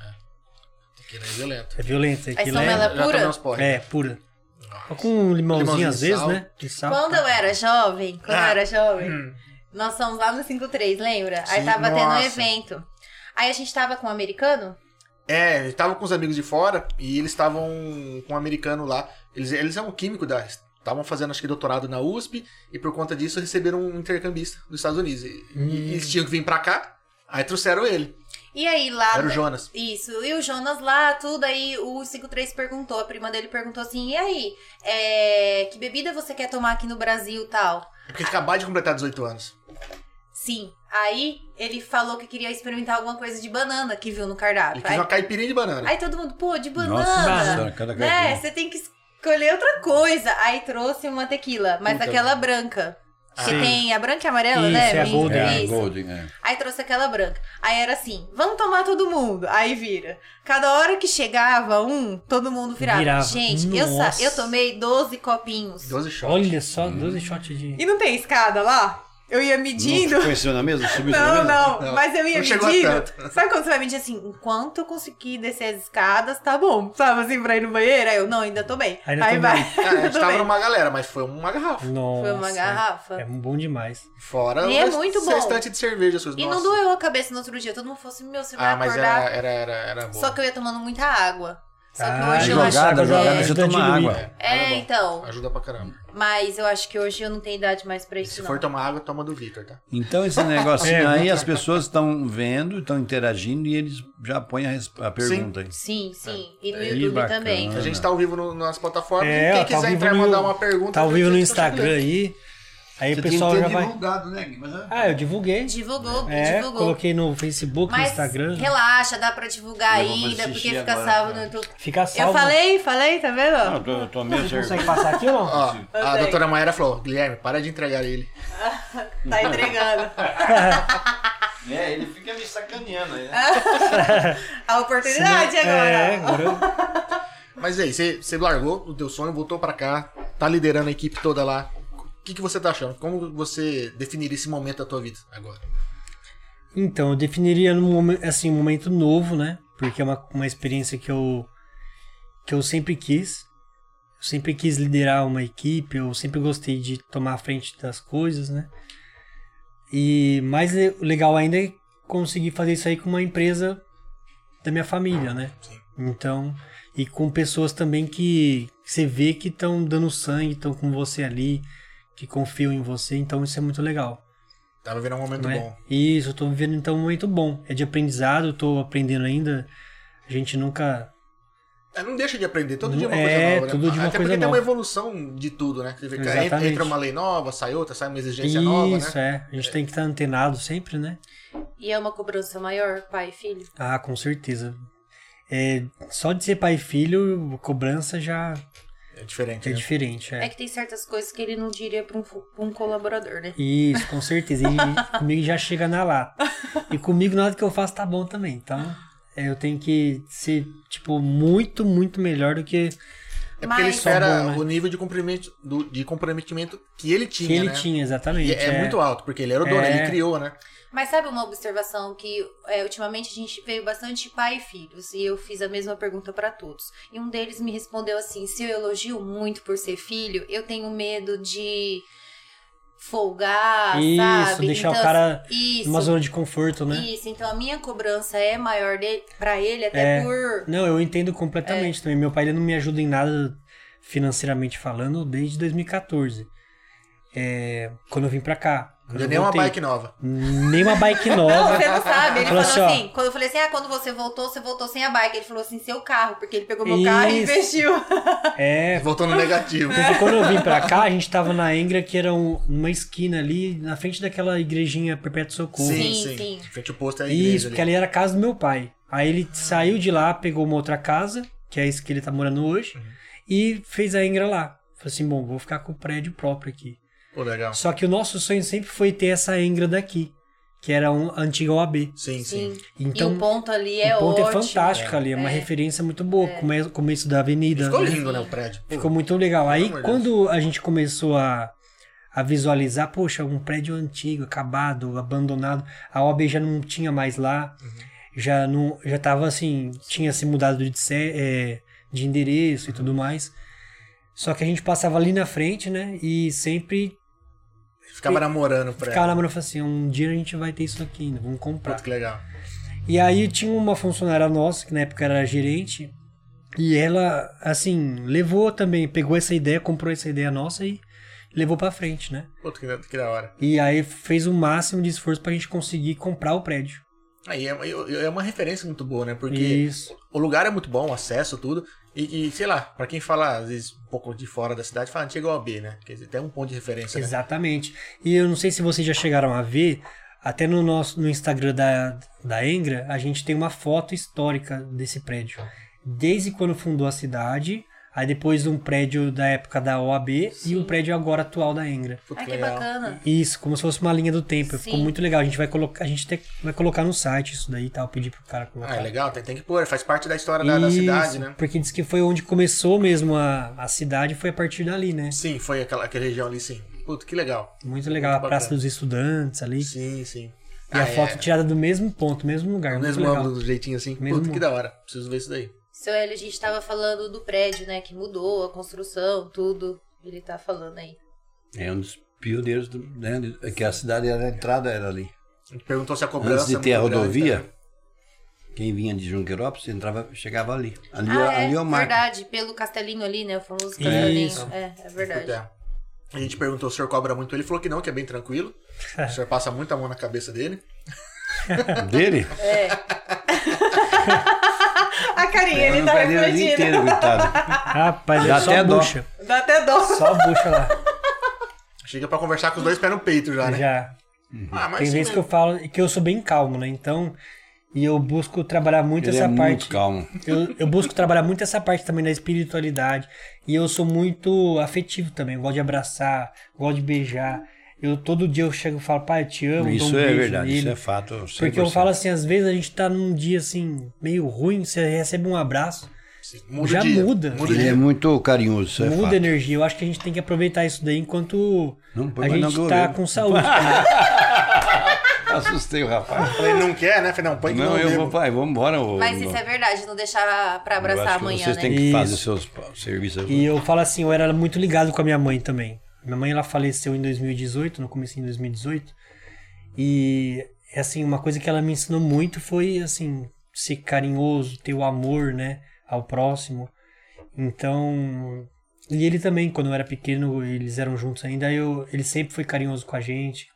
Speaker 2: Tequila é violento.
Speaker 4: É violenta. Tequila
Speaker 1: são
Speaker 4: é,
Speaker 1: ela-
Speaker 2: Já tomei
Speaker 1: pura?
Speaker 2: uns porre.
Speaker 4: é pura. Com um limãozinho,
Speaker 2: Limãozinho
Speaker 4: às
Speaker 2: de
Speaker 4: vezes,
Speaker 2: sal.
Speaker 4: né? De sal.
Speaker 1: Quando eu era jovem, quando
Speaker 2: Ah.
Speaker 1: eu era jovem,
Speaker 5: hum.
Speaker 1: nós fomos lá no 53, lembra? aí
Speaker 2: Sim,
Speaker 1: tava tendo um
Speaker 2: nossa.
Speaker 1: evento. Aí a gente tava com um americano?
Speaker 2: É, eu tava com os amigos de fora e eles estavam com um americano lá. Eles, eles são um químico da. Estavam fazendo, acho que, doutorado na USP e por conta disso receberam um intercambista dos Estados Unidos. E, e eles tinham que vir pra cá, aí trouxeram ele.
Speaker 1: E aí lá.
Speaker 2: Era o Jonas.
Speaker 1: Isso, e o Jonas lá, tudo aí, o 53 perguntou, a prima dele perguntou assim, e aí, é, que bebida você quer tomar aqui no Brasil tal?
Speaker 2: É porque ele acabava de completar 18 anos.
Speaker 1: Sim, aí ele falou que queria experimentar alguma coisa de banana que viu no cardápio.
Speaker 2: Ele fez
Speaker 1: Aí,
Speaker 2: uma caipirinha de banana.
Speaker 1: aí todo mundo, pô, de
Speaker 3: Nossa
Speaker 1: banana,
Speaker 3: senhora, cada
Speaker 1: né,
Speaker 3: coisa.
Speaker 1: você tem que escolher outra coisa. Aí trouxe uma tequila, mas
Speaker 2: Então.
Speaker 1: aquela branca. Que
Speaker 4: Sim.
Speaker 1: tem a branca e a amarela,
Speaker 4: Isso,
Speaker 1: né?
Speaker 4: é a
Speaker 1: Vem-
Speaker 4: golden.
Speaker 3: É,
Speaker 1: isso.
Speaker 3: Golden, é.
Speaker 1: Aí trouxe aquela branca. Aí era assim, vamos tomar todo mundo. Aí vira. Cada hora que chegava um, todo mundo virava.
Speaker 4: Virava.
Speaker 1: Gente, eu, sa-
Speaker 4: Nossa.
Speaker 1: eu tomei 12 copinhos.
Speaker 2: 12 shots.
Speaker 4: Olha só, 12 shots de.
Speaker 5: E não tem escada lá? Eu ia medindo.
Speaker 1: *laughs*
Speaker 3: Não conheceu na mesa? Subiu na
Speaker 5: Não,
Speaker 3: mesa?
Speaker 5: não,
Speaker 2: Não,
Speaker 5: mas eu ia
Speaker 2: não chegou a
Speaker 5: medindo.
Speaker 2: tanto.
Speaker 5: Sabe quando você vai medir assim, enquanto eu conseguir descer as escadas, tá bom. Sabe assim, pra ir no banheiro? Aí eu, não, ainda tô bem.
Speaker 4: Ainda
Speaker 5: aí
Speaker 4: tô
Speaker 5: vai.
Speaker 4: bem.
Speaker 2: Ah, a
Speaker 5: ainda
Speaker 2: gente
Speaker 5: tô
Speaker 2: tava
Speaker 5: bem.
Speaker 2: numa galera, mas foi uma garrafa.
Speaker 4: Nossa.
Speaker 1: Foi uma garrafa.
Speaker 4: É bom demais.
Speaker 2: Fora
Speaker 1: E é
Speaker 2: o
Speaker 1: muito bom.
Speaker 2: restante de cerveja, as coisas.
Speaker 1: E não
Speaker 2: Nossa.
Speaker 1: doeu a cabeça no outro dia. Todo mundo falou assim, meu, você vai
Speaker 2: Ah, mas
Speaker 1: acordar.
Speaker 2: era, era, era, era boa.
Speaker 1: Só que eu ia tomando muita água. Só que
Speaker 4: Ah,
Speaker 1: hoje eu
Speaker 4: jogada,
Speaker 1: acho
Speaker 3: jogada,
Speaker 1: que...
Speaker 3: jogada,
Speaker 1: é,
Speaker 3: você
Speaker 4: Ajuda a
Speaker 3: toma
Speaker 4: diluir.
Speaker 3: água.
Speaker 1: É,
Speaker 2: era bom.
Speaker 1: então.
Speaker 2: Ajuda pra caramba.
Speaker 1: Mas eu acho que hoje eu não tenho idade mais pra
Speaker 2: E
Speaker 1: isso,
Speaker 2: se
Speaker 1: não.
Speaker 2: for tomar água, toma do Vitor, tá?
Speaker 3: Então esse negocinho
Speaker 4: *laughs* É,
Speaker 3: aí, as pessoas estão vendo, estão interagindo e eles já põem a, resp- a pergunta aí.
Speaker 1: Sim, sim. E no
Speaker 3: Aí,
Speaker 1: YouTube
Speaker 3: bacana.
Speaker 1: também.
Speaker 2: A gente tá ao vivo no, nas plataformas.
Speaker 4: É,
Speaker 2: e
Speaker 4: ó,
Speaker 2: quem
Speaker 4: tá ao
Speaker 2: quiser
Speaker 4: vivo
Speaker 2: entrar e
Speaker 4: no-
Speaker 2: mandar uma pergunta.
Speaker 4: Tá ao vivo
Speaker 2: a
Speaker 4: no
Speaker 2: gente tá
Speaker 4: Instagram aí. Aí o pessoal já vai.
Speaker 3: divulgado, né? Gui? Mas, ah,
Speaker 4: Ah, eu divulguei.
Speaker 1: Divulgou,
Speaker 4: É,
Speaker 1: divulgou.
Speaker 4: coloquei no Facebook, no
Speaker 1: Mas
Speaker 4: Instagram. né?
Speaker 1: relaxa, dá pra divulgar
Speaker 3: Eu vou fazer
Speaker 1: ainda,
Speaker 3: xixi
Speaker 1: porque fica
Speaker 3: agora,
Speaker 1: salvo
Speaker 3: cara.
Speaker 1: no YouTube.
Speaker 4: Fica salvo.
Speaker 1: Eu falei, falei, tá vendo?
Speaker 3: eu tô- eu tomei a cerveja.
Speaker 4: Consegue passar aqui
Speaker 2: *laughs*
Speaker 4: ou não?
Speaker 2: Ó, a
Speaker 5: sei.
Speaker 2: doutora Maera falou, Guilherme, para de entregar ele.
Speaker 1: Tá entregando.
Speaker 3: É, ele fica me sacaneando aí. né?
Speaker 5: Ah.
Speaker 1: A oportunidade agora.
Speaker 4: É, agora eu...
Speaker 2: Mas e aí, você você largou o teu sonho, voltou pra cá, tá liderando a equipe toda lá. O que, que você tá achando? Como você definiria esse momento da tua vida agora?
Speaker 4: Então, eu definiria num momen- assim, um momento novo, né? Porque é uma, uma experiência que eu, que eu sempre quis. Eu sempre quis liderar uma equipe, eu sempre gostei de tomar a frente das coisas, né? E mais le- legal ainda é conseguir fazer isso aí com uma empresa da minha família, né? Então, e com pessoas também que você vê que estão dando sangue, estão com você ali, que confiam em você, então isso é muito legal.
Speaker 2: Tava vendo um momento
Speaker 4: Não é?
Speaker 2: bom.
Speaker 4: Isso, eu tô vivendo então um momento bom. É de aprendizado, eu tô aprendendo ainda. A gente nunca.
Speaker 2: É, Não deixa de aprender, todo dia é uma
Speaker 4: É,
Speaker 2: coisa nova. né?
Speaker 4: todo dia uma
Speaker 2: Até
Speaker 4: coisa
Speaker 2: porque tem
Speaker 4: nova.
Speaker 2: uma evolução de tudo, né? Você vê que
Speaker 4: Exatamente.
Speaker 2: entra, entra uma lei nova, sai outra, sai uma exigência
Speaker 4: Isso,
Speaker 2: nova, né?
Speaker 4: é. A gente tem que estar antenado sempre, né?
Speaker 1: E é uma cobrança maior, pai e filho?
Speaker 4: Ah, com certeza. É, só de ser pai e filho, a cobrança já
Speaker 2: É diferente.
Speaker 4: é
Speaker 2: né?
Speaker 4: diferente.
Speaker 1: É
Speaker 4: É.
Speaker 1: que tem certas coisas que ele não diria pra um, fu- pra um colaborador, né?
Speaker 4: Isso, com certeza. E comigo já chega na lata. E comigo nada que eu faço tá bom também. Então, é, eu tenho que ser, tipo, muito, muito melhor do que
Speaker 2: É porque ele
Speaker 1: Mas-
Speaker 2: espera
Speaker 4: Tá bom, né?
Speaker 2: o nível de comprometimento, do- de comprometimento que ele tinha,
Speaker 4: que ele
Speaker 2: né?
Speaker 4: tinha, exatamente.
Speaker 2: E é, muito alto, porque ele era o dono,
Speaker 4: É.
Speaker 2: ele criou, né?
Speaker 1: Mas sabe uma observação que é, ultimamente a gente veio bastante pai e filhos e eu fiz a mesma pergunta pra todos. E um deles me respondeu assim: se eu elogio muito por ser filho, eu tenho medo de folgar,
Speaker 4: Isso,
Speaker 1: sabe?
Speaker 4: deixar
Speaker 1: então,
Speaker 4: o cara
Speaker 1: isso,
Speaker 4: numa zona de conforto, né?
Speaker 1: Isso, então a minha cobrança é maior de, pra ele, até
Speaker 4: É.
Speaker 1: por.
Speaker 4: Não, eu entendo completamente também. Meu pai ele não me ajuda em nada financeiramente falando desde 2014. É, quando eu vim pra cá. Quando eu
Speaker 2: nem uma
Speaker 4: voltei.
Speaker 2: é bike nova.
Speaker 4: Nem
Speaker 2: *laughs*
Speaker 4: uma bike
Speaker 1: Não, *laughs*
Speaker 4: nova.
Speaker 1: você não sabe. Ele
Speaker 4: Falou
Speaker 1: falou
Speaker 4: assim,
Speaker 1: assim,
Speaker 4: ó.
Speaker 1: quando eu falei assim, ah, quando você voltou, você voltou sem a bike. Ele falou assim, seu carro, porque ele pegou meu carro e
Speaker 4: Isso.
Speaker 1: investiu.
Speaker 4: é,
Speaker 2: Voltou no negativo.
Speaker 4: porque quando eu vim pra cá, a gente tava na Engra, que era um- uma esquina ali, na frente daquela igrejinha Perpétuo Socorro.
Speaker 2: Sim,
Speaker 1: Sim,
Speaker 2: sim.
Speaker 1: sim.
Speaker 2: Frente oposta é a igreja
Speaker 4: Isso,
Speaker 2: ali.
Speaker 4: porque ali era a casa do meu pai. Aí ele saiu de lá, pegou uma outra casa, que é isso que ele tá morando hoje,
Speaker 2: Uhum.
Speaker 4: e fez a Engra lá. Falei assim, bom, vou ficar com o prédio próprio aqui.
Speaker 2: Pô, legal.
Speaker 4: Só que o nosso sonho sempre foi ter essa Engra daqui, que era um a antiga OAB.
Speaker 2: Sim, sim.
Speaker 1: Sim.
Speaker 4: Então,
Speaker 1: e o ponto ali é
Speaker 4: o ponto
Speaker 1: ótimo.
Speaker 4: é fantástico ali, é uma
Speaker 1: É.
Speaker 4: referência muito boa, é, come- começo da avenida.
Speaker 2: Ficou
Speaker 4: né?
Speaker 2: lindo, né, o prédio. Pô,
Speaker 4: Ficou muito legal. Aí
Speaker 2: amor de
Speaker 4: quando a gente começou a, a visualizar, poxa, um prédio antigo, acabado, abandonado, a OAB já não tinha mais lá,
Speaker 2: Uhum.
Speaker 4: já não, já tava assim, tinha se mudado de, sé- é, de endereço e tudo mais. Só que a gente passava ali na frente, né? E sempre
Speaker 2: Ficava namorando o prédio.
Speaker 4: Ficava lá, mano, eu falei assim, um dia a gente vai ter isso aqui ainda, vamos comprar.
Speaker 2: Puta que legal.
Speaker 4: E aí tinha uma funcionária nossa, que na época era gerente, e ela, assim, levou também, pegou essa ideia, comprou essa ideia nossa e levou pra frente, né?
Speaker 2: Puta que, da- que da hora.
Speaker 4: E aí fez o máximo de esforço pra gente conseguir comprar o prédio.
Speaker 2: Aí é, é- é uma referência muito boa, né? Porque
Speaker 4: Isso.
Speaker 2: o lugar é muito bom, o acesso, tudo. E, e, sei lá, pra quem fala, às vezes, um pouco de fora da cidade, fala, chega ao B, né? Quer dizer, tem um ponto de referência. né?
Speaker 4: Exatamente. E eu não sei se vocês já chegaram a ver, até no nosso no Instagram da, da Engra, a gente tem uma foto histórica desse prédio. Desde quando fundou a cidade, aí depois um prédio da época da OAB e um prédio agora atual da Engra.
Speaker 2: Puta
Speaker 1: Ai, que bacana.
Speaker 4: Isso, como se fosse uma linha do tempo. Ficou
Speaker 1: Sim.
Speaker 4: muito legal. A gente vai colocar, a gente até vai colocar no site isso daí e tal, pedir pro cara
Speaker 2: Ah,
Speaker 4: colocar.
Speaker 2: é legal, tem, tem que pôr, faz parte da história da, da cidade,
Speaker 4: Isso,
Speaker 2: né?
Speaker 4: Porque diz que foi onde começou mesmo a, a cidade, foi a partir dali, né?
Speaker 2: Sim, foi aquela, aquela região ali, sim. Puta, que legal.
Speaker 4: Muito legal,
Speaker 2: Muito
Speaker 4: a Praça
Speaker 2: bacana.
Speaker 4: dos Estudantes ali.
Speaker 2: Sim, sim.
Speaker 4: E a foto tirada do mesmo ponto, Ah, é. mesmo lugar.
Speaker 2: No
Speaker 4: muito
Speaker 2: mesmo
Speaker 4: legal.
Speaker 2: ângulo, é. do jeitinho assim.
Speaker 4: Mesmo
Speaker 2: Puta, que da hora. Preciso ver isso daí.
Speaker 1: Seu Hélio, a gente tava falando do prédio, né? Que mudou, a construção, tudo. Ele tá falando aí.
Speaker 3: É um dos pioneiros do, né, de- que a cidade era a entrada era ali.
Speaker 2: Perguntou se a cobrança...
Speaker 3: Antes de
Speaker 2: é
Speaker 3: ter a
Speaker 2: muito grande,
Speaker 3: rodovia,
Speaker 2: tá?
Speaker 3: quem vinha de Junqueirópolis entrava, chegava ali. Ali,
Speaker 1: ah,
Speaker 3: é, ali é
Speaker 1: é
Speaker 3: o marco.
Speaker 1: verdade. Pelo castelinho ali, né? O famoso castelinho.
Speaker 4: Isso.
Speaker 1: É, é verdade.
Speaker 2: É. A gente perguntou, o senhor cobra muito? Ele falou que não, que é bem tranquilo. O senhor passa muito a mão na cabeça dele.
Speaker 3: Dele?
Speaker 1: É.
Speaker 3: *laughs*
Speaker 5: A carinha,
Speaker 3: Eu
Speaker 5: ele
Speaker 3: não
Speaker 5: tá
Speaker 3: perdi o dia
Speaker 5: refletindo.
Speaker 3: inteiro,
Speaker 4: *laughs* Então,
Speaker 3: coitado.
Speaker 4: Rapaz,
Speaker 3: Dá
Speaker 4: é só
Speaker 3: até dó.
Speaker 4: bucha.
Speaker 5: Dá até dó.
Speaker 4: Só bucha lá.
Speaker 2: *laughs* Chega pra conversar com os dois pés no peito já, né?
Speaker 4: Já.
Speaker 2: Ah, mas
Speaker 4: Tem
Speaker 2: sim,
Speaker 4: vezes
Speaker 2: né?
Speaker 4: que eu falo que eu sou bem calmo, né? Então. E eu busco trabalhar muito
Speaker 3: Ele é
Speaker 4: essa
Speaker 3: muito
Speaker 4: parte.
Speaker 3: calmo.
Speaker 4: Eu, eu busco trabalhar muito essa parte também da espiritualidade. E eu sou muito afetivo também. Eu gosto de abraçar, gosto de beijar. Eu todo dia eu chego e falo, pai, eu te amo.
Speaker 3: Isso
Speaker 4: dou um
Speaker 3: é
Speaker 4: beijo
Speaker 3: verdade,
Speaker 4: nele.
Speaker 3: isso é fato.
Speaker 4: Porque eu
Speaker 3: 100%.
Speaker 4: falo assim, às vezes a gente tá num dia assim, meio ruim, você recebe um abraço,
Speaker 2: Sim, muda o
Speaker 4: já
Speaker 2: dia.
Speaker 4: muda.
Speaker 2: Muda o
Speaker 3: Ele
Speaker 2: dia.
Speaker 3: é muito carinhoso, isso é
Speaker 4: muda a
Speaker 3: fato.
Speaker 4: energia. Eu acho que a gente tem que aproveitar isso daí enquanto
Speaker 3: Não põe
Speaker 4: a
Speaker 3: mais na
Speaker 4: gente
Speaker 3: minha
Speaker 4: tá
Speaker 3: orelha. *laughs*
Speaker 4: com saúde. né?
Speaker 3: Assustei o rapaz.
Speaker 2: Falei, não quer, né? Falei, não, põe que
Speaker 3: Não, eu
Speaker 2: devo.
Speaker 3: vou, pai, vamos embora.
Speaker 1: Mas isso é verdade, não deixar pra
Speaker 3: Eu
Speaker 1: abraçar
Speaker 3: acho que
Speaker 1: amanhã,
Speaker 3: Vocês
Speaker 1: né?
Speaker 3: têm que fazer
Speaker 4: Isso.
Speaker 3: seus pa- serviços.
Speaker 4: e eu falo assim, eu era muito ligado com a minha mãe também. Minha mãe ela faleceu em 2018, no começo de 2018. E assim, uma coisa que ela me ensinou muito foi assim, ser carinhoso, ter o amor, né, ao próximo. Então, e ele também, quando eu era pequeno, eles eram juntos ainda, eu, ele sempre foi carinhoso com a gente.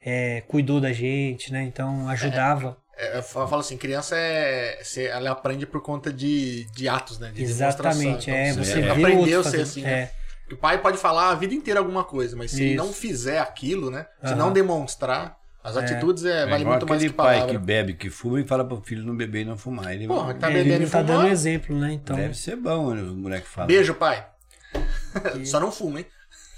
Speaker 4: é, cuidou da gente, né? Então ajudava.
Speaker 2: É, eu fa- falo assim, criança é. você- ela aprende por conta de, de atos, né? De
Speaker 4: Exatamente.
Speaker 2: demonstração.
Speaker 4: É,
Speaker 2: Então,
Speaker 4: você
Speaker 3: é,
Speaker 4: vê o
Speaker 2: aprendeu
Speaker 4: outro
Speaker 2: a ser
Speaker 4: fazendo.
Speaker 2: assim,
Speaker 4: é.
Speaker 2: né? O pai pode falar a vida inteira alguma coisa, mas se ele
Speaker 4: Isso.
Speaker 2: não fizer aquilo, né? Se
Speaker 4: Aham.
Speaker 2: não demonstrar, as atitudes é,
Speaker 3: É
Speaker 2: vale
Speaker 3: igual
Speaker 2: muito mais
Speaker 3: aquele
Speaker 2: que
Speaker 3: pai
Speaker 2: palavra.
Speaker 3: que bebe, que fuma e fala pro filho não beber e não fumar. Ele
Speaker 2: Porra, tá
Speaker 4: É,
Speaker 2: bebendo
Speaker 4: ele
Speaker 2: e
Speaker 4: tá
Speaker 2: fumando?
Speaker 4: dando exemplo, né? Então,
Speaker 3: deve ser bom, né, o moleque fala.
Speaker 2: Beijo, pai. *laughs* Só não fuma, hein?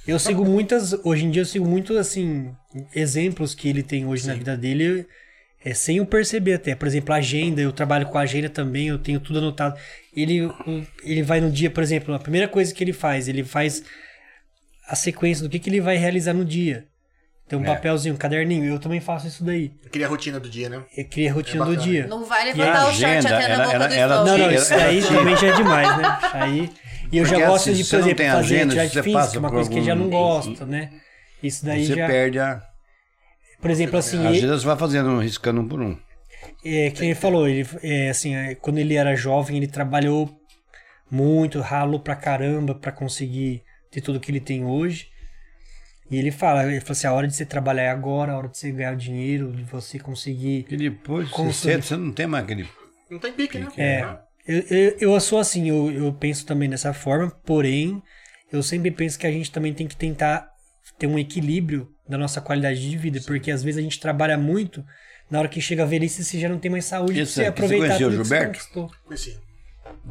Speaker 4: eu sigo muitas. Hoje em dia eu sigo muito assim exemplos que ele tem hoje na vida dele, é sem eu perceber até. Por exemplo, a agenda. Eu trabalho com a agenda também. Eu tenho tudo anotado. Ele o- ele vai no dia, por exemplo, a primeira coisa que ele faz, ele faz a sequência do que que ele vai realizar no dia. Tem um
Speaker 3: É.
Speaker 4: papelzinho, um caderninho. Eu também faço isso daí.
Speaker 2: Cria a rotina do dia, né?
Speaker 4: Eu cria a rotina
Speaker 3: É
Speaker 4: do
Speaker 2: bacana.
Speaker 4: dia.
Speaker 1: Não vai
Speaker 4: E
Speaker 1: levantar
Speaker 3: a
Speaker 1: o short
Speaker 3: agenda,
Speaker 1: até na
Speaker 3: ela-
Speaker 1: boca
Speaker 3: ela-
Speaker 1: do
Speaker 3: ela-
Speaker 1: estômago.
Speaker 4: Não, não,
Speaker 3: Sim,
Speaker 4: isso
Speaker 3: ela-
Speaker 4: aí também já é demais, né? Isso aí. E eu já
Speaker 3: Porque,
Speaker 4: gosto
Speaker 3: assim,
Speaker 4: de,
Speaker 3: se
Speaker 4: por
Speaker 3: você não
Speaker 4: exemplo,
Speaker 3: tem
Speaker 4: fazer
Speaker 3: agenda,
Speaker 4: atividade
Speaker 3: você
Speaker 4: física,
Speaker 3: passa
Speaker 4: uma
Speaker 3: por
Speaker 4: coisa que ele já
Speaker 3: algum-
Speaker 4: não gosta, né? Isso daí
Speaker 3: você
Speaker 4: já.
Speaker 3: perde a.
Speaker 4: Por exemplo, assim,
Speaker 3: Às
Speaker 4: e-
Speaker 3: vezes você vai fazendo, riscando um por um.
Speaker 4: É, que ele falou, ele, é, assim, é, quando ele era jovem, ele trabalhou muito, ralou pra caramba pra conseguir ter tudo que ele tem hoje. E ele fala, ele fala assim, a hora de você trabalhar é agora, a hora de você ganhar o dinheiro, de você conseguir...
Speaker 3: E depois,
Speaker 4: Consome.
Speaker 3: você, você não tem mais aquele.
Speaker 2: Não tem pique, né?
Speaker 4: É, eu, eu, eu sou assim, eu, eu penso também dessa forma, porém, eu sempre penso que a gente também tem que tentar ter um equilíbrio da nossa qualidade de vida, porque às vezes a gente trabalha muito, na hora que chega a velhice você já não tem mais saúde
Speaker 3: Isso, é,
Speaker 4: pra
Speaker 3: que
Speaker 4: você
Speaker 3: você
Speaker 4: aproveitar
Speaker 3: conheceu o
Speaker 4: tudo que você
Speaker 3: Gilberto?
Speaker 4: conquistou.
Speaker 2: Conheci.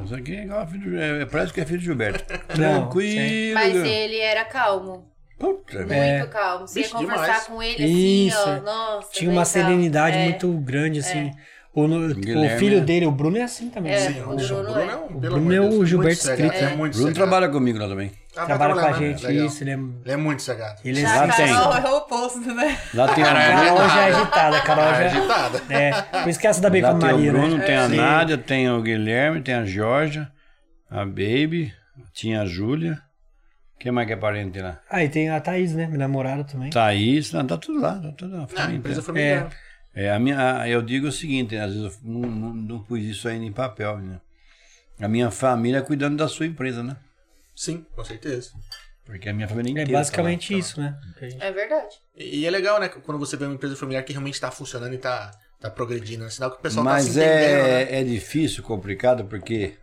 Speaker 3: Isso aqui é igual a filho de- é, parece que é filho de Gilberto.
Speaker 4: Não,
Speaker 3: Tranquilo.
Speaker 1: Mas é- ele era calmo.
Speaker 3: Puta,
Speaker 1: Muito
Speaker 3: merda.
Speaker 1: calmo. Você ia
Speaker 2: Vixe,
Speaker 1: conversar
Speaker 2: demais.
Speaker 1: com ele assim,
Speaker 4: É. Isso.
Speaker 1: ó. Nossa,
Speaker 4: tinha uma
Speaker 1: legal.
Speaker 4: serenidade
Speaker 1: É.
Speaker 4: muito grande, assim. O, no-
Speaker 3: Guilherme,
Speaker 4: o filho
Speaker 3: né?
Speaker 4: dele, o Bruno, é assim também.
Speaker 1: É,
Speaker 4: assim,
Speaker 2: Sim,
Speaker 1: o
Speaker 2: o
Speaker 1: Bruno
Speaker 2: Bruno,
Speaker 1: é.
Speaker 2: é um,
Speaker 4: O
Speaker 2: pelo
Speaker 4: Bruno é
Speaker 2: amor de Deus,
Speaker 4: o
Speaker 2: muito
Speaker 4: Gilberto
Speaker 2: cegado,
Speaker 4: Escrita.
Speaker 2: É muito
Speaker 3: Bruno
Speaker 2: cegado.
Speaker 3: trabalha comigo lá também.
Speaker 2: Ah, vai
Speaker 4: trabalha com a
Speaker 2: trabalhar, né?
Speaker 4: gente,
Speaker 2: Legal.
Speaker 4: isso, ele é,
Speaker 2: Ele é muito cegado.
Speaker 4: ele é
Speaker 5: Já a
Speaker 1: tá
Speaker 3: Lá tem.
Speaker 5: Carol é o oposto, né?
Speaker 3: Lá tem a
Speaker 4: A
Speaker 2: Caralho.
Speaker 4: Carol
Speaker 3: Nádia.
Speaker 4: já é agitada, a Carol
Speaker 2: Ah,
Speaker 4: já.
Speaker 2: agitada.
Speaker 4: É, não esquece da Bacon
Speaker 3: Lá tem
Speaker 4: Maria,
Speaker 3: o Bruno,
Speaker 4: né?
Speaker 3: tem a
Speaker 4: Sim.
Speaker 3: Nádia, tem o Guilherme, tem a Georgia, a Baby, tinha a Júlia. Quem mais que é parente lá?
Speaker 4: Ah, e tem a Thaís, né? Minha namorada também.
Speaker 3: Thaís, não, tá tudo lá, tá tudo lá.
Speaker 2: Não,
Speaker 3: família
Speaker 2: Ah, empresa
Speaker 3: inteira.
Speaker 2: familiar.
Speaker 3: É, a minha, a- eu digo o seguinte, às vezes eu não, não- não pus isso ainda em papel, né? A minha família cuidando da sua empresa, né?
Speaker 2: Sim, com certeza.
Speaker 3: Porque a minha família
Speaker 4: É
Speaker 3: inteira. tá lá.
Speaker 4: basicamente isso, né? Que a gente-
Speaker 1: É verdade.
Speaker 2: E e é legal, né? Quando você vê uma empresa familiar que realmente tá funcionando e tá, tá progredindo. É sinal que o pessoal tá
Speaker 3: Mas
Speaker 2: se entendendo,
Speaker 3: é,
Speaker 2: né?
Speaker 3: é difícil, complicado, porque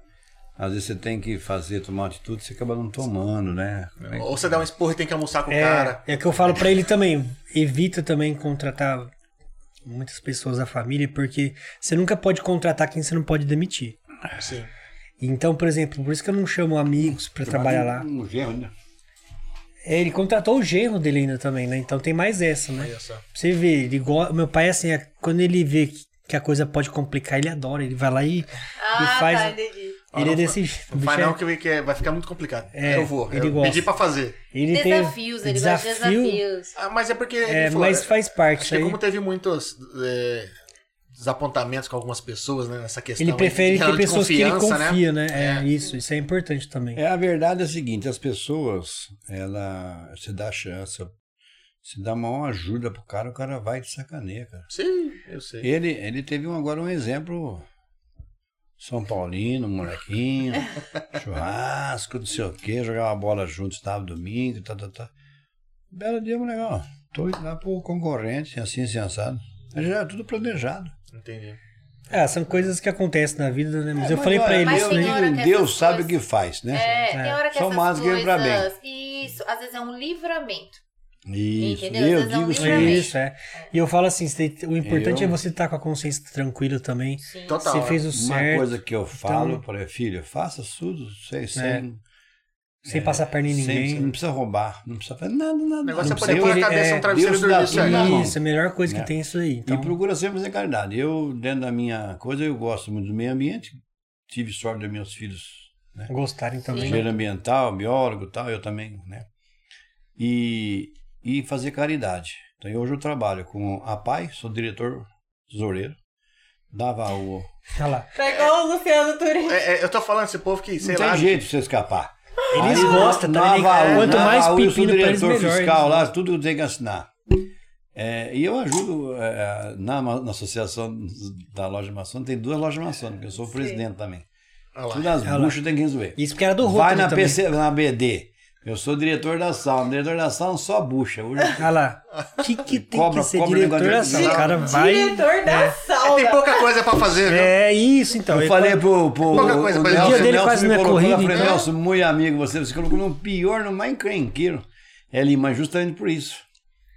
Speaker 3: às vezes você tem que fazer, tomar uma atitude, você acaba não tomando, né? Como é que-
Speaker 2: Ou você dá um esporro e tem que almoçar com o cara.
Speaker 4: É, é que eu falo pra ele também, evita também contratar muitas pessoas da família, porque você nunca pode contratar quem você não pode demitir.
Speaker 2: Sim.
Speaker 4: Então, por exemplo, por isso que eu não chamo amigos pra trabalhar lá.
Speaker 3: Um genro, né?
Speaker 4: É, ele contratou o genro dele ainda também, né? Então tem mais essa, né?
Speaker 2: Olha só.
Speaker 4: Pra Você vê, ele go... meu pai, assim, é- quando ele vê que- que a coisa pode complicar, ele adora. Ele vai lá e,
Speaker 1: Ah,
Speaker 4: e faz. um-
Speaker 1: tá, entendi.
Speaker 4: ele
Speaker 2: não
Speaker 4: é desse jeito. o bicho
Speaker 2: Vai
Speaker 4: é-
Speaker 2: não que, que vai ficar muito complicado.
Speaker 4: É,
Speaker 2: eu vou.
Speaker 4: ele
Speaker 2: Eu
Speaker 4: gosta.
Speaker 2: pedi pra fazer.
Speaker 4: Ele tem
Speaker 1: Desafios, ele gosta de desafios.
Speaker 2: Ah, mas é porque.
Speaker 4: É,
Speaker 2: ele falou,
Speaker 4: mas faz parte.
Speaker 2: Acho
Speaker 4: Isso
Speaker 2: que é
Speaker 4: aí.
Speaker 2: como teve muitos é, desapontamentos com algumas pessoas, né, nessa questão.
Speaker 4: Ele
Speaker 2: aí,
Speaker 4: prefere
Speaker 2: de
Speaker 4: ter
Speaker 2: relação de
Speaker 4: pessoas que ele
Speaker 2: confiança, né?
Speaker 4: confia, né? É, isso, isso é importante também.
Speaker 3: É, a verdade é a seguinte, as pessoas, ela se dá chance, se dá maior ajuda pro cara, o cara vai de sacaneia, cara.
Speaker 2: Sim, eu sei.
Speaker 3: Ele, ele teve um, agora um exemplo São Paulino, um molequinho, churrasco, não sei o quê, jogava bola junto, estava domingo, tá, tá, tá. Belo dia, moleque, ó, tô indo lá pro concorrente, assim, sensado. Mas Já é tudo planejado.
Speaker 2: Entendi.
Speaker 4: Ah, são coisas que acontecem na vida, né? Mas
Speaker 3: É,
Speaker 4: eu falei pra
Speaker 3: olha,
Speaker 4: ele
Speaker 1: Mas
Speaker 4: isso,
Speaker 1: tem
Speaker 4: né?
Speaker 1: hora que
Speaker 3: Deus,
Speaker 1: essas
Speaker 3: Deus sabe o que
Speaker 1: coisas-
Speaker 3: faz, né?
Speaker 1: É, tem hora que
Speaker 3: Só
Speaker 1: essas
Speaker 3: mais ganha
Speaker 1: coisas...
Speaker 3: pra
Speaker 1: Isso, às vezes é um livramento.
Speaker 3: Isso,
Speaker 1: Entendeu? Às
Speaker 3: eu
Speaker 1: vezes é um
Speaker 3: digo isso.
Speaker 4: É
Speaker 1: livramento.
Speaker 3: aí.
Speaker 4: Isso, é. E eu falo assim, você- o importante
Speaker 3: Eu-
Speaker 4: é você estar com a consciência tranquila também.
Speaker 1: Sim.
Speaker 2: Total.
Speaker 4: Você fez o
Speaker 3: Uma
Speaker 4: certo,
Speaker 3: coisa que eu falo,
Speaker 4: Então-
Speaker 3: para falei, filho, faça tudo sem, sem,
Speaker 4: sem passar perna em
Speaker 3: é sem-
Speaker 4: ninguém.
Speaker 3: não precisa roubar, não precisa fazer nada, nada.
Speaker 2: O negócio
Speaker 3: não
Speaker 2: é
Speaker 4: sei,
Speaker 2: poder pôr
Speaker 4: ele-
Speaker 2: a cabeça
Speaker 4: é,
Speaker 2: num travesseiro e
Speaker 3: Deus dá
Speaker 2: dormir
Speaker 3: tudo na
Speaker 2: sonhando.
Speaker 3: mão.
Speaker 4: Isso, a melhor coisa que
Speaker 3: É.
Speaker 4: tem é isso aí. Então,
Speaker 3: E procura sempre fazer caridade. Eu, dentro da minha coisa, eu gosto muito do meio ambiente. Tive sorte dos meus filhos, né?
Speaker 4: gostarem também.
Speaker 3: Engenheiro ambiental, biólogo e tal, eu também, né? E, e fazer caridade. Então, eu- hoje eu trabalho com a PAI, sou diretor tesoureiro, dava o...
Speaker 4: Olha lá.
Speaker 1: É
Speaker 5: Tá igual o Luciano Turim.
Speaker 2: É, é, eu tô falando esse povo que, sei
Speaker 3: não
Speaker 2: lá,
Speaker 3: tem jeito de você escapar.
Speaker 4: Eles
Speaker 3: Aí,
Speaker 4: gostam,
Speaker 3: na-
Speaker 4: tá? Ele-
Speaker 3: na Vaú,
Speaker 4: Quanto
Speaker 3: na
Speaker 4: mais
Speaker 3: Vaú, eu sou
Speaker 4: pepino pra eles,
Speaker 3: diretor
Speaker 4: melhor. né?
Speaker 3: fiscal lá, tudo tem que assinar. É, e eu ajudo é, na, ma- na associação da loja maçônica, tem duas lojas maçônicas, eu sou presidente também.
Speaker 2: olha lá.
Speaker 3: Tudo as
Speaker 4: Olha lá.
Speaker 3: buchas tem que resolver.
Speaker 4: Isso porque era do
Speaker 3: Vai
Speaker 4: Rotary
Speaker 3: na,
Speaker 4: também.
Speaker 3: PC, na BD. Eu sou diretor da sala. Diretor da sala só bucha. Hoje
Speaker 4: Olha
Speaker 3: *laughs*
Speaker 4: lá. O que, que tem
Speaker 3: Cobra-
Speaker 4: que ser
Speaker 3: cobra
Speaker 4: diretor
Speaker 3: negócio de-
Speaker 4: assim?
Speaker 1: *laughs*
Speaker 4: O cara vai. né?
Speaker 5: Diretor da
Speaker 2: É, tem
Speaker 5: sauna.
Speaker 2: pouca coisa pra fazer, viu?
Speaker 4: É isso, então.
Speaker 3: eu
Speaker 4: Ele
Speaker 3: falei pro, pro
Speaker 2: Pouca coisa,
Speaker 3: o
Speaker 2: mas
Speaker 3: Nelson,
Speaker 2: o dia
Speaker 4: dele
Speaker 3: Nelson
Speaker 4: quase
Speaker 3: me
Speaker 4: não é
Speaker 3: colocou lá,
Speaker 4: corrido,
Speaker 3: falei,
Speaker 4: então.
Speaker 3: Nelson, muito amigo você, você colocou no pior, no mais encrenqueiro. É Lima, justamente por isso.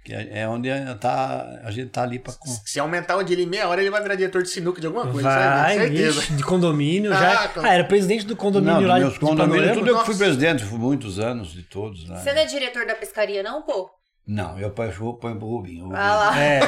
Speaker 3: Que é é onde a- tá, a gente tá ali pra... com-
Speaker 2: Se aumentar o dia em meia hora, ele vai virar diretor de sinuca de alguma coisa. sabe?
Speaker 4: Vai,
Speaker 2: Com certeza.
Speaker 4: vixe, de condomínio
Speaker 2: Ah,
Speaker 4: já.
Speaker 2: com-
Speaker 4: Ah, era presidente do condomínio
Speaker 3: Não, dos
Speaker 4: lá
Speaker 3: meus
Speaker 4: de
Speaker 3: condomínios,
Speaker 4: Panorama.
Speaker 3: tudo eu que fui
Speaker 2: Nossa.
Speaker 3: presidente, fui muitos anos de todos. Né?
Speaker 1: Você não é diretor da pescaria, não, pô?
Speaker 3: Não, eu ponho eu ponho pro Rubinho. O
Speaker 1: Ah lá.
Speaker 3: *laughs*
Speaker 4: É.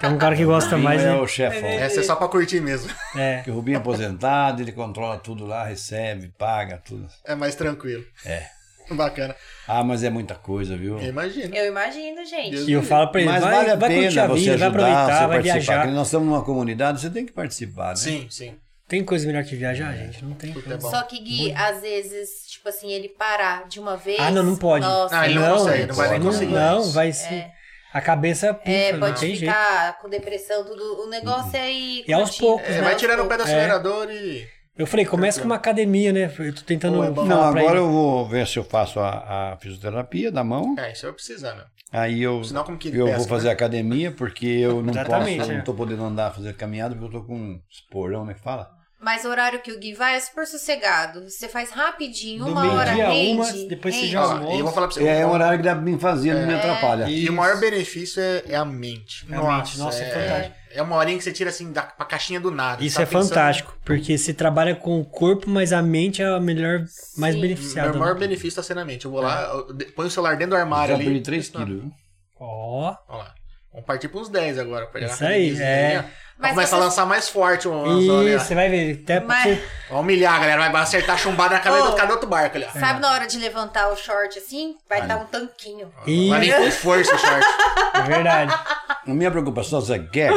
Speaker 4: Tem um cara que gosta
Speaker 3: Rubinho
Speaker 4: mais,
Speaker 3: é
Speaker 4: né?
Speaker 3: o chefão.
Speaker 2: Essa é só pra curtir mesmo.
Speaker 4: É.
Speaker 3: Porque o Rubinho é aposentado, ele controla tudo lá, recebe, paga, tudo.
Speaker 2: É mais tranquilo.
Speaker 3: É.
Speaker 2: Bacana.
Speaker 3: Ah, mas é muita coisa, viu?
Speaker 2: Eu imagino.
Speaker 4: É.
Speaker 1: Eu imagino, gente.
Speaker 2: Deus
Speaker 4: E eu falo pra ele,
Speaker 3: Mas
Speaker 4: vai,
Speaker 3: vale a
Speaker 4: vai curtir
Speaker 3: pena
Speaker 4: a
Speaker 3: você
Speaker 4: vida,
Speaker 3: ajudar, você
Speaker 4: vai aproveitar, vai
Speaker 3: participar.
Speaker 4: viajar.
Speaker 3: Porque nós estamos numa comunidade, você tem que participar, né?
Speaker 2: Sim, sim.
Speaker 4: Tem coisa melhor que viajar, gente? Não tem.
Speaker 2: Puta, é bom.
Speaker 1: Só que, Gui, às vezes, tipo assim, ele parar de uma vez.
Speaker 4: Ah, não, não pode.
Speaker 1: Nossa,
Speaker 2: Ah, ele não consegue,
Speaker 1: pode.
Speaker 2: não vai nem
Speaker 4: não,
Speaker 2: conseguir.
Speaker 4: não, vai sim. A cabeça puxa,
Speaker 1: É,
Speaker 4: não
Speaker 1: pode
Speaker 4: tem jeito.
Speaker 1: ficar com depressão, tudo. O negócio é ir.
Speaker 4: E aos
Speaker 1: curtindo,
Speaker 4: poucos,
Speaker 2: É,
Speaker 1: né?
Speaker 2: vai
Speaker 1: Aos
Speaker 2: tirando o pé
Speaker 1: poucos.
Speaker 2: do acelerador e.
Speaker 4: Eu falei, começa com uma academia, né? Eu tô tentando
Speaker 2: Ou é bom.
Speaker 4: falar
Speaker 3: Não,
Speaker 4: pra
Speaker 3: agora
Speaker 4: ele.
Speaker 3: eu vou ver se eu faço a, a fisioterapia da mão.
Speaker 2: É, isso eu precisar, né?
Speaker 3: Aí eu,
Speaker 2: Senão, como que
Speaker 3: eu
Speaker 2: pesca,
Speaker 3: vou fazer
Speaker 2: né?
Speaker 3: academia, porque eu não
Speaker 4: Exatamente,
Speaker 3: posso,
Speaker 4: é.
Speaker 3: não tô podendo andar fazer caminhada, porque eu tô com esporão, como é que fala?
Speaker 1: Mas o horário que o Gui vai é super sossegado. Você faz rapidinho,
Speaker 4: Do
Speaker 1: uma
Speaker 4: meio-dia
Speaker 1: hora
Speaker 4: a
Speaker 1: rende.
Speaker 4: uma, depois você
Speaker 1: rende.
Speaker 4: já-
Speaker 2: Olha lá, e eu vou falar pra você. É.
Speaker 3: É um horário que dá pra mim fazer, não me atrapalha.
Speaker 2: E o maior benefício é, é a mente.
Speaker 4: É a
Speaker 2: nossa,
Speaker 4: mente, nossa, é
Speaker 2: é, é uma horinha que você tira assim da, pra caixinha do nada.
Speaker 4: Isso
Speaker 2: Você tá
Speaker 4: é
Speaker 2: pensando-
Speaker 4: fantástico, porque se trabalha com o corpo, mas a mente é a melhor, mais
Speaker 1: Sim.
Speaker 4: beneficiada. né?
Speaker 2: Meu maior benefício tá sendo a mente. Eu vou
Speaker 4: É.
Speaker 2: lá, eu de- põe o celular dentro do armário
Speaker 3: Já
Speaker 2: ali. tá.
Speaker 3: perdi 3
Speaker 2: Olha
Speaker 3: quilos. viu?
Speaker 4: Ó,
Speaker 2: lá. Vamos partir pra uns 10 agora. Pra
Speaker 4: Isso aí, é.
Speaker 1: Mas
Speaker 2: começa a
Speaker 1: essas-
Speaker 2: lançar mais forte um anzol ali,
Speaker 4: e
Speaker 2: ó.
Speaker 4: você vai ver, até
Speaker 1: Mas-
Speaker 4: porque
Speaker 2: Vai humilhar, galera. Vai acertar chumbada na cabeça
Speaker 1: Ô.
Speaker 2: do cara do outro barco ali, ó.
Speaker 4: É.
Speaker 1: Sabe na hora de levantar o short assim? Vai estar um tanquinho.
Speaker 4: Ih.
Speaker 2: Vai nem com força o short.
Speaker 4: é
Speaker 1: *laughs*
Speaker 4: verdade.
Speaker 3: A minha preocupação, Zé, que
Speaker 4: *gasps*
Speaker 3: é,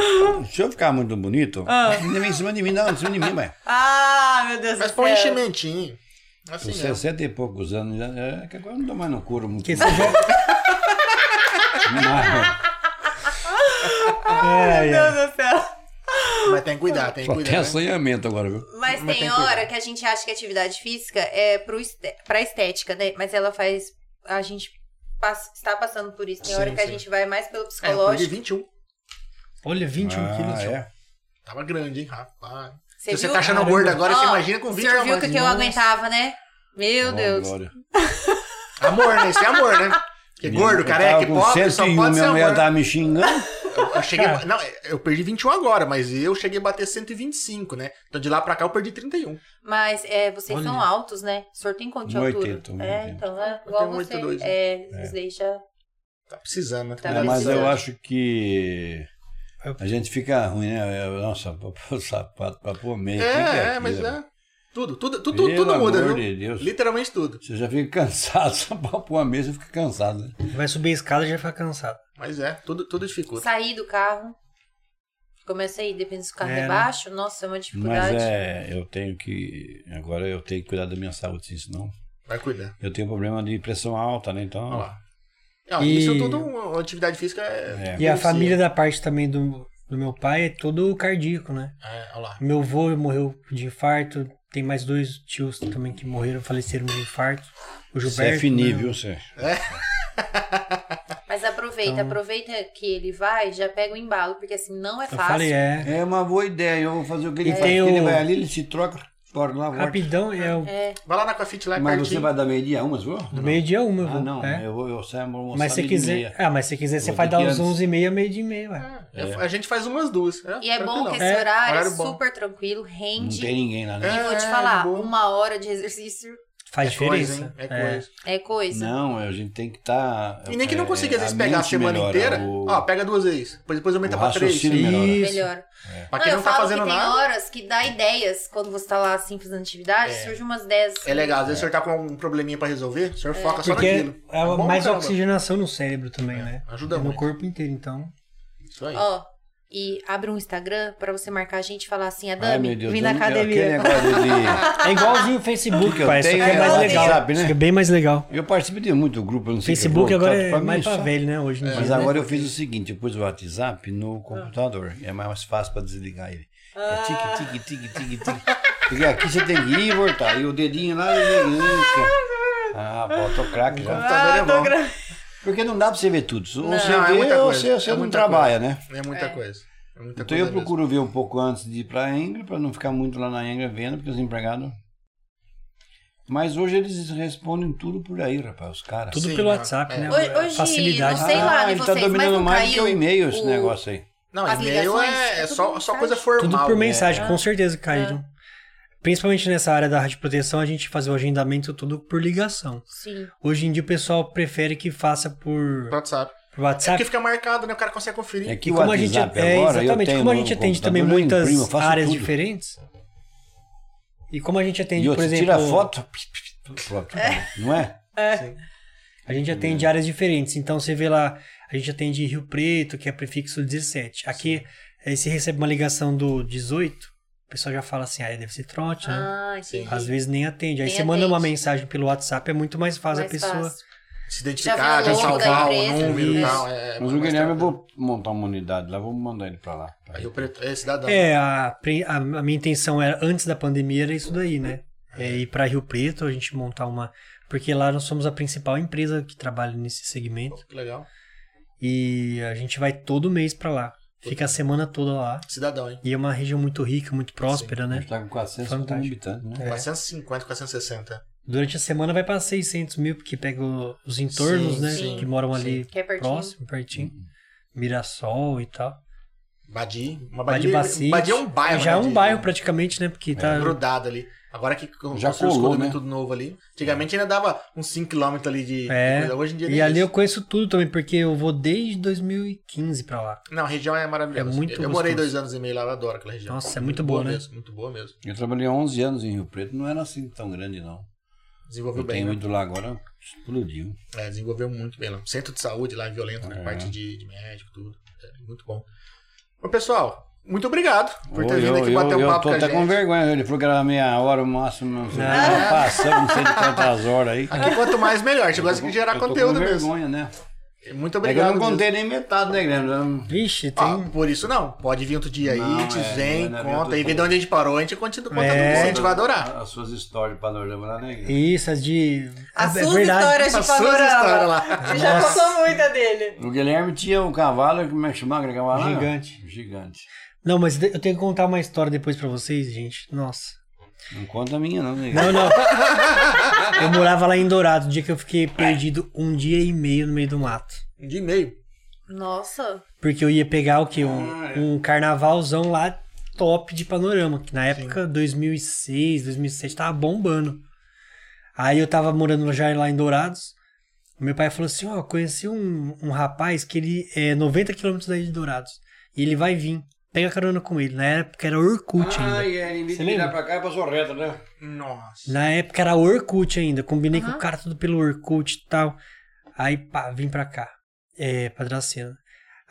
Speaker 3: se eu ficar muito bonito,
Speaker 4: Ah.
Speaker 3: ninguém vem em cima de mim, não, em cima de mim, mas
Speaker 5: Ah, meu Deus
Speaker 2: Mas
Speaker 5: do
Speaker 2: põe um
Speaker 5: céu.
Speaker 2: enchimentinho. Assim,
Speaker 3: com
Speaker 2: é.
Speaker 3: 60 e poucos anos, já, é, que agora eu não tô mais né? no couro muito.
Speaker 4: Que você já...
Speaker 3: Mas,
Speaker 4: Ai,
Speaker 5: Meu
Speaker 4: ai.
Speaker 5: Deus do céu.
Speaker 2: Mas tem que cuidar, tem que
Speaker 3: só tem
Speaker 2: cuidar. né?
Speaker 3: assanhamento agora, viu?
Speaker 1: Mas
Speaker 2: Mas
Speaker 1: tem,
Speaker 2: tem que
Speaker 1: hora
Speaker 2: cuidar.
Speaker 1: que a gente acha que atividade física é pro este- pra estética, né? Mas ela faz. A gente passa- está passando por isso. Tem
Speaker 2: Sim,
Speaker 1: hora que a
Speaker 2: sim.
Speaker 1: gente vai mais pelo
Speaker 2: É, eu perdi
Speaker 1: psicológico.
Speaker 2: 21.
Speaker 4: Olha, 21 quilos.
Speaker 3: Ah,
Speaker 4: só.
Speaker 3: é.
Speaker 2: Tava grande, hein, rapaz.
Speaker 1: Você
Speaker 2: Se você
Speaker 1: viu?
Speaker 2: tá achando
Speaker 4: Caramba.
Speaker 2: gordo agora, você
Speaker 1: Ó,
Speaker 2: imagina com 20
Speaker 1: Você viu
Speaker 2: a
Speaker 1: o
Speaker 2: mais.
Speaker 1: que, que eu
Speaker 2: Nossa.
Speaker 1: aguentava, né? Meu
Speaker 3: Oh,
Speaker 1: Deus.
Speaker 3: glória.
Speaker 2: Amor, né? Isso é amor, né? Porque gordo,
Speaker 3: Eu
Speaker 2: careca
Speaker 3: tava
Speaker 2: e
Speaker 3: com
Speaker 2: pobre só
Speaker 3: 101,
Speaker 2: pode ser um
Speaker 3: minha mulher
Speaker 2: amor. né?
Speaker 3: tava me xingando.
Speaker 2: Eu, eu cheguei... Não, eu perdi 21 agora, mas eu cheguei a bater 125, né? Então de lá pra cá eu perdi 31.
Speaker 1: Mas é, vocês
Speaker 4: Olha.
Speaker 1: são altos, né? O senhor tem quanto de
Speaker 3: Um
Speaker 1: altura?
Speaker 3: 80, um
Speaker 1: é,
Speaker 3: 80.
Speaker 1: então é
Speaker 2: Eu
Speaker 1: igual
Speaker 2: tenho um
Speaker 1: você.
Speaker 2: 82, né?
Speaker 1: É, nos deixa.
Speaker 2: Tá precisando, né?
Speaker 1: Tá
Speaker 3: É, mas
Speaker 1: precisando.
Speaker 3: eu acho que a gente fica ruim, né? Eu- Nossa, *laughs* pra pôr sapato, pra pôr meia. o que que
Speaker 2: É, é, mas
Speaker 3: aquilo?
Speaker 2: é. Tudo, tudo, tudo, tudo,
Speaker 3: Pelo
Speaker 2: muda, viu?
Speaker 3: amor de Deus.
Speaker 2: Literalmente tudo.
Speaker 3: Você já fica *laughs* cansado, só pra pôr a mesa você fica cansado. né?
Speaker 4: Vai subir a escada e já fica cansado.
Speaker 2: Mas é, tudo, tudo dificulta.
Speaker 1: Sair do carro. Começa aí, depende se o carro
Speaker 4: É,
Speaker 1: é,
Speaker 4: né?
Speaker 1: baixo. Nossa, é uma
Speaker 3: Mas
Speaker 1: dificuldade.
Speaker 3: é, eu tenho que. Agora eu tenho que cuidar da minha saúde, sim, senão.
Speaker 2: Vai cuidar.
Speaker 3: Eu tenho problema de pressão alta, né? Então.
Speaker 2: Olha lá. Ó,
Speaker 4: E-
Speaker 2: Isso tudo, uma atividade física é.
Speaker 4: E a família da parte também do, do meu pai é todo cardíaco, né?
Speaker 2: É, olha lá.
Speaker 4: Meu avô morreu de infarto. Tem mais dois tios também que morreram, faleceram de infarto. O
Speaker 3: Você
Speaker 4: Gilberto.
Speaker 3: é fininho,
Speaker 4: né?
Speaker 3: viu? Você.
Speaker 1: Mas aproveita,
Speaker 4: Então-
Speaker 1: aproveita que ele vai, já pega o embalo, porque assim não é
Speaker 4: Eu
Speaker 1: fácil.
Speaker 4: falei, é.
Speaker 3: É uma boa ideia, eu vou fazer o que ele
Speaker 4: E
Speaker 3: faz.
Speaker 4: tem
Speaker 3: que Ele
Speaker 4: o-
Speaker 3: vai ali, ele se troca, bora lá, volta.
Speaker 4: Rapidão é o
Speaker 1: É,
Speaker 2: Vai lá na Coafit lá, é
Speaker 3: Mas você
Speaker 2: pertinho.
Speaker 3: vai dar meio-dia, umas, viu?
Speaker 4: do meio-dia uma, eu
Speaker 3: Ah,
Speaker 4: vou.
Speaker 3: não,
Speaker 4: é.
Speaker 3: eu, vou- eu saio almoçar
Speaker 4: Mas se
Speaker 3: meio-dia e
Speaker 4: quiser.
Speaker 3: meia.
Speaker 4: Ah, mas se quiser, você
Speaker 3: Vou
Speaker 4: vai
Speaker 3: ter
Speaker 4: dar
Speaker 3: que
Speaker 4: uns
Speaker 3: antes.
Speaker 4: 11h30, meio-dia e meia, ué.
Speaker 2: É, A gente faz umas duas. né?
Speaker 1: e é bom que esse
Speaker 2: tranquilão.
Speaker 4: É,
Speaker 1: horário é
Speaker 2: horário bom.
Speaker 1: super tranquilo,
Speaker 3: Não
Speaker 1: rende.
Speaker 3: tem ninguém lá, né?
Speaker 1: E vou te
Speaker 2: É,
Speaker 1: falar,
Speaker 2: boa.
Speaker 1: uma hora de *laughs* exercício
Speaker 4: Faz
Speaker 2: É
Speaker 4: diferença.
Speaker 2: coisa, hein? É
Speaker 4: É.
Speaker 2: coisa.
Speaker 1: é coisa.
Speaker 3: Não, a gente tem que tá, é, estar.
Speaker 2: E nem que não consiga, às vezes, pegar a semana inteira.
Speaker 3: O,
Speaker 2: Ó, pega duas vezes. Depois, depois aumenta
Speaker 3: o
Speaker 2: pra três.
Speaker 3: raciocínio melhora.
Speaker 4: Isso.
Speaker 1: Melhor.
Speaker 2: Pra quem
Speaker 1: eu
Speaker 2: não, tá
Speaker 1: falo
Speaker 2: fazendo
Speaker 1: que
Speaker 2: nada.
Speaker 1: tem horas que dá ideias quando você tá lá assim fazendo atividade,
Speaker 2: É.
Speaker 1: surge umas 10.
Speaker 2: É legal, às vezes o senhor tá com um probleminha pra resolver, o senhor foca Tá só
Speaker 4: Porque
Speaker 2: naquilo.
Speaker 4: é
Speaker 2: bom,
Speaker 4: mais
Speaker 2: caramba.
Speaker 4: oxigenação no cérebro também,
Speaker 2: É,
Speaker 4: né?
Speaker 2: ajuda
Speaker 4: E no
Speaker 2: muito.
Speaker 4: corpo
Speaker 2: *laughs*
Speaker 4: inteiro, então.
Speaker 2: Isso aí.
Speaker 1: Ó, e abre um Instagram pra você marcar a gente e falar assim,
Speaker 3: Ai,
Speaker 1: Adami,
Speaker 3: meu Deus,
Speaker 1: vim na
Speaker 3: eu não- Aquele
Speaker 1: academia.
Speaker 2: tá? *laughs*
Speaker 3: negócio
Speaker 4: É igualzinho o
Speaker 3: Que
Speaker 4: Facebook,
Speaker 3: que eu
Speaker 4: pai. Só que
Speaker 3: tenho
Speaker 4: é
Speaker 1: é
Speaker 4: mais
Speaker 1: o
Speaker 4: legal.
Speaker 3: WhatsApp, né?
Speaker 4: Fica bem mais legal.
Speaker 3: de. Eu participo de muito grupo, eu não sei o que
Speaker 4: Facebook
Speaker 3: é
Speaker 4: agora
Speaker 3: voltado
Speaker 4: é
Speaker 3: pra É.
Speaker 4: mais
Speaker 3: mim
Speaker 4: pra
Speaker 3: só.
Speaker 4: velho, né? Hoje em
Speaker 3: Mas
Speaker 4: dia.
Speaker 3: agora eu fiz o seguinte: eu pus o WhatsApp no computador. É mais fácil pra desligar ele. É
Speaker 2: Ah.
Speaker 3: tique, tique, tique, tique, tique. Porque aqui você tem que ir e voltar. E o dedinho lá.
Speaker 2: *laughs*
Speaker 3: ele- Ah, bota o craque já.
Speaker 1: Ah,
Speaker 2: computador é bom.
Speaker 3: Porque não dá pra você ver tudo. Ou você
Speaker 2: Não, é
Speaker 3: vê
Speaker 2: muita
Speaker 3: ou
Speaker 2: coisa,
Speaker 3: você, você
Speaker 2: é
Speaker 3: não
Speaker 2: muita
Speaker 3: trabalha, né?
Speaker 2: É muita
Speaker 1: É.
Speaker 2: coisa. É muita
Speaker 3: Então
Speaker 2: coisa
Speaker 3: eu
Speaker 2: mesmo.
Speaker 3: procuro ver um pouco antes de ir pra Angra, pra não ficar muito lá na Angra vendo, porque os empregados. Mas hoje eles respondem tudo por aí, rapaz, os caras.
Speaker 4: Tudo
Speaker 2: Sim,
Speaker 4: pelo
Speaker 2: né?
Speaker 4: WhatsApp,
Speaker 2: É.
Speaker 4: né?
Speaker 1: Hoje- hoje,
Speaker 4: Facilidade.
Speaker 1: não sei lá, né,
Speaker 3: ele tá
Speaker 1: vocês, mas
Speaker 3: dominando
Speaker 1: não
Speaker 3: mais que o
Speaker 1: caiu
Speaker 3: e-mail esse
Speaker 1: o-
Speaker 3: negócio aí.
Speaker 2: Não,
Speaker 1: As
Speaker 2: e-mail
Speaker 1: ligações,
Speaker 2: é, é
Speaker 1: é tudo
Speaker 2: só, só
Speaker 1: mensagem.
Speaker 2: coisa formal.
Speaker 4: Tudo por
Speaker 2: né?
Speaker 4: mensagem,
Speaker 1: é.
Speaker 4: com certeza que caíram. Principalmente nessa área da radioproteção, a gente faz o agendamento tudo por ligação.
Speaker 1: Sim.
Speaker 4: Hoje em dia o pessoal prefere que faça por,
Speaker 2: Pro WhatsApp.
Speaker 4: por
Speaker 2: É
Speaker 4: WhatsApp.
Speaker 2: porque fica marcado, né? O cara consegue conferir.
Speaker 3: É que
Speaker 4: e
Speaker 3: o
Speaker 4: como a
Speaker 3: WhatsApp
Speaker 4: gente, é,
Speaker 3: agora, eu
Speaker 4: exatamente,
Speaker 3: tenho
Speaker 4: como a
Speaker 3: no
Speaker 4: gente atende também
Speaker 3: computador, eu
Speaker 4: muitas
Speaker 3: imprimo, eu faço
Speaker 4: áreas
Speaker 3: tudo.
Speaker 4: diferentes. E como a gente
Speaker 3: E
Speaker 4: atende, por
Speaker 3: você
Speaker 4: exemplo,
Speaker 3: tira a foto, pronto, não é?
Speaker 4: a gente atende áreas diferentes. Então você vê lá, a gente atende eh, Rio Preto, que é prefixo 17. Aqui, aí você recebe uma ligação do 18, O pessoal já fala assim, ah, deve ser trote, né?
Speaker 5: Ah, entendi.
Speaker 4: Às vezes nem atende. Aí
Speaker 1: Nem
Speaker 4: você manda uma
Speaker 1: atende.
Speaker 4: mensagem pelo WhatsApp, é muito mais fácil
Speaker 5: Mais
Speaker 4: a pessoa.
Speaker 5: fácil.
Speaker 2: Se
Speaker 1: Já
Speaker 2: identificar,
Speaker 1: vê
Speaker 2: já
Speaker 1: o logo da
Speaker 2: salvar o
Speaker 1: empresa,
Speaker 2: número e
Speaker 1: né?
Speaker 2: tal. É,
Speaker 3: Mas o
Speaker 2: mais
Speaker 3: Guilherme, eu
Speaker 2: tranquilo.
Speaker 3: vou montar uma unidade lá, vou mandar ele pra lá.
Speaker 2: Aí o preto é cidadão.
Speaker 4: É, a, pri- a- a minha intenção era, antes da pandemia, era isso daí, né? É ir pra Rio Preto, a gente montar uma. Porque lá nós somos a principal empresa que trabalha nesse segmento.
Speaker 2: Pô, que legal.
Speaker 4: E a gente vai todo mês pra lá. Fica a semana toda lá.
Speaker 2: Cidadão, hein?
Speaker 4: E é uma região muito rica, muito próspera,
Speaker 3: A
Speaker 4: né?
Speaker 3: gente tá com 450 mil habitantes, né?
Speaker 4: É.
Speaker 2: 450, 460.
Speaker 4: Durante a semana vai pra 600 mil, porque pega o- os entornos,
Speaker 2: Sim, Uhum.
Speaker 4: né?
Speaker 1: sim,
Speaker 4: que moram
Speaker 2: sim.
Speaker 4: ali
Speaker 1: Que é pertinho.
Speaker 4: próximo, pertinho. Mirassol e tal.
Speaker 2: Badi. Uma
Speaker 4: Badi
Speaker 2: Badi,
Speaker 4: Bacite.
Speaker 2: Badi é um bairro.
Speaker 4: Já é
Speaker 2: né,
Speaker 4: um
Speaker 2: de- É.
Speaker 4: bairro praticamente, né? Porque tá.
Speaker 2: Grudado ali. Agora que
Speaker 3: Já
Speaker 2: construiu os
Speaker 3: colou,
Speaker 2: condomínios
Speaker 3: né?
Speaker 2: tudo novo ali. Antigamente ainda dava uns 5km ali de.
Speaker 4: É.
Speaker 2: de coisa. Hoje em dia
Speaker 4: E
Speaker 2: nem
Speaker 4: ali
Speaker 2: isso.
Speaker 4: eu conheço tudo também, porque eu vou desde 2015 pra lá.
Speaker 2: Não, a região é maravilhosa.
Speaker 4: É muito
Speaker 2: eu morei
Speaker 4: gostoso.
Speaker 2: dois anos e meio lá, eu adoro aquela região.
Speaker 4: Nossa, é muito boa, né?
Speaker 2: mesmo, muito boa mesmo.
Speaker 3: Eu trabalhei 11 anos em Rio Preto, não era assim tão grande, não.
Speaker 2: Desenvolveu
Speaker 3: Eu
Speaker 2: bem.
Speaker 3: tenho
Speaker 2: né?
Speaker 3: ido lá agora, explodiu.
Speaker 2: É, desenvolveu muito bem lá. Centro de saúde lá é violento, né?
Speaker 3: É.
Speaker 2: Parte de, de médico, tudo. É, muito bom. Mas, pessoal, muito obrigado por ter
Speaker 3: Oi,
Speaker 2: vindo
Speaker 3: eu,
Speaker 2: aqui bater
Speaker 3: eu,
Speaker 2: um
Speaker 3: eu
Speaker 2: papo
Speaker 3: tô
Speaker 2: com a
Speaker 3: até
Speaker 2: gente.
Speaker 3: com vergonha. Ele falou que era meia hora o máximo, não sei,
Speaker 4: Ah.
Speaker 3: passando, não sei de quantas horas aí.
Speaker 2: Aqui quanto mais melhor. A gente gosta de
Speaker 3: Eu
Speaker 2: gerar
Speaker 3: tô com
Speaker 2: conteúdo mesmo.
Speaker 3: vergonha, né?
Speaker 2: Muito
Speaker 3: É que eu
Speaker 2: obrigado.
Speaker 3: não
Speaker 2: mesmo.
Speaker 3: contei nem metade, né, Guilherme?
Speaker 4: Vixe, tem.
Speaker 2: Ah, por isso não. Pode vir outro dia aí,
Speaker 3: Não,
Speaker 2: te
Speaker 3: é,
Speaker 2: vem,
Speaker 3: não é
Speaker 2: conta.
Speaker 3: mesmo.
Speaker 2: E vê de onde a gente parou, a gente continua contando
Speaker 4: É.
Speaker 2: tudo. A gente vai adorar.
Speaker 3: As suas histórias de panorama lá, né, Guilherme?
Speaker 4: Isso, as de.
Speaker 5: As
Speaker 4: é
Speaker 5: suas
Speaker 4: verdade.
Speaker 5: histórias de
Speaker 2: As suas histórias
Speaker 5: panorama.
Speaker 2: lá.
Speaker 5: Você já contou muita dele.
Speaker 3: O Guilherme tinha um cavalo, como é que chamava aquele cavalo? lá?
Speaker 4: Gigante.
Speaker 3: Gigante.
Speaker 4: Não, mas de- eu tenho que contar uma história depois pra vocês, gente. Nossa.
Speaker 3: Não conta a minha, não, né?
Speaker 4: Não, não. Eu morava lá em Dourado, o dia que eu fiquei perdido um dia e meio no meio do mato.
Speaker 2: De e-mail.
Speaker 5: Nossa.
Speaker 4: Porque eu ia pegar o quê? Um,
Speaker 3: Ah, é.
Speaker 4: um carnavalzão lá top de panorama. Que na época, 2006, 2007, tava bombando. Aí eu tava morando já lá em Dourados. Meu pai falou assim, ó, eu conheci um, um rapaz que ele é 90 quilômetros daí de Dourados. E ele vai vir. Pega carona com ele. Na época era Orkut ainda.
Speaker 3: Ah, é, em vez
Speaker 4: Você
Speaker 3: de virar
Speaker 4: lembra?
Speaker 3: pra cá, é passou reta, né?
Speaker 2: Nossa.
Speaker 4: Na época era Orkut ainda. Combinei com
Speaker 5: Aham.
Speaker 4: o cara tudo pelo Orkut e tal. Aí, pá, vim pra cá. É, pra Dracena.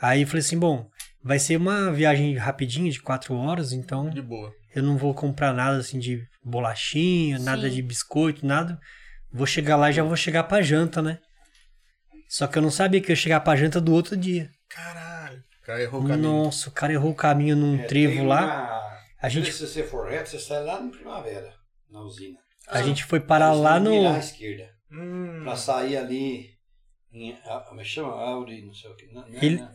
Speaker 4: Aí eu falei assim, bom, vai ser uma viagem rapidinha, de quatro horas, então
Speaker 2: De boa.
Speaker 4: eu não vou comprar nada assim de bolachinha, nada
Speaker 1: Sim.
Speaker 4: de biscoito, nada. Vou chegar lá e já vou chegar pra janta, né? Só que eu não sabia que eu ia chegar pra janta do outro dia.
Speaker 2: Caralho. O cara errou o caminho. É,
Speaker 4: Nossa, o cara errou o caminho num
Speaker 3: É,
Speaker 4: trevo um lá. A gente,
Speaker 3: Se você for reto, você sai lá no Primavera, na usina.
Speaker 4: a gente foi parar
Speaker 3: Você
Speaker 4: lá
Speaker 3: tem que
Speaker 4: no...
Speaker 3: virar à esquerda.
Speaker 2: Hum.
Speaker 3: Pra sair ali em. ah, Como é que chama? Auri, não sei o que. Não, não é,
Speaker 4: Ele-
Speaker 3: não.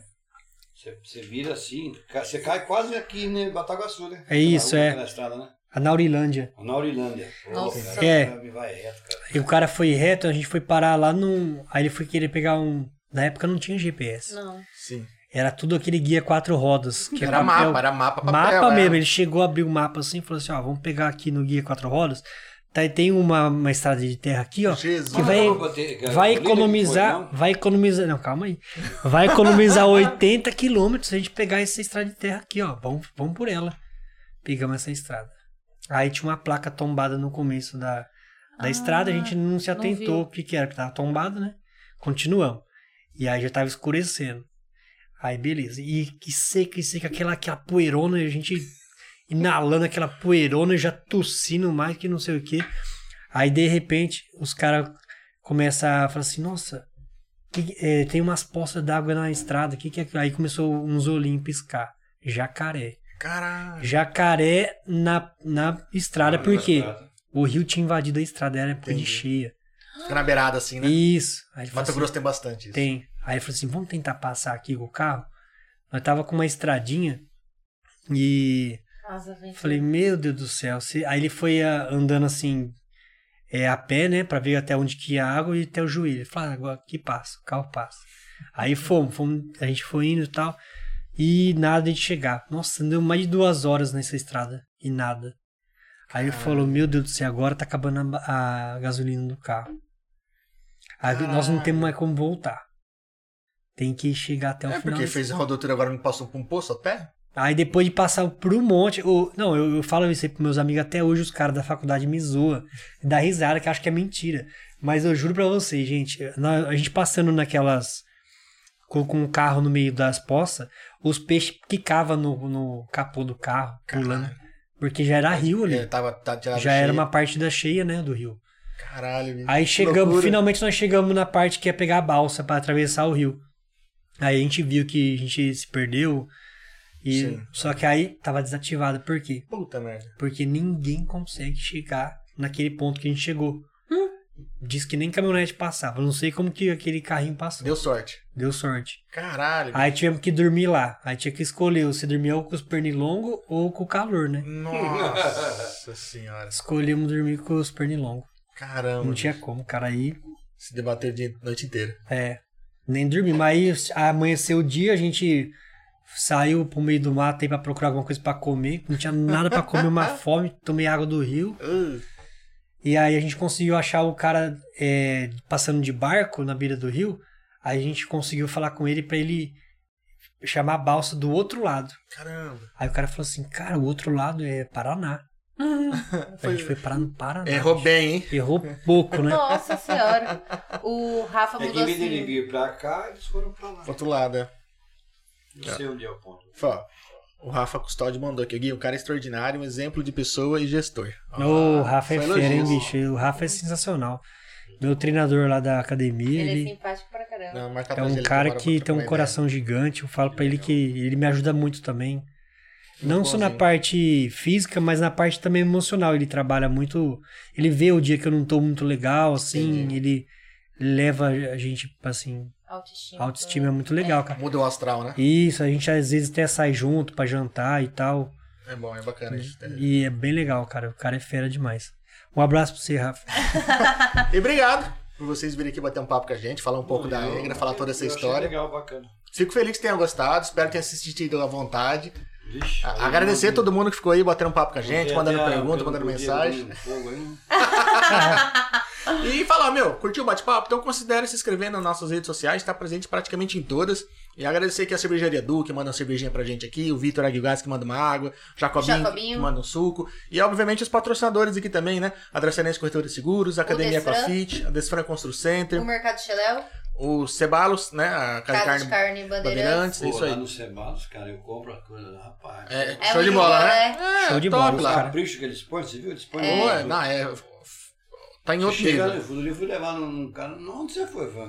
Speaker 3: Você, você vira assim, ca- você cai quase aqui, né? Bataguaçu, né?
Speaker 4: É isso, é.
Speaker 3: Aquela estrada, né?
Speaker 4: A Naurilândia.
Speaker 3: Na Aurilândia.
Speaker 1: Nossa.
Speaker 4: É.
Speaker 3: Me vai reto, cara.
Speaker 4: E o cara foi reto, a gente foi parar lá num. Aí ele foi querer pegar um. Na época não tinha GPS.
Speaker 1: Não.
Speaker 2: Sim.
Speaker 4: Era tudo aquele guia quatro rodas. Que é
Speaker 2: Era
Speaker 4: papel.
Speaker 2: mapa, era mapa, papel.
Speaker 4: Mapa
Speaker 2: é.
Speaker 4: mesmo. Ele chegou, abriu o mapa assim e falou assim: ó, vamos pegar aqui no guia quatro rodas. Tá, tem uma, uma estrada de terra aqui, ó.
Speaker 2: Jesus.
Speaker 4: Que vai-
Speaker 3: Não, bater, cara.
Speaker 4: Vai
Speaker 3: Lida que foi,
Speaker 4: economizar.
Speaker 3: não?
Speaker 4: Vai economizar. Não, calma aí.
Speaker 3: *laughs*
Speaker 4: Vai economizar 80 quilômetros se a gente pegar essa estrada de terra aqui, ó. Vamos, vamos por ela. Pegamos essa estrada. Aí tinha uma placa tombada no começo da, da
Speaker 1: Ah,
Speaker 4: estrada, a gente não se
Speaker 1: não
Speaker 4: atentou
Speaker 1: viu.
Speaker 4: o que, que era, que tava tombado, né? Continuamos. E aí já tava escurecendo. Aí beleza. E que seca, e seca, aquela, aquela poeirona, e a gente inalando aquela poeirona, já tossindo mais que não sei o que. Aí de repente os caras começam a falar assim: nossa, que- é, tem umas poças d'água na estrada, que, que é aquilo?" Aí começou uns olhinhos piscar. Jacaré.
Speaker 2: Caralho.
Speaker 4: Jacaré na, na estrada, por quê? O rio tinha invadido a estrada, era época de
Speaker 2: Entendi.
Speaker 4: cheia.
Speaker 2: Fica na beirada assim, né?
Speaker 4: Isso. Aí ele falou
Speaker 2: Mato
Speaker 4: assim,
Speaker 2: Grosso tem bastante isso.
Speaker 4: tem. Aí ele falou assim, vamos tentar passar aqui com o carro? Nós tava com uma estradinha e
Speaker 1: Nossa, vem.
Speaker 4: falei, meu Deus do céu. se- Aí ele foi ah, andando assim, é, a pé, né? Pra ver até onde que ia a água e até o joelho. Ele falou, ah, agora aqui passa, o carro passa. Aí fomos, fomos, a gente foi indo e tal. E nada de chegar. Nossa, deu mais de duas horas nessa estrada e nada. Aí ele falou, meu Deus do céu, agora tá acabando a, ba- a gasolina do carro. Aí nós não temos mais como voltar. Tem que chegar até o
Speaker 2: É
Speaker 4: final.
Speaker 2: porque fez a rodotura agora não passou por um poço a pé?
Speaker 4: Aí depois de passar por um monte. o- não, eu, eu falo isso aí pros meus amigos até hoje, os caras da faculdade me zoam. Dá risada, que eu acho que é mentira. Mas eu juro pra vocês, gente, na- a gente passando naquelas. Com, com o carro no meio das poças, os peixes quicavam no, no capô do carro, pulando. Porque já era rio ali.
Speaker 2: É, tava, tá tirado
Speaker 4: já
Speaker 2: cheio.
Speaker 4: era uma parte da cheia, né, do rio.
Speaker 2: Caralho, bicho.
Speaker 4: Aí chegamos,
Speaker 2: loucura.
Speaker 4: finalmente nós chegamos na parte que ia pegar a balsa pra atravessar o rio. Aí a gente viu que a gente se perdeu. E,
Speaker 2: Sim.
Speaker 4: só que aí tava desativado. Por quê?
Speaker 2: Puta merda.
Speaker 4: Porque ninguém consegue chegar naquele ponto que a gente chegou. Diz que nem caminhonete passava. Não sei como que aquele carrinho passou.
Speaker 2: Deu sorte.
Speaker 4: Deu sorte.
Speaker 2: Caralho.
Speaker 4: Aí tivemos que dormir lá. Aí tinha que escolher se dormia ou com os pernilongos ou com o calor,
Speaker 3: *laughs*
Speaker 4: né?
Speaker 2: Nossa senhora.
Speaker 4: Escolhemos dormir com os pernilongos.
Speaker 2: Caramba.
Speaker 4: Não tinha como, cara. Aí,
Speaker 2: Se debater a dia- noite inteira.
Speaker 4: é. Nem dormir. Mas aí amanheceu o dia, a gente saiu pro meio do mato aí pra procurar alguma coisa pra comer. Não tinha nada pra comer, uma fome. Tomei água do rio.
Speaker 2: Uh,
Speaker 4: E aí a gente conseguiu achar o cara é, passando de barco na beira do rio. Aí a gente conseguiu falar com ele pra ele chamar a balsa do outro lado.
Speaker 2: caramba.
Speaker 4: Aí o cara falou assim, cara, o outro lado é Paraná. A gente foi parar no
Speaker 3: Ah,
Speaker 4: Paraná.
Speaker 2: Errou bem, hein?
Speaker 4: Errou
Speaker 1: *laughs*
Speaker 4: pouco, né?
Speaker 1: Nossa senhora. O Rafa
Speaker 3: É que
Speaker 1: mudou
Speaker 3: em vez de
Speaker 1: assim.
Speaker 3: vir pra cá, eles foram pra lá.
Speaker 2: Pro outro lado, né?
Speaker 3: Não sei onde é o ponto.
Speaker 2: Ó, o Rafa Custódio mandou aqui. Gui, um cara extraordinário, um exemplo de pessoa e gestor.
Speaker 4: o Rafa é
Speaker 2: foi
Speaker 4: fera, hein,
Speaker 2: elogio.
Speaker 4: bicho? O Rafa é sensacional. Meu treinador lá da academia,
Speaker 1: Ele é
Speaker 4: ele
Speaker 1: simpático pra caramba.
Speaker 2: Não, marca a
Speaker 4: é
Speaker 2: voz
Speaker 4: um
Speaker 2: dele
Speaker 4: cara
Speaker 2: agora
Speaker 4: que
Speaker 2: pra
Speaker 4: tem um
Speaker 2: trocar
Speaker 4: coração gigante. Eu falo pra ele que ele me ajuda muito também. Não só na
Speaker 2: bonzinho.
Speaker 4: parte física, mas na parte também emocional. Ele trabalha muito. Ele vê o dia que eu não tô muito legal, assim.
Speaker 2: Entendi.
Speaker 4: Ele leva a gente, assim.
Speaker 1: Autoestima. *laughs*
Speaker 4: A autoestima é muito legal,
Speaker 2: uma
Speaker 4: cara.
Speaker 2: ideia. Muda o astral, né?
Speaker 4: Isso, a gente às vezes até sai junto pra jantar e tal.
Speaker 2: É bom, é bacana isso.
Speaker 4: E é bem legal, cara. O cara é fera demais. Um abraço pra você, Rafa.
Speaker 2: E obrigado por vocês virem aqui bater um papo com a gente, falar um pouco da Angra, falar toda essa
Speaker 3: Eu achei
Speaker 2: história.
Speaker 3: Legal, bacana.
Speaker 2: Fico feliz que tenham gostado, espero que tenham assistido à vontade.
Speaker 3: Vixe,
Speaker 2: A-
Speaker 3: aí
Speaker 2: Agradecer a todo mundo que ficou aí batendo um papo com a gente,
Speaker 3: Tem
Speaker 2: mandando
Speaker 3: até a-
Speaker 2: pergunta,
Speaker 3: pelo
Speaker 2: mandando
Speaker 3: poder
Speaker 2: mensagem.
Speaker 3: do fogo aí, né?
Speaker 2: E falar, meu, curtiu o bate-papo? Então considere se inscrever nas nossas redes sociais, está presente praticamente em todas. E agradecer aqui a cervejaria Du, que manda uma cervejinha pra gente aqui, o Vitor Aguigás, que manda uma água, Jacobinho,
Speaker 1: Jacobinho.
Speaker 2: que manda um suco. E obviamente os patrocinadores aqui também, né? A Dracenense Corretora de Seguros, a Academia
Speaker 1: Desfran.
Speaker 2: Profit, a Desfran Constru Center,
Speaker 1: O Mercado Cheléu,
Speaker 2: o Cebalos, né? A Casa de
Speaker 1: Casa
Speaker 2: Carne
Speaker 1: de Carne e Bandeirantes.
Speaker 2: Bandeirantes,
Speaker 3: Pô,
Speaker 2: é isso
Speaker 3: lá
Speaker 2: aí.
Speaker 3: no Cebalos, cara, eu compro a coisa, rapaz.
Speaker 2: É,
Speaker 1: É
Speaker 2: show de
Speaker 1: muito
Speaker 2: bola,
Speaker 1: bom,
Speaker 2: né?
Speaker 4: né?
Speaker 2: É,
Speaker 4: Show de
Speaker 2: top
Speaker 4: bola,
Speaker 3: Os
Speaker 2: lá.
Speaker 4: cara.
Speaker 3: caprichos que eles põem, você viu? Eles põem
Speaker 2: Pô, é,
Speaker 3: tudo.
Speaker 2: não, é. f- Tá em outro
Speaker 3: Chega,
Speaker 2: nível.
Speaker 3: eu fui, eu fui levar num, num cara. Não, onde você foi,
Speaker 1: *laughs*
Speaker 3: Van?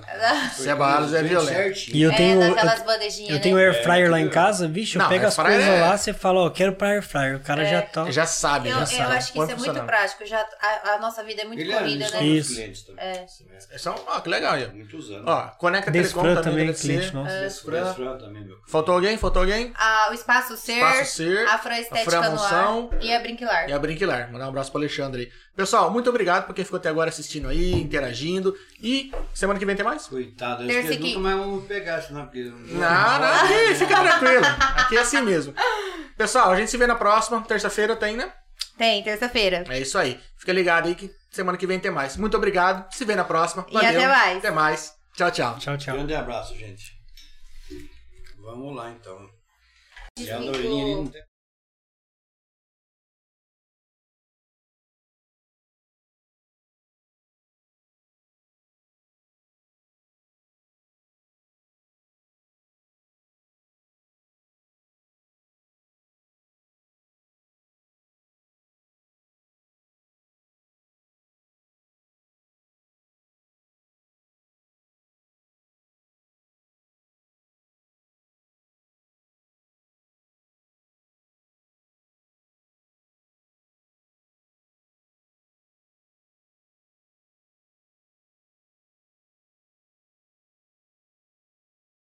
Speaker 2: Cebalos é violento.
Speaker 4: E eu
Speaker 1: É,
Speaker 4: tenho.
Speaker 1: naquelas
Speaker 4: eu-
Speaker 1: bandejinhas,
Speaker 4: Eu
Speaker 1: né?
Speaker 4: tenho air fryer lá em
Speaker 3: entendeu?
Speaker 4: casa, bicho, eu
Speaker 2: É, Não,
Speaker 4: pego
Speaker 2: air
Speaker 4: as
Speaker 2: fryer
Speaker 4: coisas
Speaker 2: é-
Speaker 4: lá, você fala, ó, quero pra air fryer. O cara
Speaker 1: É.
Speaker 4: já tá.
Speaker 2: Já sabe,
Speaker 1: Eu,
Speaker 2: já
Speaker 1: eu
Speaker 2: sabe.
Speaker 1: acho que isso é
Speaker 2: Põe
Speaker 1: muito
Speaker 2: funcionando.
Speaker 1: prático. Já, a, a nossa vida é muito
Speaker 3: Ele
Speaker 1: corrida,
Speaker 3: é
Speaker 1: né?
Speaker 4: Isso.
Speaker 3: Isso. clientes também.
Speaker 1: É.
Speaker 2: É só um- Ó, que legal aí.
Speaker 3: Muitos anos.
Speaker 2: Ó, conecta Telecom
Speaker 4: Desfran
Speaker 2: também,
Speaker 4: também,
Speaker 2: agradecer.
Speaker 4: cliente nosso.
Speaker 2: Desfran.
Speaker 3: Desfran também, meu.
Speaker 2: Faltou alguém? Faltou alguém?
Speaker 1: Ah, o Espaço Ser,
Speaker 2: Espaço Ser,
Speaker 1: a Fran Estética
Speaker 2: Fran
Speaker 1: no
Speaker 2: Monção.
Speaker 1: Ar e a Brinquilar.
Speaker 2: E a Brinquilar. Mandar um abraço pro Alexandre aí. Pessoal, muito obrigado por quem ficou até agora assistindo aí, interagindo. E semana que vem tem mais?
Speaker 3: Coitado, eu
Speaker 1: Terça
Speaker 3: esqueci
Speaker 1: aqui.
Speaker 3: nunca mais vamos pegar, senão porque.
Speaker 2: Não, Ah, não, aqui,
Speaker 3: né?
Speaker 2: fica tranquilo. Aqui é assim mesmo. Pessoal, a gente se vê na próxima. Terça-feira tem, né?
Speaker 1: Tem, terça-feira.
Speaker 2: É isso aí. Fica ligado aí que semana que vem tem mais. Muito obrigado. Se vê na próxima.
Speaker 1: E até mais.
Speaker 2: Até mais. Tchau, *laughs* tchau.
Speaker 4: Tchau, tchau.
Speaker 3: Grande abraço, gente. Vamos lá, então. E a
Speaker 1: Desligou.
Speaker 3: é loirinha ali não tem-